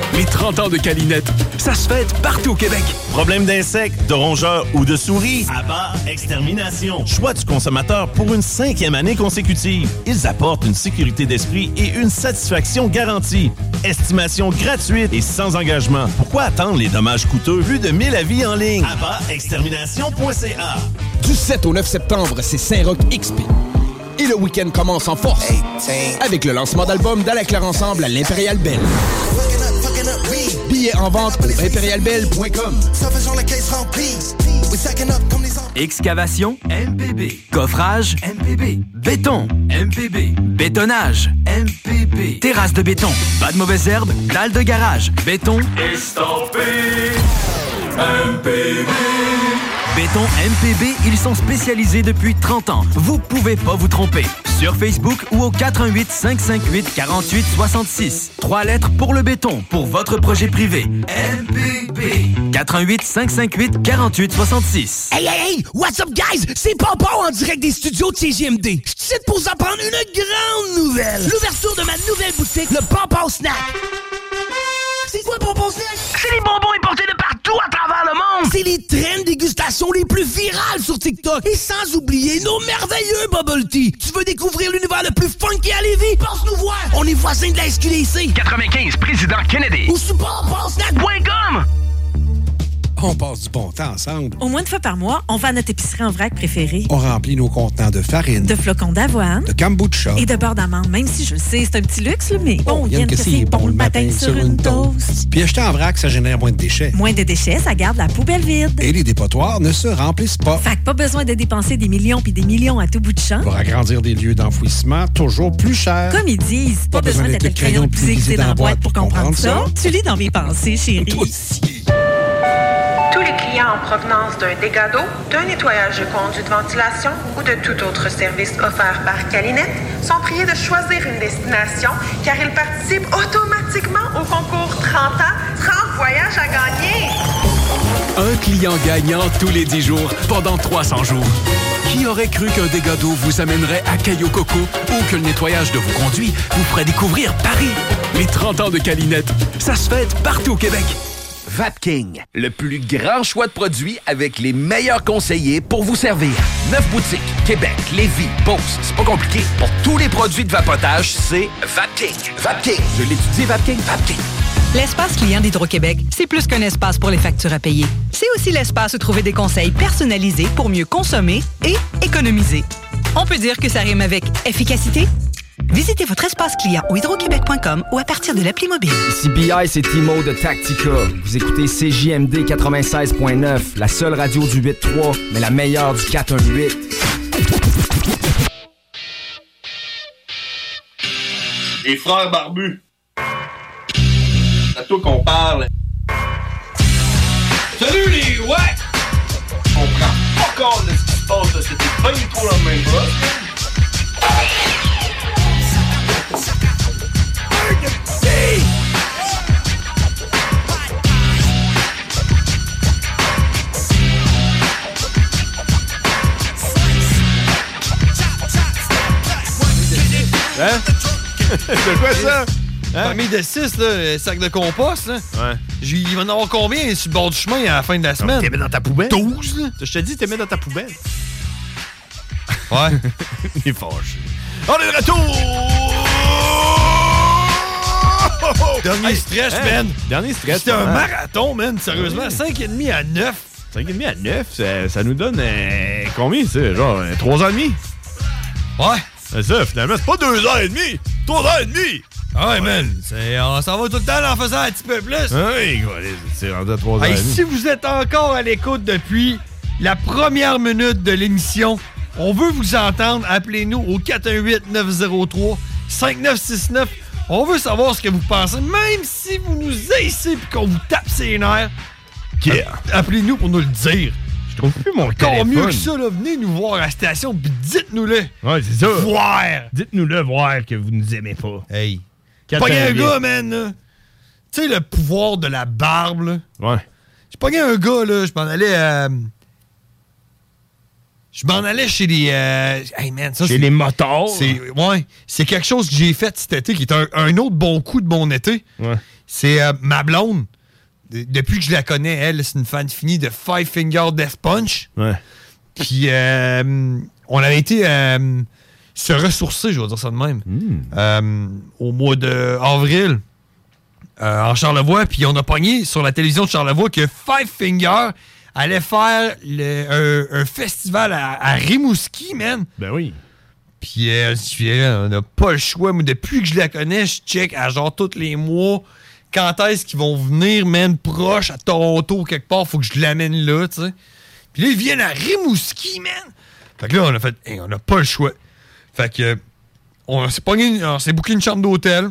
Les 30 ans de Calinette, ça se fête partout au Québec.
Problème d'insectes, de rongeurs ou de souris? Abba Extermination. Choix du consommateur pour une cinquième année consécutive. Ils apportent une sécurité d'esprit et une satisfaction garantie. Estimation gratuite et sans engagement. Pourquoi attendre les dommages coûteux vu de 1000 avis en ligne? Abba Extermination.ca
Du 7 au 9 septembre, c'est Saint-Roch XP. Et le week-end commence en force avec le lancement d'album d'Ala Claire Ensemble à l'Impérial Belle. Billets en vente au impérialbelle.com.
Excavation, MPB. Coffrage, MPB.
Béton,
MPB.
bétonnage,
MPB.
terrasse de béton, pas de mauvaises herbes, dalle de garage, béton,
Estampé. MPB.
Béton MPB, ils sont spécialisés depuis 30 ans. Vous pouvez pas vous tromper. Sur Facebook ou au 418 558 48 66. Trois lettres pour le béton, pour votre projet privé. MPB. 418 558 48 66.
Hey, hey, hey! What's up, guys? C'est Pompon en direct des studios de CGMD. Je suis ici pour vous apprendre une grande nouvelle. L'ouverture de ma nouvelle boutique, le Pompon Snack. C'est quoi Pompon Snack? C'est les bonbons importés de partout à travers le monde. C'est les traînes dégustation les plus virales sur TikTok. Et sans oublier nos merveilleux bubble tea. Tu veux découvrir l'univers le plus funky à Lévis? Pense nous voir. On est voisins de la SQDC.
95, président Kennedy.
Ou sur portpassnet.com.
On passe du bon temps ensemble.
Au moins une fois par mois, on va à notre épicerie en vrac préférée.
On remplit nos contenants de farine,
De flocons d'avoine
de kombucha.
et de beurre d'amande, même si je le sais, c'est un petit luxe, là, mais bon, il y a
Yann,
une
que c'est bon le matin sur une toast. Puis acheter en vrac, ça génère moins de déchets.
Moins de déchets, ça garde la poubelle vide.
Et les dépotoirs ne se remplissent pas.
Fait que pas besoin de dépenser des millions puis des millions à tout bout de champ.
Pour agrandir des lieux d'enfouissement, toujours plus cher.
Comme ils disent, pas, besoin d'être le crayon le plus aiguisé dans la boîte pour comprendre ça. Tu lis dans mes pensées, chérie.
Tous les clients en provenance d'un dégât d'eau,
d'un nettoyage de conduite de ventilation ou de tout autre service offert par Calinette sont priés de choisir une destination car ils participent automatiquement au concours 30 ans, 30 voyages à gagner.
Un client gagnant tous les 10 jours pendant 300 jours. Qui aurait cru qu'un dégât d'eau vous amènerait à Caillou Coco ou que le nettoyage de vos conduits vous ferait découvrir Paris? Les 30 ans de Calinette, ça se fête partout au Québec.
Vapking, le plus grand choix de produits avec les meilleurs conseillers pour vous servir. Neuf boutiques, Québec, Lévis, Beauce, c'est pas compliqué. Pour tous les produits de vapotage, c'est Vapking. Vapking, je l'étudie, Vapking, Vapking.
L'espace client d'Hydro-Québec, c'est plus qu'un espace pour les factures à payer. C'est aussi l'espace où trouver des conseils personnalisés pour mieux consommer et économiser. On peut dire que ça rime avec efficacité. Visitez votre espace client au hydroquebec.com ou à partir de l'appli mobile.
Ici BI, c'est Timo de Tactica. Vous écoutez CJMD 96.9, la seule radio du 8.3, mais la meilleure du 418.
Les frères barbus. C'est à toi qu'on parle. Salut les ouais! On prend pas compte de ce qui se passe, là. c'était pas du tout la même chose.
Hein? (laughs) de quoi ça? Famille de 6, là, le sac de compost, là.
(laughs)
Ouais. Il va en avoir combien sur le bord du chemin à la fin de la semaine? T'es
Ah, dans ta poubelle?
12, là.
Je te dis, t'es mis dans ta poubelle.
(laughs)
Ouais.
Il est fâché. On est de retour!
Dernier stretch, man.
Dernier stretch.
C'était un
hein.
marathon, man, sérieusement.
Oui.
5,5 à 9.
5,5 à 9, ça, ça nous donne euh, combien, ça? Genre euh, 3 ans et demi?
Ouais.
C'est ça, finalement, c'est pas 2 ans et demi! 3 ans et demi!
Ah ouais, man, c'est- on s'en va tout le temps en faisant un petit peu plus.
Ah Oui, c'est rendu à 3 ans et
Hey,
demi.
si vous êtes encore à l'écoute depuis la première minute de l'émission, on veut vous entendre. Appelez-nous au 418-903-5969. On veut savoir ce que vous pensez, même si vous nous haïssez et qu'on vous tape ses nerfs. a- Appelez-nous pour nous le dire. Je
trouve plus mon
Encore
téléphone.
mieux que ça, là, venez nous voir à la station puis dites-nous-le.
Ouais, c'est ça.
Voir.
Dites-nous-le voir que vous nous aimez pas.
Hey. J'ai pogné un
418.
gars, man. là. Tu sais, le pouvoir de la barbe, là.
Ouais.
J'ai pogné un gars, là. Je m'en allais. euh, Je m'en allais chez les. euh, Hey, man, ça,
Chez
c'est-
les motards.
C'est... Ouais. C'est quelque chose que j'ai fait cet été qui est un, un autre bon coup de mon été. C'est euh, ma blonde. de- Depuis que je la connais, elle, c'est une fan finie de Five Finger Death Punch.
Ouais.
Puis euh, on avait été euh, se ressourcer, je vais dire ça de même,
Hmm.
euh, au mois de avril euh, en Charlevoix. Puis on a pogné sur la télévision de Charlevoix que Five Finger allait faire le- un, un festival à, à Rimouski, man.
Ben oui.
Puis euh, je suis là, on n'a pas le choix. Moi, depuis que je la connais, je check à genre tous les mois quand est-ce qu'ils vont venir, man, proche à Toronto quelque part. Faut que je l'amène là, tu sais. Puis là, ils viennent à Rimouski, man. Fait que là, on a fait, Hey, on n'a pas le choix. Fait que, on s'est pogné une- on s'est booké une chambre d'hôtel.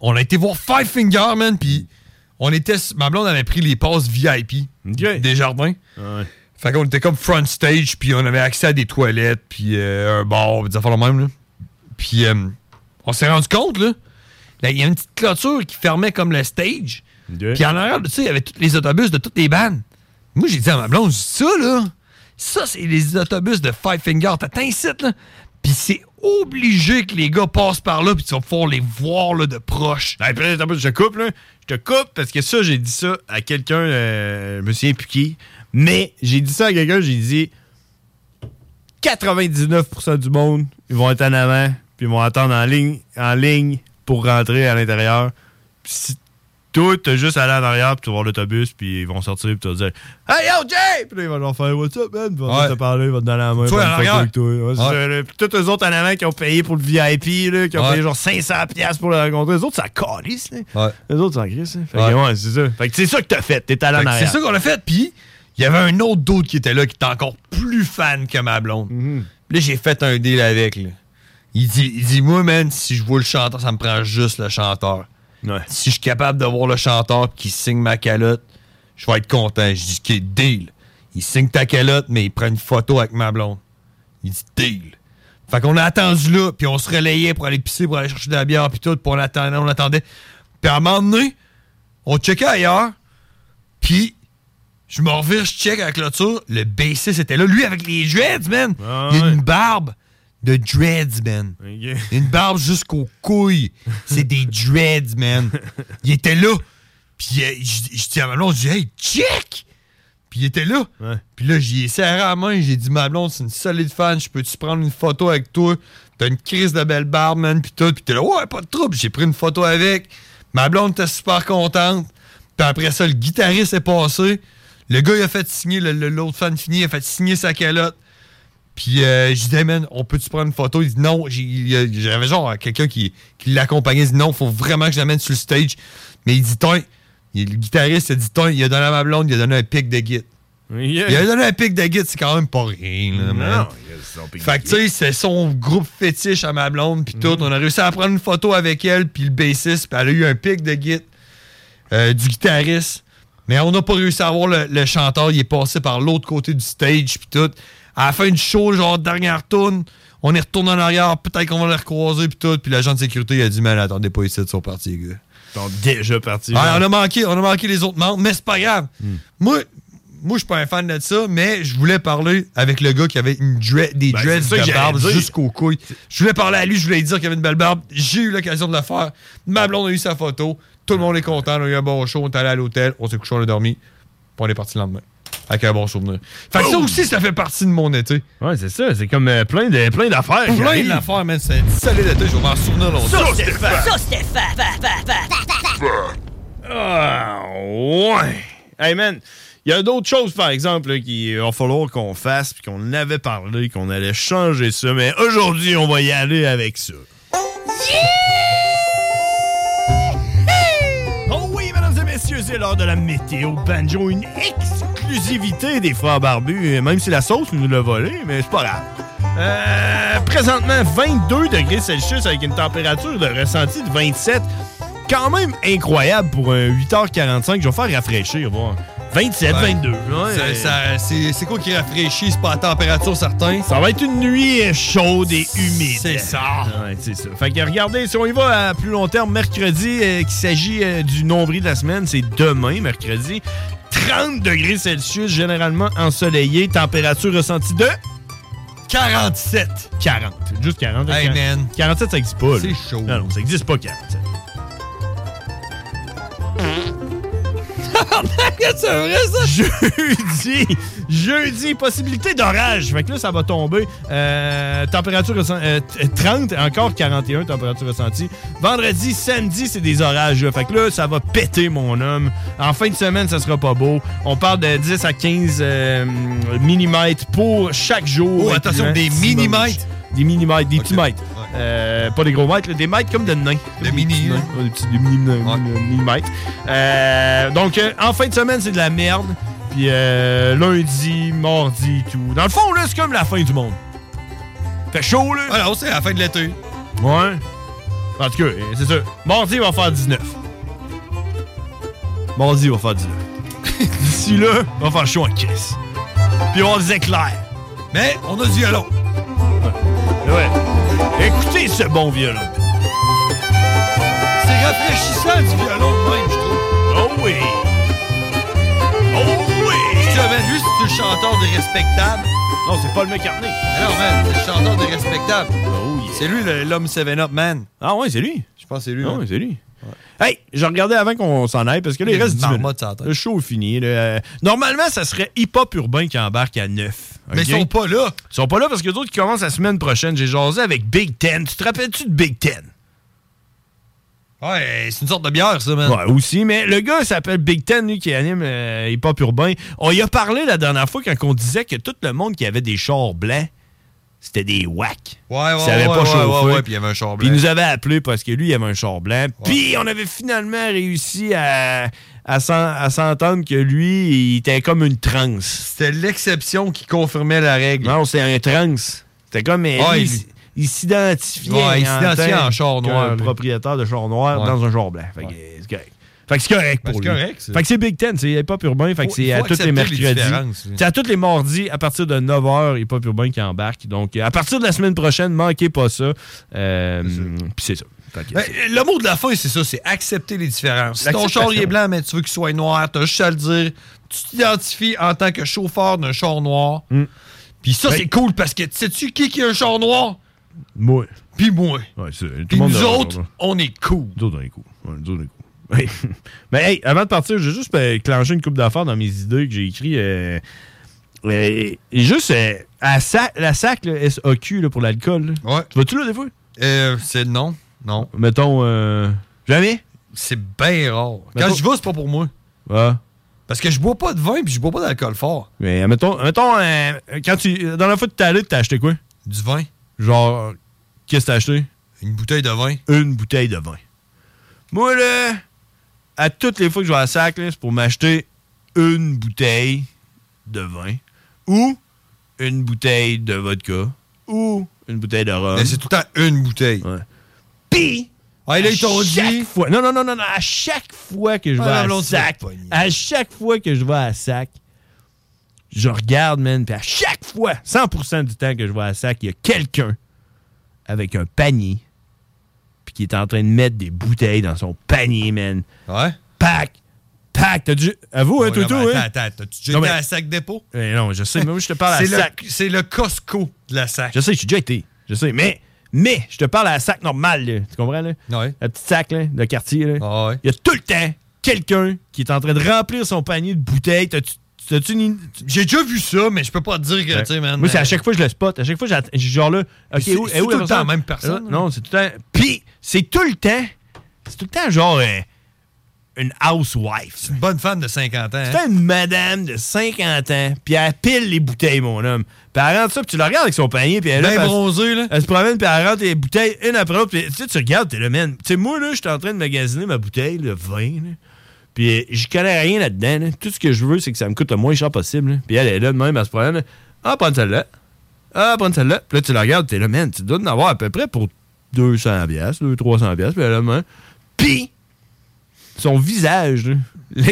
On a été voir Five Finger, man. Puis, on était, s- ma blonde avait pris les passes VIP des jardins. Fait qu'on était comme front stage, puis on avait accès à des toilettes, puis euh, un bar, puis des affaires de même, là. Puis, euh, on s'est rendu compte, là. là, Il y a une petite clôture qui fermait comme le stage. Puis en arrière de ça, il y avait tous les autobus de toutes les bandes. Moi, j'ai dit à ma blonde, ça, là, ça, c'est les autobus de Five Finger. T'attends ici, là. Puis c'est obligé que les gars passent par là, puis tu vas pouvoir les voir là, de proche.
Hey, puis là, Ben, attends un peu, je te coupe, là. Je te coupe parce que ça, j'ai dit ça à quelqu'un, euh, je me souviens plus qui, mais j'ai dit ça à quelqu'un, j'ai dit 99% du monde, ils vont être en avant, puis ils vont attendre en ligne, en ligne pour rentrer à l'intérieur. Puis si toi, t'as juste à aller en arrière, puis tu vas voir l'autobus, puis ils vont sortir, puis tu vas dire Hey yo, Jay! Puis là, ils vont leur faire What's up, man? Puis ils vont
Ouais.
te parler, ils vont te donner la main, ils vont
Toi,
te
en
faire
arrière.
avec toi. Ouais, c'est
Ouais.
ça, là. Puis tous eux autres en avant qui ont payé pour le VIP, là, qui ont
Ouais.
payé genre 500$ piastres pour le rencontrer. Les autres, ça calisse, là. Les autres, ça crisse, là. hein. Fait que,
Ouais.
ouais, c'est ça. Fait que c'est ça que t'as fait. T'es allé
Fait
en
que C'est
arrière.
ça qu'on a fait. Puis, il y avait un autre d'autre qui était là, qui était encore plus fan que ma blonde.
Mhm.
Puis Là, j'ai fait un deal avec. là. Il dit, il dit, moi, man, si je vois le chanteur, ça me prend juste le chanteur. Si je suis capable de voir le chanteur qui signe ma calotte, je vais être content. Je dis, OK, deal. Il signe ta calotte, mais il prend une photo avec ma blonde. Il dit, deal. Fait qu'on a attendu là, puis on se relayait pour aller pisser, pour aller chercher de la bière, puis tout, puis on attendait, on attendait. Puis à un moment donné, on checkait ailleurs, puis je me revire, je check à la clôture. Le bassiste était là. Lui, avec les dreads, man. Il a une barbe de dreads, man. Une barbe jusqu'aux couilles. C'est des dreads, man. Il était là. Puis euh, je je dis à ma blonde, je dis, hey, check! Puis il était là. Puis là, j'y ai serré la main. J'ai dit, ma blonde, c'est une solide fan. Je peux-tu prendre une photo avec toi? T'as une crise de belle barbe, man. Puis tout. Puis t'es là, ouais, pas de trouble. J'ai pris une photo avec. Ma blonde était super contente. Puis après ça, le guitariste est passé. Le gars, il a fait signer, le- le- l'autre fan fini, il a fait signer sa calotte. Puis euh, je disais, man, on peut-tu prendre une photo? Il dit non. J'ai- il, euh, J'avais genre quelqu'un qui, qui l'accompagnait. Il dit non, faut vraiment que je l'amène sur le stage. Mais il dit, Tain, il- le guitariste a dit, Tain, il a donné à ma blonde, il a donné un pic de guide. Il a donné un pic de guide, c'est quand même pas rien, là, man. Fait que tu sais, c'est son groupe fétiche à ma blonde, puis tout. On a réussi à prendre une photo avec elle, puis le bassiste, puis elle a eu un pic de guide euh, du guitariste. Mais on n'a pas réussi à avoir le, le chanteur. Il est passé par l'autre côté du stage, puis tout. À la fin du show, genre, dernière tourne, on est retourné en arrière. Peut-être qu'on va les recroiser, puis tout. Puis l'agent de sécurité, il a dit, man, attendez pas ici, ils sont partis, les gars.
Ils sont déjà partis.
Ah,
genre.
on, a manqué, on a manqué les autres membres, mais c'est pas grave.
Hmm.
Moi, moi je suis pas un fan de ça, mais je voulais parler avec le gars qui avait une dread- des
Ben,
dreads
c'est ça que
de
j'allais
barbe
dire.
jusqu'aux couilles. Je voulais parler à lui, je voulais lui dire qu'il avait une belle barbe. J'ai eu l'occasion de le faire. Ma blonde a eu sa photo. Tout le monde est content. On a eu un bon show. On est allé à l'hôtel. On s'est couché, on a dormi. Puis on est parti le lendemain. Avec un bon souvenir. Fait que ça aussi, ça fait partie de mon été.
Ouais, c'est ça. C'est comme euh, plein de- plein d'affaires. qui
Plein
arrivent.
d'affaires, man. C'est un solide été. Je vais m'en souvenir
Oh,
longtemps.
Ça, c'était fa- fa- fa- fa- fa- fa-
Ah, ouais. Hey, man. Il y a d'autres choses, par exemple, là, qu'il va falloir qu'on fasse, puis qu'on avait parlé, qu'on allait changer ça. Mais aujourd'hui, on va y aller avec ça. Oh oui, mesdames et messieurs, c'est l'heure de la météo banjo, une exclusivité des frères barbus, même si la sauce nous l'a volé, mais c'est pas grave. Euh, présentement, 22 degrés Celsius avec une température de ressenti de 27. Quand même incroyable pour un 8h45. Je vais faire rafraîchir, voir. 27,
Ouais.
22.
Ça- ça- c'est c'est quoi qui rafraîchit? C'est pas à température certaine.
Ça va être une nuit euh, chaude et humide.
C'est ça.
Ouais, c'est ça. Fait que regardez, si on y va à plus long terme, mercredi, euh, qu'il s'agit euh, du nombril de la semaine, c'est demain, mercredi. 30 degrés Celsius, généralement ensoleillé, température ressentie de 47. 40. Juste 40.
Hey,
40.
man.
47, ça existe pas. là.
C'est chaud.
Non, non, ça existe pas 47.
(laughs)
Jeudi, jeudi, possibilité d'orage. Fait que là, ça va tomber. Euh, température ressen- euh, t- 30, encore 41, température ressentie. Vendredi, samedi, c'est des orages. là. Fait que là, ça va péter, mon homme. En fin de semaine, ça sera pas beau. On parle de 10 à 15 euh, millimètres pour chaque jour.
Oh, attention,
incluant
des
dimanche.
millimètres?
Des millimètres, des petits mètres. Euh, pas des gros mètres, là, des mètres comme de nains. Des mini. Des petits des mini- mini- millimètres. Euh, donc, euh, en fin de semaine, c'est de la merde. Puis euh, lundi, mardi, tout. Dans le fond, là, c'est comme la fin du monde. Fait chaud, là.
Alors, c'est la fin de l'été.
Ouais. En tout cas, euh, c'est sûr. Mardi, il va faire 19. Mardi, il va faire 19. D'ici là, il va faire chaud en caisse. Puis on les éclaire. Mais on a du violon. Ouais. Ouais. Écoutez ce bon violon.
C'est rafraîchissant du violon, de même, je trouve.
Oh oui! Oh oui!
Tu avais vu, c'est un chanteur de respectable.
Non, c'est Paul McCartney.
Alors, Ah man, c'est le chanteur de Respectable. C'est lui le- l'homme 7-Up, man.
Ah ouais, c'est lui.
Je pense que c'est lui.
Ah
hein.
ouais, c'est lui. Hey, je regardais avant qu'on s'en aille parce que là, il
Des
reste 10 minutes.
marmottes sur la tête.
Le show est fini. là. Euh, Normalement, ça serait hip-hop urbain qui embarque à 9.
Mais ils sont pas là.
Ils sont pas là parce que d'autres qui commencent la semaine prochaine. J'ai jasé avec Big Ten. Tu te rappelles-tu de Big Ten?
Ouais, c'est une sorte de bière, ça, man.
Ouais, aussi, mais le gars il s'appelle Big Ten, lui, qui anime euh, Hip Hop Urbain. On y a parlé la dernière fois quand on disait que tout le monde qui avait des chars blancs, c'était des wacks.
Ouais, ouais,
Ils savaient
ouais,
pas
ouais,
chauffer.
ouais, ouais, puis il y avait un char
Puis il
blanc.
nous avait appelé parce que lui, il avait un char blanc. Puis on avait finalement réussi à, à s'en- à s'entendre que lui, il était comme une transe. C'était l'exception qui confirmait la règle. Non, c'est un transe. C'était comme. euh,
Ouais,
lui,
il-
il s'identifiait
Ouais, il s'identifiait
tant
en char
que
noir, lui.
Propriétaire de char noir
Ouais.
dans un char blanc. Fait que c'est correct. Fait que c'est correct
Ben,
pour
c'est
lui.
correct, ça.
Fait que c'est Big Ten, c'est hip-hop urbain. Fait que
Faut-
c'est à
faut
tous les
accepter les
mercredis.
différences, oui.
c'est à tous les mardis à partir de 9h, hip-hop urbain qui embarque. Donc euh, à partir de la semaine prochaine, manquez pas ça. Euh, Puis c'est ça. Fait que
Ben, le mot de la fin, c'est ça, c'est accepter les différences. Si ton
L'acceptation.
char il est blanc, mais tu veux qu'il soit noir, t'as juste à le dire. Tu t'identifies en tant que chauffeur d'un char noir. Puis ça,
Ben-
c'est cool parce que sais-tu qui qui a un char noir?
Moi.
Puis moi.
Ouais, c'est- tout le
Puis
monde
nous
a-
autres, on est cool.
Nous autres, on est cool. Ouais, nous autres, on est cool. Oui. (laughs) Mais hey, avant de partir, j'ai juste euh, clenché une coupe d'affaires dans mes idées que j'ai écrites. euh, euh, et juste euh, à sa- la sac, le SAQ là, pour l'alcool. là. Tu vas-tu là des fois?
Euh, c'est non. Non.
Mettons. euh, jamais?
C'est bien rare.
Mais
Quand
pas-
je vais, c'est pas pour moi.
Ouais.
Parce que je bois pas de vin puis je bois pas d'alcool fort.
Mais mettons, mettons euh, quand tu. euh, Dans la fois que t'es allé, t'as acheté quoi?
Du vin.
Genre, qu'est-ce que t'as acheté?
Une bouteille de vin.
Une bouteille de vin. Moi, là, à toutes les fois que je vais à la sac, là, c'est pour m'acheter une bouteille de vin ou une bouteille de vodka ou une bouteille de rhum.
Mais c'est tout le temps une bouteille. ah,
Pis!
Ouais, là,
à
ils t'ont
chaque
dit-
fois- non, non, non, non, non, à chaque fois que je
Ah,
vais
la
à
blonde,
sac,
c'est pogné.
à chaque fois que je vais à sac, je regarde, man, puis à chaque fois, 100% du temps que je vais à sac, il y a quelqu'un avec un panier, puis qui est en train de mettre des bouteilles dans son panier, man.
Ouais.
Pack, pack, t'as du. Avoue,
Ouais,
hein,
non,
Toto,
mais
hein?
Attends, attends, t'as-tu déjà
Non,
été
mais-
à sac dépôt?
Eh non, je sais, mais moi, je te parle à
C'est le-
sac.
C'est le Costco de la sac.
Je sais, j'ai déjà été. Je sais, mais, mais, je te parle à la sac normale, là. Tu comprends, là? La petite sac, là, de quartier, là. Il y a tout le temps quelqu'un qui est en train de remplir son panier de bouteilles. T'as-tu- t'as-tu une-
J'ai déjà vu ça, mais je peux pas te dire que,
Ouais.
tu sais, man.
Moi, c'est à
euh,
chaque fois que je le spot. À chaque fois, j'att- j'ai genre là. OK,
C'est-
où,
c'est
eh, où
tout le temps la même personne,
Euh,
là.
Non, c'est tout le temps. Puis, c'est tout le temps. C'est tout le temps genre euh, une housewife. C'est
une bonne femme de 50 ans.
C'est une madame de 50 ans, puis elle pile les bouteilles, mon homme. Puis elle rentre ça, puis tu la regardes avec son panier, puis elle
Ben
là, puis elle-
bronzée, là.
Elle se promène, puis elle rentre les bouteilles une après l'autre. Puis tu sais, tu regardes, t'es là, man. Tu sais, moi, là, j'étais en train de magasiner ma bouteille, le vin, là. Puis euh, je connais rien là-dedans. là. Tout ce que je veux, c'est que ça me coûte le moins cher possible. là. Puis elle est là de même, elle se promène. là. Ah, prends celle-là. Ah, prends celle-là. Puis là, tu la regardes, t'es là, man. Tu dois en avoir à peu près pour 200 piastres, 200, 300 piastres. Puis elle est là, man. Puis, son visage, là,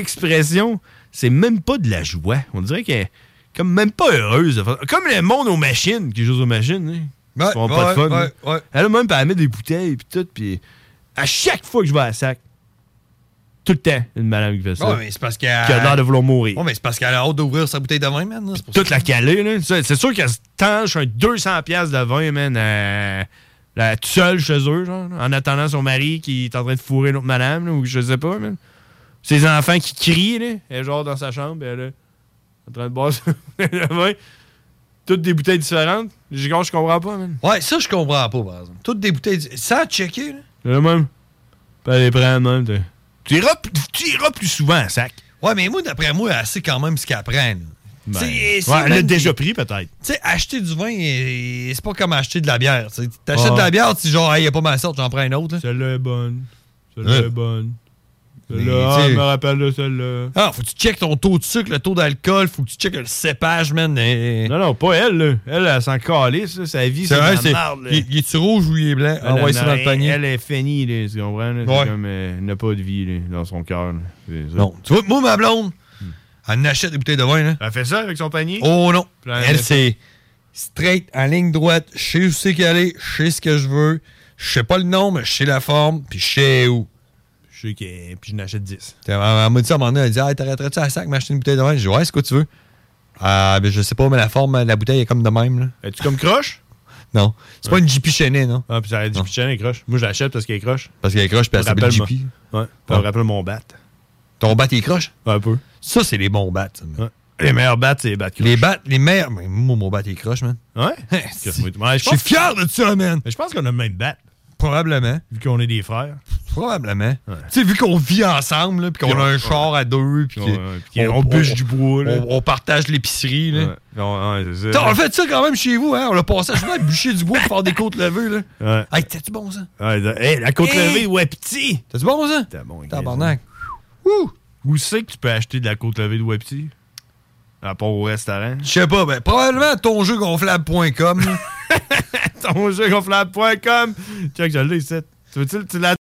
l'expression, c'est même pas de la joie. On dirait qu'elle est comme même pas heureuse. de faire- Comme le monde aux machines, qui joue aux machines. hein. Ils
Ouais,
font
ouais,
pas de fun.
ouais,
là. Elle a même pas à mettre des bouteilles puis tout. Puis à chaque fois que je vais à la sac, tout le temps, une madame qui fait ça.
Ouais, mais c'est parce qu'elle.
Qui a l'air de vouloir mourir.
Ouais, mais c'est parce qu'elle a hâte d'ouvrir sa bouteille de vin, man. là, c'est pour
Toute la calée, là. Ça, C'est sûr qu'elle se tanche un 200$ piastres de vin, man, à- là, toute seule chez eux, genre, là, en attendant son mari qui est en train de fourrer l'autre madame, là, ou je sais pas, man. Ses enfants qui crient, là. (laughs) Elle est genre dans sa chambre, puis elle est en train de boire son- le vin. Toutes des bouteilles différentes. J'ai gars, je comprends pas, man.
Ouais, ça, je comprends pas, par exemple. Toutes des bouteilles. du- Ça a checké, là.
Le même. Puis elle les prend, même. t'es- Tu iras, p- tu iras plus souvent à sac.
Ouais, mais moi, d'après moi, elle sait quand même ce qu'elle prend, là.
Ben,
C'est- c'est
ouais, elle l'a
même-
déjà pris, peut-être.
Tu sais, acheter du vin, euh, c'est pas comme acheter de la bière. tu sais. T'achètes
Ouais.
de la bière, tu dis genre, hey, y a pas ma sorte, j'en prends une autre.
Ah. Celle-là est bonne.
Celle-là
est bonne.
Mais,
Celle-là,
tu
ah,
sais-
je me rappelle de celle-là.
Ah, faut que tu checkes ton taux de sucre, le taux d'alcool, faut que tu checkes le cépage, man.
Non, non, pas elle, là. Elle, elle s'en calisse, là. Sa vie, c'est
C'est vrai,
de
c'est-
la merde, là.
il- il est-tu rouge ou il est blanc?
Elle,
Envoie
elle
ça
n'a
dans le
rien-
panier.
Elle est finie, là, tu comprends? là?
Ouais.
C'est comme, euh, elle n'a pas de vie, là, dans son cœur. là. C'est ça. Hmm.
Non. Tu vois, moi, ma blonde, elle en achète des bouteilles de vin, là.
Elle fait ça avec son panier?
Oh non.
Puis elle
Elle,
met ça.
c'est straight, en ligne droite. Je sais où c'est qu'elle est, je sais ce que je veux. Je sais pas le nom, mais je sais la forme, puis je sais où.
Je sais que. Puis je n'achète 10.
Elle m'a dit ça à un moment donné, elle a dit Ah, t'arrêterais-tu à la sac, m'acheter une bouteille de vin J'ai dit Ouais, c'est quoi tu veux Ah, ben, je sais pas, mais la forme de la bouteille est comme de même. Là.
Es-tu comme croche?
Non. C'est pas une JP chaînée, non?
Ah, puis ça a dit Pichon est croche. Moi, je l'achète parce qu'elle est croche.
Parce qu'elle est croche, puis elle
Ça me
s'appelle
rappelle
JP.
mon- Ouais. Ça me rappelle mon bat.
Ah. Ton bat, il est croche?
Un peu.
Ça, c'est les bons bats. ça, man.
Les meilleurs bats, c'est les bats croches.
Les bats, les meilleurs. Mais moi, mon bat, il est croche, man. (laughs)
Ouais?
Je
Ouais, je
suis
pense-
fier de ça, man.
Mais je pense qu'on a le même bat.
Probablement.
Vu qu'on est des frères.
Probablement. Tu sais, vu qu'on vit ensemble, là, puis qu'on
Puis on-
a un char à deux, puis
Ouais,
que-
puis qu'on bûche du bois, là.
On, on partage l'épicerie, là.
Ouais, Euh, ouais, c'est
Putain, on a fait ça quand même chez vous, hein? On l'a passé à chemin à bûcher du bois pour faire des côtes levées, là.
Ouais.
Hey, t'es-tu bon, ça?
Ouais, de- hey, Eh, la côte
Hey!
levée, ouais, petit.
T'es-tu bon, ça?
T'es bon,
Tabarnak.
Ouh! Où c'est que tu peux acheter de la côte levée de ouais, petit? À part au restaurant.
Je sais pas, ben, probablement
(laughs)
tonjeugonflable.com.
Euh, Ton jeu gonflable.com. Check, je l'ai ici. Tu veux-tu tu l'as